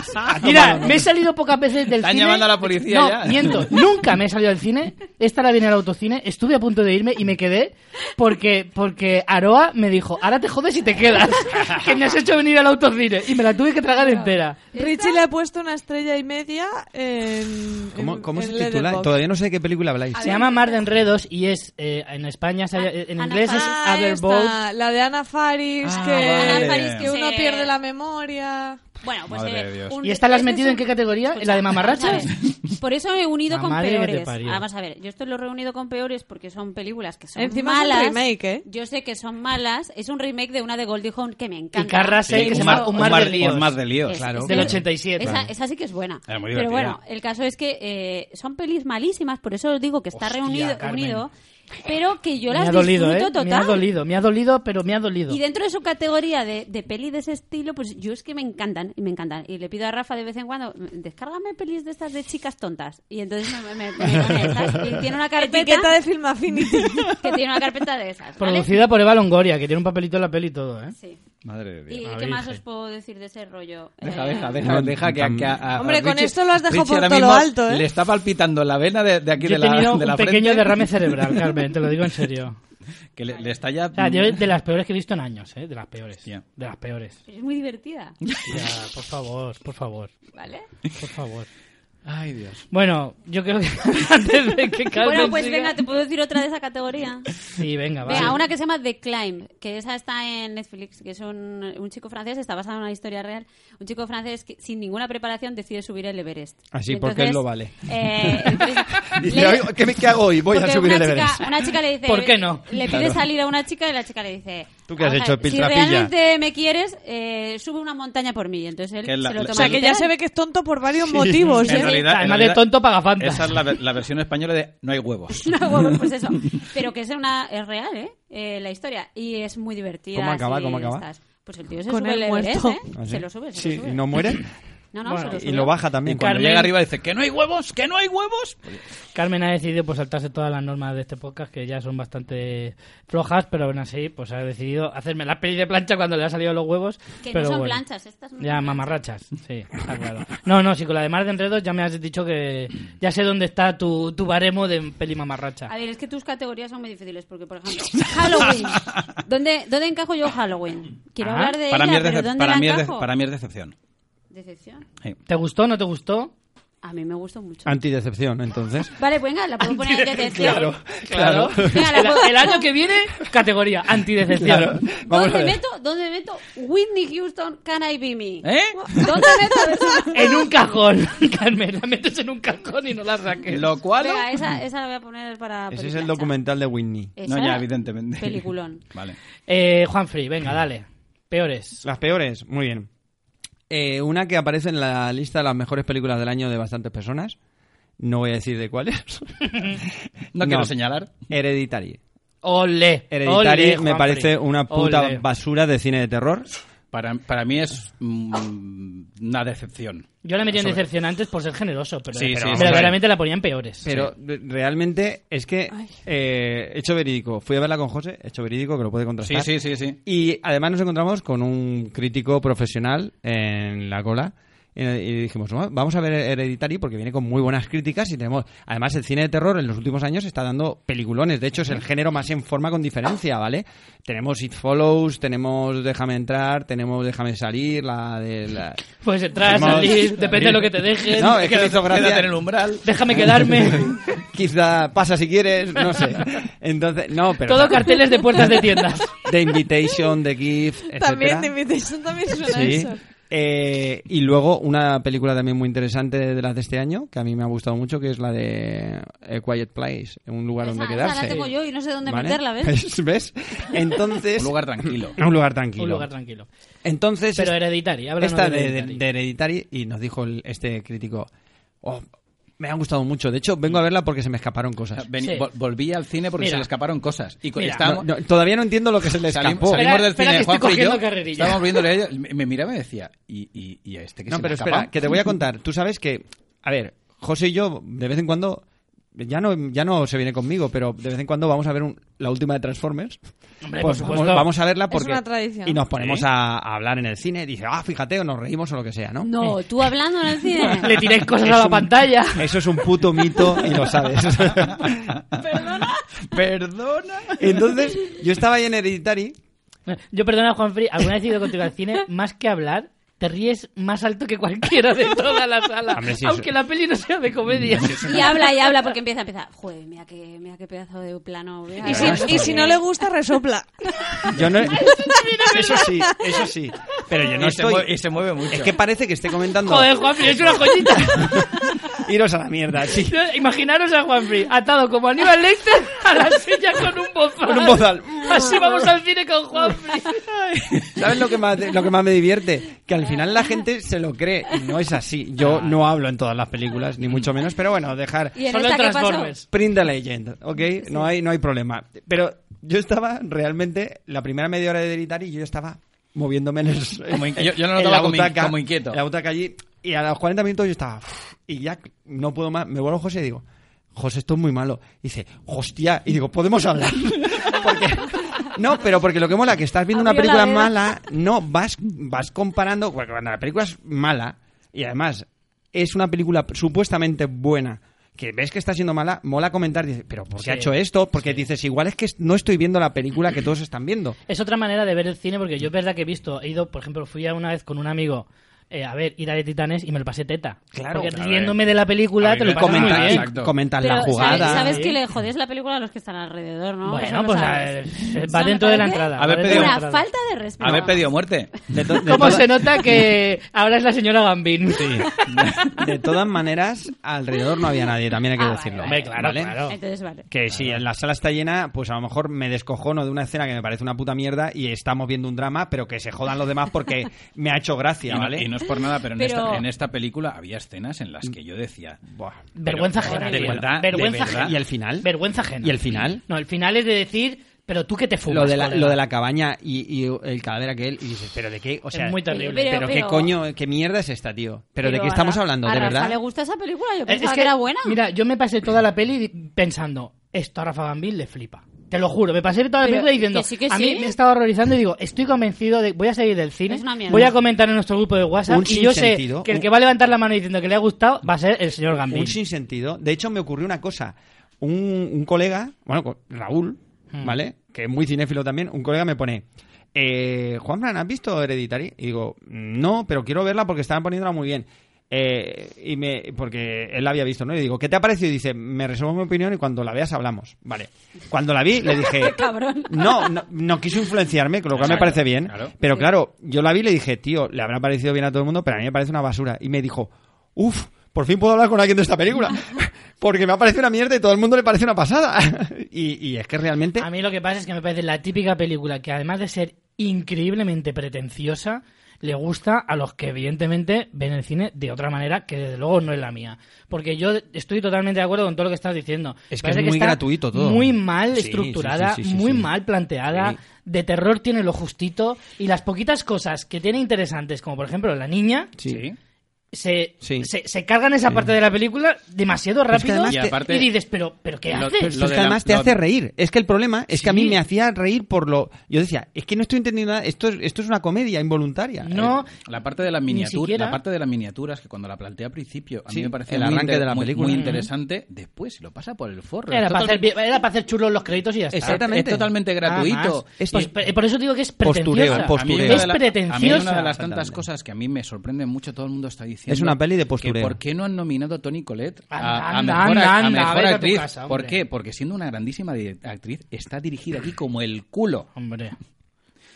Speaker 1: Mira, me he salido pocas veces del
Speaker 5: Están
Speaker 1: cine.
Speaker 5: llamando a la policía
Speaker 1: No,
Speaker 5: ya.
Speaker 1: miento. Nunca me he salido del cine. Esta la viene al autocine. Estuve a punto de irme y me quedé porque, porque Aroa me dijo, ahora te jodes y te quedas. Que me has hecho venir al autocine. Y me la tuve que tragar entera.
Speaker 2: Richie le ha puesto una estrella y media en...
Speaker 4: ¿Cómo,
Speaker 2: en-
Speaker 4: cómo se
Speaker 2: en
Speaker 4: titula?
Speaker 2: Letterboxd.
Speaker 4: Todavía no sé de qué película habláis.
Speaker 1: Se llama Mar de Enredos y es, eh, en España, se-
Speaker 3: Ah,
Speaker 1: en
Speaker 3: Ana
Speaker 1: inglés es
Speaker 2: Ah,
Speaker 1: Other
Speaker 2: esta,
Speaker 1: Boat.
Speaker 2: la de Ana Faris,
Speaker 5: Ah,
Speaker 2: que,
Speaker 5: vale. Ana
Speaker 3: Faris,
Speaker 2: que
Speaker 3: sí.
Speaker 2: uno pierde la memoria.
Speaker 3: Bueno, pues
Speaker 5: Madre
Speaker 3: eh,
Speaker 5: de Dios.
Speaker 3: un-
Speaker 1: ¿Y esta la has
Speaker 3: este
Speaker 1: metido
Speaker 3: es
Speaker 1: en
Speaker 3: un-
Speaker 1: qué categoría? ¿En la de mamarrachas?
Speaker 3: Vamos a ver, Por eso he unido
Speaker 1: La
Speaker 3: con
Speaker 1: madre que te
Speaker 3: peores.
Speaker 1: parió.
Speaker 3: Ah, Vamos a ver, yo esto lo he reunido con peores porque son películas que son
Speaker 2: Encima es un
Speaker 3: malas.
Speaker 2: remake, ¿eh?
Speaker 3: Yo sé que son malas. Es un remake de una de Goldie Hawn que me
Speaker 1: Y
Speaker 3: encanta.
Speaker 1: Carrase,
Speaker 5: Sí,
Speaker 1: que se
Speaker 5: un mar-
Speaker 1: llama Un
Speaker 5: un
Speaker 1: mar,
Speaker 5: mar-
Speaker 1: de líos.
Speaker 5: un mar de líos,
Speaker 3: Es-
Speaker 5: claro.
Speaker 3: es
Speaker 1: Del 87.
Speaker 3: Esa,
Speaker 1: Claro.
Speaker 3: esa sí que es buena.
Speaker 5: Era muy
Speaker 3: Pero
Speaker 5: divertida.
Speaker 3: bueno, el caso es que eh, son pelis malísimas, por eso os digo que está
Speaker 1: Hostia,
Speaker 3: reunido,
Speaker 1: Carmen.
Speaker 3: unido, pero que yo
Speaker 1: me
Speaker 3: las
Speaker 1: ha dolido, ¿eh?
Speaker 3: disfruto
Speaker 1: Me ha
Speaker 3: total.
Speaker 1: dolido, me ha dolido, pero me ha dolido.
Speaker 3: Y dentro de su categoría de, de peli de ese estilo, pues yo es que me encantan, y me encantan. Y le pido a Rafa de vez en cuando, "Mm, descárgame pelis de estas de chicas tontas. Y entonces me, me- me pone esas. Y tiene una
Speaker 2: Etiqueta
Speaker 3: carpeta
Speaker 2: de Film Affinity.
Speaker 3: que tiene una carpeta de esas. ¿vale?
Speaker 1: Producida por Eva Longoria, que tiene un papelito en la peli y todo, ¿eh?
Speaker 3: Sí.
Speaker 5: Madre de
Speaker 3: ¿Y
Speaker 5: Dios.
Speaker 1: La
Speaker 3: qué más
Speaker 1: Virgen.
Speaker 3: os puedo decir de ese rollo?
Speaker 5: Deja,
Speaker 3: Eh,
Speaker 5: deja, deja, deja que, a- que a- a-
Speaker 2: Hombre, con
Speaker 5: Richie-
Speaker 2: esto lo has dejado
Speaker 5: Richie
Speaker 2: por
Speaker 5: ahora
Speaker 2: todo lo
Speaker 5: mismo
Speaker 2: alto, ¿eh?
Speaker 5: Le está palpitando la vena de, de aquí
Speaker 1: Yo
Speaker 5: de
Speaker 1: he
Speaker 5: la,
Speaker 1: tenido
Speaker 5: de la
Speaker 1: un pequeño
Speaker 5: frente,
Speaker 1: derrame cerebral, Carmen, te lo digo en serio.
Speaker 5: Que le, le está ya. mm,
Speaker 1: O sea, yo de las peores que he visto en años, ¿eh? De las peores.
Speaker 5: Hostia.
Speaker 1: De las peores.
Speaker 3: Es muy divertida,
Speaker 1: Ya, por favor, por favor,
Speaker 3: ¿vale?
Speaker 1: por favor.
Speaker 5: Ay, Dios.
Speaker 1: Bueno, yo creo que antes de que Carmen
Speaker 3: Bueno, pues
Speaker 1: siga-
Speaker 3: venga, te puedo decir otra de esa categoría.
Speaker 1: Sí, venga,
Speaker 7: Ah,
Speaker 1: va.
Speaker 3: Venga, una que se llama The Climb, que esa está en Netflix, que es un, un chico francés, está basada en una historia real. Un chico francés que sin ninguna preparación decide subir el Everest.
Speaker 7: Ah,
Speaker 4: Así,
Speaker 3: Y
Speaker 4: porque él lo vale.
Speaker 3: eh, entonces,
Speaker 7: Dice,
Speaker 3: le-
Speaker 7: "Ay, ¿qué, me- qué hago hoy? Voy a
Speaker 3: porque
Speaker 7: subir
Speaker 3: una
Speaker 7: el Everest.
Speaker 3: chica, una chica le dice...
Speaker 1: ¿Por qué no?
Speaker 3: Le pide
Speaker 7: Claro.
Speaker 3: salir a una chica y la chica le dice...
Speaker 7: ¿Tú qué has
Speaker 3: "Vamos a
Speaker 7: hecho,
Speaker 3: ver, Si
Speaker 7: piltrapilla?"
Speaker 3: realmente me quieres, eh, sube una montaña por mí. Y entonces él
Speaker 5: Que la-
Speaker 3: se lo
Speaker 5: la-
Speaker 3: toma
Speaker 2: o sea, que ya
Speaker 3: literal.
Speaker 2: se ve que es tonto por varios motivos,
Speaker 5: En
Speaker 2: ¿eh?
Speaker 5: realidad- en
Speaker 1: Además de
Speaker 5: realidad-
Speaker 1: tonto, paga fantas.
Speaker 5: Esa es la, ver- la versión española de No hay huevos.
Speaker 3: No, huevos, pues eso. Pero que es una es real, ¿eh? Eh, La historia. Y es muy divertida.
Speaker 4: ¿Cómo acaba?
Speaker 3: sí,
Speaker 4: ¿Cómo acaba?
Speaker 3: estas. Pues el tío se
Speaker 2: Con
Speaker 3: sube
Speaker 2: él
Speaker 3: el Everest,
Speaker 2: muerto.
Speaker 3: ¿eh?
Speaker 4: ¿Ah, sí?
Speaker 3: Se lo sube, se
Speaker 4: Sí,
Speaker 3: lo sube.
Speaker 4: y no muere.
Speaker 3: No, no,
Speaker 1: Bueno,
Speaker 3: se lo
Speaker 4: y
Speaker 3: sube.
Speaker 4: lo baja
Speaker 5: Y
Speaker 4: también.
Speaker 5: cuando
Speaker 1: Carmen-
Speaker 5: llega arriba dice: ¡Que no hay huevos! ¡Que no hay huevos!
Speaker 1: Carmen ha decidido pues saltarse todas las normas de este podcast que ya son bastante flojas, pero aún así pues ha decidido hacerme la peli de plancha cuando le ha salido los huevos.
Speaker 3: Que
Speaker 1: pero
Speaker 3: no son
Speaker 1: bueno.
Speaker 3: planchas, estas no son
Speaker 1: Ya,
Speaker 3: planchas.
Speaker 1: mamarrachas, sí, está claro. No, no, sí, con la de Mar de Enredos ya me has dicho que ya sé dónde está tu, tu baremo de peli mamarracha.
Speaker 3: A ver, es que tus categorías son muy difíciles porque, por ejemplo, Halloween. ¿Dónde, dónde encajo yo Halloween? Quiero
Speaker 1: Ah,
Speaker 3: hablar de
Speaker 5: Para mí
Speaker 3: ella,
Speaker 5: es
Speaker 3: pero
Speaker 5: decep-
Speaker 3: ¿dónde
Speaker 5: para
Speaker 3: la
Speaker 5: mí es de-
Speaker 3: encajo?
Speaker 5: para mí es decepción.
Speaker 3: Decepción.
Speaker 5: Sí.
Speaker 1: ¿Te gustó no te gustó?
Speaker 3: A mí me gusta mucho.
Speaker 4: Antidecepción, entonces.
Speaker 3: Vale, venga, la puedo poner en decepción.
Speaker 4: Claro.
Speaker 3: Venga, la
Speaker 1: El,
Speaker 3: puedo-
Speaker 1: el año que viene, categoría antidecepción.
Speaker 4: Vamos a
Speaker 3: ¿Dónde
Speaker 4: ver.
Speaker 3: meto? ¿Dónde meto? Whitney Houston, Can I Be Me.
Speaker 5: ¿Eh?
Speaker 3: ¿Dónde meto eso?
Speaker 1: En un cajón, Carmen, la metes en un cajón y no la saques.
Speaker 5: Lo cual.
Speaker 3: Venga, esa, esa la voy a poner para.
Speaker 4: Ese
Speaker 3: para
Speaker 4: es el
Speaker 3: plancha.
Speaker 4: documental de Whitney.
Speaker 3: Esa-
Speaker 5: No, ya, evidentemente.
Speaker 3: Peliculón.
Speaker 5: Vale.
Speaker 1: Eh, Juanfrey, venga, dale. Peores.
Speaker 4: Las peores, muy bien. Eh, una que aparece en la lista de las mejores películas del año de bastantes personas. No voy a decir de cuáles.
Speaker 5: No,
Speaker 4: No.
Speaker 5: quiero señalar.
Speaker 4: Hereditary.
Speaker 1: Ole.
Speaker 4: Hereditary
Speaker 1: ole,
Speaker 4: me
Speaker 1: Juanfrey.
Speaker 4: parece una puta
Speaker 1: Ole.
Speaker 4: basura de cine de terror.
Speaker 5: Para, para mí es mm, una decepción.
Speaker 1: Yo la metí en
Speaker 5: Sobre-
Speaker 1: decepcionantes por ser generoso, pero,
Speaker 5: Sí, sí,
Speaker 1: pero
Speaker 5: sí,
Speaker 1: verdaderamente la ponían peores.
Speaker 4: Pero re- realmente es que, eh, hecho verídico, fui a verla con José, hecho verídico, que lo puede
Speaker 5: Sí,
Speaker 4: contrastar.
Speaker 5: sí, sí, sí.
Speaker 4: Y además nos encontramos con un crítico profesional en la cola. eh, Y dijimos, "Ah, vamos a ver Hereditary porque viene con muy buenas críticas y tenemos... Además, el cine de terror en los últimos años está dando peliculones. De hecho, es el género más en forma con diferencia, ¿vale? Tenemos It Follows, tenemos Déjame Entrar, tenemos Déjame Salir, la de... La...
Speaker 1: Puedes entrar,
Speaker 4: Hemos-
Speaker 1: salir, depende de lo que te dejes.
Speaker 4: No, eh. es que me hizo gracia.
Speaker 5: umbral.
Speaker 1: Déjame quedarme.
Speaker 4: Quizá pasa si quieres, no sé. Entonces, no, pero...
Speaker 1: Todo carteles de puertas de tiendas.
Speaker 4: The Invitation, The Gift, etcétera.
Speaker 2: También, The Invitation también suena a
Speaker 4: Sí.
Speaker 2: eso.
Speaker 4: Eh, y luego una película también muy interesante de las de este año, que a mí me ha gustado mucho, que es la de eh, Quiet Place, un lugar
Speaker 3: Esa-
Speaker 4: donde
Speaker 3: esa
Speaker 4: quedarse.
Speaker 3: la tengo yo y no sé dónde
Speaker 4: ¿Vale?
Speaker 3: meterla, ¿ves?
Speaker 4: ¿Ves? Entonces...
Speaker 5: Un lugar tranquilo.
Speaker 4: Un lugar tranquilo.
Speaker 1: Un lugar tranquilo.
Speaker 4: Entonces...
Speaker 1: Pero
Speaker 4: es-
Speaker 1: hereditaria, habla
Speaker 4: esta
Speaker 1: de,
Speaker 4: de, de,
Speaker 1: Hereditary.
Speaker 4: de Hereditary, y nos dijo el- este crítico, "Oh, me ha gustado mucho. De hecho, vengo a verla porque se me escaparon
Speaker 5: O sea,
Speaker 4: cosas.
Speaker 5: ven-
Speaker 1: Sí.
Speaker 5: vol- Volví al cine porque
Speaker 1: Mira.
Speaker 5: se le escaparon cosas. Y co-
Speaker 1: Mira.
Speaker 5: estábamos-
Speaker 4: No, no, todavía no entiendo lo que se le
Speaker 5: salim-
Speaker 4: escapó.
Speaker 5: salimos
Speaker 1: Espera,
Speaker 5: del
Speaker 1: espera, que
Speaker 5: cine,
Speaker 1: estoy
Speaker 5: Juanjo y
Speaker 1: cogiendo
Speaker 5: yo.
Speaker 1: carrerilla.
Speaker 5: Estábamos viéndole a ella, me, me miraba y decía, ¿y, y, y a este que
Speaker 4: No,
Speaker 5: se
Speaker 4: pero
Speaker 5: le ha
Speaker 4: espera,
Speaker 5: escapado?
Speaker 4: que te voy a contar. Tú sabes que, a ver, José y yo, de vez en cuando, ya no, ya no se viene conmigo, pero de vez en cuando vamos a ver un- la última de Transformers.
Speaker 1: Hombre,
Speaker 4: Pues
Speaker 1: por
Speaker 4: vamos,
Speaker 1: supuesto.
Speaker 4: vamos a verla
Speaker 2: Es
Speaker 4: porque.
Speaker 2: una tradición.
Speaker 4: Y nos ponemos a, a hablar en el cine. Dice, ah, fíjate, o nos reímos o lo que sea, ¿no?
Speaker 3: No, tú hablando en el cine.
Speaker 1: Le tiréis cosas
Speaker 4: Es
Speaker 1: a la
Speaker 4: un-
Speaker 1: pantalla.
Speaker 4: Eso es un puto mito y lo sabes.
Speaker 5: Perdona.
Speaker 4: Entonces, yo estaba ahí en Hereditary.
Speaker 1: Yo, perdona, Juanfrey, alguna vez he ido contigo al cine, más que hablar, te ríes más alto que cualquiera de toda la sala.
Speaker 4: Hombre, sí,
Speaker 1: aunque
Speaker 4: eso-
Speaker 1: la peli no sea de comedia.
Speaker 3: Y habla y habla porque empieza, empieza. Joder, mira qué, mira qué pedazo de plano. mira,
Speaker 2: Y
Speaker 3: mira
Speaker 2: si, y
Speaker 3: esto".
Speaker 2: si no le gusta, resopla.
Speaker 4: Yo no... Eso sí, eso sí.
Speaker 6: Pero yo no
Speaker 4: Y se
Speaker 6: estoy...
Speaker 4: mue- y se
Speaker 6: mueve mucho.
Speaker 4: Es que parece que esté comentando.
Speaker 1: Joder, Juanfri, es una joyita.
Speaker 4: Iros a la mierda, sí.
Speaker 1: Imaginaros a Juanfri atado como Aníbal Lecter a la silla con un bozal.
Speaker 4: Con un bozal.
Speaker 1: Así vamos al cine con Juanfri.
Speaker 4: ¿Sabes lo que, más, lo que más me divierte? Que al final la gente se lo cree y no es así. Yo no hablo en todas las películas, ni mucho menos, pero bueno, dejar
Speaker 3: ¿Y en
Speaker 1: Solo
Speaker 3: esta
Speaker 1: en
Speaker 3: qué pasó?
Speaker 1: Transformers.
Speaker 4: Print the Legend, ¿ok? No, hay, no hay problema. Pero yo estaba realmente, la primera media hora de Hereditary, yo estaba moviéndome en el...
Speaker 6: Como inqui- yo- yo lo
Speaker 4: en
Speaker 6: notaba
Speaker 4: la
Speaker 6: como in-
Speaker 4: butaca,
Speaker 6: como inquieto.
Speaker 4: en la butaca allí. Y a los 40 minutos yo estaba... "Uf", Y ya no puedo más. Me vuelvo a José y digo, José, esto es muy malo. Y dice, hostia. Y digo, podemos hablar. porque... No, pero porque lo que mola que estás viendo una
Speaker 3: Abrió la
Speaker 4: película
Speaker 3: veda.
Speaker 4: mala, no, vas, vas comparando, porque cuando la película es mala, y además es una película supuestamente buena, que ves que está siendo mala, mola comentar, dices, pero ¿por qué ha hecho esto? Porque dices, igual es que no estoy viendo la película que todos están viendo.
Speaker 1: Es otra manera de ver el cine, porque yo es verdad que he visto, he ido, por ejemplo, fui a una vez con un amigo eh, a ver Ira de Titanes y me lo pasé teta.
Speaker 4: Claro.
Speaker 1: Porque
Speaker 4: A ver.
Speaker 1: riéndome de la película
Speaker 6: A ver,
Speaker 1: te lo
Speaker 6: y
Speaker 1: pasas muy
Speaker 4: Comentar,
Speaker 6: comentar,
Speaker 1: bien.
Speaker 6: exacto.
Speaker 4: comentar la
Speaker 3: Pero, ¿sabes-
Speaker 4: jugada.
Speaker 3: ¿sabes,
Speaker 1: Sí.
Speaker 3: que le jodes la película a los que están alrededor, no? Eso
Speaker 1: Bueno,
Speaker 3: lo
Speaker 1: pues a ver,
Speaker 3: sabes.
Speaker 1: va
Speaker 3: Eso
Speaker 1: dentro
Speaker 3: me
Speaker 1: de la
Speaker 3: parece
Speaker 1: entrada.
Speaker 6: Haber
Speaker 1: va dentro
Speaker 6: pedido-
Speaker 1: de la
Speaker 3: Una
Speaker 1: entrada.
Speaker 3: falta de respeto.
Speaker 6: Haber pedido muerte.
Speaker 4: De to- de
Speaker 1: ¿Cómo
Speaker 4: toda-
Speaker 1: se nota que ahora es la señora Gambín?
Speaker 4: De todas maneras, alrededor no había nadie, también hay que
Speaker 3: Ah, vale,
Speaker 4: decirlo.
Speaker 1: Hombre, claro,
Speaker 4: ¿Vale?
Speaker 1: claro.
Speaker 3: Entonces, vale.
Speaker 4: Que si en la sala está llena, pues a lo mejor me descojono de una escena que me parece una puta mierda y estamos viendo un drama, pero que se jodan los demás porque me ha hecho
Speaker 5: Y
Speaker 4: gracia,
Speaker 5: no,
Speaker 4: ¿vale?
Speaker 5: y no es por nada, pero, en,
Speaker 3: Pero-
Speaker 5: esta, en esta película había escenas en las que yo decía...
Speaker 4: Buah.
Speaker 1: Vergüenza
Speaker 5: pero,
Speaker 1: ajena.
Speaker 5: de
Speaker 1: tío.
Speaker 5: verdad, de
Speaker 1: vergüenza
Speaker 5: verdad.
Speaker 1: ajena.
Speaker 4: ¿Y el final?
Speaker 1: Vergüenza ajena.
Speaker 4: ¿Y el final?
Speaker 1: No, el final es de decir, pero tú que te fumas.
Speaker 4: Lo de, la,
Speaker 1: colega?
Speaker 4: lo de la cabaña y, y el cadáver aquel, y dices, ¿pero de qué? O sea,
Speaker 1: es muy terrible.
Speaker 3: Pero-
Speaker 4: pero, qué
Speaker 3: pero-
Speaker 4: coño, qué mierda es esta, tío. ¿Pero, de qué
Speaker 3: a
Speaker 4: estamos
Speaker 3: Ra-
Speaker 4: hablando, de
Speaker 3: a Rafa
Speaker 4: verdad?
Speaker 3: le gusta esa película? Yo
Speaker 1: Es-
Speaker 3: pensaba
Speaker 1: es
Speaker 3: que, era buena.
Speaker 1: Mira, yo me pasé toda la peli pensando, esto a Rafa Gambín le flipa. Te lo juro, me pasé toda la
Speaker 3: Pero
Speaker 1: película diciendo,
Speaker 3: que sí, que
Speaker 1: a mí
Speaker 3: sí.
Speaker 1: me estaba horrorizando y digo, estoy convencido de voy a salir del cine,
Speaker 3: Es una mierda.
Speaker 1: voy a comentar en nuestro grupo de WhatsApp
Speaker 4: Un
Speaker 1: y yo sé
Speaker 4: sinsentido,
Speaker 1: que el
Speaker 4: un-
Speaker 1: que va a levantar la mano diciendo que le ha gustado va a ser el señor Gambín.
Speaker 4: Un sinsentido. De hecho, me ocurrió una cosa. Un, un colega, bueno, co- Raúl, ¿vale? Que es muy cinéfilo también, un colega me pone. Eh, Juan ¿has visto Hereditary? Y digo, no, pero quiero verla porque estaban poniéndola muy bien. Eh, y me, porque él la había visto, ¿no? Y digo, ¿qué te ha parecido? Y dice, me resuelvo mi opinión y cuando la veas hablamos. Vale. Cuando la vi, le dije,
Speaker 3: Cabrón.
Speaker 4: no, no, no quiso influenciarme, con lo cual me
Speaker 5: Claro,
Speaker 4: parece bien.
Speaker 5: claro.
Speaker 4: Pero claro, yo la vi y le dije, tío, le habrá parecido bien a todo el mundo, pero a mí me parece una basura. Y me dijo, uff, por fin puedo hablar con alguien de esta película. Porque me ha parecido una mierda y todo el mundo le parece una pasada. y, y es que realmente.
Speaker 1: A mí lo que pasa es que me parece la típica película que además de ser increíblemente pretenciosa, le gusta a los que evidentemente ven el cine de otra manera que desde luego no es la mía. Porque yo estoy totalmente de acuerdo con todo lo que estás diciendo.
Speaker 4: Es que
Speaker 1: Parece
Speaker 4: es muy gratuito todo.
Speaker 1: Muy mal
Speaker 4: Sí,
Speaker 1: estructurada,
Speaker 4: sí, sí, sí, sí,
Speaker 1: muy
Speaker 4: sí.
Speaker 1: mal planteada.
Speaker 4: Sí.
Speaker 1: De terror tiene lo justito. Y las poquitas cosas que tiene interesantes, como por ejemplo la niña,
Speaker 5: Sí.
Speaker 1: se,
Speaker 4: Sí.
Speaker 1: se, se cargan esa parte de la película demasiado
Speaker 4: Pero es que
Speaker 1: rápido.
Speaker 4: además
Speaker 5: Y
Speaker 4: te-
Speaker 5: aparte-
Speaker 1: y dices, pero, pero ¿qué
Speaker 5: Lo-
Speaker 1: haces? Pues
Speaker 5: pero
Speaker 4: Pero
Speaker 5: Lo
Speaker 4: es
Speaker 5: de
Speaker 4: que
Speaker 5: la-
Speaker 4: además te
Speaker 5: lo-
Speaker 4: hace reír. Es que el problema es que a mí
Speaker 1: Sí.
Speaker 4: me hacía reír por lo. Yo decía, es que no estoy entendiendo nada. Esto es, esto es una comedia involuntaria.
Speaker 1: No,
Speaker 5: eh, La parte de la
Speaker 1: Ni
Speaker 5: miniatura,
Speaker 1: siquiera.
Speaker 5: la parte de las miniaturas que cuando la planteé al principio a
Speaker 4: Sí,
Speaker 5: mí me parecía
Speaker 4: el
Speaker 5: muy,
Speaker 4: arranque
Speaker 5: inter-
Speaker 4: de la
Speaker 5: muy-
Speaker 4: película.
Speaker 5: muy
Speaker 4: Ujú.
Speaker 5: interesante, después si lo pasa por el forro.
Speaker 1: Era
Speaker 5: Es
Speaker 1: para,
Speaker 5: total-
Speaker 1: hacer, era para hacer chulos los créditos y ya está.
Speaker 5: es- Es totalmente gratuito.
Speaker 1: Ah, más.
Speaker 4: Es-
Speaker 1: Pues, pe- por eso digo que es
Speaker 4: Postureo,
Speaker 1: pretenciosa.
Speaker 4: postureo.
Speaker 5: una
Speaker 1: Es
Speaker 5: de la-
Speaker 1: pretenciosa.
Speaker 5: a mí una de las tantas
Speaker 4: Totalmente.
Speaker 5: cosas que a mí me sorprende mucho, todo el mundo está diciendo.
Speaker 4: Es una peli de
Speaker 5: que
Speaker 4: postureo.
Speaker 5: ¿Por qué no han nominado a Toni Collette a- a,
Speaker 1: Anda,
Speaker 5: mejor,
Speaker 1: anda,
Speaker 5: a
Speaker 1: anda,
Speaker 5: mejor
Speaker 1: vete a tu
Speaker 5: actriz?
Speaker 1: casa,
Speaker 5: ¿Por
Speaker 1: hombre.
Speaker 5: qué? Porque siendo una grandísima di- actriz, está dirigida aquí como el culo.
Speaker 1: Hombre.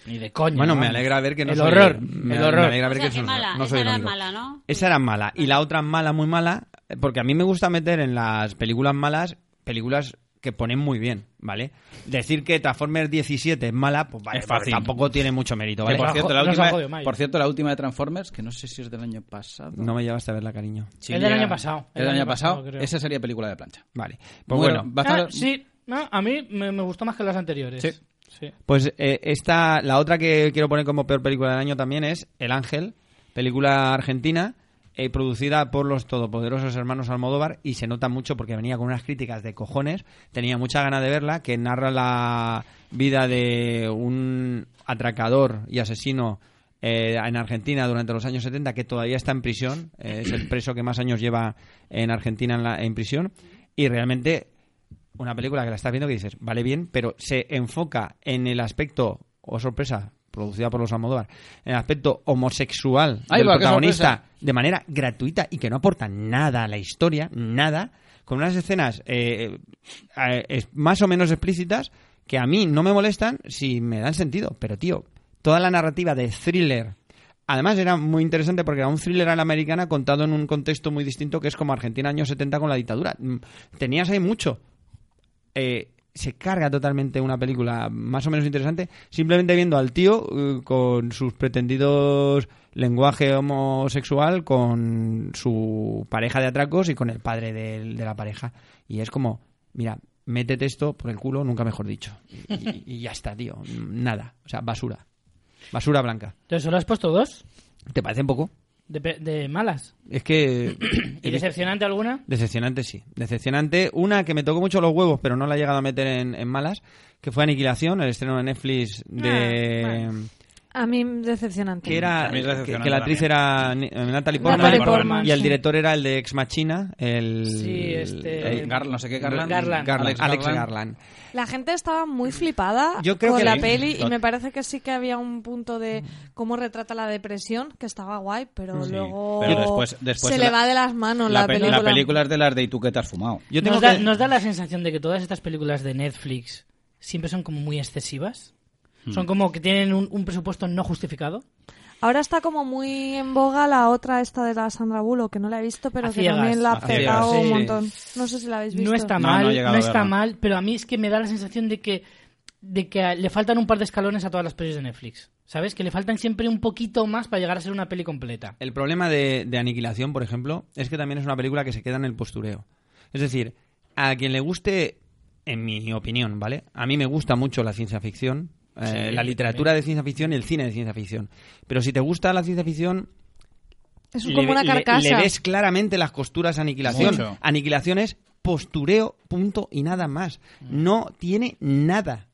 Speaker 1: Ni de coña.
Speaker 4: Bueno, me
Speaker 1: vamos. Ah,
Speaker 4: alegra ver que no
Speaker 1: El
Speaker 4: soy-
Speaker 1: horror.
Speaker 4: me-
Speaker 1: el horror.
Speaker 4: me alegra ver
Speaker 3: O sea,
Speaker 4: que
Speaker 3: que
Speaker 4: soy-
Speaker 3: mala,
Speaker 4: no
Speaker 3: esa
Speaker 4: soy el
Speaker 3: era
Speaker 4: único.
Speaker 3: mala, ¿no?
Speaker 4: Esa era mala. Y la otra mala, muy mala, porque a mí me gusta meter en las películas malas películas que ponen muy bien, ¿vale? Decir que Transformers 17 es mala, pues vale,
Speaker 5: Es
Speaker 4: pues
Speaker 5: fácil.
Speaker 4: tampoco tiene mucho mérito,
Speaker 5: Que,
Speaker 4: ¿vale?
Speaker 5: por,
Speaker 1: Nos
Speaker 5: cierto, la
Speaker 1: ha
Speaker 5: última,
Speaker 1: jodido Mayo.
Speaker 5: por cierto, la última de Transformers, que no sé si es del año pasado.
Speaker 4: No me llevaste a verla, cariño.
Speaker 5: Sí,
Speaker 1: Es del
Speaker 5: ya-
Speaker 1: año pasado.
Speaker 5: Es del año pasado.
Speaker 1: creo.
Speaker 5: Esa sería película de plancha.
Speaker 4: Vale. Pues
Speaker 5: Bueno,
Speaker 4: bueno,
Speaker 5: va a estar-
Speaker 1: Ah, sí, no, a mí me, me gustó más que las anteriores.
Speaker 5: Sí.
Speaker 4: Pues eh, esta, la otra que quiero poner como peor película del año también es El Ángel, película argentina, eh, producida por los todopoderosos hermanos Almodóvar y se nota mucho porque venía con unas críticas de cojones, tenía mucha ganas de verla, que narra la vida de un atracador y asesino eh, en Argentina durante los años 70 que todavía está en prisión, eh, es el preso que más años lleva en Argentina en, la- en prisión y realmente una película que la estás viendo que dices, vale bien, pero se enfoca en el aspecto, o sorpresa, producida por los Almodóvar, en el aspecto homosexual
Speaker 5: Ahí
Speaker 4: del
Speaker 5: va, qué
Speaker 4: protagonista de manera gratuita y que no aporta nada a la historia, nada, con unas escenas eh, eh, es- más o menos explícitas que a mí no me molestan si me dan sentido, pero tío, toda la narrativa de thriller Además era muy interesante porque era un thriller a la americana contado en un contexto muy distinto que es como Argentina años 70 con la dictadura. Mm, Tenías ahí mucho. Eh, se carga totalmente una película más o menos interesante simplemente viendo al tío eh, con sus pretendidos lenguaje homosexual, con su pareja de atracos y con el padre del- de la pareja. Y es como, mira, métete esto por el culo, nunca mejor dicho. Y, y- y ya está, tío. Nada. O sea, basura. Basura blanca.
Speaker 1: Entonces, ¿solo has puesto dos?
Speaker 4: ¿Te parece un poco?
Speaker 1: De, pe- de malas.
Speaker 4: Es que...
Speaker 1: ¿Y decepcionante alguna?
Speaker 4: Decepcionante, sí. Decepcionante. Una que me tocó mucho los huevos, pero no la he llegado a meter en, en malas, que fue Aniquilación, el estreno de Netflix de...
Speaker 2: Ah, A mí decepcionante.
Speaker 4: Que era
Speaker 5: A mí es
Speaker 4: que,
Speaker 5: decepcionante
Speaker 4: que la actriz era Ni- eh, Natalie Portman,
Speaker 2: Natalie Portman,
Speaker 4: y el
Speaker 2: sí.
Speaker 4: director era el de Ex Machina, el
Speaker 1: Sí, este-
Speaker 4: el-
Speaker 5: Gar- no sé qué Garland.
Speaker 1: Garland.
Speaker 4: Garland,
Speaker 5: Alex
Speaker 4: Alex
Speaker 5: Garland.
Speaker 4: Garland.
Speaker 2: La gente estaba muy flipada
Speaker 4: Yo creo
Speaker 2: con
Speaker 4: que
Speaker 2: la
Speaker 4: sí.
Speaker 2: peli y
Speaker 5: Tot-
Speaker 2: me parece que sí que había un punto de cómo retrata la depresión, que estaba guay, pero
Speaker 5: Sí,
Speaker 2: luego
Speaker 5: pero después- después
Speaker 2: se
Speaker 5: la-
Speaker 2: le va de las manos la,
Speaker 5: La, pe-
Speaker 2: película.
Speaker 5: la película es de las de ¿Y tú qué te has fumado?
Speaker 4: Yo tengo
Speaker 1: Nos da,
Speaker 4: que-
Speaker 1: nos da la sensación de que todas estas películas de Netflix siempre son como muy excesivas. Son como que tienen un, un presupuesto no justificado.
Speaker 2: Ahora está como muy en boga la otra esta de la Sandra Bullock, que no la he visto, pero
Speaker 1: A
Speaker 2: que
Speaker 1: ciegas.
Speaker 2: también la
Speaker 5: A
Speaker 2: ha
Speaker 5: ciegas,
Speaker 2: petado un
Speaker 1: sí.
Speaker 2: montón. No sé si la habéis visto.
Speaker 1: No está
Speaker 5: No,
Speaker 1: mal,
Speaker 5: no
Speaker 1: no,
Speaker 5: he llegado a
Speaker 1: está
Speaker 5: verla.
Speaker 1: mal, pero a mí es que me da la sensación de que, de que a- le faltan un par de escalones a todas las pelis de Netflix. ¿Sabes? Que le faltan siempre un poquito más para llegar a ser una peli completa.
Speaker 4: El problema de, de Aniquilación, por ejemplo, es que también es una película que se queda en el postureo. Es decir, a quien le guste, en mi opinión, ¿vale? A mí me gusta mucho la ciencia ficción, eh, la literatura de ciencia ficción y el cine de ciencia ficción. Pero si te gusta la ciencia ficción,
Speaker 2: Es
Speaker 4: le,
Speaker 2: como una
Speaker 4: le-
Speaker 2: carcasa.
Speaker 4: le ves claramente las costuras a Aniquilación.
Speaker 5: Mucho.
Speaker 4: Aniquilación es postureo, punto y nada más.
Speaker 5: Mm.
Speaker 4: No tiene nada.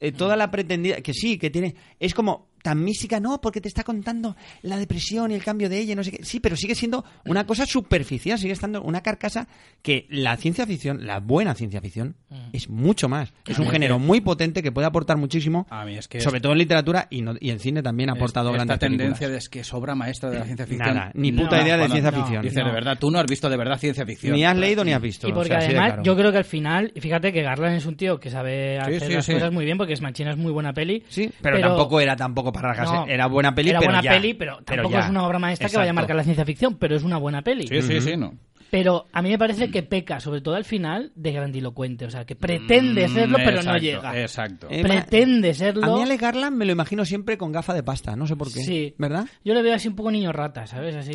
Speaker 4: Eh, toda la pretendida. Que sí, que tiene. Es como tan mística, no, porque te está contando la depresión y el cambio de ella, no sé qué. Sí, pero sigue siendo una cosa superficial, sigue estando una carcasa que la ciencia ficción, la buena ciencia ficción,
Speaker 5: Mm.
Speaker 4: es mucho más. Es un género muy potente que puede aportar muchísimo,
Speaker 5: A mí es Ah, que.
Speaker 4: sobre todo en literatura y, no- y en cine también ha aportado
Speaker 5: esta
Speaker 4: grandes películas.
Speaker 5: tendencia de es que es obra maestra de la ciencia ficción.
Speaker 4: Nada, ni puta idea de
Speaker 5: cuando
Speaker 4: ciencia ficción.
Speaker 5: Dice,
Speaker 1: No.
Speaker 5: de verdad, tú no has visto de verdad ciencia ficción.
Speaker 4: Ni has leído ni has visto.
Speaker 1: Y
Speaker 4: o
Speaker 1: porque
Speaker 4: sea, así de
Speaker 1: además
Speaker 4: claro.
Speaker 1: yo creo que al final, y fíjate que Garland es un tío que sabe
Speaker 5: Sí,
Speaker 1: hacer
Speaker 5: sí,
Speaker 1: las
Speaker 5: sí.
Speaker 1: cosas muy bien porque es Machina es muy buena peli.
Speaker 4: Sí, pero, tampoco era tampoco para rajarse.
Speaker 1: No.
Speaker 4: era buena peli,
Speaker 1: Era
Speaker 4: pero
Speaker 1: buena
Speaker 4: ya.
Speaker 1: peli, pero tampoco
Speaker 4: ya.
Speaker 1: es una obra maestra que vaya a
Speaker 4: Exacto.
Speaker 1: marcar la ciencia ficción, pero es una buena peli.
Speaker 5: Sí, sí, sí, no.
Speaker 1: Pero a mí me parece que peca, sobre todo al final, de grandilocuente. O sea, que pretende serlo, pero no
Speaker 5: Mm, Exacto,
Speaker 1: llega.
Speaker 5: Exacto.
Speaker 4: Eh,
Speaker 1: pretende serlo.
Speaker 4: Mm, A mí Ale Garland me lo imagino siempre con gafa de pasta, no sé por qué.
Speaker 1: Sí.
Speaker 4: ¿Verdad?
Speaker 1: Yo le veo así un poco niño rata, ¿sabes? Así.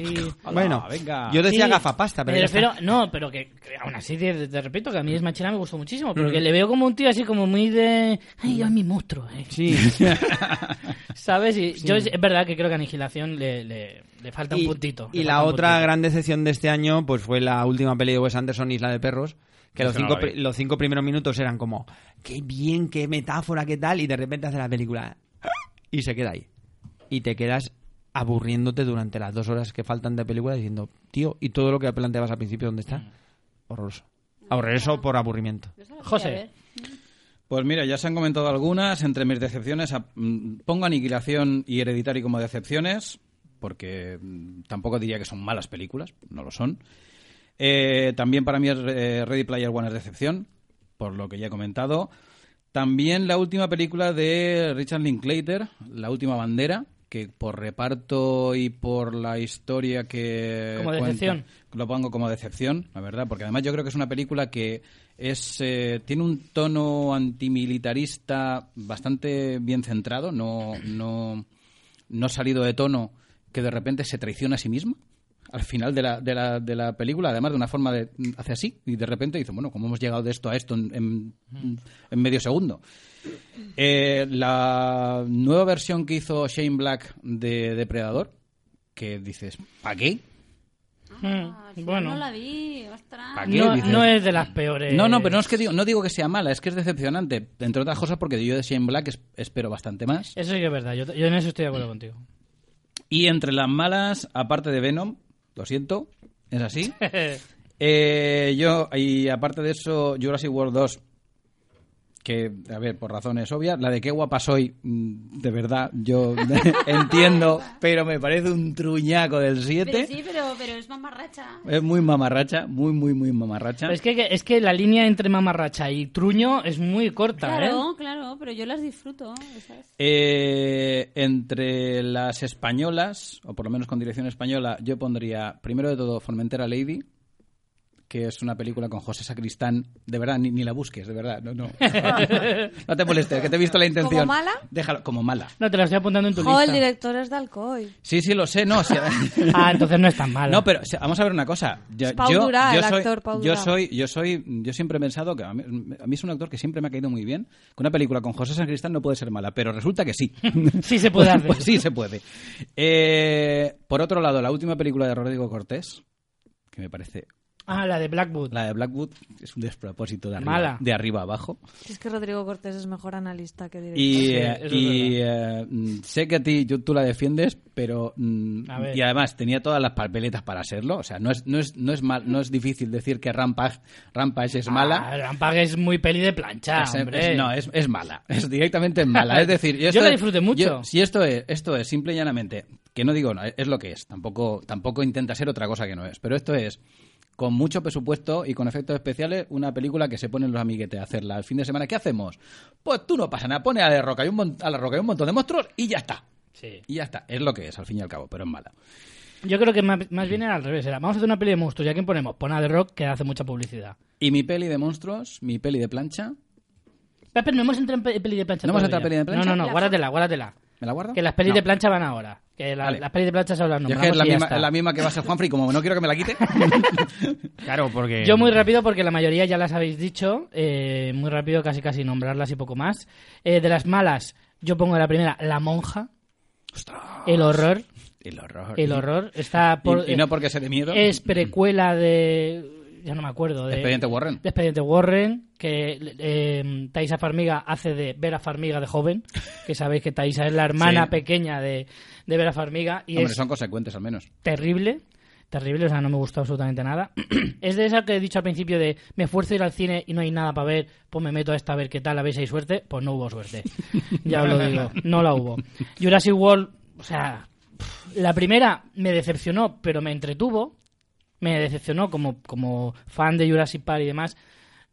Speaker 4: bueno,
Speaker 5: venga.
Speaker 4: yo decía
Speaker 1: Sí,
Speaker 4: gafa pasta, pero
Speaker 1: me
Speaker 4: ya
Speaker 1: refiero-
Speaker 4: está.
Speaker 1: no, pero que, que aún así, te, te repito, que a mí es Machina me gustó muchísimo, pero que le veo como un tío así como muy de... Ay, yo a mi monstruo, eh".
Speaker 4: Sí.
Speaker 1: ¿sabes? Y yo es es verdad que creo que a Anigilación le, le, le falta
Speaker 4: y,
Speaker 1: un puntito.
Speaker 4: y
Speaker 1: le
Speaker 4: la
Speaker 1: falta un
Speaker 4: otra
Speaker 1: puntito.
Speaker 4: gran decepción de este año pues fue la última peli de Wes Anderson, Isla de Perros, que los
Speaker 5: Esa no
Speaker 4: cinco,
Speaker 5: la vi.
Speaker 4: pri- los cinco primeros minutos eran como, qué bien, qué metáfora, qué tal, y de repente hace la película y se queda ahí. Y te quedas aburriéndote durante las dos horas que faltan de película diciendo, tío, ¿y todo lo que planteabas al principio dónde está?
Speaker 1: Mm.
Speaker 4: Horroroso. Horroroso por aburrimiento.
Speaker 1: José.
Speaker 5: Pues mira, ya se han comentado algunas. Entre mis decepciones, a- mm, pongo Aniquilación y Hereditary como decepciones, porque mm, tampoco diría que son malas películas, no lo son. Eh, también para mí es, eh, Ready Player One es decepción, por lo que ya he comentado. También la última película de Richard Linklater, La última bandera, que por reparto y por la historia que...
Speaker 1: Como
Speaker 5: cuenta-
Speaker 1: decepción.
Speaker 5: lo pongo como decepción, la verdad, porque además yo creo que es una película que es eh, tiene un tono antimilitarista bastante bien centrado, no no no salido de tono que de repente se traiciona a sí misma al final de la, de la, de la película, además de una forma de hace así y de repente dice, bueno, ¿cómo hemos llegado de esto a esto en, en- en medio segundo? Eh, la nueva versión que hizo Shane Black de Depredador, que dices, ¿para qué?
Speaker 1: Mm,
Speaker 3: bueno.
Speaker 1: bueno.
Speaker 3: Ah, No la vi, ostras.
Speaker 5: ¿Para qué?
Speaker 1: No,
Speaker 5: Dices-
Speaker 1: no es de las peores.
Speaker 5: No, no, pero no es que digo, no digo que sea mala, es que es decepcionante. Entre otras cosas, porque yo de Shane Black es- espero bastante más.
Speaker 1: Eso sí que es verdad, yo, yo en eso estoy de acuerdo contigo.
Speaker 5: Y entre las malas, aparte de Venom, lo siento, es así. Eh, yo, y aparte de eso, Jurassic World 2, que, a ver, por razones obvias, la de qué guapa soy, mm, de verdad, yo entiendo, pero me parece un truñaco del
Speaker 3: Pero
Speaker 5: 7.
Speaker 3: sí, pero, pero es mamarracha.
Speaker 5: Es muy mamarracha, muy, muy, muy mamarracha.
Speaker 1: Pero es, que, es que la línea entre mamarracha y truño es muy corta, ¿eh?
Speaker 3: Claro, claro, pero yo las disfruto. esas.
Speaker 5: Eh, entre las españolas, o por lo menos con dirección española, yo pondría primero de todo Formentera Lady, que es una película con José Sacristán. De verdad, ni, ni la busques, de verdad. No, no. no te molestes, que te he visto la intención.
Speaker 2: ¿Como mala?
Speaker 5: Déjalo, como mala.
Speaker 1: No, te la estoy apuntando en tu
Speaker 2: Jo, el
Speaker 1: lista.
Speaker 2: director es de Alcoy.
Speaker 5: Sí, sí, lo sé, no. o sea-
Speaker 1: Ah, entonces no es tan malo.
Speaker 5: No, pero o sea, vamos a ver una cosa. Yo,
Speaker 2: Es Pau
Speaker 5: yo-
Speaker 2: Durá,
Speaker 5: yo
Speaker 2: el
Speaker 5: soy,
Speaker 2: actor Pau
Speaker 5: yo
Speaker 2: Durá.
Speaker 5: soy, yo soy, yo siempre he pensado que a mí, a mí es un actor que siempre me ha caído muy bien. Que una película con José Sacristán no puede ser mala, pero resulta que sí.
Speaker 1: Sí se puede hacer.
Speaker 5: Pues sí se puede. Eh, por otro lado, la última película de Rodrigo Cortés, que me parece
Speaker 1: Ah, la de Blackwood.
Speaker 5: la de Blackwood, es un despropósito de arriba,
Speaker 1: Mala.
Speaker 5: de arriba abajo.
Speaker 2: Si es que Rodrigo Cortés es mejor analista que director.
Speaker 5: Y,
Speaker 1: Sí,
Speaker 5: eh,
Speaker 1: eso
Speaker 5: y, eh, mm, sé que a ti yo- tú la defiendes, pero. mm,
Speaker 1: A ver.
Speaker 5: Y además tenía todas las papeletas para serlo. O sea, no es, no es, no es, mal, no es difícil decir que Rampage, Rampage es mala.
Speaker 1: Ah, Rampage es muy peli de plancha,
Speaker 5: Es- es-
Speaker 1: hombre.
Speaker 5: no, es, es mala. Es directamente es mala. Es decir,
Speaker 1: Yo
Speaker 5: esto
Speaker 1: la
Speaker 5: es-
Speaker 1: disfruté mucho.
Speaker 5: yo- si esto es, esto es simple y llanamente, que no digo, no, es lo que es. Tampoco, tampoco intenta ser otra cosa que no es. Pero esto es con mucho presupuesto y con efectos especiales, una película que se ponen los amiguetes a hacerla el fin de semana. ¿Qué hacemos? Pues tú no pasa nada, pone a la roca y un, mon- a la roca y un montón de monstruos y ya está.
Speaker 1: Sí.
Speaker 5: Y ya está. Es lo que es, al fin y al cabo, pero es mala.
Speaker 1: Yo creo que más, más bien era al revés. Era, vamos a hacer una peli de monstruos. ¿Y a quién ponemos? Pon a The Rock, que hace mucha publicidad.
Speaker 5: Y mi peli de monstruos, mi peli de plancha,
Speaker 1: Pero, pero no hemos entrado en pe- peli de plancha
Speaker 5: ¿No hemos
Speaker 1: todavía.
Speaker 5: entrado en peli de plancha?
Speaker 1: No, no, no. Guárdatela, guárdatela.
Speaker 5: ¿me la guardo?
Speaker 1: Que las pelis
Speaker 5: No.
Speaker 1: de plancha van ahora. Que la-
Speaker 5: Vale.
Speaker 1: las pelis de plancha se las
Speaker 5: Yo es
Speaker 1: nombramos
Speaker 5: que es la,
Speaker 1: y ya
Speaker 5: misma,
Speaker 1: está.
Speaker 5: es la misma que va a ser Juanfrey, como no quiero que me la quite.
Speaker 6: Claro, porque.
Speaker 1: Yo muy rápido, porque la mayoría ya las habéis dicho, eh, muy rápido casi casi nombrarlas y poco más. Eh, de las malas, yo pongo la primera, La Monja,
Speaker 5: Ostras,
Speaker 1: el horror,
Speaker 5: el horror.
Speaker 1: el horror, está
Speaker 5: Y-
Speaker 1: por...
Speaker 5: y, no porque sea de miedo.
Speaker 1: Es precuela de... ya no me acuerdo, de...
Speaker 5: Expediente Warren.
Speaker 1: de Expediente Warren, que eh, Taisa Farmiga hace de Vera Farmiga de joven, que sabéis que Taisa es la hermana
Speaker 5: Sí.
Speaker 1: pequeña de, de Vera Farmiga y
Speaker 5: Hombre,
Speaker 1: es
Speaker 5: son consecuentes al menos.
Speaker 1: terrible. Terrible, o sea, no me gustó absolutamente nada. es de esa que he dicho al principio de me esfuerzo a ir al cine y no hay nada para ver, pues me meto a esta a ver qué tal, a ver si hay suerte. Pues no hubo suerte. ya os lo digo, no la hubo. Jurassic World, o sea, pff, la primera me decepcionó, pero me entretuvo. Me decepcionó como, como fan de Jurassic Park y demás,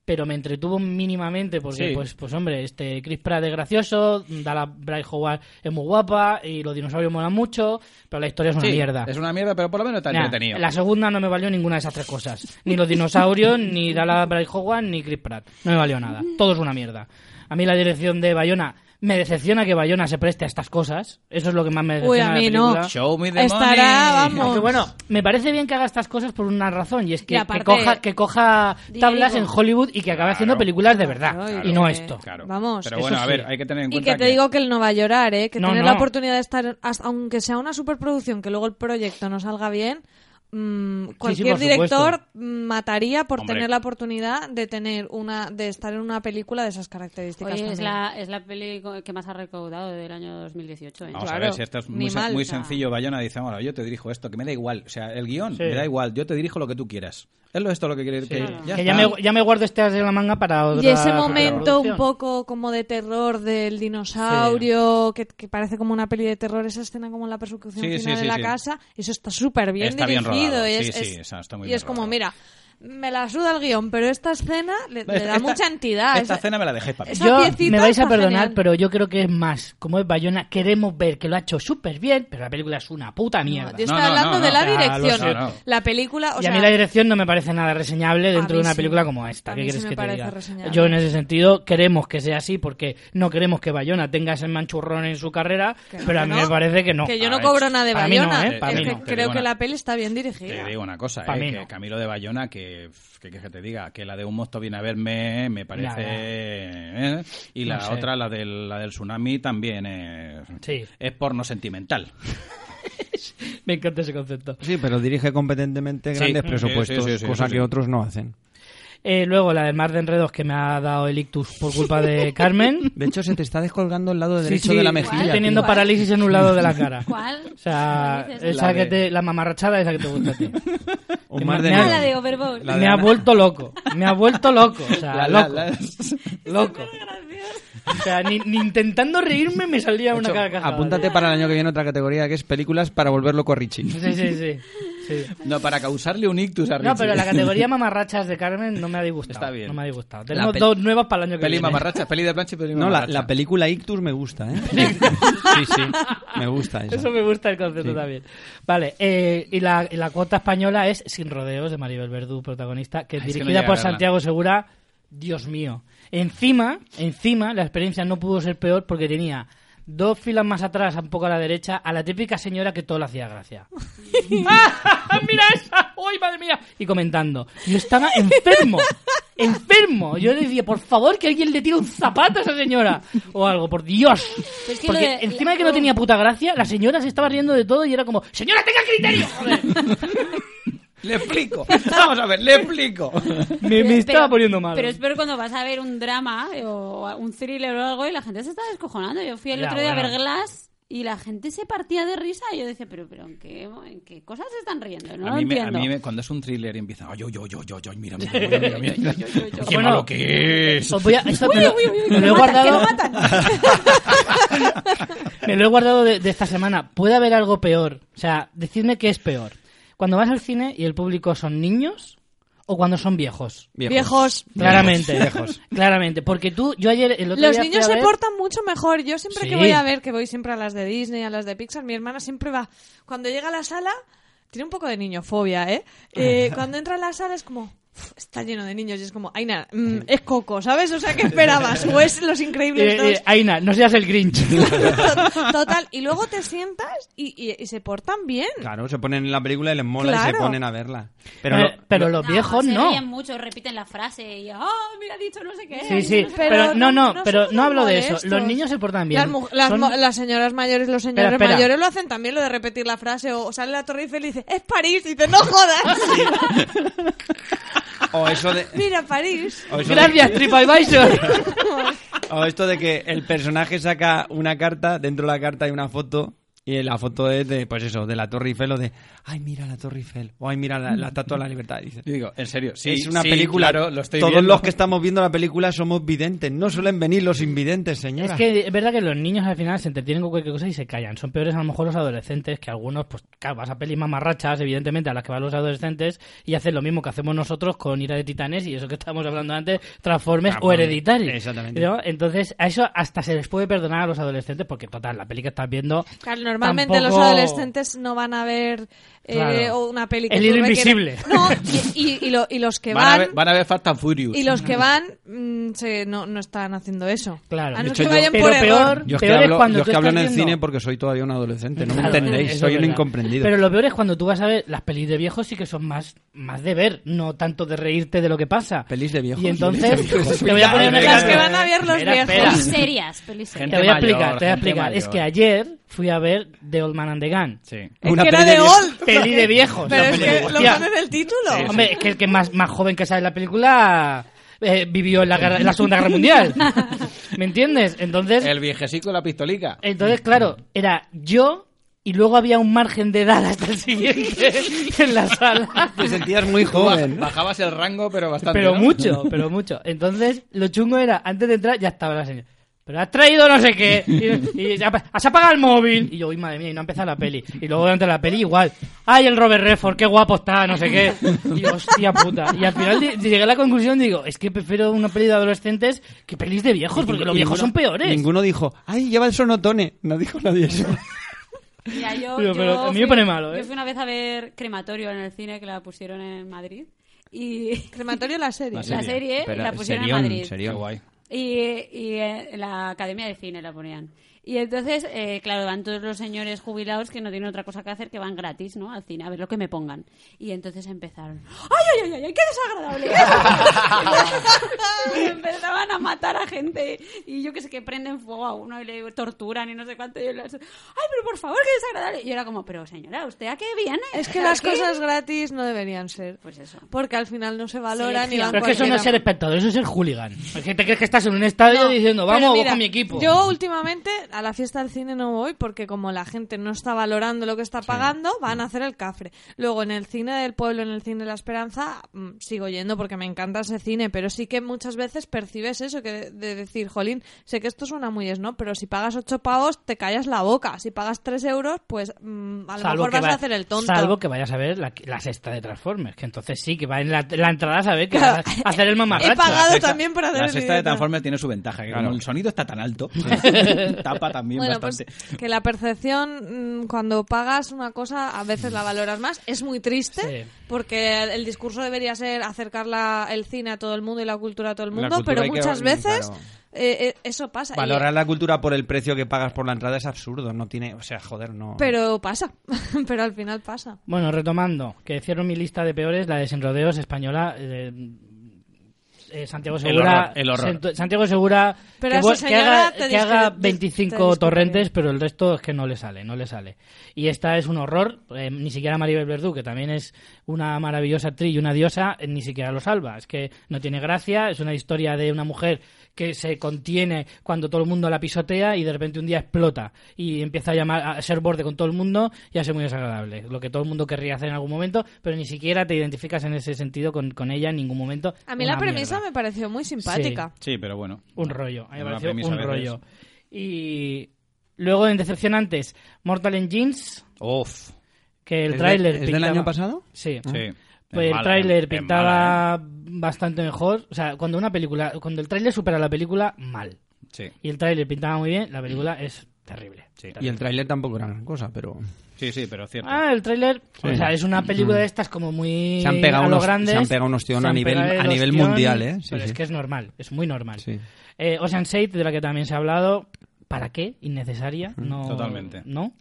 Speaker 1: pero me entretuvo mínimamente porque,
Speaker 5: Sí.
Speaker 1: pues, pues hombre, este Chris Pratt es gracioso, Dala Bryce Howard es muy guapa y los dinosaurios molan mucho, pero la historia es una
Speaker 5: Sí,
Speaker 1: mierda.
Speaker 5: Es una mierda, pero por lo menos está
Speaker 1: Nah,
Speaker 5: entretenido.
Speaker 1: La segunda no me valió ninguna de esas tres cosas. Ni los dinosaurios, ni Dallas Bryce Howard, ni Chris Pratt. No me valió nada. Todo es una mierda. A mí la dirección de Bayona me decepciona que Bayona se preste a estas cosas. Eso es lo que más me
Speaker 2: Uy,
Speaker 1: decepciona.
Speaker 2: a
Speaker 1: de la
Speaker 2: mí no.
Speaker 1: película.
Speaker 5: Show me the
Speaker 2: Estará,
Speaker 5: money.
Speaker 1: Aunque
Speaker 2: vamos.
Speaker 1: bueno, me parece bien que haga estas cosas por una razón y es que,
Speaker 3: Y
Speaker 1: que
Speaker 3: aparte-
Speaker 1: coja, que coja tablas en
Speaker 3: Dinerico.
Speaker 1: Hollywood y que acabe haciendo películas de verdad
Speaker 2: Claro,
Speaker 1: y
Speaker 2: y
Speaker 1: no
Speaker 2: que-
Speaker 1: esto.
Speaker 5: Claro.
Speaker 2: Vamos,
Speaker 5: Pero
Speaker 1: eso
Speaker 5: bueno, a
Speaker 1: sí.
Speaker 5: ver, hay que tener en
Speaker 2: Y
Speaker 5: cuenta
Speaker 2: que te digo que él no va a llorar, ¿eh? Que
Speaker 1: No,
Speaker 2: tener
Speaker 1: no.
Speaker 2: la oportunidad de estar, hasta- aunque sea una superproducción, que luego el proyecto no salga bien, mm, cualquier
Speaker 1: por
Speaker 2: director
Speaker 1: supuesto.
Speaker 2: mm, mataría por
Speaker 5: Hombre.
Speaker 2: tener la oportunidad de tener una, de estar en una película de esas características.
Speaker 3: Oye, Pues es
Speaker 2: también.
Speaker 3: la, es la peli co- que más ha recaudado del año 2018. ¿eh?
Speaker 5: Vamos a
Speaker 2: Claro,
Speaker 5: ver, si esto es muy,
Speaker 2: ni
Speaker 5: sen-
Speaker 2: mal,
Speaker 5: muy
Speaker 2: o sea.
Speaker 5: sencillo, Bayona dice, bueno, yo te dirijo esto, que me da igual. O sea, el guión,
Speaker 1: Sí.
Speaker 5: me da igual, yo te dirijo lo que tú quieras. Es lo esto lo que quieres que ya
Speaker 1: que ya
Speaker 5: está.
Speaker 1: me, ya me guardo este as de la manga para otra
Speaker 2: Y ese momento un
Speaker 1: producción.
Speaker 2: poco como de terror del dinosaurio, que, que parece como una peli de terror, esa escena como la persecución
Speaker 5: Sí, sí,
Speaker 2: final de
Speaker 5: sí,
Speaker 2: la
Speaker 5: sí.
Speaker 2: casa, eso está súper bien
Speaker 5: Está bien
Speaker 2: dirigido.
Speaker 5: rodado,
Speaker 2: y
Speaker 5: sí,
Speaker 2: es,
Speaker 5: sí,
Speaker 2: es-
Speaker 5: está- está muy
Speaker 2: y
Speaker 5: bien
Speaker 2: es como,
Speaker 5: rodado.
Speaker 2: mira, me la suda el guión, pero esta escena le, le da
Speaker 5: Esta-
Speaker 2: mucha entidad.
Speaker 5: Esta
Speaker 2: es-
Speaker 5: cena me la dejé para mí.
Speaker 2: es- Esa
Speaker 1: Yo,
Speaker 2: piecita
Speaker 1: me vais a
Speaker 2: está
Speaker 1: perdonar,
Speaker 2: genial.
Speaker 1: pero yo creo que es más. Como es Bayona, queremos ver que lo ha hecho súper bien, pero la película es una puta mierda.
Speaker 2: Yo
Speaker 5: No,
Speaker 2: estaba
Speaker 5: no,
Speaker 2: hablando
Speaker 5: no, no,
Speaker 2: de la
Speaker 5: o sea,
Speaker 1: lo
Speaker 2: dirección.
Speaker 5: siento. No, no.
Speaker 2: La película, o
Speaker 1: y
Speaker 2: sea,
Speaker 1: a mí la dirección no me parece nada reseñable
Speaker 2: a mí
Speaker 1: dentro de una
Speaker 2: sí.
Speaker 1: película como esta.
Speaker 2: A
Speaker 1: ¿Qué
Speaker 2: mí sí
Speaker 1: quieres
Speaker 2: me
Speaker 1: que te
Speaker 2: parece
Speaker 1: diga?
Speaker 2: reseñable.
Speaker 1: Yo en ese sentido queremos que sea así porque no queremos que Bayona tenga ese manchurrón en su carrera,
Speaker 2: Que
Speaker 1: pero a mí
Speaker 2: no,
Speaker 1: me
Speaker 2: que no.
Speaker 1: parece que no.
Speaker 2: que yo no
Speaker 5: Ah,
Speaker 2: cobro nada de
Speaker 1: para mí no,
Speaker 2: Bayona.
Speaker 1: ¿eh? Para
Speaker 2: es
Speaker 1: mí
Speaker 2: que
Speaker 1: no.
Speaker 5: Te
Speaker 2: creo
Speaker 5: digo
Speaker 2: que
Speaker 5: una-
Speaker 2: la peli está bien dirigida.
Speaker 5: Te digo una cosa,
Speaker 1: Pa'
Speaker 5: eh,
Speaker 1: mí
Speaker 5: que
Speaker 1: no.
Speaker 5: Camilo de Bayona, que, que quieres que te diga, que la de un mosto viene a verme, me parece...
Speaker 1: Nada.
Speaker 5: eh, y la
Speaker 1: No sé.
Speaker 5: otra, la del, la del tsunami, también eh,
Speaker 1: Sí.
Speaker 5: es porno sentimental.
Speaker 1: Me encanta ese concepto.
Speaker 4: Sí, pero dirige competentemente
Speaker 5: Sí,
Speaker 4: grandes
Speaker 5: sí,
Speaker 4: presupuestos,
Speaker 5: sí, sí, sí,
Speaker 4: cosa
Speaker 5: eso
Speaker 4: que
Speaker 5: sí.
Speaker 4: otros no hacen.
Speaker 1: Eh, luego la del Mar de Enredos que me ha dado el ictus por culpa de Carmen.
Speaker 4: De hecho, se te está descolgando el lado
Speaker 1: Sí,
Speaker 4: derecho
Speaker 1: sí,
Speaker 4: de la
Speaker 1: estoy
Speaker 4: mejilla.
Speaker 1: teniendo
Speaker 4: tío.
Speaker 3: ¿Cuál?
Speaker 1: parálisis en un lado de la cara.
Speaker 3: ¿Cuál?
Speaker 1: O sea,
Speaker 3: ¿Cuál dices?
Speaker 1: esa
Speaker 4: La
Speaker 1: que
Speaker 4: de-
Speaker 1: te, la mamarrachada esa que te gusta a ti.
Speaker 4: Un
Speaker 1: Que
Speaker 4: mar
Speaker 1: me-
Speaker 4: de
Speaker 1: me
Speaker 3: Ah,
Speaker 1: ha-
Speaker 4: negro.
Speaker 3: la de Overboard.
Speaker 4: La
Speaker 1: me
Speaker 4: de
Speaker 1: ha
Speaker 4: Ana.
Speaker 1: vuelto loco. Me ha vuelto loco. O sea,
Speaker 4: La- la-
Speaker 1: loco.
Speaker 4: la-
Speaker 1: Loco. O sea, ni, ni intentando reírme me salía una carcajada.
Speaker 4: Apúntate para el año que viene otra categoría que es películas para volverlo loco a Richie.
Speaker 1: Sí, sí, sí. sí.
Speaker 5: No, para causarle un ictus a
Speaker 1: No, pero la
Speaker 5: Richie.
Speaker 1: categoría mamarrachas de Carmen no me ha disgustado.
Speaker 5: Está bien.
Speaker 1: No me ha disgustado. Tenemos
Speaker 4: pe-
Speaker 1: dos nuevas para el año que
Speaker 5: Peli
Speaker 1: viene.
Speaker 5: mamarracha, peli de plancha y peli
Speaker 4: No, la,
Speaker 5: mamarracha.
Speaker 4: la película Ictus me gusta, ¿eh? Sí, sí, me gusta esa.
Speaker 1: Eso me gusta el concepto también. Vale, eh, y, la, y la cuota española es Sin Rodeos de Maribel Verdú, protagonista, que
Speaker 5: Ay,
Speaker 1: es
Speaker 5: es que no
Speaker 1: dirigida
Speaker 5: llegué a
Speaker 1: por
Speaker 5: verla.
Speaker 1: Santiago Segura. Dios mío. Encima, encima, la experiencia no pudo ser peor porque tenía dos filas más atrás, un poco a la derecha, a la típica señora que todo le hacía gracia. ¡Ah, ¡Mira esa! ¡Uy, madre mía! Y comentando. Yo estaba enfermo. Enfermo. Yo decía, por favor, que alguien le tire un zapato a esa señora. O algo, por Dios.
Speaker 3: Pero es que
Speaker 1: Porque
Speaker 3: lo de-
Speaker 1: encima de que no tenía puta gracia, la señora se estaba riendo de todo y era como, ¡Señora, tenga criterio! joder".
Speaker 5: Le explico. Vamos a ver, le explico. Eh,
Speaker 1: Me, me
Speaker 3: Pero-
Speaker 1: estaba
Speaker 3: pero-
Speaker 1: poniendo mal.
Speaker 3: Pero es peor cuando vas a ver un drama eh, o un thriller o algo y la gente se está descojonando. Yo fui el
Speaker 1: Ya,
Speaker 3: otro día a ver
Speaker 1: bueno.
Speaker 3: Glass y la gente se partía de risa y yo decía, pero, pero ¿en, qué, en qué cosas se están riendo? No
Speaker 5: a,
Speaker 3: lo
Speaker 5: mí me, a
Speaker 3: entiendo.
Speaker 5: mí me- cuando es un thriller y empieza, ay, yo, yo, yo, yo, yo, mira, mira, mira, mira, mira, mira. qué
Speaker 1: Bueno.
Speaker 5: malo que es.
Speaker 1: Os voy a- esto me
Speaker 3: Uy,
Speaker 1: lo,
Speaker 3: uy, uy, que
Speaker 1: me lo he
Speaker 3: lo matan, que
Speaker 1: guardado,
Speaker 3: lo matan.
Speaker 1: me lo he guardado de, de esta semana. Puede haber algo peor. O sea, decidme qué es peor. Cuando vas al cine y el público son niños o cuando son viejos.
Speaker 2: Viejos.
Speaker 1: Claramente. Claramente. Porque tú, yo ayer, el otro
Speaker 2: Los
Speaker 1: día fui
Speaker 2: niños
Speaker 1: a
Speaker 2: se
Speaker 1: ver-
Speaker 2: portan mucho mejor. Yo siempre
Speaker 1: Sí.
Speaker 2: que voy a ver, que voy siempre a las de Disney, a las de Pixar, mi hermana siempre va. Cuando llega a la sala, tiene un poco de niñofobia, ¿eh? Eh, cuando entra a la sala es como, "Uf, está lleno de niños. Y es como, Aina, mm, es Coco, ¿sabes? O sea, ¿qué esperabas? O es Los Increíbles
Speaker 1: Eh, eh, Aina, no seas el Grinch.
Speaker 2: 2. Total. Y luego te sientas y, y- y se portan bien.
Speaker 4: Claro, se ponen en la película y les mola y se
Speaker 2: Claro.
Speaker 4: ponen a verla. Pero,
Speaker 1: Eh,
Speaker 4: lo-
Speaker 1: pero los viejos
Speaker 3: se
Speaker 1: no.
Speaker 3: ríen mucho, repiten la frase y, oh, mira, ha dicho no sé qué.
Speaker 1: Sí, sí,
Speaker 3: no sé qué".
Speaker 1: pero, no, no, pero
Speaker 2: somos
Speaker 1: no hablo de
Speaker 2: modestos.
Speaker 1: eso. Los niños se portan bien.
Speaker 2: Las, mu- las
Speaker 1: Son-
Speaker 2: mo- las señoras mayores, los señores
Speaker 1: espera.
Speaker 2: mayores lo hacen también, lo de repetir la frase. O sale la Torre Eiffel y dice, es París. Y dice, no jodas.
Speaker 4: o, eso de,
Speaker 2: Mira, París.
Speaker 4: o eso de-
Speaker 1: Gracias, TripAdvisor.
Speaker 4: o esto de que el personaje saca una carta, dentro de la carta hay una foto. Y la foto es de, pues eso, de la Torre Eiffel o de, ay, mira la Torre Eiffel, o ay, mira la, la Estatua de la Libertad. Dice,
Speaker 5: Yo digo, en serio, sí,
Speaker 4: es una
Speaker 5: sí,
Speaker 4: película.
Speaker 5: claro, lo estoy
Speaker 4: Todos
Speaker 5: viendo.
Speaker 4: los que estamos viendo la película somos videntes. No suelen venir los invidentes,
Speaker 1: Es
Speaker 4: señora.
Speaker 1: que es verdad que los niños al final se entretienen con cualquier cosa y se callan. Son peores a lo mejor los adolescentes, que algunos, pues, claro, vas a pelis mamarrachas, evidentemente, a las que van los adolescentes, y hacen lo mismo que hacemos nosotros con Ira de Titanes y eso que estábamos hablando antes, Transformers o
Speaker 4: Transformers,
Speaker 1: Hereditary.
Speaker 4: exactamente.
Speaker 1: ¿no? Entonces, a eso hasta se les puede perdonar a los adolescentes, porque, total, la peli que estás viendo.
Speaker 2: Claro, normalmente
Speaker 1: tampoco-
Speaker 2: los adolescentes no van a ver eh,
Speaker 1: Claro.
Speaker 2: o una película.
Speaker 1: El hilo invisible.
Speaker 2: No, y, y- y lo- y los que
Speaker 5: Van a
Speaker 2: van.
Speaker 5: ver, van a ver Fast and Furious.
Speaker 2: Y los que van mm, se- no, no están haciendo eso.
Speaker 1: Claro.
Speaker 2: A
Speaker 1: De
Speaker 2: no
Speaker 1: hecho,
Speaker 2: ser que
Speaker 1: yo-
Speaker 2: vayan
Speaker 1: pero
Speaker 2: por error.
Speaker 1: peor-
Speaker 4: Yo es que
Speaker 1: Peor es
Speaker 4: hablo,
Speaker 1: cuando
Speaker 4: yo es
Speaker 1: tú
Speaker 4: que hablo en
Speaker 1: estás
Speaker 4: el cine
Speaker 1: viendo-
Speaker 4: porque soy todavía un adolescente, no me
Speaker 1: Claro,
Speaker 4: entendéis,
Speaker 1: eso
Speaker 4: soy
Speaker 1: es
Speaker 4: un
Speaker 1: verdad.
Speaker 4: incomprendido.
Speaker 1: Pero lo peor es cuando tú vas a ver las pelis de viejos sí que son más, más de ver, no tanto de reírte de lo que pasa.
Speaker 4: Pelis de viejos.
Speaker 1: Y entonces,
Speaker 4: Pelis de
Speaker 1: te voy a
Speaker 4: viejos.
Speaker 1: poner un
Speaker 5: Las
Speaker 1: ejemplo.
Speaker 5: que
Speaker 2: van a ver los
Speaker 1: Espera,
Speaker 2: viejos.
Speaker 1: espera.
Speaker 3: Pelis serias, pelis serias.
Speaker 1: Te voy a
Speaker 5: Gente
Speaker 1: explicar,
Speaker 5: mayor,
Speaker 1: te voy a
Speaker 5: gente
Speaker 1: explicar.
Speaker 5: mayor.
Speaker 1: Es que ayer fui a ver The Old Man and the Gun.
Speaker 5: Sí.
Speaker 2: Es
Speaker 4: Una
Speaker 2: que era
Speaker 4: peli
Speaker 2: de
Speaker 4: de-
Speaker 2: Old.
Speaker 1: Peli de viejos.
Speaker 2: Pero es
Speaker 1: Una peli
Speaker 2: que
Speaker 1: de-
Speaker 2: lo
Speaker 1: Hostia,
Speaker 2: ponen el título.
Speaker 1: Hombre, es que el que más, más joven que sale en la película eh, vivió en la, guerra- en la Segunda Guerra Mundial. ¿Me entiendes? Entonces,
Speaker 5: El viejecico de la pistolica.
Speaker 1: Entonces, claro, era yo y luego había un margen de edad hasta el siguiente en la sala.
Speaker 4: Te sentías muy
Speaker 5: Tú baj-
Speaker 4: joven.
Speaker 5: Bajabas el rango, pero bastante.
Speaker 1: Pero
Speaker 5: ¿no?
Speaker 1: mucho, pero mucho. Entonces, lo chungo era, antes de entrar, ya estaba la señora. Pero has traído no sé qué. Y, y ap- has apagado el móvil. Y yo, uy, madre mía, y no ha empezado la peli. Y luego durante la peli igual. ¡Ay, el Robert Redford, qué guapo está! No sé qué. Y yo, hostia puta. Y al final di- llegué a la conclusión, digo, es que prefiero una peli de adolescentes que pelis de viejos, porque los
Speaker 4: Y
Speaker 1: viejos son
Speaker 4: ninguno-
Speaker 1: peores.
Speaker 4: Ninguno dijo, ay, lleva el sonotone. No dijo nadie eso.
Speaker 3: Mira, yo,
Speaker 1: Tío,
Speaker 3: yo
Speaker 1: pero a mí me
Speaker 3: fui-
Speaker 1: pone malo, ¿eh?
Speaker 3: Yo fui una vez a ver Crematorio en el cine que la pusieron en Madrid. Y
Speaker 2: Crematorio la serie.
Speaker 5: La
Speaker 3: la serie
Speaker 4: Pero
Speaker 3: la pusieron
Speaker 4: serión,
Speaker 3: en Madrid.
Speaker 4: serión.
Speaker 5: Qué guay.
Speaker 3: eh, Y, y en la Academia de Cine la ponían. Y entonces, eh, claro, van todos los señores jubilados que no tienen otra cosa que hacer que van gratis, ¿no? Al cine, a ver lo que me pongan. Y entonces empezaron. ¡Ay, ay, ay, ay! ¡Qué desagradable! Y empezaban a matar a gente. Y yo que sé, que prenden fuego a uno y le torturan y no sé cuánto. Y yo las- ¡Ay, pero por favor, qué desagradable! Y yo era como, pero señora, ¿usted a qué viene?
Speaker 2: Es que
Speaker 3: ¿A
Speaker 2: las
Speaker 3: qué?".
Speaker 2: cosas gratis no deberían ser.
Speaker 3: Pues eso.
Speaker 2: Porque al final no se valoran
Speaker 3: Sí,
Speaker 2: y van
Speaker 3: Pero
Speaker 1: Pero es que eso no es
Speaker 2: cualquiera.
Speaker 1: ser espectador, eso es ser hooligan. Es que te crees que estás en un estadio diciendo,
Speaker 2: Pero
Speaker 1: vamos, voy
Speaker 2: mira,
Speaker 1: con mi equipo.
Speaker 2: Yo últimamente a la fiesta del cine no voy porque como la gente no está valorando lo que está pagando, van a hacer el cafre. Luego en el cine del pueblo, en el cine de la esperanza, mm, sigo yendo porque me encanta ese cine, pero sí que muchas veces percibes eso que de, de decir, jolín, sé que esto suena muy no pero si pagas ocho pavos te callas la boca. Si pagas tres euros, pues mm, a lo mejor vas
Speaker 1: va-
Speaker 2: a hacer el tonto.
Speaker 1: Salvo que vayas a ver la, la sexta de Transformers, que entonces sí, que va en la, la entrada a saber que vas a hacer el mamarracho.
Speaker 2: He pagado
Speaker 5: sexta-
Speaker 2: también por hacer
Speaker 5: La
Speaker 2: el
Speaker 5: sexta de
Speaker 2: idiota.
Speaker 5: Transformers tiene su ventaja, que
Speaker 4: Claro.
Speaker 5: como el sonido está tan alto, tapa también
Speaker 2: Bueno,
Speaker 5: bastante.
Speaker 2: pues que la percepción mm, cuando pagas una cosa a veces la valoras más. Es muy triste
Speaker 1: Sí.
Speaker 2: porque el discurso debería ser acercar la- el cine a todo el mundo y la cultura a todo el
Speaker 4: La
Speaker 2: mundo,
Speaker 4: cultura
Speaker 2: pero
Speaker 4: hay que-
Speaker 2: muchas veces
Speaker 4: claro.
Speaker 2: eh, eh, eso pasa. Y-
Speaker 4: Valorar la cultura por el precio que pagas por la entrada es absurdo, no tiene, o sea, joder, no.
Speaker 2: Pero pasa, pero al final pasa.
Speaker 1: Bueno, retomando, que cierro mi lista de peores, la de Sin Rodeos española. eh, eh, Santiago Segura,
Speaker 5: horror, el horror.
Speaker 1: Santo- Santiago Segura
Speaker 2: Pero
Speaker 1: que,
Speaker 2: a su
Speaker 1: bu- que
Speaker 2: señora
Speaker 1: haga,
Speaker 2: te
Speaker 1: que
Speaker 2: discre-
Speaker 1: haga
Speaker 2: te
Speaker 1: 25
Speaker 2: discreparía.
Speaker 1: torrentes, pero el resto es que no le sale, no le sale. Y esta es un horror, eh, ni siquiera Maribel Verdú, que también es una maravillosa actriz y una diosa, eh, ni siquiera lo salva. Es que no tiene gracia, es una historia de una mujer que se contiene cuando todo el mundo la pisotea y de repente un día explota y empieza a llamar a ser borde con todo el mundo y a ser muy desagradable, lo que todo el mundo querría hacer en algún momento, pero ni siquiera te identificas en ese sentido con, con ella en ningún momento.
Speaker 2: A mí la
Speaker 1: Una mierda
Speaker 2: premisa me pareció muy simpática.
Speaker 5: Sí, pero bueno.
Speaker 1: un rollo. A mí me
Speaker 5: Una
Speaker 1: pareció
Speaker 5: premisa
Speaker 1: un
Speaker 5: a veces.
Speaker 1: rollo. Y luego en Decepcionantes, Mortal Engines,
Speaker 5: Uf.
Speaker 1: que el
Speaker 4: ¿Es de-
Speaker 1: tráiler
Speaker 4: es del
Speaker 1: pintaba-
Speaker 4: año pasado? Ah.
Speaker 1: Sí.
Speaker 5: Sí.
Speaker 1: Pues
Speaker 5: Es
Speaker 1: el
Speaker 5: mala,
Speaker 1: tráiler
Speaker 5: es mala, ¿eh?
Speaker 1: pintaba bastante mejor. O sea, cuando una película, cuando el tráiler supera la película, mal.
Speaker 5: ¿eh? Sí.
Speaker 1: Y el tráiler pintaba muy bien, la película es terrible.
Speaker 5: Sí.
Speaker 4: Y el tráiler tampoco era gran cosa, pero
Speaker 5: sí, sí, pero cierto.
Speaker 1: Ah, el tráiler, o
Speaker 4: Sí.
Speaker 1: sea, es una película de estas como muy
Speaker 4: Se han pegado
Speaker 1: a lo
Speaker 4: unos-
Speaker 1: grande.
Speaker 4: se han pegado un ostión a nivel- a nivel mundial, ¿eh? Sí,
Speaker 1: pero es
Speaker 4: sí.
Speaker 1: que es normal, es muy normal.
Speaker 4: sí.
Speaker 1: Eh, Ocean de la que también se ha hablado, ¿para qué? Innecesaria. No,
Speaker 5: totalmente.
Speaker 1: ¿no?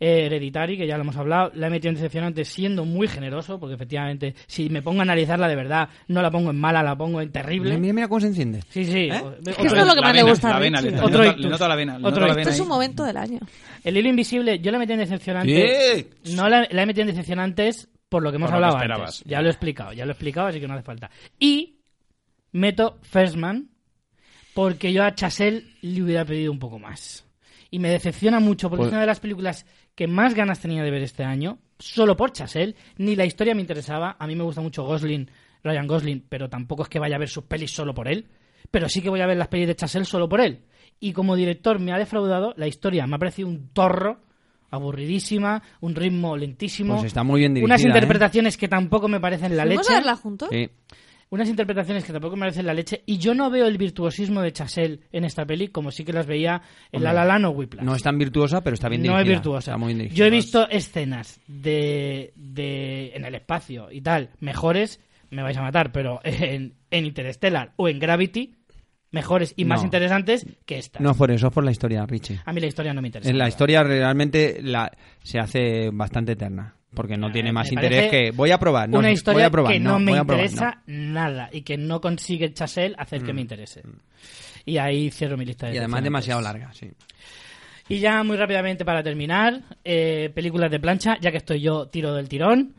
Speaker 1: Eh, Hereditary, que ya lo hemos hablado, la he metido en decepcionante siendo muy generoso, porque efectivamente, si me pongo a analizarla de verdad, no la pongo en mala, la pongo en
Speaker 4: Mira,
Speaker 1: terrible.
Speaker 4: mira, mira cómo se enciende.
Speaker 1: Sí, sí. o-
Speaker 2: que esto
Speaker 1: otro-
Speaker 2: ¿Eh? es lo que
Speaker 5: La
Speaker 2: más le
Speaker 5: vena,
Speaker 2: gusta a
Speaker 5: La vena,
Speaker 2: Richie.
Speaker 5: le, le
Speaker 1: Otro
Speaker 5: noto,
Speaker 1: ictus.
Speaker 5: le noto la vena. le
Speaker 1: Otro
Speaker 5: noto la
Speaker 1: ictus.
Speaker 5: vena
Speaker 2: Este es
Speaker 5: ahí.
Speaker 2: un momento del año.
Speaker 1: El hilo invisible, yo la metí en decepcionante.
Speaker 4: ¡Eh!
Speaker 1: No la, la he metido en decepcionantes por lo que hemos
Speaker 5: Por lo que
Speaker 1: hablado
Speaker 5: esperabas.
Speaker 1: antes. Ya lo he explicado, ya lo he explicado, así que no hace falta. Y meto Fersman porque yo a Chasel le hubiera pedido un poco más. Y me decepciona mucho porque
Speaker 4: Pues-
Speaker 1: es una de las películas que más ganas tenía de ver este año, solo por Chasel, ni la historia me interesaba. A mí me gusta mucho Gosling, Ryan Gosling, pero tampoco es que vaya a ver sus pelis solo por él. Pero sí que voy a ver las pelis de Chasel solo por él. Y como director me ha defraudado, la historia me ha parecido un torro, aburridísima, un ritmo lentísimo.
Speaker 4: Pues está muy bien dirigida.
Speaker 1: unas
Speaker 4: ¿eh?
Speaker 1: interpretaciones que tampoco me parecen la
Speaker 2: ¿Vamos
Speaker 1: leche
Speaker 2: a verla juntos?
Speaker 4: Sí.
Speaker 1: unas interpretaciones que tampoco merecen la leche y yo no veo el virtuosismo de Chasel en esta peli como sí que las veía en La La Land o Whiplash.
Speaker 4: No es tan virtuosa, pero está bien
Speaker 1: No
Speaker 4: dirigida.
Speaker 1: es virtuosa.
Speaker 4: Está muy bien
Speaker 1: yo
Speaker 4: dirigida.
Speaker 1: he visto escenas de, de en el espacio y tal mejores, me vais a matar, pero en, en Interstellar o en Gravity mejores y más
Speaker 4: No.
Speaker 1: interesantes que esta.
Speaker 4: No es por eso, es por la historia, Richie.
Speaker 1: A mí la historia no me interesa.
Speaker 4: En la historia realmente la, se hace bastante eterna. Porque no tiene
Speaker 1: Ah, me
Speaker 4: más
Speaker 1: parece
Speaker 4: interés que voy a probar. No,
Speaker 1: una historia
Speaker 4: voy a probar,
Speaker 1: que no, me
Speaker 4: voy a probar,
Speaker 1: interesa nada y que no consigue Chasel hacer que me interese. Y ahí cierro mi lista de
Speaker 4: no. Mm. Y además
Speaker 1: decepcionantes.
Speaker 4: demasiado larga, sí.
Speaker 1: Y ya muy rápidamente para terminar, eh, películas de plancha, ya que estoy yo tiro del tirón.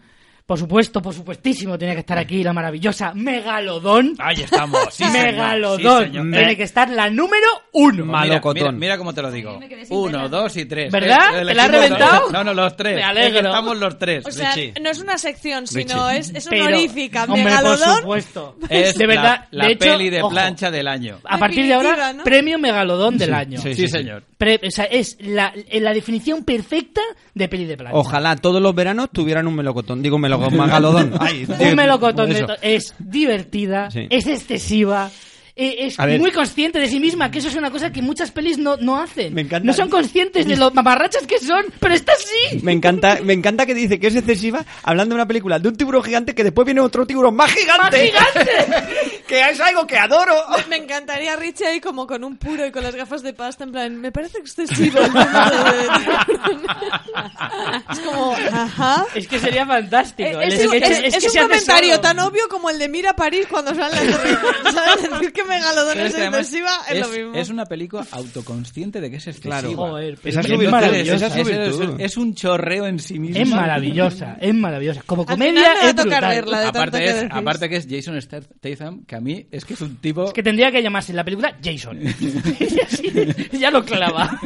Speaker 1: Por supuesto, por supuestísimo, tiene que estar aquí la maravillosa Megalodón.
Speaker 5: Ahí estamos. Ah, Sí, señor.
Speaker 1: Megalodón.
Speaker 5: Sí, señor. Eh,
Speaker 1: tiene que estar la número uno.
Speaker 4: Ma-
Speaker 5: Pues Mira,
Speaker 4: Malocotón.
Speaker 5: Mira, mira cómo te lo digo.
Speaker 3: me quedé sin
Speaker 5: Uno,
Speaker 3: ganas.
Speaker 5: dos y tres.
Speaker 1: ¿Verdad?
Speaker 5: Eh,
Speaker 1: ¿Te la has
Speaker 5: elegimos los-
Speaker 1: reventado?
Speaker 5: No, no, los tres.
Speaker 1: Me alegro.
Speaker 5: Es que estamos los tres.
Speaker 2: O sea,
Speaker 5: Richie.
Speaker 2: no es una sección, sino
Speaker 4: Richie.
Speaker 2: es, es
Speaker 1: Pero-
Speaker 2: honorífica.
Speaker 1: Hombre, por
Speaker 2: Megalodón.
Speaker 1: supuesto.
Speaker 5: Es
Speaker 1: de verdad,
Speaker 5: la, la
Speaker 1: de hecho,
Speaker 5: peli de
Speaker 1: ojo,
Speaker 5: plancha del año.
Speaker 1: A partir de ahora,
Speaker 2: Definitiva, ¿no?
Speaker 1: premio Megalodón del año.
Speaker 5: Sí,
Speaker 4: sí, sí.
Speaker 5: señor.
Speaker 1: Pre- o sea, es la, la definición perfecta de peli de plancha.
Speaker 4: Ojalá todos los veranos tuvieran un melocotón. Digo, un melocotón, un megalodón. Ay, tío,
Speaker 1: un melocotón de
Speaker 4: eso.
Speaker 1: to- es divertida,
Speaker 4: Sí.
Speaker 1: es excesiva, eh, es
Speaker 4: A ver.
Speaker 1: muy consciente de sí misma, que eso es una cosa que muchas pelis no, no hacen.
Speaker 4: Me encanta.
Speaker 1: No son conscientes de lo mamarrachas que son, pero esta sí.
Speaker 4: Me encanta, me encanta que dice que es excesiva hablando de una película de un tiburón gigante que después viene otro tiburón más gigante. que es algo que adoro.
Speaker 2: Me encantaría Richie ahí como con un puro y con las gafas de pasta, en plan, me parece excesivo el número de- Es como, ajá. Eh,
Speaker 1: Es que sería fantástico.
Speaker 2: Es,
Speaker 1: El
Speaker 2: un-
Speaker 1: sketch-
Speaker 2: es-
Speaker 1: Eh, es
Speaker 2: es
Speaker 1: que se
Speaker 2: un
Speaker 1: hace
Speaker 2: comentario
Speaker 1: solo.
Speaker 2: tan obvio como el de Mira París cuando salen las torres. ¿Sabes? Decir que Megalodón
Speaker 5: Pero
Speaker 2: es
Speaker 5: es que además
Speaker 2: excesiva es, lo
Speaker 5: es-
Speaker 2: mismo.
Speaker 5: es una película autoconsciente de que es excesiva.
Speaker 4: Claro.
Speaker 1: Joder, pero
Speaker 4: Esa es
Speaker 1: es
Speaker 4: su virtud,
Speaker 1: maravillosa.
Speaker 4: esa es su
Speaker 5: Es, es-
Speaker 4: virtud.
Speaker 5: es un chorreo en sí mismo.
Speaker 1: Es maravillosa, es maravillosa. Como
Speaker 2: Al
Speaker 1: comedia
Speaker 2: final me va a
Speaker 1: es
Speaker 2: tocar
Speaker 1: brutal.
Speaker 2: verla. de tanto
Speaker 5: aparte,
Speaker 2: que
Speaker 5: es,
Speaker 2: decís.
Speaker 5: aparte que es Jason Statham, que a mí es que es un tipo...
Speaker 1: Es que tendría que llamarse la película Jason. Y así, ya lo clava.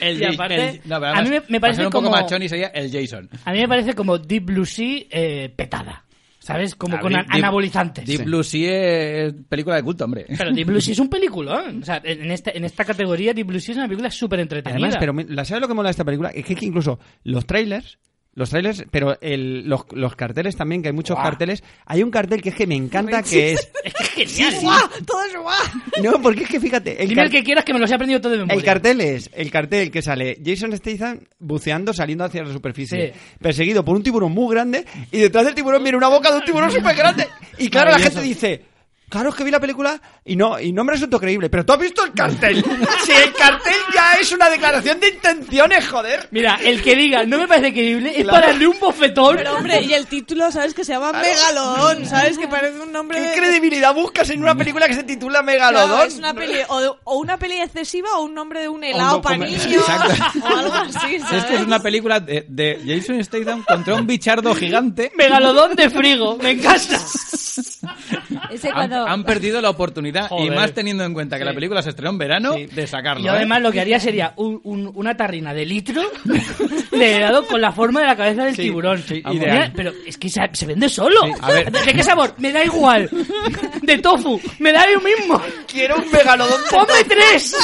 Speaker 5: el
Speaker 1: y
Speaker 5: Ja-
Speaker 1: aparte,
Speaker 5: el- no, pero
Speaker 1: a
Speaker 5: además,
Speaker 1: mí me- me
Speaker 5: para
Speaker 1: parece
Speaker 5: ser un poco
Speaker 1: como-
Speaker 5: machón y sería el Jason.
Speaker 1: A mí me parece como Deep Blue Sea eh, petada. ¿Sabes? Como
Speaker 5: A
Speaker 1: con
Speaker 5: ver,
Speaker 1: an-
Speaker 5: Ah, Deep-
Speaker 1: anabolizantes.
Speaker 5: Deep Blue Sea es película de culto, hombre.
Speaker 1: Pero Deep Blue Sea es un peliculón. O sea, en esta, en esta categoría Deep Blue Sea es una película súper entretenida.
Speaker 4: Además, pero me- la- ¿sabes lo que mola de esta película? Es que que incluso los trailers, los trailers, pero el- los, los carteles también, que hay muchos carteles. Hay un cartel que es que me encanta que es.
Speaker 1: Es que es genial.
Speaker 2: ¡Guau! Todo es guau.
Speaker 4: No, porque es que fíjate, el,
Speaker 1: Dime el
Speaker 4: car-
Speaker 1: que quieras que me los he aprendido todo de memoria.
Speaker 4: el cartel es el cartel que sale Jason Statham buceando saliendo hacia la superficie,
Speaker 1: Sí.
Speaker 4: perseguido por un tiburón muy grande y detrás del tiburón viene una boca de un tiburón súper grande. Y claro, la gente dice. Claro, es que vi la película y no, y no me resultó creíble, pero tú has visto el cartel. Si el cartel ya es una declaración de intenciones, joder.
Speaker 1: Mira, el que diga, no me parece creíble, es
Speaker 4: Claro.
Speaker 1: para darle un bofetón.
Speaker 2: Pero hombre, y el título, ¿sabes? Que se llama Megalodón, ¿sabes? Que parece un nombre...
Speaker 4: ¿Qué
Speaker 2: de-
Speaker 4: credibilidad buscas en una película que se titula
Speaker 2: Claro,
Speaker 4: Megalodón?
Speaker 2: es una peli, o, de- o una peli excesiva o un nombre de un helado para
Speaker 5: documental.
Speaker 2: niños
Speaker 5: Exacto.
Speaker 2: o algo así, ¿sabes?
Speaker 5: Es que es una película de, de Jason Statham contra un bichardo gigante.
Speaker 1: Megalodón de frigo, me encanta.
Speaker 3: Ese
Speaker 5: Han,
Speaker 3: cuando...
Speaker 5: han perdido la oportunidad
Speaker 1: Joder.
Speaker 5: y más teniendo en cuenta que la película se estrenó en verano de sacarlo.
Speaker 1: Y
Speaker 5: ¿eh?
Speaker 1: además lo que haría sería un- un- una tarrina de litro le he dado con la forma de la cabeza del tiburón. Vamos,
Speaker 5: ideal.
Speaker 1: mira, pero es que se, se vende solo.
Speaker 5: a ver.
Speaker 1: ¿De qué sabor? Me da igual. De tofu, me da lo mismo.
Speaker 4: Quiero un megalodón.
Speaker 1: ¡Ponme tres!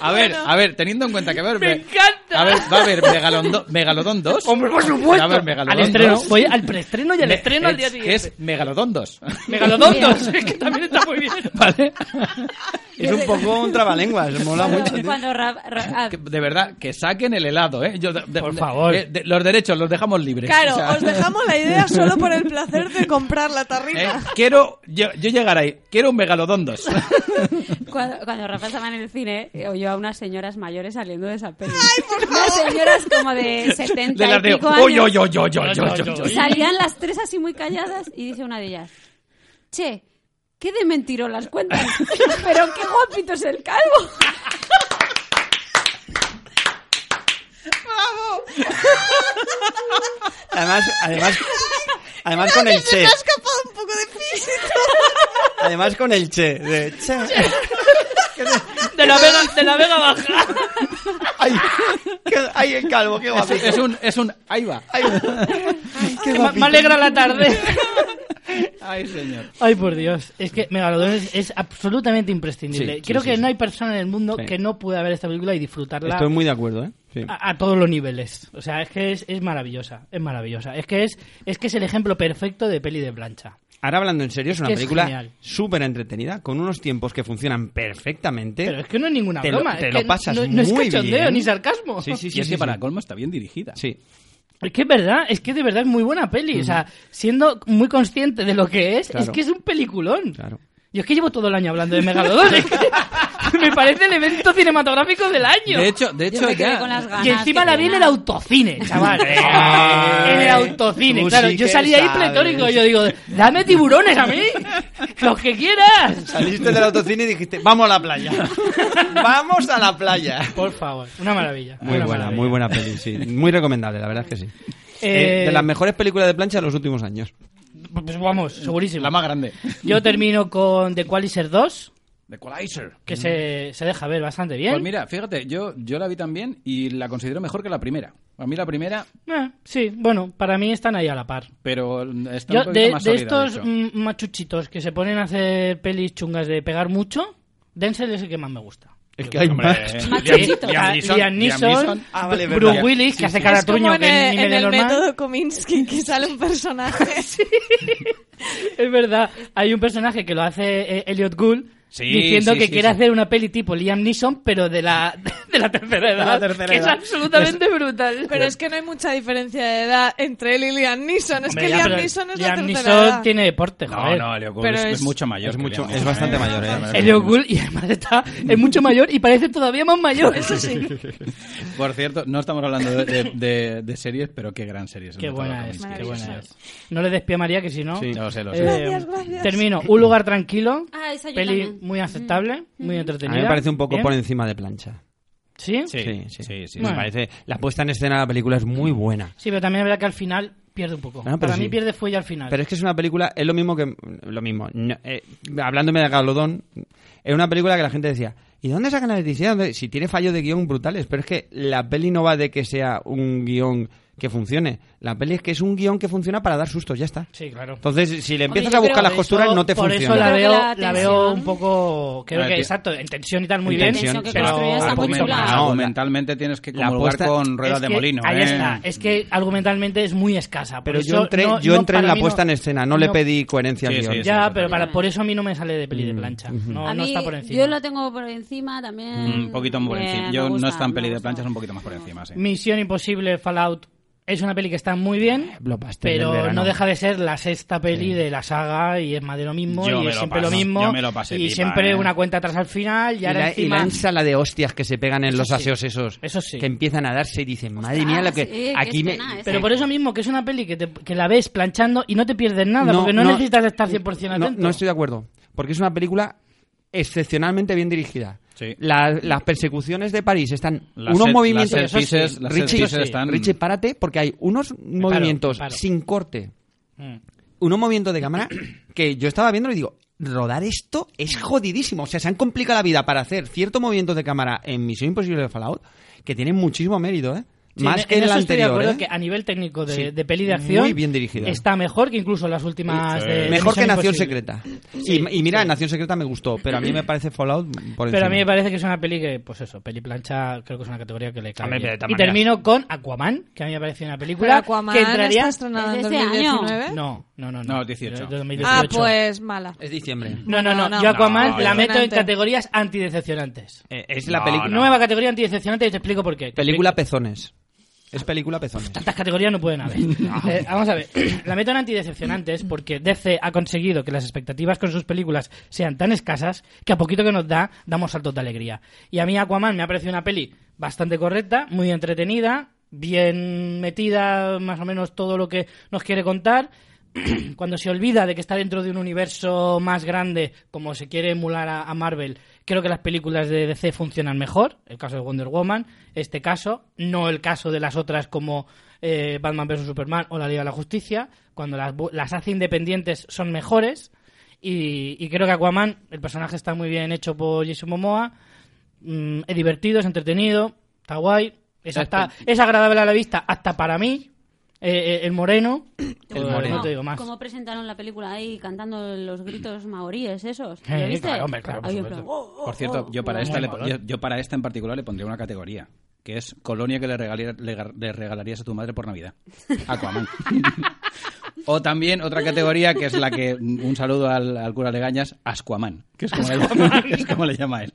Speaker 5: A ver, a ver, teniendo en cuenta que va a haber...
Speaker 1: ¡Me encanta!
Speaker 5: A ver, va a haber Megalondo- Megalodón 2.
Speaker 1: ¡Hombre, por supuesto!
Speaker 5: A ver, Megalodón
Speaker 1: al estreno.
Speaker 5: 2.
Speaker 1: Voy al preestreno y al estreno al día
Speaker 5: Es-
Speaker 1: siguiente.
Speaker 5: Es Megalodón 2.
Speaker 1: Megalodontos, es que también está muy bien.
Speaker 5: ¿Vale?
Speaker 4: Es un poco un trabalenguas, mola
Speaker 3: cuando-
Speaker 4: mucho. tío.
Speaker 3: cuando Ra- Ra- ah,
Speaker 5: Que, de verdad, que saquen el helado, ¿eh? Yo- de- de-
Speaker 1: Por favor.
Speaker 5: eh, de- los derechos los dejamos libres.
Speaker 2: Claro,
Speaker 5: O sea,
Speaker 2: os dejamos la idea solo por el placer de comprar la
Speaker 5: eh,
Speaker 2: tarrina.
Speaker 5: quiero... Yo, yo llegar ahí. Quiero un Megalodón 2.
Speaker 3: Cuando, cuando Rafa estaba en el cine, eh, oyó a unas señoras mayores saliendo de esa peli. Unas señoras como de 70
Speaker 5: De las
Speaker 3: y
Speaker 5: de...
Speaker 3: pico
Speaker 5: Oy,
Speaker 3: años.
Speaker 5: oy, oy, oy, oy, oy, oy, oy.
Speaker 3: Salían las tres así muy calladas y dice una de ellas, che, qué de mentirolas cuentan, pero qué guapito es el calvo.
Speaker 4: Además, además, además con el che.
Speaker 2: escapado un poco de físico.
Speaker 4: Además con el che. De che.
Speaker 1: De la vega, de la vega baja.
Speaker 4: Ay, qué- ay, el calvo, qué guapo.
Speaker 5: Es un... Es un... Ahí va.
Speaker 4: Ay, qué
Speaker 1: Me-
Speaker 4: guapito.
Speaker 1: Me alegra la tarde.
Speaker 5: Ay, señor.
Speaker 1: Ay, por Dios. Es que Megalodón es, es absolutamente imprescindible.
Speaker 4: Sí, sí,
Speaker 1: Creo
Speaker 4: sí,
Speaker 1: que
Speaker 4: sí.
Speaker 1: no hay persona en el mundo
Speaker 4: Sí.
Speaker 1: que no pueda ver esta película y disfrutarla
Speaker 4: Estoy muy de acuerdo, ¿eh? Sí.
Speaker 1: a, a todos los niveles. O sea, es que es, es maravillosa. Es maravillosa. Es que es, es que es el ejemplo perfecto de peli de plancha.
Speaker 4: Ahora hablando en serio, es una
Speaker 1: Es
Speaker 4: película
Speaker 1: genial.
Speaker 4: súper entretenida, con unos tiempos que funcionan perfectamente.
Speaker 1: Pero es que no es ninguna
Speaker 4: Te lo-
Speaker 1: broma.
Speaker 4: te
Speaker 1: es
Speaker 4: lo
Speaker 1: que
Speaker 4: pasas
Speaker 1: no, no es
Speaker 4: muy
Speaker 1: cachondeo
Speaker 4: bien.
Speaker 1: ni sarcasmo.
Speaker 4: Sí, sí, sí.
Speaker 5: y es
Speaker 4: sí,
Speaker 5: que
Speaker 4: sí.
Speaker 5: para colmo está bien dirigida.
Speaker 4: Sí.
Speaker 1: Es que es verdad, es que de verdad es muy buena peli. O sea, siendo muy consciente de lo que es, es
Speaker 4: Claro.
Speaker 1: que es un peliculón.
Speaker 4: Claro.
Speaker 1: Yo es que llevo todo el año hablando de Megalodón. es que me parece el evento cinematográfico del año.
Speaker 5: De hecho, de
Speaker 3: Yo
Speaker 5: hecho
Speaker 3: me quedé
Speaker 5: ya...
Speaker 3: con las ganas.
Speaker 1: Y encima
Speaker 3: qué
Speaker 1: la vi en
Speaker 3: pena.
Speaker 1: el autocine, chaval.
Speaker 4: Ay,
Speaker 1: en el autocine,
Speaker 4: Ah, eh, tú
Speaker 1: claro.
Speaker 4: sí
Speaker 1: yo
Speaker 4: que
Speaker 1: salí ahí
Speaker 4: sabes.
Speaker 1: pletórico. Yo digo, dame tiburones a mí. Los que quieras.
Speaker 4: Saliste del autocine y dijiste, vamos a la playa. Vamos a la playa.
Speaker 1: Por favor, una maravilla.
Speaker 4: Muy
Speaker 1: una
Speaker 4: buena,
Speaker 1: maravilla.
Speaker 4: muy buena peli, sí. Muy recomendable, la verdad es que sí.
Speaker 1: Eh,
Speaker 4: Eh, de las mejores películas de plancha de los últimos años.
Speaker 1: Pues vamos, segurísimo.
Speaker 5: La más grande.
Speaker 1: Yo termino con The Qualiser 2,
Speaker 5: The Equalizer.
Speaker 1: que se, se deja ver bastante bien.
Speaker 5: Mm. Pues mira, fíjate, yo, yo la vi también y la considero mejor que la primera. A mí la primera,
Speaker 1: Eh, sí, bueno, para mí están ahí a la par.
Speaker 5: pero está
Speaker 1: Yo,
Speaker 5: un poquito
Speaker 1: de,
Speaker 5: más
Speaker 1: de
Speaker 5: sólida,
Speaker 1: estos
Speaker 5: de hecho.
Speaker 1: mm, machuchitos que se ponen a hacer pelis chungas de pegar mucho, Denzel es el que más me gusta.
Speaker 4: Es que hay
Speaker 6: Hombre,
Speaker 4: más.
Speaker 6: eh,
Speaker 3: Más
Speaker 6: Liam-
Speaker 3: chiquito.
Speaker 6: Liam Neeson.
Speaker 1: Liam Neeson,
Speaker 7: Ah, vale, verdad.
Speaker 1: Bruce Willis, que hace cara
Speaker 2: Es como
Speaker 1: truño,
Speaker 2: en,
Speaker 1: que
Speaker 2: el-
Speaker 1: ni me
Speaker 2: en
Speaker 1: ve
Speaker 2: el
Speaker 1: normal.
Speaker 2: método Kominsky que sale un personaje.
Speaker 1: Es verdad, hay un personaje que lo hace eh, Elliot Gould
Speaker 5: Sí,
Speaker 1: diciendo
Speaker 5: sí,
Speaker 1: que
Speaker 5: sí,
Speaker 1: quiere
Speaker 5: sí.
Speaker 1: hacer una peli tipo Liam Neeson, pero de la, de la tercera edad.
Speaker 5: tercera
Speaker 1: que
Speaker 5: edad.
Speaker 1: es absolutamente brutal.
Speaker 2: Pero es que no hay mucha diferencia de edad entre él y Liam Neeson. Es
Speaker 1: Hombre,
Speaker 2: que
Speaker 1: ya,
Speaker 2: Liam
Speaker 1: pero
Speaker 2: Neeson es la
Speaker 1: Liam
Speaker 2: tercera
Speaker 1: Neeson
Speaker 2: edad.
Speaker 1: tiene deporte,
Speaker 5: No,
Speaker 1: joder.
Speaker 5: no, Leo Gould
Speaker 2: Pero
Speaker 5: es,
Speaker 2: es-
Speaker 5: es mucho mayor.
Speaker 4: Es
Speaker 5: que
Speaker 4: mucho-
Speaker 5: Liam
Speaker 4: es
Speaker 5: Neeson,
Speaker 4: bastante
Speaker 5: ¿eh?
Speaker 4: mayor, eh.
Speaker 1: Elliot Gould, y además está, es mucho mayor y parece todavía más mayor.
Speaker 2: Eso sí.
Speaker 5: Por cierto, no estamos hablando de, de- de- de series, pero qué gran serie es. el
Speaker 1: Qué
Speaker 5: método
Speaker 1: buena es,
Speaker 5: Kominsky,
Speaker 1: qué
Speaker 5: sí,
Speaker 1: buena
Speaker 5: señor.
Speaker 1: es. No le despía a María, que si no...
Speaker 5: Sí, lo sé, lo
Speaker 1: eh,
Speaker 5: sé. Ah,
Speaker 2: Gracias, gracias.
Speaker 1: Termino. Un lugar tranquilo.
Speaker 3: Ah, esa yo
Speaker 1: peli
Speaker 3: también. mm.
Speaker 1: muy aceptable, muy entretenida.
Speaker 4: A mí me parece un poco
Speaker 1: Bien.
Speaker 4: por encima de plancha.
Speaker 1: ¿Sí? sí.
Speaker 5: Sí,
Speaker 4: sí.
Speaker 5: sí, sí.
Speaker 1: Bueno.
Speaker 4: Me parece. La puesta en escena de la película es muy buena.
Speaker 1: pero también es verdad que al final pierde un poco.
Speaker 4: Ah, pero
Speaker 1: Para
Speaker 4: sí.
Speaker 1: mí pierde fuelle al final.
Speaker 4: Pero es que es una película, es lo mismo que. Lo mismo. no, eh, hablándome de Galodón, es una película que la gente decía. ¿Y dónde sacan la electricidad? ¿Dónde-?" Si tiene fallos de guión brutales, pero es que la peli no va de que sea un guión que funcione. La peli es que es un guión que funciona para dar sustos, ya está.
Speaker 1: Sí, claro.
Speaker 4: Entonces, si le
Speaker 3: Hombre,
Speaker 4: empiezas
Speaker 3: yo
Speaker 4: a buscar
Speaker 3: creo
Speaker 4: las
Speaker 1: Por
Speaker 4: costuras,
Speaker 1: eso-
Speaker 4: no te
Speaker 1: por eso
Speaker 4: funciona.
Speaker 1: la
Speaker 3: Creo que
Speaker 1: veo,
Speaker 3: la
Speaker 1: la
Speaker 3: tensión-
Speaker 1: veo un poco. Creo
Speaker 5: La
Speaker 1: que,
Speaker 5: te-
Speaker 1: exacto, en tensión y tal, muy
Speaker 4: En
Speaker 1: bien.
Speaker 4: tensión que
Speaker 1: pero
Speaker 3: construye esa
Speaker 1: poquito
Speaker 3: película.
Speaker 1: más.
Speaker 5: Argumental-
Speaker 4: No, la-
Speaker 5: argumentalmente ah, tienes que
Speaker 4: la
Speaker 5: comulgar
Speaker 4: puesta-
Speaker 5: con ruedas
Speaker 1: Es
Speaker 5: de
Speaker 1: que
Speaker 5: molino.
Speaker 1: Ahí
Speaker 5: ¿eh?
Speaker 1: está. Es que argumentalmente es muy escasa. por
Speaker 4: Pero
Speaker 1: eso
Speaker 4: yo entré,
Speaker 1: no-
Speaker 4: yo
Speaker 1: no,
Speaker 4: entré en
Speaker 1: para
Speaker 4: la
Speaker 1: mí
Speaker 4: puesta
Speaker 1: no-
Speaker 4: en escena, no, le
Speaker 1: no-
Speaker 4: pedí ¿eh? Mm, coherencia
Speaker 5: Sí,
Speaker 4: al
Speaker 5: sí,
Speaker 4: guión.
Speaker 5: sí.
Speaker 1: Ya,
Speaker 5: Exacto,
Speaker 1: pero para,
Speaker 3: totalmente.
Speaker 1: por eso a mí no me sale de peli de plancha. No,
Speaker 3: A
Speaker 1: no
Speaker 3: mí,
Speaker 1: está por encima.
Speaker 3: Yo lo tengo por encima también.
Speaker 5: Un poquito por
Speaker 3: Eh,
Speaker 5: encima.
Speaker 3: me
Speaker 5: Yo no
Speaker 3: gusta,
Speaker 5: es tan
Speaker 3: me
Speaker 5: peli de
Speaker 3: gusta.
Speaker 5: plancha, es un poquito más por encima. Sí.
Speaker 1: Misión Imposible Fallout es una peli que está muy bien,
Speaker 4: Blockbuster del
Speaker 1: pero
Speaker 4: verano.
Speaker 1: no deja de ser la sexta peli de la saga y es más de lo mismo y
Speaker 5: Yo me
Speaker 1: es
Speaker 5: lo
Speaker 1: siempre
Speaker 5: paso,
Speaker 1: lo mismo
Speaker 5: yo me lo pasé
Speaker 1: y
Speaker 5: pipa,
Speaker 1: siempre
Speaker 5: eh.
Speaker 1: una cuenta atrás al final y
Speaker 4: Y
Speaker 1: ahora
Speaker 4: la, y
Speaker 1: encima
Speaker 4: la ensala de hostias que se pegan en los
Speaker 1: sí.
Speaker 4: aseos esos.
Speaker 1: Eso sí. Ah,
Speaker 4: Que empiezan a darse y dicen, madre
Speaker 3: Ostras,
Speaker 4: mía, lo
Speaker 3: sí,
Speaker 4: que
Speaker 3: qué
Speaker 4: aquí me...
Speaker 3: escena esa.
Speaker 1: pero por eso mismo que es una peli que, te- que la ves planchando y no te pierdes nada porque no, necesitas estar 100% atento.
Speaker 4: eh, No, no estoy de acuerdo, porque es una película excepcionalmente bien dirigida.
Speaker 5: Sí.
Speaker 4: La- las persecuciones de París están
Speaker 5: Las
Speaker 4: unos
Speaker 5: set-
Speaker 4: movimientos...
Speaker 5: las set
Speaker 4: Eso sí,
Speaker 5: pieces- las set
Speaker 4: Richie,
Speaker 5: pieces están- Eh,
Speaker 4: Richie, párate, porque hay unos movimientos
Speaker 1: paro.
Speaker 4: sin corte,
Speaker 1: Mm.
Speaker 4: unos movimientos de cámara que yo estaba viendo y digo... Rodar esto es jodidísimo. O sea, se han complicado la vida para hacer ciertos movimientos de cámara en Misión Imposible de Fallout que tienen muchísimo mérito, ¿eh?
Speaker 1: Sí,
Speaker 4: Más
Speaker 1: en-
Speaker 4: que
Speaker 1: en
Speaker 4: el
Speaker 1: eso estoy de
Speaker 4: anterior.
Speaker 1: acuerdo
Speaker 4: ¿eh?
Speaker 1: que a nivel técnico de,
Speaker 4: Sí.
Speaker 1: de peli de acción
Speaker 4: Muy bien dirigida.
Speaker 1: está mejor que incluso las últimas de- de
Speaker 4: Mejor que
Speaker 1: Misión
Speaker 4: Nación
Speaker 1: Imposible.
Speaker 4: Secreta. y, y mira, Nación Secreta me gustó, pero a mí me parece Fallout por
Speaker 1: Pero
Speaker 4: encima.
Speaker 1: a mí me parece que es una peli que, pues eso, peli plancha, creo que es una categoría que le cae.
Speaker 6: Hombre,
Speaker 1: bien.
Speaker 6: pero de todas
Speaker 1: Y
Speaker 6: maneras-
Speaker 1: termino con Aquaman, que a mí me parece una
Speaker 2: Pero
Speaker 1: película
Speaker 2: Aquaman
Speaker 1: que entraría.
Speaker 2: está estrenada en
Speaker 3: ¿Es de este año?
Speaker 2: 2019.
Speaker 1: No, no, no, no.
Speaker 5: No, 18.
Speaker 1: De- de 2018.
Speaker 2: Ah, pues mala.
Speaker 4: Es diciembre.
Speaker 1: No, no, no.
Speaker 2: No, no.
Speaker 1: Yo Aquaman
Speaker 5: No,
Speaker 1: la meto
Speaker 5: no.
Speaker 1: en
Speaker 2: Decepcionante.
Speaker 1: categorías antidecepcionantes.
Speaker 4: Eh, es la
Speaker 5: No,
Speaker 4: película.
Speaker 5: no.
Speaker 1: Nueva categoría antidecepcionante y te explico por qué. Te
Speaker 4: Película
Speaker 1: explico-
Speaker 4: Pezones. Es película Pezones.
Speaker 1: Tantas categorías no pueden haber. Eh, vamos a ver. La meto en antidecepcionantes porque DC ha conseguido que las expectativas con sus películas sean tan escasas que a poquito que nos da, damos saltos de alegría. Y a mí Aquaman me ha parecido una peli bastante correcta, muy entretenida, bien metida, más o menos todo lo que nos quiere contar. Cuando se olvida de que está dentro de un universo más grande, como se quiere emular a, a Marvel, creo que las películas de DC funcionan mejor. El caso de Wonder Woman, este caso, no el caso de las otras como eh, Batman vs Superman o la Liga de la Justicia. Cuando las, bu- las hace independientes son mejores. Y, y creo que Aquaman, el personaje está muy bien hecho por Jason Momoa. Mm, es divertido, es entretenido, está guay. Es, hasta- es agradable a la vista, hasta para mí. Eh, eh, el moreno.
Speaker 4: El
Speaker 1: Eh,
Speaker 4: moreno.
Speaker 1: No te digo más.
Speaker 3: ¿Cómo presentaron la película ahí cantando los gritos maoríes esos?
Speaker 1: Eh,
Speaker 3: ¿Lo viste?
Speaker 1: claro, hombre, claro, por
Speaker 3: Ahí en
Speaker 1: supuesto.
Speaker 3: plan, "Oh, oh,
Speaker 5: Por cierto,
Speaker 3: oh".
Speaker 5: yo para,
Speaker 1: Muy
Speaker 5: esta le-
Speaker 1: molón.
Speaker 5: yo, yo para esta en particular le pondría una categoría, que es colonia que le, regalia- le gar- le regalarías a tu madre por Navidad. Aquaman. o también otra categoría que es la que, un saludo al, al cura Legañas, Asquaman, que es como, le- que es como le llama él.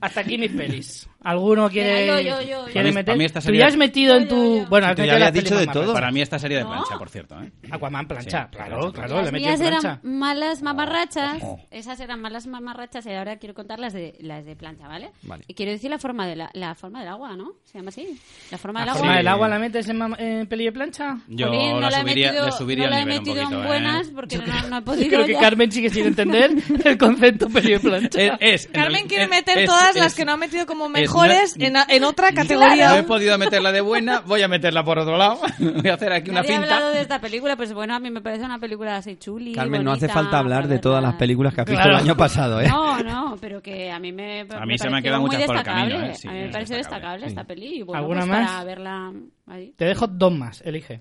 Speaker 1: Hasta aquí mis pelis. ¿Alguno quiere,
Speaker 3: Venga, yo, yo, yo,
Speaker 1: quiere
Speaker 5: A mí-
Speaker 1: meter?
Speaker 5: a mí esta
Speaker 1: Tú ya
Speaker 5: sería-
Speaker 1: has metido en
Speaker 3: Yo,
Speaker 1: tu.
Speaker 3: yo, yo.
Speaker 1: Bueno, has
Speaker 4: Tú ya
Speaker 1: metido
Speaker 4: le
Speaker 1: las
Speaker 4: has dicho
Speaker 1: pelis
Speaker 4: de
Speaker 1: más
Speaker 4: todo.
Speaker 1: malas.
Speaker 5: Para mí esta sería de
Speaker 3: No.
Speaker 5: plancha, por cierto. ¿eh?
Speaker 1: Aquaman plancha.
Speaker 5: Sí,
Speaker 1: claro,
Speaker 5: plancha,
Speaker 1: claro, le
Speaker 3: Las
Speaker 1: he metido
Speaker 3: mías eran
Speaker 1: plancha.
Speaker 3: malas mamarrachas.
Speaker 5: Oh.
Speaker 3: Esas eran malas mamarrachas y ahora quiero contar las de, las de plancha, ¿vale?
Speaker 4: Vale.
Speaker 3: Y quiero decir la forma, de la, la forma del agua, ¿no? Se llama así. La forma del
Speaker 1: ¿La
Speaker 3: agua.
Speaker 1: forma
Speaker 5: Sí.
Speaker 1: del agua la metes en, mam- en peli de plancha?
Speaker 5: Yo
Speaker 3: Jolín, no
Speaker 5: la,
Speaker 3: la he
Speaker 5: subiría,
Speaker 3: metido,
Speaker 5: la subiría
Speaker 3: no la
Speaker 5: al
Speaker 3: he
Speaker 5: nivel un
Speaker 3: metido
Speaker 5: poquito,
Speaker 3: en
Speaker 5: ¿eh?
Speaker 3: buenas porque no, no he
Speaker 1: Yo
Speaker 3: podido
Speaker 1: creo que
Speaker 3: ya.
Speaker 1: Carmen sigue sin entender el concepto peli de plancha.
Speaker 5: Es- es-
Speaker 2: Carmen quiere
Speaker 5: es-
Speaker 2: meter
Speaker 5: es-
Speaker 2: todas las
Speaker 5: es-
Speaker 2: que no ha metido como mejores
Speaker 5: no-
Speaker 2: en, a- en otra
Speaker 5: No he
Speaker 2: categoría.
Speaker 5: podido meterla de buena, voy a meterla por otro lado. Voy a hacer aquí una
Speaker 3: Nadie ha
Speaker 5: pinta.
Speaker 3: hablado de esta película, pues bueno, a mí me parece una película así chuli.
Speaker 4: Carmen, no hace
Speaker 3: bonita,
Speaker 4: falta hablar de
Speaker 3: para
Speaker 4: todas las
Speaker 3: verla.
Speaker 4: películas que has visto
Speaker 1: Claro.
Speaker 4: el año pasado, ¿eh?
Speaker 3: No, no, pero que a mí me
Speaker 5: A mí se me
Speaker 3: pareció
Speaker 5: han quedado
Speaker 3: muy
Speaker 5: muchas por el
Speaker 3: destacable.
Speaker 5: camino, ¿eh? Sí,
Speaker 3: a mí me
Speaker 5: es
Speaker 3: pareció
Speaker 5: destacable,
Speaker 3: destacable esta peli y bueno,
Speaker 1: ¿Alguna
Speaker 3: pues
Speaker 1: más?
Speaker 3: para verla pues ahí.
Speaker 1: Te dejo dos más, elige.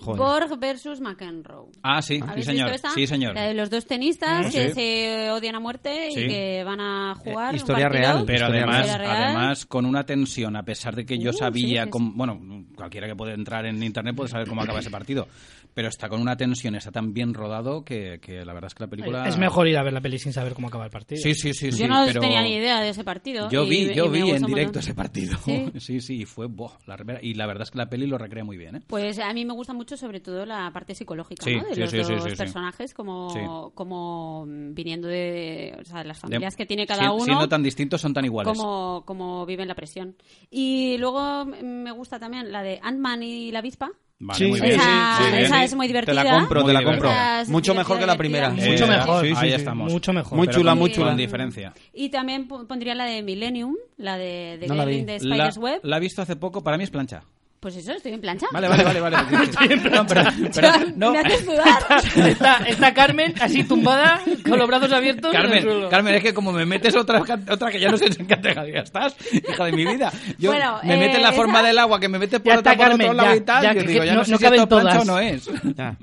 Speaker 4: Joder.
Speaker 3: Borg versus McEnroe.
Speaker 5: Ah, sí, sí
Speaker 3: ¿Habéis
Speaker 5: señor.
Speaker 3: visto esta?
Speaker 5: Sí, señor.
Speaker 3: La de los dos tenistas
Speaker 5: Mm,
Speaker 3: que
Speaker 5: sí.
Speaker 3: se odian a muerte
Speaker 5: Sí.
Speaker 3: y que van a jugar.
Speaker 4: Eh,
Speaker 3: un
Speaker 4: historia
Speaker 3: partido.
Speaker 4: real.
Speaker 5: Pero
Speaker 4: Historia
Speaker 5: además,
Speaker 3: real.
Speaker 5: además con una tensión, a pesar de que yo
Speaker 3: Uh,
Speaker 5: sabía,
Speaker 3: sí, sí,
Speaker 5: cómo- bueno, cualquiera que puede entrar en internet puede saber cómo acaba ese partido, pero está con una tensión, está tan bien rodado que, que la verdad es que la película...
Speaker 1: Es mejor ir a ver la peli sin saber cómo acaba el partido.
Speaker 5: Sí, sí, sí, sí.
Speaker 3: Yo no
Speaker 5: pero
Speaker 3: tenía ni idea de ese partido.
Speaker 5: Yo
Speaker 3: y-
Speaker 5: vi,
Speaker 3: y
Speaker 5: yo
Speaker 3: me
Speaker 5: vi
Speaker 3: gustó
Speaker 5: en
Speaker 3: un
Speaker 5: directo
Speaker 3: montón.
Speaker 5: ese partido.
Speaker 3: Sí.
Speaker 5: Sí, sí, y fue, buah, la repera. Y la verdad es que la peli lo recrea muy bien, ¿eh?
Speaker 3: Pues a mí me gusta mucho, sobre todo, la parte psicológica
Speaker 5: Sí,
Speaker 3: ¿no? de
Speaker 5: sí,
Speaker 3: los
Speaker 5: sí, sí,
Speaker 3: dos
Speaker 5: sí, sí.
Speaker 3: personajes, como,
Speaker 5: Sí.
Speaker 3: como mm, viniendo de o sea, de las familias
Speaker 5: De-
Speaker 3: que tiene cada
Speaker 5: si-
Speaker 3: uno.
Speaker 5: Siendo tan distintos, son tan iguales.
Speaker 3: Como, como viven la presión. Y luego mm, me gusta también la de Ant-Man y la avispa.
Speaker 5: Vale,
Speaker 4: Sí,
Speaker 5: muy
Speaker 4: sí,
Speaker 5: bien.
Speaker 3: esa-
Speaker 5: Muy bien.
Speaker 3: esa es muy
Speaker 4: Te la
Speaker 3: divertida.
Speaker 4: compro, te la
Speaker 5: Muy
Speaker 4: compro.
Speaker 3: divertida.
Speaker 4: Mucho mejor que la
Speaker 3: Divertida,
Speaker 4: primera.
Speaker 1: Eh, Mucho mejor.
Speaker 5: sí, sí,
Speaker 4: ahí
Speaker 5: sí.
Speaker 4: estamos.
Speaker 1: Mucho mejor.
Speaker 4: Muy
Speaker 5: Pero
Speaker 4: chula,
Speaker 5: con-
Speaker 4: muy chula.
Speaker 5: Ah, Con diferencia.
Speaker 3: Eh, Y también po- pondría la de Millennium, la de, de
Speaker 4: No la
Speaker 3: Gremlin
Speaker 4: vi.
Speaker 3: de
Speaker 5: La,
Speaker 3: Spider's Web.
Speaker 5: la he visto hace poco, para mí es plancha.
Speaker 3: Pues eso, estoy en plancha.
Speaker 5: Vale, vale, vale. vale. no, pero, pero-
Speaker 3: Joan,
Speaker 5: no.
Speaker 3: Me haces dudar.
Speaker 1: está, está Carmen así tumbada, con los brazos abiertos. en el
Speaker 5: Carmen,
Speaker 1: suelo.
Speaker 5: Carmen, es que como me metes otra, otra que ya no sé en qué categoría estás, hija de mi vida. Yo,
Speaker 3: Bueno,
Speaker 5: me
Speaker 3: eh,
Speaker 5: metes la forma
Speaker 3: esa-
Speaker 5: del agua, que me metes por,
Speaker 1: Ya
Speaker 5: otra,
Speaker 1: está,
Speaker 5: por otro
Speaker 1: Carmen,
Speaker 5: lado
Speaker 1: ya,
Speaker 5: y tal.
Speaker 1: ya,
Speaker 5: yo
Speaker 1: que-
Speaker 5: digo,
Speaker 1: que
Speaker 5: ya no,
Speaker 1: no-
Speaker 5: sé
Speaker 1: no
Speaker 5: si esto
Speaker 1: caben
Speaker 5: es plancha o
Speaker 1: todas.
Speaker 5: no es. Yo
Speaker 4: Ya.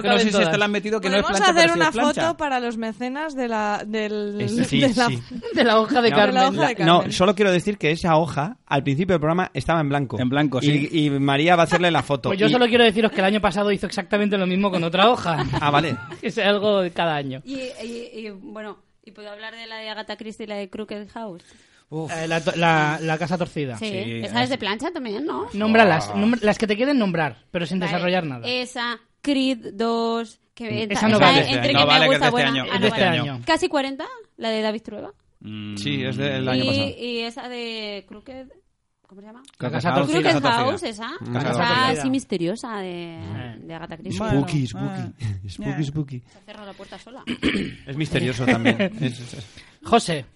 Speaker 5: es que no
Speaker 1: caben
Speaker 5: sé si esta
Speaker 1: todas.
Speaker 5: la han metido que no es
Speaker 2: Podemos
Speaker 5: plancha,
Speaker 2: hacer
Speaker 5: pero sí
Speaker 2: una
Speaker 5: es plancha.
Speaker 2: foto para los mecenas de la, del,
Speaker 4: Ese sí,
Speaker 2: de la-
Speaker 4: sí.
Speaker 1: De la hoja de
Speaker 2: No,
Speaker 1: Carmen.
Speaker 2: de la hoja de
Speaker 1: La-
Speaker 2: Carmen.
Speaker 4: No, solo quiero decir que esa hoja, al principio del programa, estaba en blanco.
Speaker 5: En blanco, sí.
Speaker 4: Y, y María va a hacerle la foto.
Speaker 1: Pues yo
Speaker 4: Y-
Speaker 1: solo quiero deciros que el año pasado hizo exactamente lo mismo con otra hoja.
Speaker 4: Ah, vale.
Speaker 1: Es algo de cada año.
Speaker 3: y, y- y, bueno, ¿y puedo hablar de la de Agatha Christie y la de Crooked House?
Speaker 5: Uf.
Speaker 1: Eh, la, to- la- la casa torcida.
Speaker 3: Sí,
Speaker 5: sí,
Speaker 3: esa es
Speaker 5: esa.
Speaker 3: de plancha también, ¿no?
Speaker 1: Nómbralas, nombr- las que te queden nombrar, pero sin
Speaker 3: Vale. Eh,
Speaker 1: desarrollar nada.
Speaker 3: Esa, Creed 2... Que,
Speaker 1: Esa no vale.
Speaker 3: Entre
Speaker 4: No
Speaker 3: que me
Speaker 5: Mm, vale, que es
Speaker 3: gusta,
Speaker 5: de este
Speaker 3: buena.
Speaker 5: año,
Speaker 3: Ah,
Speaker 5: es
Speaker 3: no
Speaker 1: de este
Speaker 3: vale.
Speaker 1: año.
Speaker 3: Casi 40, la de David Trueba.
Speaker 5: Mm.
Speaker 4: Sí, es del año
Speaker 3: y,
Speaker 4: pasado.
Speaker 3: y esa de Crooked... ¿Cómo se llama?
Speaker 1: La
Speaker 5: Casa
Speaker 1: casa
Speaker 5: House.
Speaker 1: torcida.
Speaker 3: Crooked
Speaker 5: Casa torcida.
Speaker 3: House, esa.
Speaker 4: Casa
Speaker 3: esa
Speaker 1: torcida.
Speaker 3: así misteriosa de, de Agatha Christie.
Speaker 4: Spooky,
Speaker 5: Bueno,
Speaker 4: spooky. Spooky, spooky.
Speaker 3: Se ha cerrado la puerta sola.
Speaker 4: Es misterioso también. Es- es- es-
Speaker 1: José,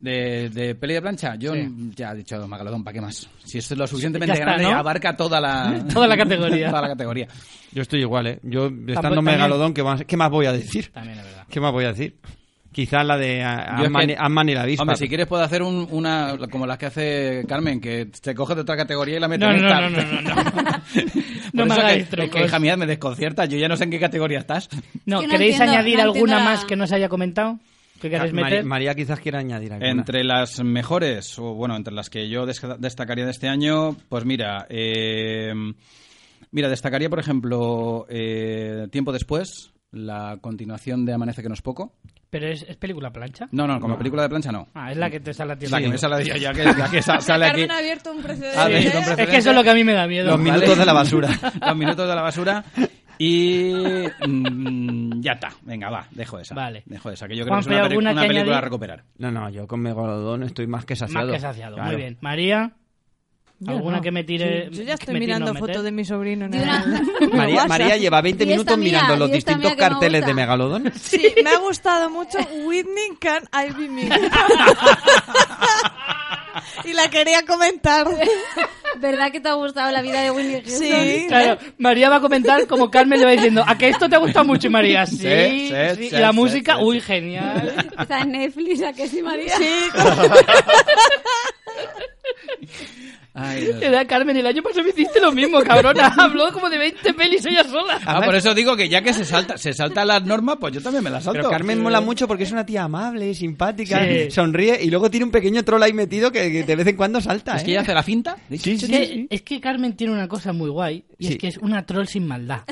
Speaker 5: De, de peli de plancha, yo
Speaker 1: Sí.
Speaker 5: ya he dicho Magalodón, ¿para qué más? Si es lo suficientemente
Speaker 1: Ya está,
Speaker 5: grande,
Speaker 1: ¿no?
Speaker 5: abarca toda la,
Speaker 1: Toda la categoría.
Speaker 5: toda la categoría.
Speaker 4: Yo estoy igual, ¿eh? Yo, estando
Speaker 1: también-
Speaker 4: megalodón, ¿qué más, ¿qué más voy a decir?
Speaker 1: también es verdad.
Speaker 4: ¿Qué más voy a decir? Quizás la de
Speaker 5: Yo es
Speaker 4: Ant-Man
Speaker 5: que-
Speaker 4: Ant-Man y la avispa.
Speaker 5: Hombre, si quieres puedo hacer un- una como las que hace Carmen, que te coge de otra categoría y la mete
Speaker 1: No,
Speaker 5: en
Speaker 1: no,
Speaker 5: esta.
Speaker 1: no, no, no, no.
Speaker 5: Por
Speaker 1: No me
Speaker 5: eso
Speaker 1: hagáis
Speaker 5: que,
Speaker 1: trucos.
Speaker 5: que, hija mía, me desconcierta. Yo ya no sé en qué categoría estás.
Speaker 1: No,
Speaker 3: que no
Speaker 1: ¿queréis
Speaker 3: entiendo-
Speaker 1: añadir
Speaker 3: no
Speaker 1: alguna
Speaker 3: entiendo la-
Speaker 1: más que no se haya comentado? ¿Que
Speaker 4: Ca-
Speaker 1: queréis
Speaker 4: Mari-
Speaker 1: meter?
Speaker 4: María quizás quiera añadir alguna.
Speaker 5: Entre las mejores, o bueno, entre las que yo desca- destacaría de este año, pues mira, eh, mira, destacaría, por ejemplo, eh, Tiempo Después, la continuación de Amanece que no es poco.
Speaker 1: ¿Pero es, es película plancha?
Speaker 5: No, no, como película de plancha no.
Speaker 1: Ah, es la que te sale a ti.
Speaker 5: Es la que me sale ya, ya que, ya que sa- sale aquí.
Speaker 2: Carmen ha abierto un precedente.
Speaker 5: Ha abierto un
Speaker 1: Es que eso es lo que a mí me da miedo.
Speaker 4: Los minutos de la basura.
Speaker 5: ¿eh? Los minutos de la basura. Y mm, ya está. Venga, va, dejo esa.
Speaker 1: Vale.
Speaker 5: Dejo esa, que yo creo
Speaker 1: Juanfe,
Speaker 5: que es una, peli-
Speaker 1: ¿alguna
Speaker 5: una
Speaker 1: que
Speaker 5: película
Speaker 1: añadir?
Speaker 5: a recuperar.
Speaker 4: No, no, yo con megalodón estoy más que saciado.
Speaker 1: Más que saciado.
Speaker 4: Claro.
Speaker 1: Muy bien. María,
Speaker 2: Yo
Speaker 1: ¿alguna
Speaker 2: no.
Speaker 1: que me
Speaker 4: eh,
Speaker 1: tire?
Speaker 2: Yo ya
Speaker 1: que
Speaker 2: estoy
Speaker 1: me tire no
Speaker 2: mirando
Speaker 1: meter?
Speaker 2: fotos de mi sobrino en
Speaker 3: De una-
Speaker 2: el-
Speaker 4: María, María lleva 20
Speaker 3: Y esta
Speaker 4: minutos
Speaker 3: mía,
Speaker 4: mirando
Speaker 3: y
Speaker 4: los
Speaker 3: esta
Speaker 4: distintos
Speaker 3: mía que me
Speaker 4: carteles de
Speaker 3: gusta.
Speaker 4: megalodón.
Speaker 2: Sí, me ha gustado mucho Whitney Can I Be Me. y la quería comentar.
Speaker 3: ¿Verdad que te ha gustado la vida de Winnie Houston?
Speaker 2: Sí.
Speaker 1: Claro, María va a comentar como Carmen le va diciendo, ¿a que esto te gusta mucho? Y María, sí,
Speaker 5: Sí, sí,
Speaker 1: sí".
Speaker 5: sí,
Speaker 1: Y la
Speaker 5: sí,
Speaker 1: música,
Speaker 5: sí, sí.
Speaker 1: uy, genial.
Speaker 3: Está en Netflix, ¿a que sí, María?
Speaker 2: Sí,
Speaker 5: Ay, Dios.
Speaker 1: Te da Carmen, el año pasado me hiciste lo mismo, cabrona. Habló como de 20 pelis ella sola.
Speaker 5: Ah, por eso digo que ya que se salta, se salta las normas, pues yo también me las salto. Eh,
Speaker 4: Pero Carmen mola mucho porque es una tía amable, simpática,
Speaker 1: Sí.
Speaker 4: sonríe y luego tiene un pequeño troll ahí metido que, que de vez en cuando salta.
Speaker 5: Es que
Speaker 4: ¿eh?
Speaker 5: ella hace la finta.
Speaker 4: Sí, sí,
Speaker 1: Es que,
Speaker 4: sí.
Speaker 1: es que Carmen tiene una cosa muy guay, y
Speaker 4: Sí.
Speaker 1: es que es una troll sin maldad.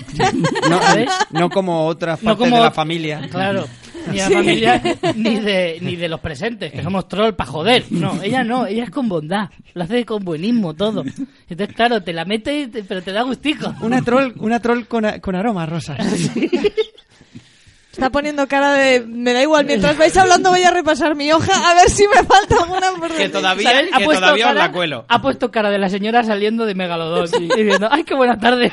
Speaker 4: No,
Speaker 1: ¿Sabes?
Speaker 4: no como otras partes de la familia.
Speaker 1: Claro, ni de la familia, ni de, ni de los presentes, que somos troll para joder. No, ella no, ella es con bondad, lo hace con buenismo todo. Entonces, claro, te la mete, y te- pero te da gustico.
Speaker 4: Una troll, una troll con, a- con aroma a rosas.
Speaker 2: Está poniendo cara de. Me da igual, mientras vais hablando voy a repasar mi hoja a ver si me falta alguna por
Speaker 5: Que todavía,
Speaker 1: ¿Sabes?
Speaker 5: que todavía os la cuelo.
Speaker 1: ha puesto cara de la señora saliendo de Megalodón y diciendo, ¡ay, qué buena tarde!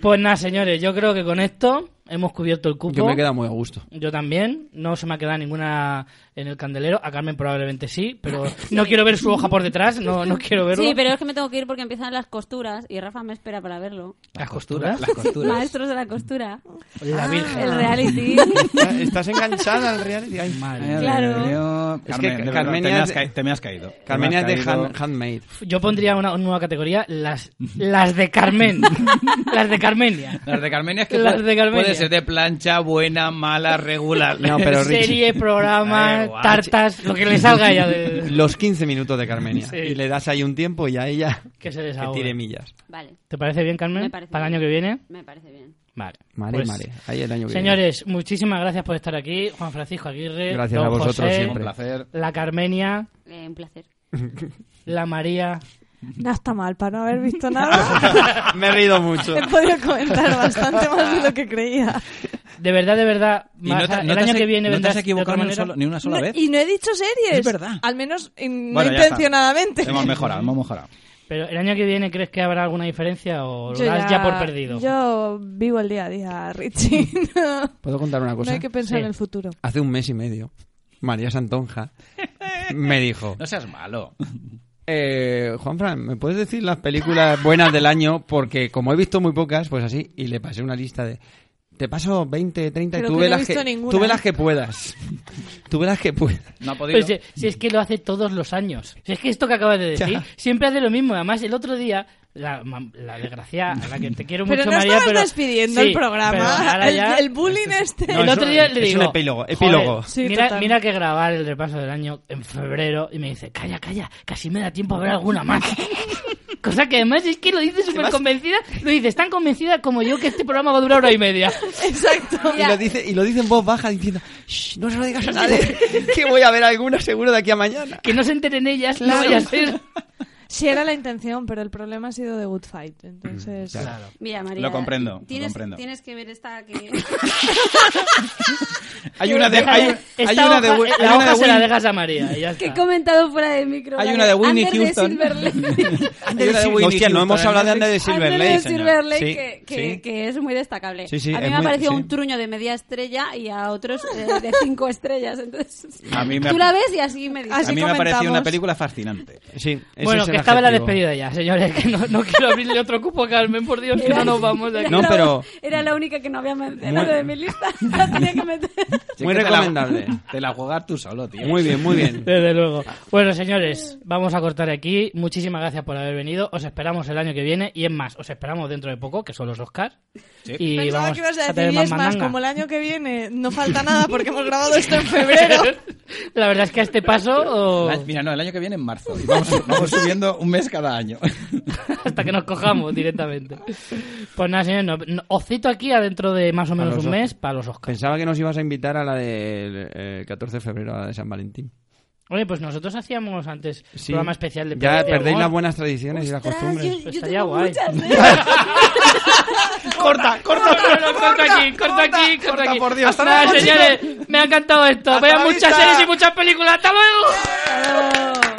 Speaker 1: pues nada, señores, yo creo que con esto Hemos cubierto el cupo.
Speaker 4: Yo me he quedado muy a gusto.
Speaker 1: Yo también, no se me ha quedado ninguna en el candelero. A Carmen probablemente sí, pero no quiero ver su hoja por detrás, no, no quiero verlo.
Speaker 3: Ah, Sí, pero es que me tengo que ir porque empiezan las costuras y Rafa me espera para verlo.
Speaker 1: Las costuras.
Speaker 5: Las costuras.
Speaker 3: Maestros de la costura.
Speaker 1: La Virgen.
Speaker 3: Ah, El reality.
Speaker 4: Estás enganchada al reality. Ay,
Speaker 5: Madre
Speaker 3: Claro.
Speaker 5: mía.
Speaker 4: Es que
Speaker 5: Carmen, de verdad,
Speaker 4: Carmenia
Speaker 5: te, me
Speaker 4: es
Speaker 5: has
Speaker 4: de-
Speaker 5: ca- te me has caído. Te me has
Speaker 4: Carmenia es de
Speaker 5: caído.
Speaker 4: hand- Handmade.
Speaker 1: Yo pondría una, nueva categoría, las, las de Carmen. las de Carmenia.
Speaker 6: Las de Carmenia es que
Speaker 1: Las
Speaker 6: puede-
Speaker 1: de Carmenia.
Speaker 6: puede ser de plancha, buena, mala, regular.
Speaker 4: No, pero Richie,
Speaker 1: Serie, programa,
Speaker 6: Ay, guau,
Speaker 1: tartas, lo que le salga a ella de,
Speaker 4: los 15 minutos de Carmenia.
Speaker 1: Sí.
Speaker 4: Y le das ahí un tiempo y a ella
Speaker 1: que se
Speaker 4: que tire
Speaker 1: desahogue.
Speaker 4: millas.
Speaker 3: Vale,
Speaker 1: ¿Te parece bien, Carmen?
Speaker 3: Me parece
Speaker 1: Para el
Speaker 3: bien.
Speaker 1: año que viene.
Speaker 3: me parece bien.
Speaker 1: Vale.
Speaker 4: Mare,
Speaker 1: Pues,
Speaker 4: mare. Ahí el año que viene.
Speaker 1: Señores, muchísimas gracias por estar aquí. Juan Francisco Aguirre.
Speaker 4: Gracias
Speaker 1: don
Speaker 4: a vosotros
Speaker 1: José,
Speaker 5: Un
Speaker 4: siempre.
Speaker 5: placer.
Speaker 1: La Carmenia,
Speaker 3: Eh, un placer.
Speaker 1: la María.
Speaker 2: No está mal, para no haber visto nada,
Speaker 4: Me he reído mucho.
Speaker 2: he podido comentar bastante más de lo que creía.
Speaker 1: De verdad, de verdad.
Speaker 5: Y
Speaker 1: vas
Speaker 5: no te-
Speaker 1: a- el
Speaker 5: no te
Speaker 1: año
Speaker 5: has- e-
Speaker 1: que viene
Speaker 5: no te
Speaker 1: vendrás
Speaker 5: has
Speaker 1: de
Speaker 5: equivocado
Speaker 1: otra
Speaker 5: ni, un
Speaker 1: manera.
Speaker 5: solo- ni una sola
Speaker 2: No-
Speaker 5: vez.
Speaker 2: y no he dicho series.
Speaker 5: Es verdad.
Speaker 2: Al menos in-
Speaker 5: Bueno,
Speaker 2: no
Speaker 5: ya está.
Speaker 2: intencionadamente.
Speaker 5: Hemos mejorado, hemos mejorado.
Speaker 1: Pero el año que viene, ¿crees que habrá alguna diferencia o lo
Speaker 2: Yo
Speaker 1: das ya, por perdido?
Speaker 2: Yo vivo el día a día, Richie. No,
Speaker 4: ¿Puedo contar una
Speaker 2: no
Speaker 4: cosa?
Speaker 2: hay que pensar
Speaker 1: Pues, ¿eh? Sí.
Speaker 2: en el futuro.
Speaker 4: Hace un mes y medio, María Santonja me dijo...
Speaker 5: No seas malo.
Speaker 4: Eh, Juanfran, ¿me puedes decir las películas buenas del año? Porque como he visto muy pocas, pues así, y le pasé una lista de... Te paso 20, 30 y
Speaker 2: Creo
Speaker 4: tú
Speaker 2: que
Speaker 4: ve
Speaker 2: no he
Speaker 4: las
Speaker 2: visto
Speaker 4: que,
Speaker 2: ninguna.
Speaker 4: tú ve las que puedas. Tú ve las que puedas.
Speaker 5: No ha podido.
Speaker 1: Pero si, Pues, eh, si es que lo hace todos los años. Si es que esto que acabas de decir,
Speaker 4: Ya.
Speaker 1: siempre hace lo mismo. Además, el otro día, la, ma- la desgracia, a la que te quiero
Speaker 2: Pero
Speaker 1: mucho,
Speaker 2: no
Speaker 1: María,
Speaker 2: estabas
Speaker 1: pero.
Speaker 2: despidiendo
Speaker 1: sí,
Speaker 2: el
Speaker 1: pero
Speaker 2: programa.
Speaker 1: ahora
Speaker 2: El,
Speaker 1: ya-
Speaker 2: el bullying este.
Speaker 1: el
Speaker 4: es
Speaker 1: otro
Speaker 4: un-
Speaker 1: día le
Speaker 4: es
Speaker 1: digo.
Speaker 4: un epílogo,
Speaker 1: "Joder,
Speaker 4: epílogo".
Speaker 2: Sí,
Speaker 1: mira,
Speaker 2: total.
Speaker 1: mira que grabar el repaso del año en febrero y me dice, calla, calla, casi me da tiempo a ver alguna más. Cosa que además es que lo dice súper convencida, lo dice tan convencida como yo que este programa va a durar hora y media.
Speaker 2: Exacto.
Speaker 4: Y lo, dice, y lo dice en voz baja diciendo, "Shh, no se lo digas a nadie, que voy a ver alguna seguro de aquí a mañana.
Speaker 1: Que no se enteren ellas,
Speaker 2: Claro.
Speaker 1: no vaya a ser.
Speaker 2: Sí era la intención, pero el problema ha sido de Good Fight. Entonces,
Speaker 1: Mm,
Speaker 3: Mira, María.
Speaker 5: Lo comprendo, lo
Speaker 3: Tienes,
Speaker 5: comprendo.
Speaker 3: tienes que ver esta que.
Speaker 5: Hay una de,
Speaker 1: Déjame,
Speaker 5: hay, hay
Speaker 1: esta
Speaker 5: una de,
Speaker 1: hoja-
Speaker 5: Wi-
Speaker 1: la
Speaker 5: hay
Speaker 1: hoja
Speaker 5: una de
Speaker 1: se la
Speaker 5: Win-
Speaker 1: dejas a María. y ya
Speaker 3: que he
Speaker 1: está.
Speaker 3: comentado fuera de micro.
Speaker 5: Hay
Speaker 3: la
Speaker 5: una de Whitney
Speaker 3: Under the
Speaker 5: Houston.
Speaker 3: Silverlake.
Speaker 5: hay una de Whitney
Speaker 4: Hostia, no hemos
Speaker 5: Houston,
Speaker 4: hablado de
Speaker 5: ¿no?
Speaker 4: Ander de Silver
Speaker 3: Under
Speaker 4: Lake.
Speaker 3: the
Speaker 4: señor.
Speaker 3: Silverlake,
Speaker 4: Sí,
Speaker 3: que, que-
Speaker 4: sí.
Speaker 3: que es muy destacable.
Speaker 4: Sí, sí,
Speaker 3: a mí
Speaker 4: es
Speaker 3: me ha
Speaker 4: muy-
Speaker 3: parecido
Speaker 4: sí.
Speaker 3: un truño de media estrella y a otros eh, de cinco estrellas. Entonces,
Speaker 5: A mí me-
Speaker 3: tú la ves y así me dices.
Speaker 2: Así
Speaker 5: A mí me ha parecido
Speaker 2: comentamos.
Speaker 5: una película fascinante.
Speaker 4: Sí, ese
Speaker 1: Bueno,
Speaker 4: es el
Speaker 1: que estaba la
Speaker 4: adjetivo.
Speaker 1: despedida ya, señores. Que no, no quiero abrirle otro cupo a Carmen, por Dios, que no nos vamos de aquí.
Speaker 3: Era
Speaker 4: No,
Speaker 3: la-
Speaker 4: pero-
Speaker 3: Era la única que no había mencionado
Speaker 4: Muy-
Speaker 3: de mi lista. La tenía que meter.
Speaker 5: Sí
Speaker 4: Muy
Speaker 5: que te la-
Speaker 4: recomendable.
Speaker 5: Te la juegas tú solo, tío.
Speaker 4: Muy bien, muy bien.
Speaker 1: Desde luego. Bueno, señores, vamos a cortar aquí. Muchísimas gracias por haber venido. Os esperamos el año que viene. Y es más, os esperamos dentro de poco, que son los Oscars.
Speaker 5: Sí.
Speaker 1: Y
Speaker 2: Pensaba
Speaker 1: vamos
Speaker 2: que ibas a
Speaker 1: tener
Speaker 2: decir, y es más,
Speaker 1: mandanga.
Speaker 2: como el año que viene no falta nada porque hemos grabado esto en febrero.
Speaker 1: La verdad es que a este paso, o-
Speaker 5: La- Mira, no, el año que viene en marzo. Y vamos, vamos subiendo un mes cada año.
Speaker 1: hasta que nos cojamos directamente. Pues nada, señores, no- no- os cito aquí adentro de más o menos
Speaker 4: los
Speaker 1: un
Speaker 4: Oscars.
Speaker 1: mes para los Oscars.
Speaker 4: Pensaba que nos ibas a invitar a la del eh, 14 de febrero, a la de San Valentín.
Speaker 1: Oye, pues nosotros hacíamos antes
Speaker 4: Sí.
Speaker 1: programa especial de
Speaker 4: Ya
Speaker 1: Pelis de
Speaker 4: perdéis
Speaker 1: amor.
Speaker 4: las buenas tradiciones y las
Speaker 3: Ostras,
Speaker 4: costumbres.
Speaker 3: yo, yo
Speaker 1: Estaría
Speaker 3: tengo
Speaker 1: guay.
Speaker 3: muchas. ¿eh?
Speaker 4: ¡Corta, corta!
Speaker 1: No, no, no, corto aquí, corto aquí, corto
Speaker 4: corta,
Speaker 1: aquí.
Speaker 4: por Dios. Hasta
Speaker 1: Nada,
Speaker 4: luego,
Speaker 1: señores, me ha encantado esto.
Speaker 4: Hasta
Speaker 1: Vean
Speaker 4: la
Speaker 1: muchas
Speaker 4: vista.
Speaker 1: series y muchas películas. ¡Hasta luego!
Speaker 2: Claro.